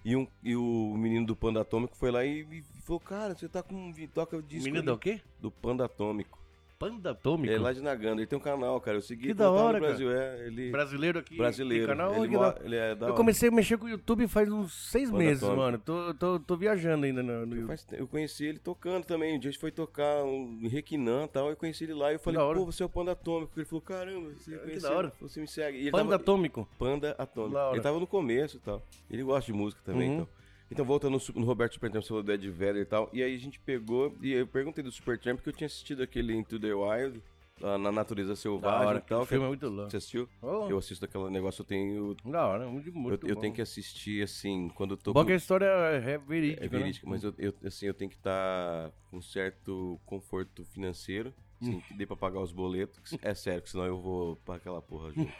[SPEAKER 1] E, um, e o menino do Panda Atômico foi lá e, e falou: Cara, você tá com. um vi- Toca o disco.
[SPEAKER 2] Menino
[SPEAKER 1] ali
[SPEAKER 2] da o quê?
[SPEAKER 1] do Panda Atômico.
[SPEAKER 2] Panda atômico?
[SPEAKER 1] É lá de Naganda. Ele tem um canal, cara. Eu segui
[SPEAKER 2] Que
[SPEAKER 1] quando
[SPEAKER 2] da
[SPEAKER 1] eu tava
[SPEAKER 2] hora,
[SPEAKER 1] no Brasil. É, ele.
[SPEAKER 2] Brasileiro aqui.
[SPEAKER 1] Brasileiro.
[SPEAKER 2] Fica na
[SPEAKER 1] ele,
[SPEAKER 2] onde que
[SPEAKER 1] mora-
[SPEAKER 2] dá-
[SPEAKER 1] ele é da
[SPEAKER 2] Eu
[SPEAKER 1] hora.
[SPEAKER 2] comecei a mexer com o YouTube faz uns seis
[SPEAKER 1] Panda
[SPEAKER 2] meses,
[SPEAKER 1] atômico.
[SPEAKER 2] mano. Tô, tô, tô viajando ainda no, no
[SPEAKER 1] Eu,
[SPEAKER 2] YouTube.
[SPEAKER 1] faz te- eu conheci ele tocando também. Um dia a gente foi tocar um Requinã e tal. Eu conheci ele lá e eu falei,
[SPEAKER 2] da hora.
[SPEAKER 1] pô, você é o Panda Atômico. Ele falou, caramba, você
[SPEAKER 2] da
[SPEAKER 1] conheceu,
[SPEAKER 2] hora.
[SPEAKER 1] você me segue. E ele
[SPEAKER 2] Panda
[SPEAKER 1] tava-
[SPEAKER 2] atômico?
[SPEAKER 1] Panda Atômico.
[SPEAKER 2] Da hora.
[SPEAKER 1] Ele tava no começo e tal. Ele gosta de música também,
[SPEAKER 2] Uhum.
[SPEAKER 1] então. Então, voltando no, Su- no Roberto Supertramp, você falou do Ed Vedder e tal. E aí a gente pegou, e eu perguntei do Supertramp, porque eu tinha assistido aquele Into the Wild, lá na natureza selvagem e
[SPEAKER 2] que o
[SPEAKER 1] tal.
[SPEAKER 2] filme é
[SPEAKER 1] então, que-
[SPEAKER 2] muito louco.
[SPEAKER 1] Você assistiu?
[SPEAKER 2] Oh,
[SPEAKER 1] Eu assisto aquele negócio, eu tenho...
[SPEAKER 2] Da hora, muito,
[SPEAKER 1] Eu,
[SPEAKER 2] muito
[SPEAKER 1] eu
[SPEAKER 2] bom.
[SPEAKER 1] tenho que assistir, assim, quando eu tô...
[SPEAKER 2] Bom
[SPEAKER 1] com-
[SPEAKER 2] que a história é verídica,
[SPEAKER 1] É
[SPEAKER 2] né?
[SPEAKER 1] verídico, mas eu, eu, assim, eu tenho que estar com certo conforto financeiro,
[SPEAKER 2] Hum.
[SPEAKER 1] assim, que dê pra pagar os boletos. É sério, que senão eu vou pra aquela porra junto.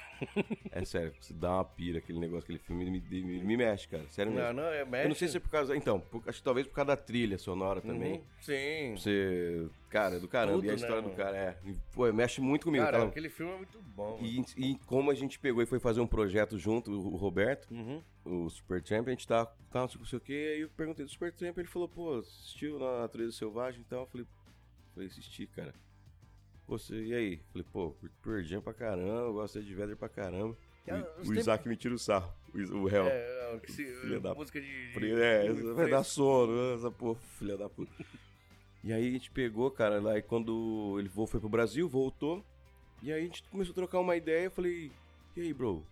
[SPEAKER 1] É sério, se dá uma pira aquele negócio, aquele filme, me, me, me mexe, cara. Sério mesmo.
[SPEAKER 2] Não, não, é médico.
[SPEAKER 1] eu não sei se é por causa. Então, por- acho que talvez por causa da trilha sonora também.
[SPEAKER 2] Sim.
[SPEAKER 1] Você. Cara, é do caramba.
[SPEAKER 2] Uhum. Tudo,
[SPEAKER 1] e a
[SPEAKER 2] né,
[SPEAKER 1] história do
[SPEAKER 2] mano?
[SPEAKER 1] cara é. e, Pô, mexe muito comigo.
[SPEAKER 2] Cara,
[SPEAKER 1] aquela-
[SPEAKER 2] aquele filme é muito bom. mano.
[SPEAKER 1] E, e como a gente pegou e foi fazer um projeto junto, o o Roberto
[SPEAKER 2] Uhum.
[SPEAKER 1] o Supertramp, a gente tá, tá não sei o que, aí eu perguntei do Supertramp, ele falou, pô, assistiu na Natureza Selvagem e tal? Eu falei, falei, assisti, cara. Pô, Você, e aí? Eu Falei, pô, curto Pearl Jam pra caramba, eu gosto de Ed Vedder pra caramba.
[SPEAKER 2] Ah,
[SPEAKER 1] O-
[SPEAKER 2] os
[SPEAKER 1] o
[SPEAKER 2] tempos-
[SPEAKER 1] Isaac me tira o sarro, o, Is- o réu. É,
[SPEAKER 2] É, é, que se,
[SPEAKER 1] Filha da
[SPEAKER 2] música de. de-
[SPEAKER 1] é
[SPEAKER 2] de-
[SPEAKER 1] essa vai dar sono, né? essa porra, filha da puta. e aí a gente pegou, cara, lá e quando ele vo- foi pro Brasil, voltou, e aí a gente começou a trocar uma ideia, eu falei, e aí, bro,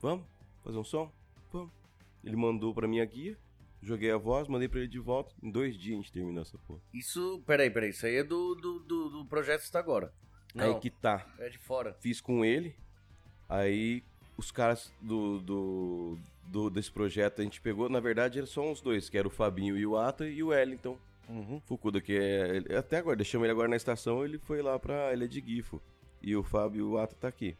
[SPEAKER 1] vamos fazer um som? Vamos. Ele mandou pra minha guia, joguei a voz, mandei pra ele de volta. Em dois dias a gente terminou essa porra.
[SPEAKER 2] Isso, peraí, peraí. Isso aí é do, do, do, do projeto está agora. Não,
[SPEAKER 1] Aí que tá.
[SPEAKER 2] é de fora.
[SPEAKER 1] Fiz com ele, aí os caras do, do, do- desse projeto a gente pegou, na verdade eram só uns dois, que era o Fabinho e o Ata e o Wellington Fukuda, que é. ele- Até agora, deixamos ele agora na estação, ele foi lá pra. Ele é de Gifo. E o Fábio e o Ata tá aqui.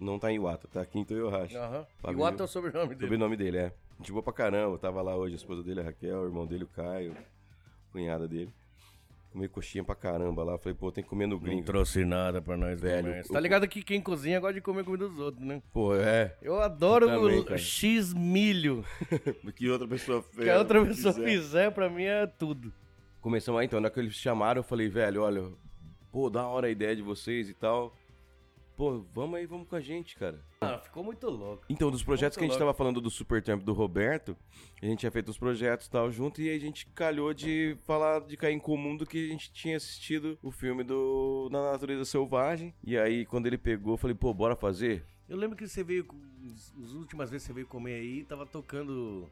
[SPEAKER 1] Não tá em Wata, tá aqui em Toyohashi.
[SPEAKER 2] Aham. E
[SPEAKER 1] Fabinho.
[SPEAKER 2] o Ato é o sobrenome dele.
[SPEAKER 1] Sobrenome dele, é. Gente boa pra caramba. Tava lá hoje a esposa dele, a Raquel, o irmão dele, o Caio, a cunhada dele. Comi coxinha pra caramba lá. Falei, pô, tem que comer no
[SPEAKER 2] Não
[SPEAKER 1] gringo.
[SPEAKER 2] trouxe nada pra nós,
[SPEAKER 1] Velho,
[SPEAKER 2] velho.
[SPEAKER 1] eu-
[SPEAKER 2] Tá ligado que quem cozinha gosta de comer comida dos outros, né?
[SPEAKER 1] Pô, é.
[SPEAKER 2] Eu adoro
[SPEAKER 1] Eu também,
[SPEAKER 2] o
[SPEAKER 1] cara.
[SPEAKER 2] X milho.
[SPEAKER 1] Que outra pessoa fez. né,
[SPEAKER 2] Que a outra pessoa fizer, pra mim é tudo.
[SPEAKER 1] Começamos aí, então, na hora que eles chamaram, eu falei, velho, olha, pô, da hora a ideia de vocês e tal. Pô, vamos aí, vamos com a gente, cara.
[SPEAKER 2] Ah, ficou muito louco.
[SPEAKER 1] Então, dos projetos
[SPEAKER 2] Muito
[SPEAKER 1] que a gente
[SPEAKER 2] louco.
[SPEAKER 1] tava falando do Supertramp do Roberto, a gente tinha feito os projetos e tal junto, e aí a gente calhou de falar, de cair em comum do que a gente tinha assistido o filme do Na Natureza Selvagem. E aí, quando ele pegou, eu falei, pô, bora fazer?
[SPEAKER 2] Eu lembro que você veio. com- As últimas vezes que você veio comer aí, tava tocando.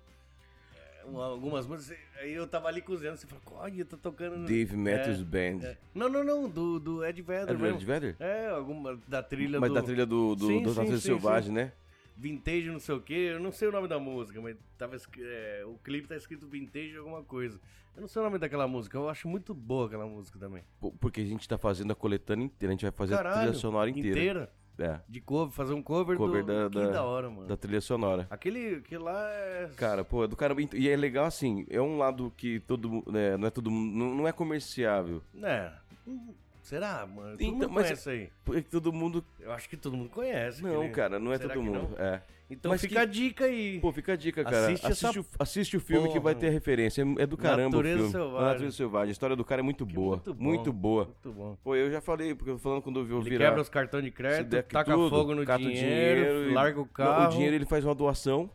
[SPEAKER 2] é, um- algumas músicas, aí eu tava ali cozinhando, você falou, olha, tá tocando...
[SPEAKER 1] Dave Matthews Band.
[SPEAKER 2] É. Não, não, não, do, do Ed Vedder
[SPEAKER 1] É do
[SPEAKER 2] mesmo.
[SPEAKER 1] Ed Vedder?
[SPEAKER 2] É, alguma da trilha
[SPEAKER 1] Mas
[SPEAKER 2] do
[SPEAKER 1] da trilha do, do,
[SPEAKER 2] Sim,
[SPEAKER 1] do
[SPEAKER 2] sim,
[SPEAKER 1] Natureza
[SPEAKER 2] sim,
[SPEAKER 1] Selvagem, né?
[SPEAKER 2] Vintage não sei o que, eu não sei o nome da música, mas tava, escri- é, o clipe tá escrito Vintage alguma coisa. Eu não sei o nome daquela música, eu acho muito boa aquela música também.
[SPEAKER 1] P- Porque a gente tá fazendo a coletânea inteira, a gente vai fazer a é trilha sonora inteira. É,
[SPEAKER 2] de cover, fazer um cover,
[SPEAKER 1] Cover
[SPEAKER 2] do...
[SPEAKER 1] da-
[SPEAKER 2] que
[SPEAKER 1] da-
[SPEAKER 2] da, hora, mano.
[SPEAKER 1] da trilha sonora.
[SPEAKER 2] Aquele, aquele lá é...
[SPEAKER 1] Cara, pô, é do caramba. E é legal assim, é um lado que todo mundo. né, não é todo mundo. Não, não é comerciável.
[SPEAKER 2] É, hum, será, mano? Todo
[SPEAKER 1] Então,
[SPEAKER 2] mundo
[SPEAKER 1] mas-
[SPEAKER 2] conhece aí.
[SPEAKER 1] Porque todo mundo.
[SPEAKER 2] Eu acho que todo mundo conhece.
[SPEAKER 1] Não,
[SPEAKER 2] aquele-
[SPEAKER 1] cara, não é
[SPEAKER 2] Tá Será
[SPEAKER 1] todo
[SPEAKER 2] que
[SPEAKER 1] mundo.
[SPEAKER 2] não?
[SPEAKER 1] É.
[SPEAKER 2] Então
[SPEAKER 1] Mas
[SPEAKER 2] fica
[SPEAKER 1] que-
[SPEAKER 2] a dica aí.
[SPEAKER 1] Pô, fica a dica, cara.
[SPEAKER 2] Assiste
[SPEAKER 1] Assiste,
[SPEAKER 2] essa
[SPEAKER 1] o, assiste o filme que
[SPEAKER 2] porra,
[SPEAKER 1] vai ter a referência. É do caramba
[SPEAKER 2] Natureza
[SPEAKER 1] o filme.
[SPEAKER 2] Selvagem.
[SPEAKER 1] Natureza Selvagem. A história do cara é muito
[SPEAKER 2] Que
[SPEAKER 1] boa.
[SPEAKER 2] muito
[SPEAKER 1] Muito,
[SPEAKER 2] bom.
[SPEAKER 1] boa.
[SPEAKER 2] Muito bom.
[SPEAKER 1] Pô, eu já falei, porque eu tô falando quando eu vi eu
[SPEAKER 2] Ele
[SPEAKER 1] virar.
[SPEAKER 2] quebra os cartões de
[SPEAKER 1] esse
[SPEAKER 2] crédito,
[SPEAKER 1] deck
[SPEAKER 2] taca
[SPEAKER 1] tudo,
[SPEAKER 2] fogo no
[SPEAKER 1] cata o
[SPEAKER 2] dinheiro,
[SPEAKER 1] e-
[SPEAKER 2] larga o
[SPEAKER 1] Não,
[SPEAKER 2] carro.
[SPEAKER 1] o dinheiro ele faz uma doação.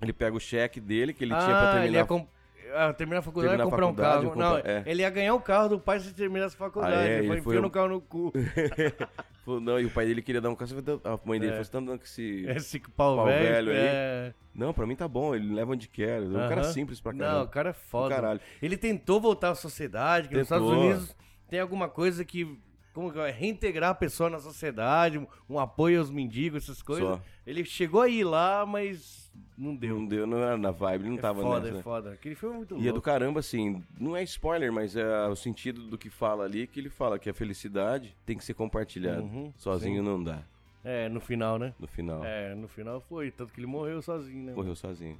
[SPEAKER 1] Ele pega o cheque dele que ele
[SPEAKER 2] ah,
[SPEAKER 1] tinha pra terminar.
[SPEAKER 2] Ele ia com- ah, terminar a faculdade
[SPEAKER 1] Terminar
[SPEAKER 2] e
[SPEAKER 1] a
[SPEAKER 2] comprar um
[SPEAKER 1] faculdade,
[SPEAKER 2] carro.
[SPEAKER 1] eu comprar-
[SPEAKER 2] Não,
[SPEAKER 1] é.
[SPEAKER 2] ele ia ganhar o carro do pai se terminasse a faculdade.
[SPEAKER 1] Ah, é,
[SPEAKER 2] ele foi
[SPEAKER 1] ele foi
[SPEAKER 2] enfiando
[SPEAKER 1] um-
[SPEAKER 2] o carro no cu.
[SPEAKER 1] Falou, não, e o pai dele queria dar um cacete. A mãe
[SPEAKER 2] É.
[SPEAKER 1] dele falou: você tá andando com esse.
[SPEAKER 2] Esse pau,
[SPEAKER 1] Pau
[SPEAKER 2] velho.
[SPEAKER 1] velho aí.
[SPEAKER 2] é...
[SPEAKER 1] Não, pra mim tá bom, ele leva onde quer. É Um cara
[SPEAKER 2] Aham.
[SPEAKER 1] simples pra
[SPEAKER 2] Não,
[SPEAKER 1] caramba.
[SPEAKER 2] o cara é foda.
[SPEAKER 1] caralho.
[SPEAKER 2] Ele tentou voltar à sociedade, que nos Estados
[SPEAKER 1] Tentou.
[SPEAKER 2] Unidos tem alguma coisa que. Como que é? Reintegrar a pessoa na sociedade, um- um apoio aos mendigos, essas coisas.
[SPEAKER 1] Só.
[SPEAKER 2] Ele chegou a ir lá, mas não deu.
[SPEAKER 1] Não deu, não era na vibe, ele não
[SPEAKER 2] é
[SPEAKER 1] tava
[SPEAKER 2] foda,
[SPEAKER 1] nessa. né?
[SPEAKER 2] é foda. Aquele filme é muito
[SPEAKER 1] E é do
[SPEAKER 2] louco.
[SPEAKER 1] caramba, assim, não é spoiler, mas é o sentido do que fala ali, que ele fala que a felicidade tem que ser compartilhada.
[SPEAKER 2] Uhum,
[SPEAKER 1] Sozinho não dá,
[SPEAKER 2] É, no final, né?
[SPEAKER 1] no final.
[SPEAKER 2] É, no final foi. Tanto que ele morreu sozinho, né?
[SPEAKER 1] Morreu sozinho.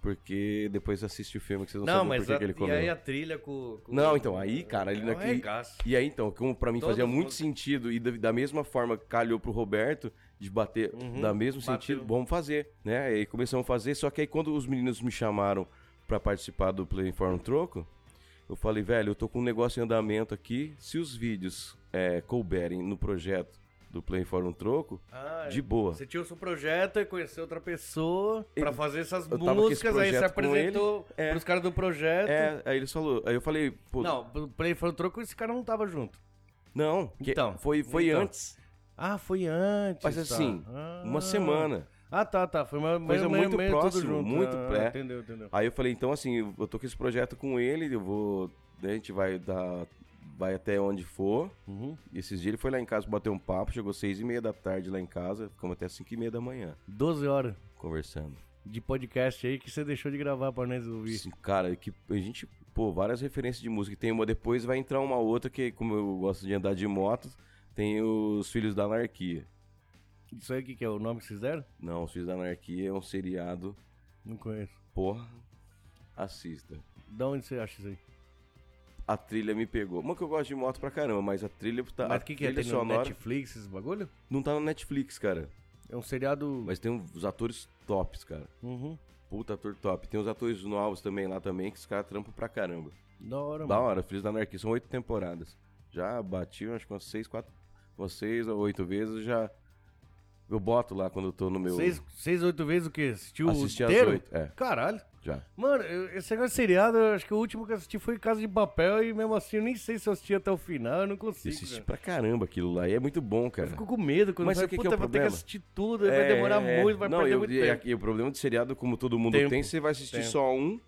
[SPEAKER 1] Porque depois assiste o filme que vocês não,
[SPEAKER 2] Não,
[SPEAKER 1] sabem por
[SPEAKER 2] mas
[SPEAKER 1] que
[SPEAKER 2] a,
[SPEAKER 1] que ele
[SPEAKER 2] e
[SPEAKER 1] comeu.
[SPEAKER 2] aí a trilha com. com-
[SPEAKER 1] Não, então, aí, cara, ele
[SPEAKER 2] é um
[SPEAKER 1] naquele-
[SPEAKER 2] regaço.
[SPEAKER 1] E aí, então, como pra mim
[SPEAKER 2] Todas
[SPEAKER 1] fazia
[SPEAKER 2] as
[SPEAKER 1] muito
[SPEAKER 2] músicas.
[SPEAKER 1] sentido, e da, da mesma forma que calhou pro Roberto de bater,
[SPEAKER 2] Uhum,
[SPEAKER 1] da mesmo
[SPEAKER 2] bateu.
[SPEAKER 1] sentido, vamos fazer, né? E aí começamos a fazer, só que aí quando os meninos me chamaram pra participar do Play Inform Troco, eu falei, velho, eu tô com um negócio em andamento aqui, se os vídeos é, couberem no projeto do Play Inform Troco,
[SPEAKER 2] Ah,
[SPEAKER 1] de boa.
[SPEAKER 2] Você tinha o seu projeto e conheceu outra pessoa pra
[SPEAKER 1] Eu-
[SPEAKER 2] fazer essas
[SPEAKER 1] eu tava com esse
[SPEAKER 2] músicas, aí você
[SPEAKER 1] projeto com
[SPEAKER 2] apresentou
[SPEAKER 1] ele, é.
[SPEAKER 2] pros caras do projeto.
[SPEAKER 1] É, aí eles falou, aí eu falei, pô, não,
[SPEAKER 2] Não, o Play foi o troco e esse cara não tava junto.
[SPEAKER 1] que-
[SPEAKER 2] Então,
[SPEAKER 1] foi, foi
[SPEAKER 2] então.
[SPEAKER 1] antes,
[SPEAKER 2] Ah, foi antes.
[SPEAKER 1] mas
[SPEAKER 2] tá.
[SPEAKER 1] assim,
[SPEAKER 2] Ah.
[SPEAKER 1] uma semana.
[SPEAKER 2] Ah, tá, tá. Foi uma
[SPEAKER 1] Coisa muito próximo, muito pré.
[SPEAKER 2] Ah, Entendeu, entendeu.
[SPEAKER 1] Aí eu falei, então assim, eu tô com esse projeto com ele, eu vou. né, A gente vai dar. Vai até onde for.
[SPEAKER 2] Uhum.
[SPEAKER 1] E esses dias ele foi lá em casa bater um papo, chegou seis e meia da tarde lá em casa, ficamos até cinco e meia da manhã
[SPEAKER 2] 12 horas
[SPEAKER 1] conversando.
[SPEAKER 2] de podcast aí que você deixou de gravar pra nós ouvir.
[SPEAKER 1] Assim, cara, que a gente, pô, várias referências de música. Tem uma depois, vai entrar uma outra que, como eu gosto de andar de moto, tem os Filhos da Anarquia.
[SPEAKER 2] Isso aí o que, que é o nome que vocês deram?
[SPEAKER 1] Não, os Filhos da Anarquia é um seriado,
[SPEAKER 2] Não conheço.
[SPEAKER 1] porra, assista.
[SPEAKER 2] Da onde você acha isso aí?
[SPEAKER 1] A trilha me pegou. Uma que eu gosto de moto pra caramba, mas a trilha tá.
[SPEAKER 2] Mas
[SPEAKER 1] a
[SPEAKER 2] o que, que é?
[SPEAKER 1] trilha
[SPEAKER 2] Tem no
[SPEAKER 1] sonora
[SPEAKER 2] Netflix esses bagulho?
[SPEAKER 1] não tá no Netflix, cara.
[SPEAKER 2] É um seriado.
[SPEAKER 1] Mas tem uns atores tops, cara.
[SPEAKER 2] Uhum.
[SPEAKER 1] Puta ator top. Tem uns atores novos também lá também, que os caras trampam pra caramba.
[SPEAKER 2] Da hora,
[SPEAKER 1] Da
[SPEAKER 2] mano.
[SPEAKER 1] hora, Filhos da Anarquia. São oito temporadas. Já bati, acho que umas seis, quatro... Umas seis ou oito vezes, já... Eu boto lá quando eu tô no meu...
[SPEAKER 2] Seis, seis, oito vezes o quê? Assistiu
[SPEAKER 1] Assisti
[SPEAKER 2] o
[SPEAKER 1] às
[SPEAKER 2] inteiro?
[SPEAKER 1] oito, é.
[SPEAKER 2] Caralho.
[SPEAKER 1] Já.
[SPEAKER 2] Mano, eu- esse negócio de seriado, eu acho que o último que eu assisti foi Casa de Papel e mesmo assim eu nem sei se eu assisti até o final, eu não
[SPEAKER 1] Eu
[SPEAKER 2] consigo.
[SPEAKER 1] assisti
[SPEAKER 2] cara.
[SPEAKER 1] pra caramba aquilo lá. E é muito bom, cara.
[SPEAKER 2] Eu né? fico com medo
[SPEAKER 1] tipo,
[SPEAKER 2] quando
[SPEAKER 1] Mas
[SPEAKER 2] eu falo,
[SPEAKER 1] o que que é
[SPEAKER 2] puta,
[SPEAKER 1] o
[SPEAKER 2] vou ter que
[SPEAKER 1] problema?
[SPEAKER 2] assistir tudo, vai demorar
[SPEAKER 1] É,
[SPEAKER 2] muito, vai
[SPEAKER 1] não,
[SPEAKER 2] perder
[SPEAKER 1] eu-
[SPEAKER 2] muito
[SPEAKER 1] e,
[SPEAKER 2] tempo.
[SPEAKER 1] E, o problema de seriado, como todo mundo
[SPEAKER 2] Tempo.
[SPEAKER 1] tem, você vai assistir
[SPEAKER 2] Tempo.
[SPEAKER 1] só um.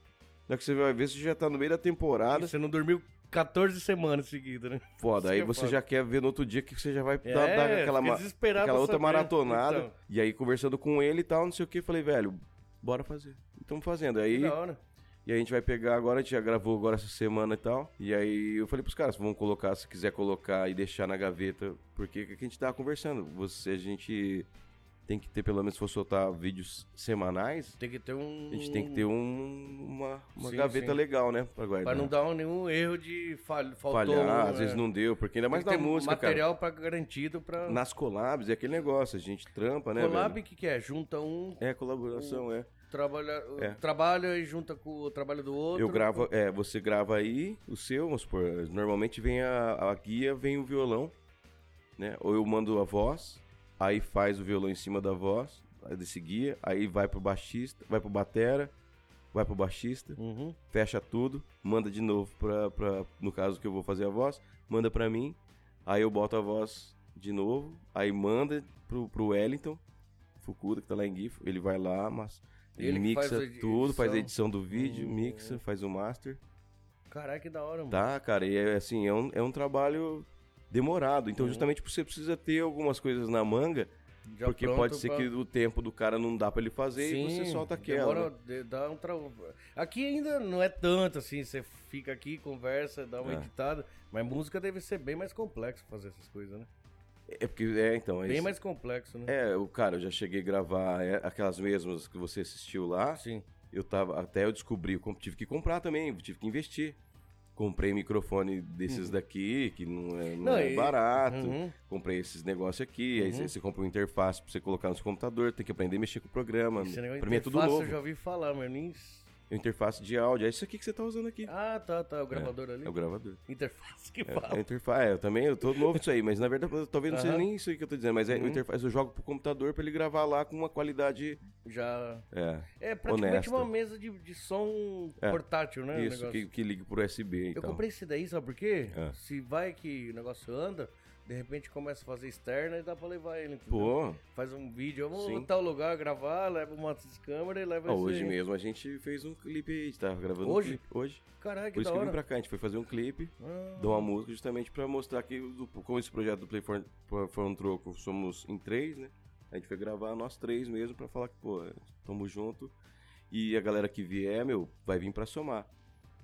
[SPEAKER 1] Na que você vai ver, você já tá no meio da temporada.
[SPEAKER 2] Você não dormiu 14 semanas seguidas, né?
[SPEAKER 1] Foda,
[SPEAKER 2] Isso
[SPEAKER 1] aí
[SPEAKER 2] que é
[SPEAKER 1] você
[SPEAKER 2] foda.
[SPEAKER 1] já quer ver no outro dia que você já vai
[SPEAKER 2] É,
[SPEAKER 1] dar, dar aquela,
[SPEAKER 2] fiquei
[SPEAKER 1] ma-
[SPEAKER 2] desesperado
[SPEAKER 1] aquela
[SPEAKER 2] pra
[SPEAKER 1] outra
[SPEAKER 2] saber.
[SPEAKER 1] maratonada.
[SPEAKER 2] Então.
[SPEAKER 1] E aí conversando com ele e tal, não sei o que, falei, velho, bora fazer. E Tamo fazendo. Aí,
[SPEAKER 2] Da hora.
[SPEAKER 1] e aí a gente vai pegar agora, a gente já gravou agora essa semana e tal. E aí eu falei pros caras, vamos colocar, se quiser colocar e deixar na gaveta, porque é que a gente tava conversando. Você, a gente tem que ter, pelo menos se for soltar vídeos semanais,
[SPEAKER 2] Tem que ter um.
[SPEAKER 1] a gente tem que ter um- uma, uma
[SPEAKER 2] Sim,
[SPEAKER 1] gaveta
[SPEAKER 2] sim.
[SPEAKER 1] legal, né? Pra guardar.
[SPEAKER 2] Pra não dar nenhum erro de fal... faltou.
[SPEAKER 1] Falhar,
[SPEAKER 2] um,
[SPEAKER 1] às vezes
[SPEAKER 2] é.
[SPEAKER 1] não deu, porque ainda mais
[SPEAKER 2] Tem
[SPEAKER 1] na
[SPEAKER 2] que ter
[SPEAKER 1] música, cara.
[SPEAKER 2] material pra garantido pra.
[SPEAKER 1] Nas collabs é aquele negócio, a gente trampa, né?
[SPEAKER 2] Collab,
[SPEAKER 1] velho?
[SPEAKER 2] o que, que é? Junta um,
[SPEAKER 1] É, colaboração, é.
[SPEAKER 2] trabalha,
[SPEAKER 1] É.
[SPEAKER 2] trabalha e junta com o trabalho do outro.
[SPEAKER 1] Eu gravo, é, você grava aí o seu, vamos supor, normalmente vem a, a guia, vem o violão, né? Ou eu mando a voz, aí faz o violão em cima da voz, aí desse guia, aí vai pro baixista, vai pro batera, vai pro baixista,
[SPEAKER 2] Uhum.
[SPEAKER 1] fecha tudo, manda de novo pra, pra no caso que eu vou fazer a voz, manda pra mim, aí eu boto a voz de novo, aí manda pro, pro Wellington Fukuda, que tá lá em Gifo, ele vai lá, mas
[SPEAKER 2] Ele que
[SPEAKER 1] mixa
[SPEAKER 2] faz a
[SPEAKER 1] tudo, faz a
[SPEAKER 2] edição. Hum.
[SPEAKER 1] edição do vídeo, mixa, faz o master.
[SPEAKER 2] Caraca, que da hora, mano.
[SPEAKER 1] Tá, cara, e é assim, é um, é um trabalho demorado. Então, justamente por você precisa ter algumas coisas na manga,
[SPEAKER 2] Hum. Já
[SPEAKER 1] porque
[SPEAKER 2] pronto
[SPEAKER 1] pode ser
[SPEAKER 2] pra-
[SPEAKER 1] que o tempo do cara não dá pra ele fazer
[SPEAKER 2] Sim,
[SPEAKER 1] e você solta aquela. né?
[SPEAKER 2] demora, de- dá um tra... Aqui ainda não é tanto assim, você fica aqui, conversa, dá uma
[SPEAKER 1] É.
[SPEAKER 2] editada, mas música deve ser bem mais complexo fazer essas coisas, né?
[SPEAKER 1] É porque, é, então, é
[SPEAKER 2] Bem
[SPEAKER 1] isso.
[SPEAKER 2] mais complexo, né?
[SPEAKER 1] É, o cara, eu já cheguei a gravar é, aquelas mesmas que você assistiu lá.
[SPEAKER 2] Sim.
[SPEAKER 1] Eu tava, até eu descobri, eu tive que comprar também, tive que investir. Comprei microfone desses daqui, que não é, não
[SPEAKER 2] Uhum. Não,
[SPEAKER 1] é
[SPEAKER 2] e-
[SPEAKER 1] barato.
[SPEAKER 2] Uhum.
[SPEAKER 1] Comprei esses negócios aqui, aí você, você compra uma interface pra você colocar no seu computador, tem que aprender a mexer com o programa.
[SPEAKER 2] Esse negócio
[SPEAKER 1] pra mim é tudo
[SPEAKER 2] interface
[SPEAKER 1] novo.
[SPEAKER 2] eu já ouvi falar, mas nem...
[SPEAKER 1] Interface de áudio, é isso aqui que você tá usando aqui.
[SPEAKER 2] Ah, tá, tá, o gravador ali.
[SPEAKER 1] É o gravador.
[SPEAKER 2] Interface que
[SPEAKER 1] É,
[SPEAKER 2] fala.
[SPEAKER 1] a interface, é, eu também, eu tô novo nisso aí, mas na verdade eu- talvez não seja
[SPEAKER 2] Aham. Uhum.
[SPEAKER 1] nem isso aí que eu tô dizendo, mas é, o interface eu jogo pro computador pra ele gravar lá com uma qualidade.
[SPEAKER 2] Já...
[SPEAKER 1] É,
[SPEAKER 2] É praticamente
[SPEAKER 1] Honesta.
[SPEAKER 2] uma mesa de, de som
[SPEAKER 1] É.
[SPEAKER 2] portátil, né? o
[SPEAKER 1] isso,
[SPEAKER 2] negócio.
[SPEAKER 1] que, que liga pro USB.
[SPEAKER 2] Eu
[SPEAKER 1] Então.
[SPEAKER 2] comprei esse daí, sabe por quê?
[SPEAKER 1] É.
[SPEAKER 2] Se vai que o negócio anda, de repente começa a fazer externa e dá pra levar ele, entendeu?
[SPEAKER 1] Pô,
[SPEAKER 2] Faz um vídeo, vamos
[SPEAKER 1] Sim.
[SPEAKER 2] em tal lugar gravar, leva uma câmera e leva
[SPEAKER 1] ó,
[SPEAKER 2] esse...
[SPEAKER 1] hoje mesmo a gente fez um clipe aí, a gente tava gravando
[SPEAKER 2] Hoje?
[SPEAKER 1] um clipe hoje.
[SPEAKER 2] Caraca,
[SPEAKER 1] Por
[SPEAKER 2] que
[SPEAKER 1] isso
[SPEAKER 2] da
[SPEAKER 1] que eu vim
[SPEAKER 2] hora.
[SPEAKER 1] pra cá, a gente foi fazer um clipe.
[SPEAKER 2] Ah,
[SPEAKER 1] dou uma música justamente pra mostrar que o- como esse projeto do Play for, for, for um Troco somos em três, né? A gente foi gravar nós três mesmo pra falar que, pô, tamo junto. E a galera que vier, meu, vai vir pra somar.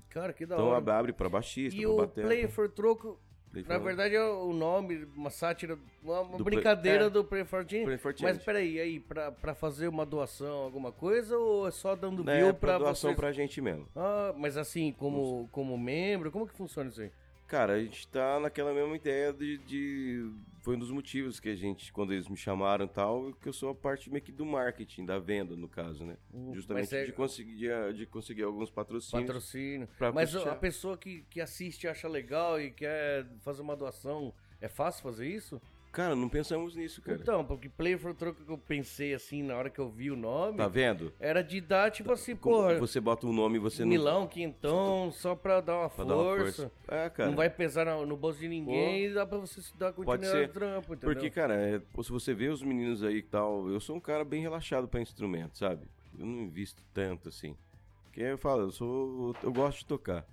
[SPEAKER 2] cara, que da
[SPEAKER 1] Então
[SPEAKER 2] hora.
[SPEAKER 1] ab- abre pra baixista,
[SPEAKER 2] e
[SPEAKER 1] pra
[SPEAKER 2] o
[SPEAKER 1] batera.
[SPEAKER 2] Play for Troco,
[SPEAKER 1] Play
[SPEAKER 2] na
[SPEAKER 1] for-
[SPEAKER 2] verdade é o nome, uma sátira, uma uma
[SPEAKER 1] Do Play-
[SPEAKER 2] brincadeira
[SPEAKER 1] é.
[SPEAKER 2] do Play for Change.
[SPEAKER 1] Play for
[SPEAKER 2] Mas
[SPEAKER 1] Change.
[SPEAKER 2] peraí, aí, pra, pra fazer uma doação, alguma coisa, ou é só dando
[SPEAKER 1] né,
[SPEAKER 2] view
[SPEAKER 1] é pra
[SPEAKER 2] pra
[SPEAKER 1] doação
[SPEAKER 2] vocês?
[SPEAKER 1] pra gente mesmo.
[SPEAKER 2] Ah, mas assim, como, como membro, como que funciona isso aí?
[SPEAKER 1] Cara, a gente tá naquela mesma ideia de, de- Foi um dos motivos que a gente, quando eles me chamaram e tal, que eu sou a parte meio que do marketing, da venda, no caso, né?
[SPEAKER 2] Hum,
[SPEAKER 1] Justamente
[SPEAKER 2] mas é-
[SPEAKER 1] de, conseguir, de, conseguir alguns patrocínios.
[SPEAKER 2] Patrocínio.
[SPEAKER 1] pra
[SPEAKER 2] Mas
[SPEAKER 1] custear.
[SPEAKER 2] a pessoa que, que assiste acha legal e quer fazer uma doação, é fácil fazer isso?
[SPEAKER 1] Cara, não pensamos nisso, cara.
[SPEAKER 2] Então, porque Play for Troco que eu pensei assim na hora que eu vi o nome,
[SPEAKER 1] Tá vendo?
[SPEAKER 2] era de dar tipo assim,
[SPEAKER 1] Como
[SPEAKER 2] porra,
[SPEAKER 1] Você bota um nome e você não.
[SPEAKER 2] milão, quintão, só pra dar uma,
[SPEAKER 1] Pra
[SPEAKER 2] força,
[SPEAKER 1] dar uma força. É, cara.
[SPEAKER 2] Não vai pesar na- no, bolso de ninguém e dá pra você se dar continuidade
[SPEAKER 1] ser.
[SPEAKER 2] ao trampo, entendeu?
[SPEAKER 1] Porque, cara, é, pô, se você vê os meninos aí e tal, eu sou um cara bem relaxado pra instrumento, sabe? Eu não invisto tanto assim. Porque eu falo, eu sou. Eu gosto de tocar,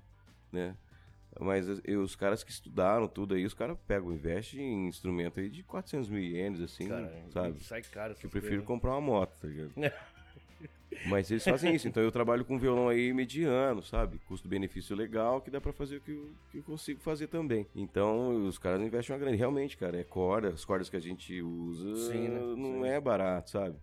[SPEAKER 1] né? Mas eu- os caras que estudaram tudo aí, os caras pegam, investem em instrumento aí de 400 mil ienes, assim,
[SPEAKER 2] Cara, é
[SPEAKER 1] sabe?
[SPEAKER 2] sai caro.
[SPEAKER 1] Que eu
[SPEAKER 2] essas
[SPEAKER 1] prefiro
[SPEAKER 2] coisas.
[SPEAKER 1] comprar uma moto, tá ligado? Mas eles fazem isso, então eu trabalho com violão aí mediano, sabe? Custo-benefício legal, que dá pra fazer o que eu, que eu consigo fazer também. Então, os caras investem uma grande. Realmente, cara, é corda, as cordas que a gente usa
[SPEAKER 2] Sim, né?
[SPEAKER 1] não
[SPEAKER 2] Sim.
[SPEAKER 1] é barato, sabe?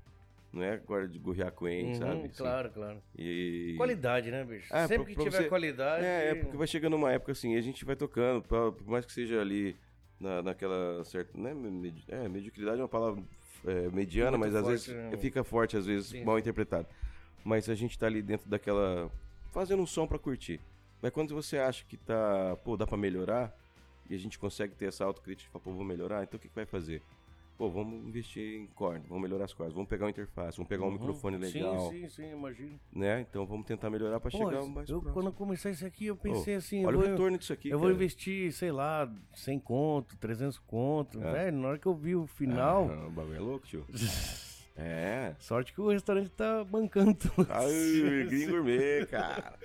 [SPEAKER 1] Não é corda de gorriar coen,
[SPEAKER 2] Uhum,
[SPEAKER 1] sabe? Assim,
[SPEAKER 2] Claro, claro.
[SPEAKER 1] E...
[SPEAKER 2] Qualidade, né, bicho?
[SPEAKER 1] É,
[SPEAKER 2] Sempre
[SPEAKER 1] pra-
[SPEAKER 2] que
[SPEAKER 1] pra
[SPEAKER 2] tiver
[SPEAKER 1] você-
[SPEAKER 2] qualidade.
[SPEAKER 1] É, é porque vai chegando uma época assim, a gente vai tocando, pra- por mais que seja ali na, naquela certa. Né, medi- é, mediocridade é uma palavra é, mediana,
[SPEAKER 2] Muito
[SPEAKER 1] mas às
[SPEAKER 2] forte,
[SPEAKER 1] vezes
[SPEAKER 2] né?
[SPEAKER 1] fica forte, às vezes
[SPEAKER 2] Sim.
[SPEAKER 1] mal interpretado. Mas a gente tá ali dentro daquela. fazendo um som pra curtir. Mas quando você acha que tá. pô, dá pra melhorar, e a gente consegue ter essa autocrítica e falar, pô, vou melhorar, então o que, que vai fazer? Pô, vamos investir em corda, vamos melhorar as cordas, vamos pegar uma interface, vamos pegar um
[SPEAKER 2] Uhum.
[SPEAKER 1] microfone legal,
[SPEAKER 2] Sim, sim, sim, imagino.
[SPEAKER 1] né? Então vamos tentar melhorar pra
[SPEAKER 2] Pô,
[SPEAKER 1] chegar mais
[SPEAKER 2] eu,
[SPEAKER 1] próximo.
[SPEAKER 2] quando eu comecei isso aqui, eu pensei
[SPEAKER 1] Ô,
[SPEAKER 2] assim, eu
[SPEAKER 1] Olha
[SPEAKER 2] vou,
[SPEAKER 1] o retorno disso aqui.
[SPEAKER 2] eu vou
[SPEAKER 1] cara.
[SPEAKER 2] investir, sei lá, 100 conto, 300 conto,
[SPEAKER 1] É.
[SPEAKER 2] velho, na hora que eu vi o final,
[SPEAKER 1] Ah, o bagulho é louco, tio. É.
[SPEAKER 2] sorte que o restaurante tá bancando tudo.
[SPEAKER 1] Ai, gringo gourmet, cara.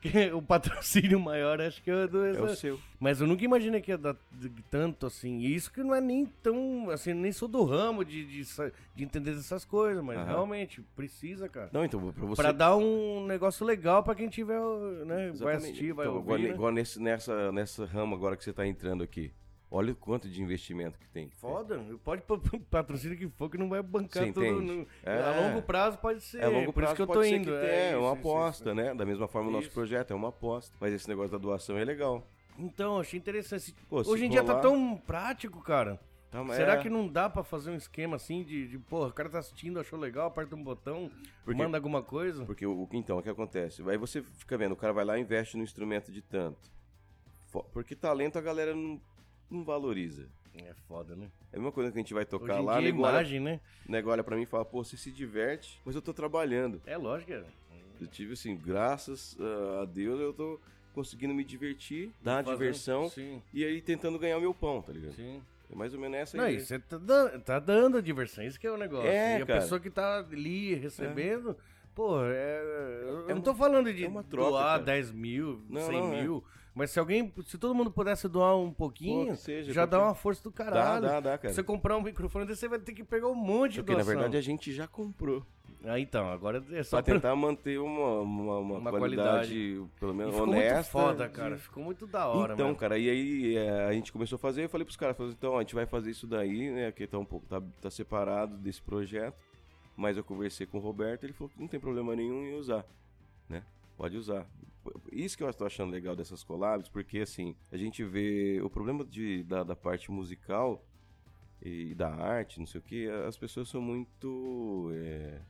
[SPEAKER 2] Porque o patrocínio maior acho que é do
[SPEAKER 1] É o
[SPEAKER 2] restaurante.
[SPEAKER 1] seu.
[SPEAKER 2] Mas eu nunca imaginei que ia dar d- tanto assim, e isso que não é nem tão, assim, nem sou do ramo de, de, sa- de entender essas coisas, mas
[SPEAKER 1] Aham.
[SPEAKER 2] realmente precisa, cara.
[SPEAKER 1] Não, então, pra você...
[SPEAKER 2] Pra dar um negócio legal pra quem tiver, né, vai
[SPEAKER 1] Exatamente.
[SPEAKER 2] assistir, vai
[SPEAKER 1] Então,
[SPEAKER 2] ouvir,
[SPEAKER 1] igual,
[SPEAKER 2] né?
[SPEAKER 1] igual nesse, nessa, nessa rama agora que você tá entrando aqui. Olha o quanto de investimento que tem.
[SPEAKER 2] Foda, pode pa- pa- patrocínio que for que não vai bancar
[SPEAKER 1] Você
[SPEAKER 2] tudo.
[SPEAKER 1] entende?
[SPEAKER 2] no-
[SPEAKER 1] É.
[SPEAKER 2] A longo prazo pode ser.
[SPEAKER 1] É a longo
[SPEAKER 2] por
[SPEAKER 1] prazo
[SPEAKER 2] isso que eu
[SPEAKER 1] pode
[SPEAKER 2] tô
[SPEAKER 1] ser
[SPEAKER 2] indo.
[SPEAKER 1] que tenha, é, uma
[SPEAKER 2] isso, isso,
[SPEAKER 1] aposta,
[SPEAKER 2] isso.
[SPEAKER 1] né? Da mesma forma o nosso
[SPEAKER 2] Isso.
[SPEAKER 1] projeto é uma aposta. Mas esse negócio da doação é legal.
[SPEAKER 2] Então, achei interessante.
[SPEAKER 1] Pô, se
[SPEAKER 2] Hoje em dia tá
[SPEAKER 1] rolar-
[SPEAKER 2] tão prático, cara.
[SPEAKER 1] Tá, mas
[SPEAKER 2] Será
[SPEAKER 1] é-
[SPEAKER 2] que não dá pra fazer um esquema assim de, de porra, o cara tá assistindo, achou legal, aperta um botão,
[SPEAKER 1] Porque-
[SPEAKER 2] manda alguma coisa?
[SPEAKER 1] Porque o, o- então, o que acontece? Aí você fica vendo, o cara vai lá e investe no instrumento de tanto. Fo- Porque talento a galera não, não valoriza.
[SPEAKER 2] É foda, né?
[SPEAKER 1] É a mesma coisa que a gente vai tocar
[SPEAKER 2] Hoje em
[SPEAKER 1] lá,
[SPEAKER 2] dia, a
[SPEAKER 1] nego olha,
[SPEAKER 2] imagem, né?
[SPEAKER 1] nego olha pra mim e fala, pô, você se diverte, mas eu tô trabalhando.
[SPEAKER 2] É lógico, cara.
[SPEAKER 1] Eu tive assim, graças ah, a Deus, eu tô conseguindo me divertir, dar uma
[SPEAKER 2] Fazendo-
[SPEAKER 1] diversão
[SPEAKER 2] um- Sim,
[SPEAKER 1] e aí tentando ganhar o meu pão, tá ligado?
[SPEAKER 2] sim.
[SPEAKER 1] É mais ou menos essa
[SPEAKER 2] Não,
[SPEAKER 1] ideia.
[SPEAKER 2] e você tá, dan- tá dando a diversão, isso que é o negócio.
[SPEAKER 1] É,
[SPEAKER 2] e a
[SPEAKER 1] cara.
[SPEAKER 2] pessoa que tá ali recebendo Pô, é- eu
[SPEAKER 1] É
[SPEAKER 2] não
[SPEAKER 1] uma-
[SPEAKER 2] tô falando de
[SPEAKER 1] é uma troca,
[SPEAKER 2] doar
[SPEAKER 1] cara.
[SPEAKER 2] 10 mil,
[SPEAKER 1] Não,
[SPEAKER 2] 100
[SPEAKER 1] não, é.
[SPEAKER 2] mil, mas se alguém, se todo mundo pudesse doar um pouquinho,
[SPEAKER 1] Pô, que seja,
[SPEAKER 2] já dá
[SPEAKER 1] qualquer-
[SPEAKER 2] uma força do
[SPEAKER 1] Dá,
[SPEAKER 2] é caralho.
[SPEAKER 1] dá, dá, cara.
[SPEAKER 2] Se você comprar um microfone desse, você vai ter que pegar um monte de
[SPEAKER 1] Porque, na
[SPEAKER 2] doação.
[SPEAKER 1] verdade, a gente já comprou.
[SPEAKER 2] Ah, então, agora é só
[SPEAKER 1] Pra
[SPEAKER 2] pra-
[SPEAKER 1] tentar manter uma, uma, uma
[SPEAKER 2] Uma
[SPEAKER 1] qualidade, pelo
[SPEAKER 2] E
[SPEAKER 1] menos,
[SPEAKER 2] ficou
[SPEAKER 1] honesta.
[SPEAKER 2] muito foda,
[SPEAKER 1] de-
[SPEAKER 2] cara. Ficou muito da hora,
[SPEAKER 1] é. então,
[SPEAKER 2] mano.
[SPEAKER 1] cara, e aí é, a gente começou a fazer, eu falei pros caras, falei, então, a gente vai fazer isso daí, né? Que tá um pouco, tá, tá separado desse projeto. Mas eu conversei com o Roberto, ele falou que não tem problema nenhum em usar, né? Pode usar. Isso que eu tô achando legal dessas collabs, porque assim, a gente vê o problema de, da, da parte musical e da arte, não sei o que, as pessoas são muito é,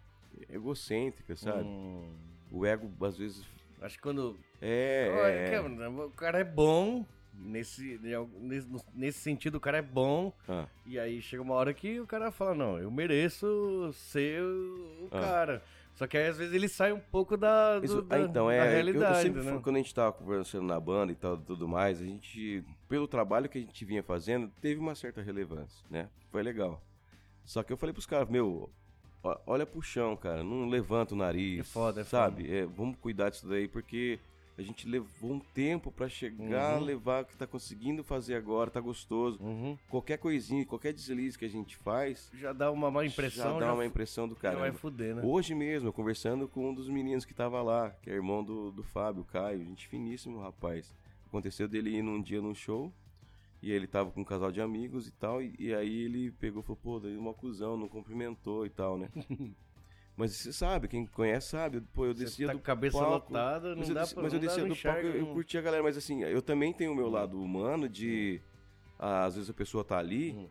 [SPEAKER 1] egocêntricas, sabe?
[SPEAKER 2] Hum,
[SPEAKER 1] O ego, às vezes,
[SPEAKER 2] acho que quando
[SPEAKER 1] é...
[SPEAKER 2] Olha,
[SPEAKER 1] é-
[SPEAKER 2] que- O cara é bom. Nesse, nesse, nesse sentido, o cara é bom.
[SPEAKER 1] Ah,
[SPEAKER 2] E aí chega uma hora que o cara fala: Não, eu mereço ser o o
[SPEAKER 1] Ah.
[SPEAKER 2] cara. Só que aí às vezes ele sai um pouco da, do-
[SPEAKER 1] Isso-
[SPEAKER 2] da,
[SPEAKER 1] ah, então,
[SPEAKER 2] da
[SPEAKER 1] é. eu- eu,
[SPEAKER 2] realidade,
[SPEAKER 1] sempre,
[SPEAKER 2] né?
[SPEAKER 1] fui- Quando a gente tava conversando na banda e tal, tudo mais, a gente, pelo trabalho que a gente vinha fazendo, teve uma certa relevância, né? Foi legal. Só que eu falei pros caras, meu, ó- olha pro chão, cara, não levanta o nariz.
[SPEAKER 2] É foda, é
[SPEAKER 1] Sabe? É, vamos cuidar disso daí, porque a gente levou um tempo pra chegar,
[SPEAKER 2] Uhum.
[SPEAKER 1] levar o que tá conseguindo fazer agora, tá gostoso.
[SPEAKER 2] Uhum.
[SPEAKER 1] Qualquer coisinha, qualquer deslize que a gente faz,
[SPEAKER 2] Já dá uma má impressão.
[SPEAKER 1] já dá uma impressão do cara.
[SPEAKER 2] já vai fuder, né?
[SPEAKER 1] Hoje mesmo, eu conversando com um dos meninos que tava lá, que é irmão do, do Fábio, Caio, gente finíssimo, rapaz. Aconteceu dele ir num dia num show, e ele tava com um casal de amigos e tal, e, e aí ele pegou e falou, pô, dei uma acusão, não cumprimentou e tal, né? Mas você sabe, quem conhece sabe, pô, eu
[SPEAKER 2] Você
[SPEAKER 1] descia
[SPEAKER 2] tá
[SPEAKER 1] do
[SPEAKER 2] com a cabeça
[SPEAKER 1] palco,
[SPEAKER 2] lotada, não
[SPEAKER 1] mas eu,
[SPEAKER 2] dá
[SPEAKER 1] desci-
[SPEAKER 2] pra
[SPEAKER 1] mas eu
[SPEAKER 2] não dá,
[SPEAKER 1] descia
[SPEAKER 2] não
[SPEAKER 1] do palco,
[SPEAKER 2] enxerga,
[SPEAKER 1] eu, eu
[SPEAKER 2] não- Hum.
[SPEAKER 1] curti a galera, mas assim, eu também tenho o meu lado humano de. ah, às vezes a pessoa tá ali
[SPEAKER 2] Hum.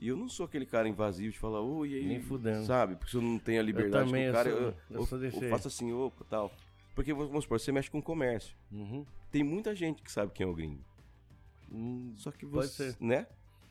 [SPEAKER 1] e eu não sou aquele cara invasivo de falar, ô, e aí?
[SPEAKER 2] Nem fudendo.
[SPEAKER 1] Sabe? Porque se eu não tenho a liberdade
[SPEAKER 2] também,
[SPEAKER 1] com
[SPEAKER 2] eu
[SPEAKER 1] o cara,
[SPEAKER 2] sou-
[SPEAKER 1] eu,
[SPEAKER 2] eu sou desse aí.
[SPEAKER 1] faço assim, opa, tal. Porque, vamos supor, você mexe com comércio.
[SPEAKER 2] Uhum.
[SPEAKER 1] Tem muita gente que sabe quem é o gringo.
[SPEAKER 2] Hum,
[SPEAKER 1] Só que
[SPEAKER 2] Pode
[SPEAKER 1] você.
[SPEAKER 2] ser. Hum,
[SPEAKER 1] Né?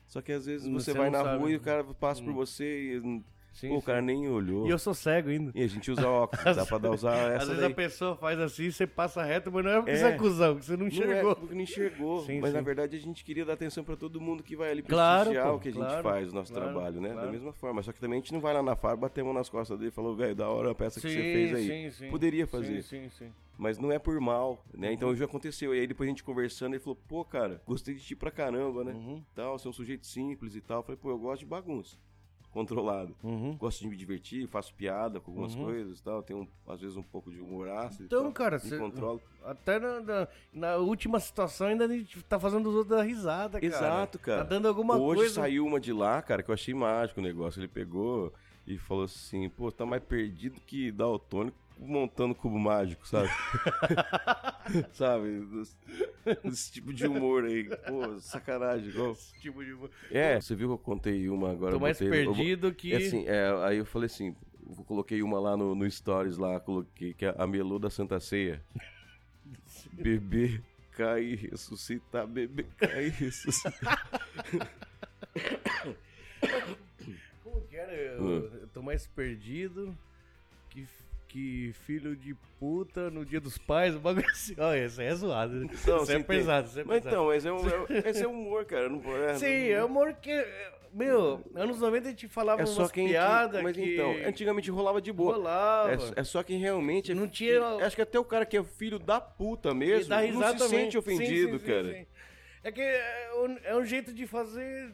[SPEAKER 1] Só que às vezes você,
[SPEAKER 2] Você
[SPEAKER 1] vai
[SPEAKER 2] não
[SPEAKER 1] na
[SPEAKER 2] sabe. né? Hum.
[SPEAKER 1] rua e o cara passa por você e. hum,
[SPEAKER 2] sim,
[SPEAKER 1] pô, o
[SPEAKER 2] sim.
[SPEAKER 1] cara nem olhou.
[SPEAKER 2] E eu sou cego ainda.
[SPEAKER 1] E a gente usa óculos, dá pra dar usar
[SPEAKER 2] Às
[SPEAKER 1] essa
[SPEAKER 2] vezes
[SPEAKER 1] daí.
[SPEAKER 2] a pessoa faz assim, você passa reto, mas não é porque
[SPEAKER 1] É.
[SPEAKER 2] você é cuzão, que você não
[SPEAKER 1] Não é
[SPEAKER 2] enxergou.
[SPEAKER 1] porque não enxergou.
[SPEAKER 2] Sim,
[SPEAKER 1] mas
[SPEAKER 2] sim.
[SPEAKER 1] na verdade a gente queria dar atenção pra todo mundo que vai ali
[SPEAKER 2] Claro,
[SPEAKER 1] prestigiar
[SPEAKER 2] pô,
[SPEAKER 1] o que a gente
[SPEAKER 2] claro,
[SPEAKER 1] faz, o nosso
[SPEAKER 2] claro,
[SPEAKER 1] trabalho, né?
[SPEAKER 2] claro.
[SPEAKER 1] Da mesma forma. Só que também a gente não vai lá na fábrica, batemos nas costas dele e falou, velho, da hora a peça que você fez aí. Poderia fazer.
[SPEAKER 2] Sim, Uhum. sim, sim.
[SPEAKER 1] Mas não é por mal, né? Então já aconteceu. E aí depois a gente conversando, ele falou, pô, cara, gostei de ti pra caramba, né?
[SPEAKER 2] Uhum,
[SPEAKER 1] Tal, você é um sujeito simples e tal. Eu falei, pô, eu gosto de bagunça. Controlado.
[SPEAKER 2] uhum.
[SPEAKER 1] Gosto de me divertir, faço piada com algumas
[SPEAKER 2] Uhum.
[SPEAKER 1] coisas e tal. Tenho, às vezes, um pouco de humor ácido. e
[SPEAKER 2] Então,
[SPEAKER 1] tal.
[SPEAKER 2] cara,
[SPEAKER 1] me
[SPEAKER 2] você-
[SPEAKER 1] controlo.
[SPEAKER 2] Até na, na- na última situação ainda a gente tá fazendo os outros dar risada, cara.
[SPEAKER 1] Exato, cara.
[SPEAKER 2] Tá dando alguma
[SPEAKER 1] Hoje
[SPEAKER 2] coisa.
[SPEAKER 1] saiu uma de lá, cara, que eu achei mágico o negócio. Ele pegou e falou assim, pô, tá mais perdido que daltônico montando cubo mágico, sabe? sabe? Esse- Esse tipo de humor aí. Pô, sacanagem. Igual...
[SPEAKER 2] Esse tipo de...
[SPEAKER 1] É, você viu que eu contei uma agora?
[SPEAKER 2] Tô
[SPEAKER 1] eu
[SPEAKER 2] mais
[SPEAKER 1] botei- eu bo-
[SPEAKER 2] perdido que...
[SPEAKER 1] é assim, é, aí eu falei assim, eu coloquei uma lá no, no Stories lá, coloquei que é a Melô da Santa Ceia. Bebê, cai, e ressuscita, bebê, cai, e ressuscita.
[SPEAKER 2] Como que era? Eu,
[SPEAKER 1] Hum.
[SPEAKER 2] eu tô mais perdido que, que filho de puta no dia dos pais. O bagulho assim. Olha, isso aí é zoado. né?
[SPEAKER 1] Então,
[SPEAKER 2] isso é
[SPEAKER 1] sim, tem.
[SPEAKER 2] pesado, isso é
[SPEAKER 1] Mas
[SPEAKER 2] pesado.
[SPEAKER 1] então, mas é um, é, esse é humor, cara. Não, é,
[SPEAKER 2] Sim, é humor que... Meu, anos 90 a gente falava
[SPEAKER 1] é só
[SPEAKER 2] umas
[SPEAKER 1] quem...
[SPEAKER 2] piadas
[SPEAKER 1] mas
[SPEAKER 2] que...
[SPEAKER 1] então, antigamente rolava de boa.
[SPEAKER 2] Rolava.
[SPEAKER 1] É, é só quem realmente... é
[SPEAKER 2] Não
[SPEAKER 1] fi-
[SPEAKER 2] tinha-
[SPEAKER 1] Acho que até o cara que é filho da puta mesmo,
[SPEAKER 2] dá
[SPEAKER 1] não se
[SPEAKER 2] risada também.
[SPEAKER 1] sente
[SPEAKER 2] Sim,
[SPEAKER 1] ofendido,
[SPEAKER 2] sim, sim,
[SPEAKER 1] cara.
[SPEAKER 2] sim. É que é um, é um jeito de fazer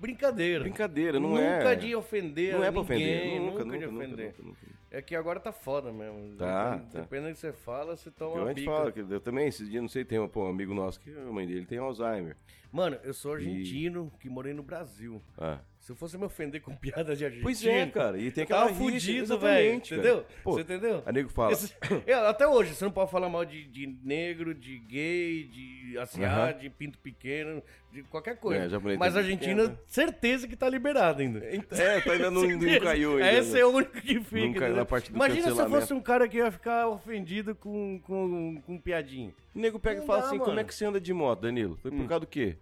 [SPEAKER 2] brincadeira.
[SPEAKER 1] Brincadeira, não
[SPEAKER 2] nunca
[SPEAKER 1] é...
[SPEAKER 2] de ofender
[SPEAKER 1] Não
[SPEAKER 2] a
[SPEAKER 1] é pra
[SPEAKER 2] ninguém,
[SPEAKER 1] ofender, nunca,
[SPEAKER 2] nunca
[SPEAKER 1] nunca,
[SPEAKER 2] de
[SPEAKER 1] nunca,
[SPEAKER 2] ofender.
[SPEAKER 1] nunca, nunca.
[SPEAKER 2] É que agora tá foda mesmo.
[SPEAKER 1] Tá,
[SPEAKER 2] Depende-
[SPEAKER 1] tá.
[SPEAKER 2] Dependendo do que você fala, você toma
[SPEAKER 1] Eu,
[SPEAKER 2] uma
[SPEAKER 1] a gente
[SPEAKER 2] bica.
[SPEAKER 1] fala que eu também, esses dias, não sei, tem um, pô, um amigo nosso que a mãe dele tem Alzheimer.
[SPEAKER 2] Mano, eu sou argentino que morei no Brasil.
[SPEAKER 1] Ah.
[SPEAKER 2] Se eu fosse me ofender com piada de argentino...
[SPEAKER 1] Pois é, cara. E tem
[SPEAKER 2] Eu
[SPEAKER 1] aquela
[SPEAKER 2] tava
[SPEAKER 1] rixa,
[SPEAKER 2] fudido, velho.
[SPEAKER 1] exatamente, cara.
[SPEAKER 2] Entendeu?
[SPEAKER 1] Pô,
[SPEAKER 2] você entendeu?
[SPEAKER 1] a nego fala.
[SPEAKER 2] Esse- É, até hoje, você não pode falar mal de, de negro, de gay, de asiático, de pinto pequeno, de qualquer coisa.
[SPEAKER 1] É, japonês
[SPEAKER 2] Mas a
[SPEAKER 1] pinto
[SPEAKER 2] Argentina,
[SPEAKER 1] pequeno,
[SPEAKER 2] certeza que tá liberada ainda.
[SPEAKER 1] É, tá ainda não, não
[SPEAKER 2] Certeza.
[SPEAKER 1] caiu ainda. né?
[SPEAKER 2] Esse é o único que fica.
[SPEAKER 1] Não caiu na
[SPEAKER 2] entendeu?
[SPEAKER 1] parte do
[SPEAKER 2] Imagina se eu
[SPEAKER 1] cancelamento.
[SPEAKER 2] fosse um cara que ia ficar ofendido com, com, um com piadinha.
[SPEAKER 1] O nego pega
[SPEAKER 2] Não
[SPEAKER 1] e fala
[SPEAKER 2] dá,
[SPEAKER 1] assim:
[SPEAKER 2] mano.
[SPEAKER 1] como é que você anda de moto, Danilo? Foi
[SPEAKER 2] Hum.
[SPEAKER 1] por causa do quê?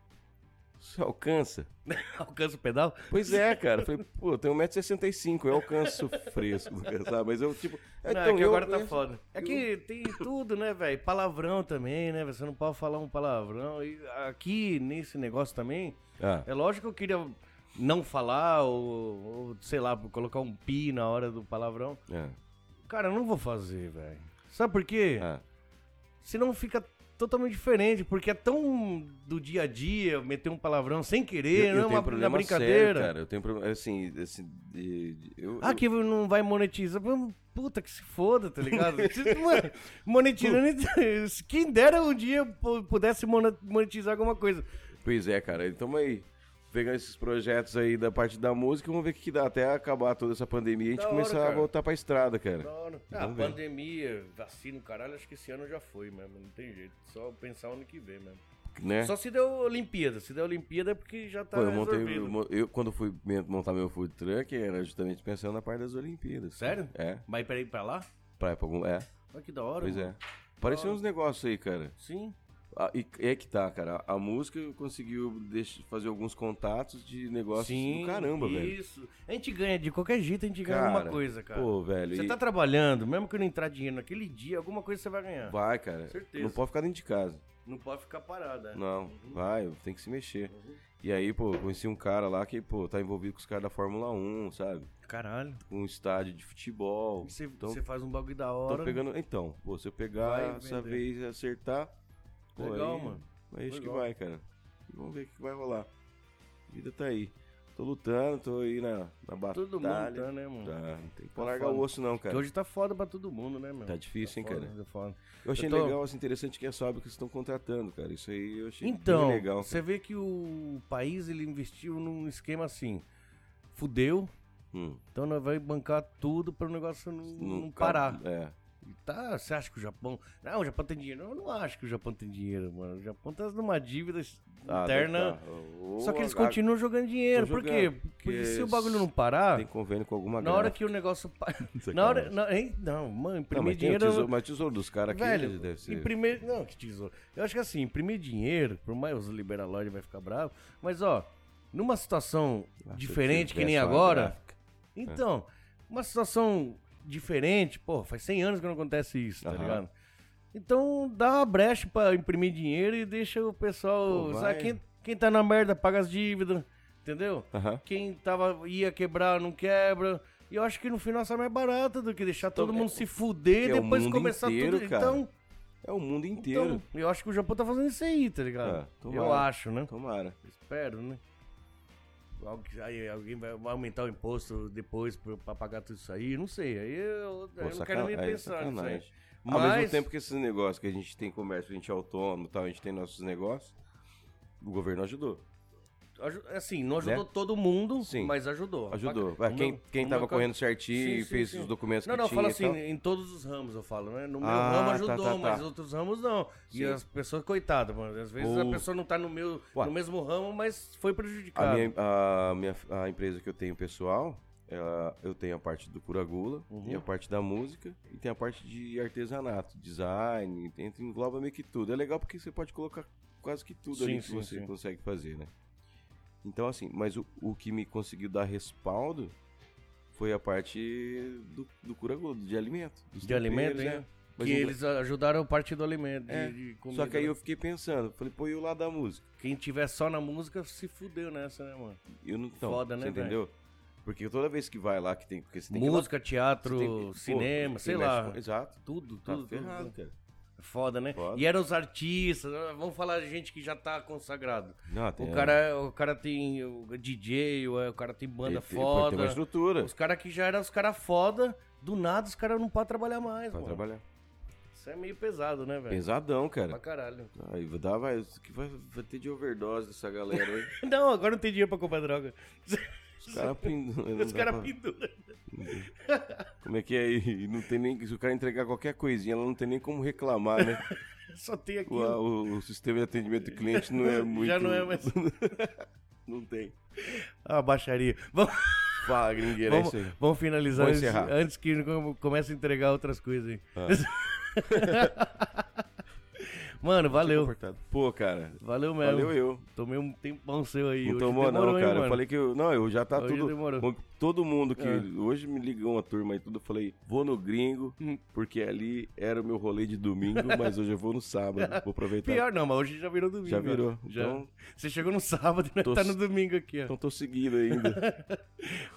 [SPEAKER 1] Você alcança?
[SPEAKER 2] Alcança o pedal?
[SPEAKER 1] Pois é, cara. Eu Falei, pô, eu tenho 1,65m, eu alcanço fresco, sabe? Mas eu, tipo.
[SPEAKER 2] Não, é que agora tá foda. É que tem tudo, né, velho? Palavrão também, né? Você não pode falar um palavrão. E aqui, nesse negócio também,
[SPEAKER 1] Ah,
[SPEAKER 2] É lógico que eu queria não falar ou, ou, sei lá, colocar um pi na hora do palavrão.
[SPEAKER 1] é.
[SPEAKER 2] Cara, eu não vou fazer, velho. Sabe por quê?
[SPEAKER 1] Ah,
[SPEAKER 2] Senão fica totalmente diferente, porque é tão do dia a dia, meter um palavrão sem querer, não é uma, na brincadeira.
[SPEAKER 1] sério, cara. Eu tenho problema, assim, assim, de- de- eu,
[SPEAKER 2] Ah, que não vai monetizar. Mano, Puta que se foda, tá ligado? Mano, monetizando. se Quem dera um dia pu- pudesse mona- monetizar alguma coisa.
[SPEAKER 1] eu- Pois é, cara. Então aí, pegar esses projetos aí da parte da música, vamos ver o que que dá até acabar toda essa pandemia e a gente
[SPEAKER 2] Da hora,
[SPEAKER 1] começar a
[SPEAKER 2] cara.
[SPEAKER 1] voltar pra estrada, cara.
[SPEAKER 2] Ah,
[SPEAKER 1] Vamos ver.
[SPEAKER 2] pandemia, vacina, caralho, acho que esse ano já foi mesmo. Não tem jeito. Só pensar ano que vem mesmo.
[SPEAKER 1] Né?
[SPEAKER 2] Só se deu Olimpíada. Se deu Olimpíada é porque já tá
[SPEAKER 1] Pô, eu montei, eu,
[SPEAKER 2] resolvido.
[SPEAKER 1] mo- eu- quando fui men- montar meu food truck, era justamente pensando na parte das Olimpíadas.
[SPEAKER 2] Sério?
[SPEAKER 1] É,
[SPEAKER 2] Vai pra ir pra lá?
[SPEAKER 1] pra, pra algum, é,
[SPEAKER 2] Olha que da hora.
[SPEAKER 1] pois
[SPEAKER 2] mano.
[SPEAKER 1] é. Apareceu uns negócios aí, cara.
[SPEAKER 2] Sim.
[SPEAKER 1] Ah, e é que tá, cara. A música conseguiu deix- fazer alguns contatos de negócios
[SPEAKER 2] Sim.
[SPEAKER 1] do caramba, velho.
[SPEAKER 2] Isso. A gente ganha de qualquer jeito, a gente ganha
[SPEAKER 1] Cara,
[SPEAKER 2] alguma coisa, cara.
[SPEAKER 1] Pô, velho.
[SPEAKER 2] Você
[SPEAKER 1] e-
[SPEAKER 2] tá trabalhando, mesmo que não entrar dinheiro naquele dia, alguma coisa você vai ganhar.
[SPEAKER 1] Vai, cara.
[SPEAKER 2] Certeza. É. Uhum.
[SPEAKER 1] Não pode ficar dentro de casa.
[SPEAKER 2] Não pode ficar parada.
[SPEAKER 1] Não, vai, tem que se mexer.
[SPEAKER 2] Uhum.
[SPEAKER 1] E aí, pô, conheci um cara lá que, pô, tá envolvido com os caras da Fórmula 1, sabe?
[SPEAKER 2] Caralho.
[SPEAKER 1] Com um estádio de futebol.
[SPEAKER 2] Você,
[SPEAKER 1] Então,
[SPEAKER 2] você faz um bagulho da hora.
[SPEAKER 1] Tô pegando. Então, pô, se eu pegar
[SPEAKER 2] Vai
[SPEAKER 1] essa
[SPEAKER 2] vender.
[SPEAKER 1] vez e acertar. Pô,
[SPEAKER 2] Legal,
[SPEAKER 1] aí,
[SPEAKER 2] mano.
[SPEAKER 1] Aí acho que
[SPEAKER 2] Legal.
[SPEAKER 1] vai, cara. E vamos ver o que vai rolar. A vida tá aí. Tô lutando, tô aí na, na batalha.
[SPEAKER 2] Todo mundo tá, né, mano?
[SPEAKER 1] Tá, não tem que
[SPEAKER 2] Tá
[SPEAKER 1] largar
[SPEAKER 2] foda.
[SPEAKER 1] o osso, não,
[SPEAKER 2] Porque
[SPEAKER 1] cara.
[SPEAKER 2] hoje tá foda pra todo mundo, né, meu?
[SPEAKER 1] Tá difícil, hein,
[SPEAKER 2] foda,
[SPEAKER 1] cara.
[SPEAKER 2] Tá foda.
[SPEAKER 1] Eu achei
[SPEAKER 2] eu tô-
[SPEAKER 1] legal, assim, interessante que é só que eles estão contratando, cara. Isso aí eu achei
[SPEAKER 2] Então,
[SPEAKER 1] bem legal.
[SPEAKER 2] você vê que o país ele investiu num esquema assim. Fudeu,
[SPEAKER 1] Hum,
[SPEAKER 2] então nós vai bancar tudo para o negócio não,
[SPEAKER 1] não
[SPEAKER 2] não
[SPEAKER 1] cal-
[SPEAKER 2] parar.
[SPEAKER 1] É.
[SPEAKER 2] E Tá, você acha que o Japão. Não, o Japão tem dinheiro. Eu não acho que o Japão tem dinho, mano. O Japão tá numa dívida
[SPEAKER 1] Ah, tá,
[SPEAKER 2] interna.
[SPEAKER 1] tá. Ou
[SPEAKER 2] Só que eles
[SPEAKER 1] a-
[SPEAKER 2] continuam jogando dinheiro.
[SPEAKER 1] Tão
[SPEAKER 2] Por quê?
[SPEAKER 1] jogando,
[SPEAKER 2] Porque,
[SPEAKER 1] porque
[SPEAKER 2] se o bagulho não parar,
[SPEAKER 1] Tem convênio com alguma
[SPEAKER 2] na hora
[SPEAKER 1] gráfica.
[SPEAKER 2] que o negócio. pa-
[SPEAKER 1] Sacanagem.
[SPEAKER 2] na hora. Não, hein? não mano,
[SPEAKER 1] Não,
[SPEAKER 2] imprimir
[SPEAKER 1] mas, tem o
[SPEAKER 2] dinheiro. é
[SPEAKER 1] tesouro, mas o tesouro dos caras aqui
[SPEAKER 2] Velho,
[SPEAKER 1] deve ser.
[SPEAKER 2] imprimir. Não, que tesouro. Eu acho que assim, imprimir dinheiro, por mais os liberalóides vai ficar bravo, mas ó, numa situação
[SPEAKER 1] Ah, se
[SPEAKER 2] diferente que
[SPEAKER 1] tivesse
[SPEAKER 2] nem
[SPEAKER 1] uma
[SPEAKER 2] agora.
[SPEAKER 1] gráfica. É.
[SPEAKER 2] Então, uma situação diferente, pô, faz 100 anos que não acontece isso, tá
[SPEAKER 1] Aham.
[SPEAKER 2] ligado? Então, dá uma brecha pra imprimir dinheiro e deixa o pessoal.
[SPEAKER 1] Pô, vai.
[SPEAKER 2] sabe, quem, quem tá na merda paga as dívidas, entendeu?
[SPEAKER 1] Aham.
[SPEAKER 2] Quem tava, ia quebrar, não quebra. E eu acho que no final sai mais barato do que deixar todo
[SPEAKER 1] Então,
[SPEAKER 2] mundo se fuder
[SPEAKER 1] que é
[SPEAKER 2] e
[SPEAKER 1] o
[SPEAKER 2] depois
[SPEAKER 1] mundo
[SPEAKER 2] começar
[SPEAKER 1] inteiro,
[SPEAKER 2] tudo.
[SPEAKER 1] cara.
[SPEAKER 2] Então,
[SPEAKER 1] É o mundo inteiro.
[SPEAKER 2] então, eu acho que o Japão tá fazendo isso aí, tá ligado?
[SPEAKER 1] Ah, tomara.
[SPEAKER 2] eu acho, né?
[SPEAKER 1] Tomara.
[SPEAKER 2] Espero, né? Algu- aí alguém vai vai aumentar o imposto depois pra pra pagar tudo isso aí, não sei. Aí eu,
[SPEAKER 1] Pô,
[SPEAKER 2] eu não
[SPEAKER 1] saca-
[SPEAKER 2] quero nem
[SPEAKER 1] aí é
[SPEAKER 2] pensar nisso aí.
[SPEAKER 1] sacanagem. Ao mesmo
[SPEAKER 2] Mas,
[SPEAKER 1] tempo que esses negócios que a gente tem comércio, a gente é autônomo e tal, a gente tem nossos negócios, o governo ajudou.
[SPEAKER 2] aju- assim, não ajudou todo mundo,
[SPEAKER 1] Né? Sim.
[SPEAKER 2] mas ajudou.
[SPEAKER 1] Ajudou.
[SPEAKER 2] Pra-
[SPEAKER 1] Vai, quem,
[SPEAKER 2] o meu-
[SPEAKER 1] quem
[SPEAKER 2] o
[SPEAKER 1] tava
[SPEAKER 2] meu ca-
[SPEAKER 1] correndo certinho
[SPEAKER 2] Sim,
[SPEAKER 1] e
[SPEAKER 2] sim,
[SPEAKER 1] fez
[SPEAKER 2] sim.
[SPEAKER 1] os documentos
[SPEAKER 2] Não,
[SPEAKER 1] que
[SPEAKER 2] não, eu
[SPEAKER 1] tinha
[SPEAKER 2] falo
[SPEAKER 1] e
[SPEAKER 2] assim,
[SPEAKER 1] tal.
[SPEAKER 2] em todos os ramos eu falo, né? No meu
[SPEAKER 1] Ah,
[SPEAKER 2] ramo
[SPEAKER 1] tá,
[SPEAKER 2] ajudou,
[SPEAKER 1] tá, tá.
[SPEAKER 2] mas outros ramos não.
[SPEAKER 1] Sim.
[SPEAKER 2] E as pessoas, coitadas, mano. Às vezes
[SPEAKER 1] Ou-
[SPEAKER 2] a pessoa não tá no, meu,
[SPEAKER 1] Ué.
[SPEAKER 2] no mesmo ramo, mas foi
[SPEAKER 1] A
[SPEAKER 2] prejudicada.
[SPEAKER 1] minha, a minha a empresa que eu tenho pessoal, ela- eu tenho a parte do Curagula,
[SPEAKER 2] Uhum.
[SPEAKER 1] e a parte da música, e tem a parte de artesanato, design, tem, tem- engloba meio que tudo. É legal porque você pode colocar quase que tudo
[SPEAKER 2] Sim,
[SPEAKER 1] ali que
[SPEAKER 2] sim,
[SPEAKER 1] você
[SPEAKER 2] sim.
[SPEAKER 1] consegue fazer, né? Então, assim, mas o, o que me conseguiu dar respaldo foi a parte do, do Curagula, de alimento. dos
[SPEAKER 2] De alimento,
[SPEAKER 1] temperos, né?
[SPEAKER 2] hein?
[SPEAKER 1] Mas
[SPEAKER 2] que
[SPEAKER 1] não-
[SPEAKER 2] eles ajudaram parte do alimento. de-
[SPEAKER 1] É,
[SPEAKER 2] de
[SPEAKER 1] Só
[SPEAKER 2] comida,
[SPEAKER 1] que aí
[SPEAKER 2] né?
[SPEAKER 1] eu fiquei pensando, falei, pô, e o lado da música?
[SPEAKER 2] Quem tiver só na música se fudeu nessa, né, mano?
[SPEAKER 1] Eu não, então,
[SPEAKER 2] Foda, né,
[SPEAKER 1] você
[SPEAKER 2] velho?
[SPEAKER 1] entendeu? Porque toda vez que vai lá, que tem, porque você tem que ir lá
[SPEAKER 2] música, teatro,
[SPEAKER 1] Você tem que-
[SPEAKER 2] cinema,
[SPEAKER 1] pô,
[SPEAKER 2] sei
[SPEAKER 1] quem mexe
[SPEAKER 2] lá.
[SPEAKER 1] com- Exato.
[SPEAKER 2] Tudo,
[SPEAKER 1] Tá
[SPEAKER 2] tudo,
[SPEAKER 1] ferrado,
[SPEAKER 2] tudo.
[SPEAKER 1] cara.
[SPEAKER 2] Foda, né?
[SPEAKER 1] Foda.
[SPEAKER 2] E eram os artistas, ah, vamos falar de gente que já tá consagrado.
[SPEAKER 1] Não, tem-
[SPEAKER 2] O, cara, é, o cara tem o DJ, o o cara tem
[SPEAKER 1] tem-
[SPEAKER 2] banda
[SPEAKER 1] tem-
[SPEAKER 2] foda.
[SPEAKER 1] Tem uma estrutura
[SPEAKER 2] Os caras que já eram os caras foda, do nada os caras não podem trabalhar mais,
[SPEAKER 1] pra
[SPEAKER 2] mano.
[SPEAKER 1] trabalhar.
[SPEAKER 2] Isso é meio pesado, né, velho?
[SPEAKER 1] Pesadão,
[SPEAKER 2] Pra
[SPEAKER 1] cara.
[SPEAKER 2] caralho.
[SPEAKER 1] Aí vai dar, vai, o que vai, vai ter de overdose dessa galera aí.
[SPEAKER 2] Não, agora não tem dinheiro pra comprar droga.
[SPEAKER 1] Os caras penduram.
[SPEAKER 2] Os caras penduram.
[SPEAKER 1] Como é que é aí? Não tem nem, se o cara entregar qualquer coisinha, ela não tem nem como reclamar, né?
[SPEAKER 2] Só tem aqui.
[SPEAKER 1] o, a- o- o sistema de atendimento do cliente não é muito.
[SPEAKER 2] Já não é mais.
[SPEAKER 1] Não tem.
[SPEAKER 2] Ah, baixaria. Vamos,
[SPEAKER 1] Fala, gringueira,
[SPEAKER 2] vamos,
[SPEAKER 1] é isso aí.
[SPEAKER 2] vamos finalizar
[SPEAKER 1] Vamos
[SPEAKER 2] antes,
[SPEAKER 1] encerrar.
[SPEAKER 2] antes que come- comece a entregar outras coisas aí.
[SPEAKER 1] Ah.
[SPEAKER 2] mano, valeu.
[SPEAKER 1] Pô, cara.
[SPEAKER 2] Valeu mesmo.
[SPEAKER 1] Valeu eu.
[SPEAKER 2] Tomei um tempão seu aí.
[SPEAKER 1] Não
[SPEAKER 2] hoje
[SPEAKER 1] tomou, não,
[SPEAKER 2] demorou, hein,
[SPEAKER 1] cara. Eu
[SPEAKER 2] mano?
[SPEAKER 1] falei que eu. Não, eu já tá
[SPEAKER 2] Hoje
[SPEAKER 1] tudo.
[SPEAKER 2] demorou.
[SPEAKER 1] Bom, Todo mundo que.
[SPEAKER 2] É.
[SPEAKER 1] Hoje me ligou uma turma e tudo, eu falei, vou no gringo,
[SPEAKER 2] Hum.
[SPEAKER 1] porque ali era o meu rolê de domingo, mas hoje eu vou no sábado. Vou aproveitar.
[SPEAKER 2] Pior não, mas hoje já virou domingo. né?
[SPEAKER 1] Já virou.
[SPEAKER 2] Já.
[SPEAKER 1] Então,
[SPEAKER 2] Você chegou no sábado e
[SPEAKER 1] Tô-
[SPEAKER 2] tá no domingo aqui, ó.
[SPEAKER 1] então tô seguindo ainda.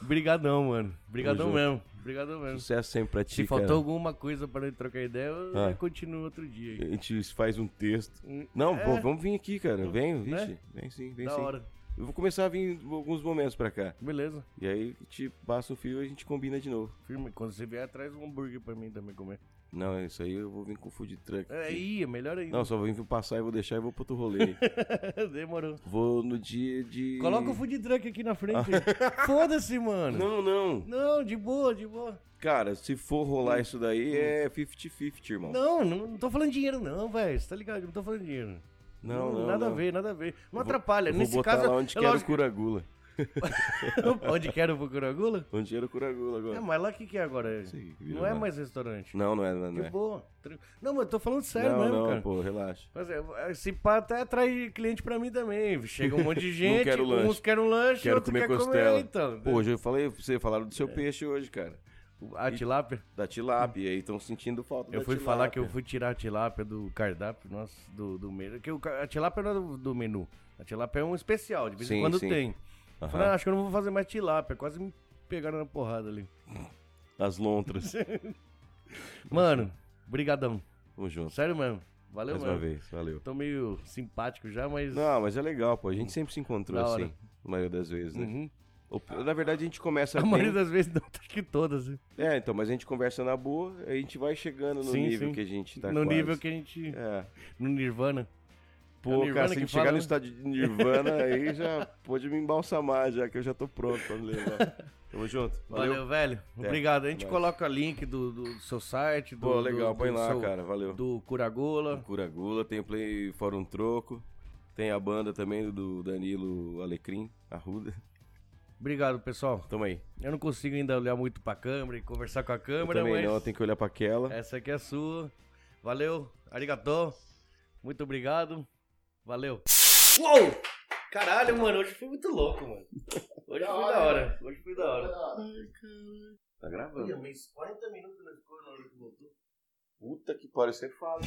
[SPEAKER 2] Brigadão, mano. Brigadão
[SPEAKER 1] junto.
[SPEAKER 2] mesmo. Brigadão mesmo.
[SPEAKER 1] Sucesso sempre pra ti.
[SPEAKER 2] Se faltou
[SPEAKER 1] cara.
[SPEAKER 2] alguma coisa pra gente trocar ideia, eu
[SPEAKER 1] Ah.
[SPEAKER 2] eu continuo outro dia. aí.
[SPEAKER 1] A gente faz um texto.
[SPEAKER 2] Hum,
[SPEAKER 1] Não,
[SPEAKER 2] é,
[SPEAKER 1] pô, vamos vir aqui, cara. Vem,
[SPEAKER 2] Né?
[SPEAKER 1] vixe. Vem sim, vem
[SPEAKER 2] Da
[SPEAKER 1] sim.
[SPEAKER 2] hora.
[SPEAKER 1] Eu vou começar a vir em alguns momentos pra cá.
[SPEAKER 2] Beleza.
[SPEAKER 1] E aí te passa o fio e a gente combina de novo.
[SPEAKER 2] Firme. Quando você vier, traz um hambúrguer pra mim também comer.
[SPEAKER 1] Não, isso aí eu vou vir com food truck.
[SPEAKER 2] É, Aí, é melhor ainda.
[SPEAKER 1] Não, só vou vir passar e vou deixar e vou pro outro rolê.
[SPEAKER 2] Demorou.
[SPEAKER 1] vou no dia de.
[SPEAKER 2] Coloca o food truck aqui na frente. Foda-se, mano.
[SPEAKER 1] Ah. Não, não.
[SPEAKER 2] Não, de boa, de boa.
[SPEAKER 1] Cara, se for rolar isso daí é 50-50, irmão.
[SPEAKER 2] Hum. Não, não, não tô falando dinheiro, não, velho. Você tá ligado? Não tô falando dinheiro. Hum,
[SPEAKER 1] Não, não.
[SPEAKER 2] Nada
[SPEAKER 1] não.
[SPEAKER 2] a ver, nada a ver. Não
[SPEAKER 1] Eu vou-
[SPEAKER 2] atrapalha.
[SPEAKER 1] eu Vou
[SPEAKER 2] Nesse
[SPEAKER 1] botar
[SPEAKER 2] caso.
[SPEAKER 1] lá onde
[SPEAKER 2] é
[SPEAKER 1] quero
[SPEAKER 2] lógico-
[SPEAKER 1] curagula.
[SPEAKER 2] onde quero procurar gula?
[SPEAKER 1] Onde quero curagula
[SPEAKER 2] É,
[SPEAKER 1] agora.
[SPEAKER 2] mas lá o que, que é agora?
[SPEAKER 1] Sei, virou
[SPEAKER 2] não é
[SPEAKER 1] lá.
[SPEAKER 2] mais restaurante.
[SPEAKER 1] Não, não é, não é.
[SPEAKER 2] de boa. Tran- Não, mas eu tô falando sério
[SPEAKER 1] não,
[SPEAKER 2] mesmo,
[SPEAKER 1] não,
[SPEAKER 2] cara.
[SPEAKER 1] pô, relaxa.
[SPEAKER 2] Mas é, esse pá até atrai cliente pra mim também. Chega um monte de gente,
[SPEAKER 1] quero
[SPEAKER 2] uns
[SPEAKER 1] lanche.
[SPEAKER 2] querem um lanche,
[SPEAKER 1] Quero
[SPEAKER 2] outro
[SPEAKER 1] comer
[SPEAKER 2] quer
[SPEAKER 1] costela.
[SPEAKER 2] comer, então. É.
[SPEAKER 1] Pô, hoje eu falei, vocês falaram do seu peixe hoje, cara.
[SPEAKER 2] a tilápia.
[SPEAKER 1] Da tilápia, e aí estão sentindo falta
[SPEAKER 2] Eu
[SPEAKER 1] da
[SPEAKER 2] fui falar que eu
[SPEAKER 1] tilápia.
[SPEAKER 2] fui tirar a tilápia do cardápio, nossa, do, do menu. Que o ca- a tilápia não é do, do menu. A tilápia é um especial, de vez em
[SPEAKER 1] Sim,
[SPEAKER 2] quando
[SPEAKER 1] sim.
[SPEAKER 2] tem.
[SPEAKER 1] Aham.
[SPEAKER 2] Falei, ah, acho que eu não vou fazer mais tilápia. Quase me pegaram na porrada ali.
[SPEAKER 1] As lontras.
[SPEAKER 2] Mano, brigadão.
[SPEAKER 1] Vamos junto.
[SPEAKER 2] Sério mesmo. Valeu,
[SPEAKER 1] Mais
[SPEAKER 2] mano.
[SPEAKER 1] uma vez, valeu.
[SPEAKER 2] Tô meio simpático já, mas...
[SPEAKER 1] Não, mas é legal, pô. A gente sempre se encontrou
[SPEAKER 2] Da hora.
[SPEAKER 1] assim, na maioria das vezes, né?
[SPEAKER 2] Uhum.
[SPEAKER 1] Ou- Na verdade, a gente começa
[SPEAKER 2] A
[SPEAKER 1] tá bem-
[SPEAKER 2] maioria das vezes não, acho que todas. né?
[SPEAKER 1] É, então, mas a gente conversa na boa, a gente vai chegando no
[SPEAKER 2] Sim,
[SPEAKER 1] nível
[SPEAKER 2] sim.
[SPEAKER 1] que a gente tá
[SPEAKER 2] no
[SPEAKER 1] quase.
[SPEAKER 2] nível que a gente...
[SPEAKER 1] É.
[SPEAKER 2] No Nirvana. É o
[SPEAKER 1] Pô,
[SPEAKER 2] Nirvana
[SPEAKER 1] cara, se a
[SPEAKER 2] que
[SPEAKER 1] gente
[SPEAKER 2] fala,
[SPEAKER 1] chegar no
[SPEAKER 2] né?
[SPEAKER 1] estádio de Nirvana, aí já pode me embalsamar, já que eu já tô pronto pra me levar. Tamo junto.
[SPEAKER 2] Valeu, velho. Obrigado. A gente
[SPEAKER 1] nóis.
[SPEAKER 2] coloca o link do, do seu site. Do,
[SPEAKER 1] É, Pô, legal,
[SPEAKER 2] do-
[SPEAKER 1] põe
[SPEAKER 2] do
[SPEAKER 1] lá,
[SPEAKER 2] seu-
[SPEAKER 1] cara, valeu.
[SPEAKER 2] Do Curagola.
[SPEAKER 1] Cura Gula, tem o Play Fora um Troco, tem a banda também do Danilo Alecrim, Arruda.
[SPEAKER 2] Obrigado, pessoal.
[SPEAKER 1] Tamo aí.
[SPEAKER 2] Eu não consigo ainda olhar muito pra câmera e conversar com a
[SPEAKER 1] Eu
[SPEAKER 2] câmera,
[SPEAKER 1] também
[SPEAKER 2] mas
[SPEAKER 1] não, tem que olhar pra aquela.
[SPEAKER 2] essa aqui é sua. Valeu. Arigatô. Muito obrigado. Valeu. Uou! Caralho, mano, hoje foi muito louco, mano. Hoje foi da hora. Hoje foi da hora.
[SPEAKER 1] Tá gravando.
[SPEAKER 2] mas 40 minutos na escola na hora que voltou.
[SPEAKER 1] Puta que pariu, você fala.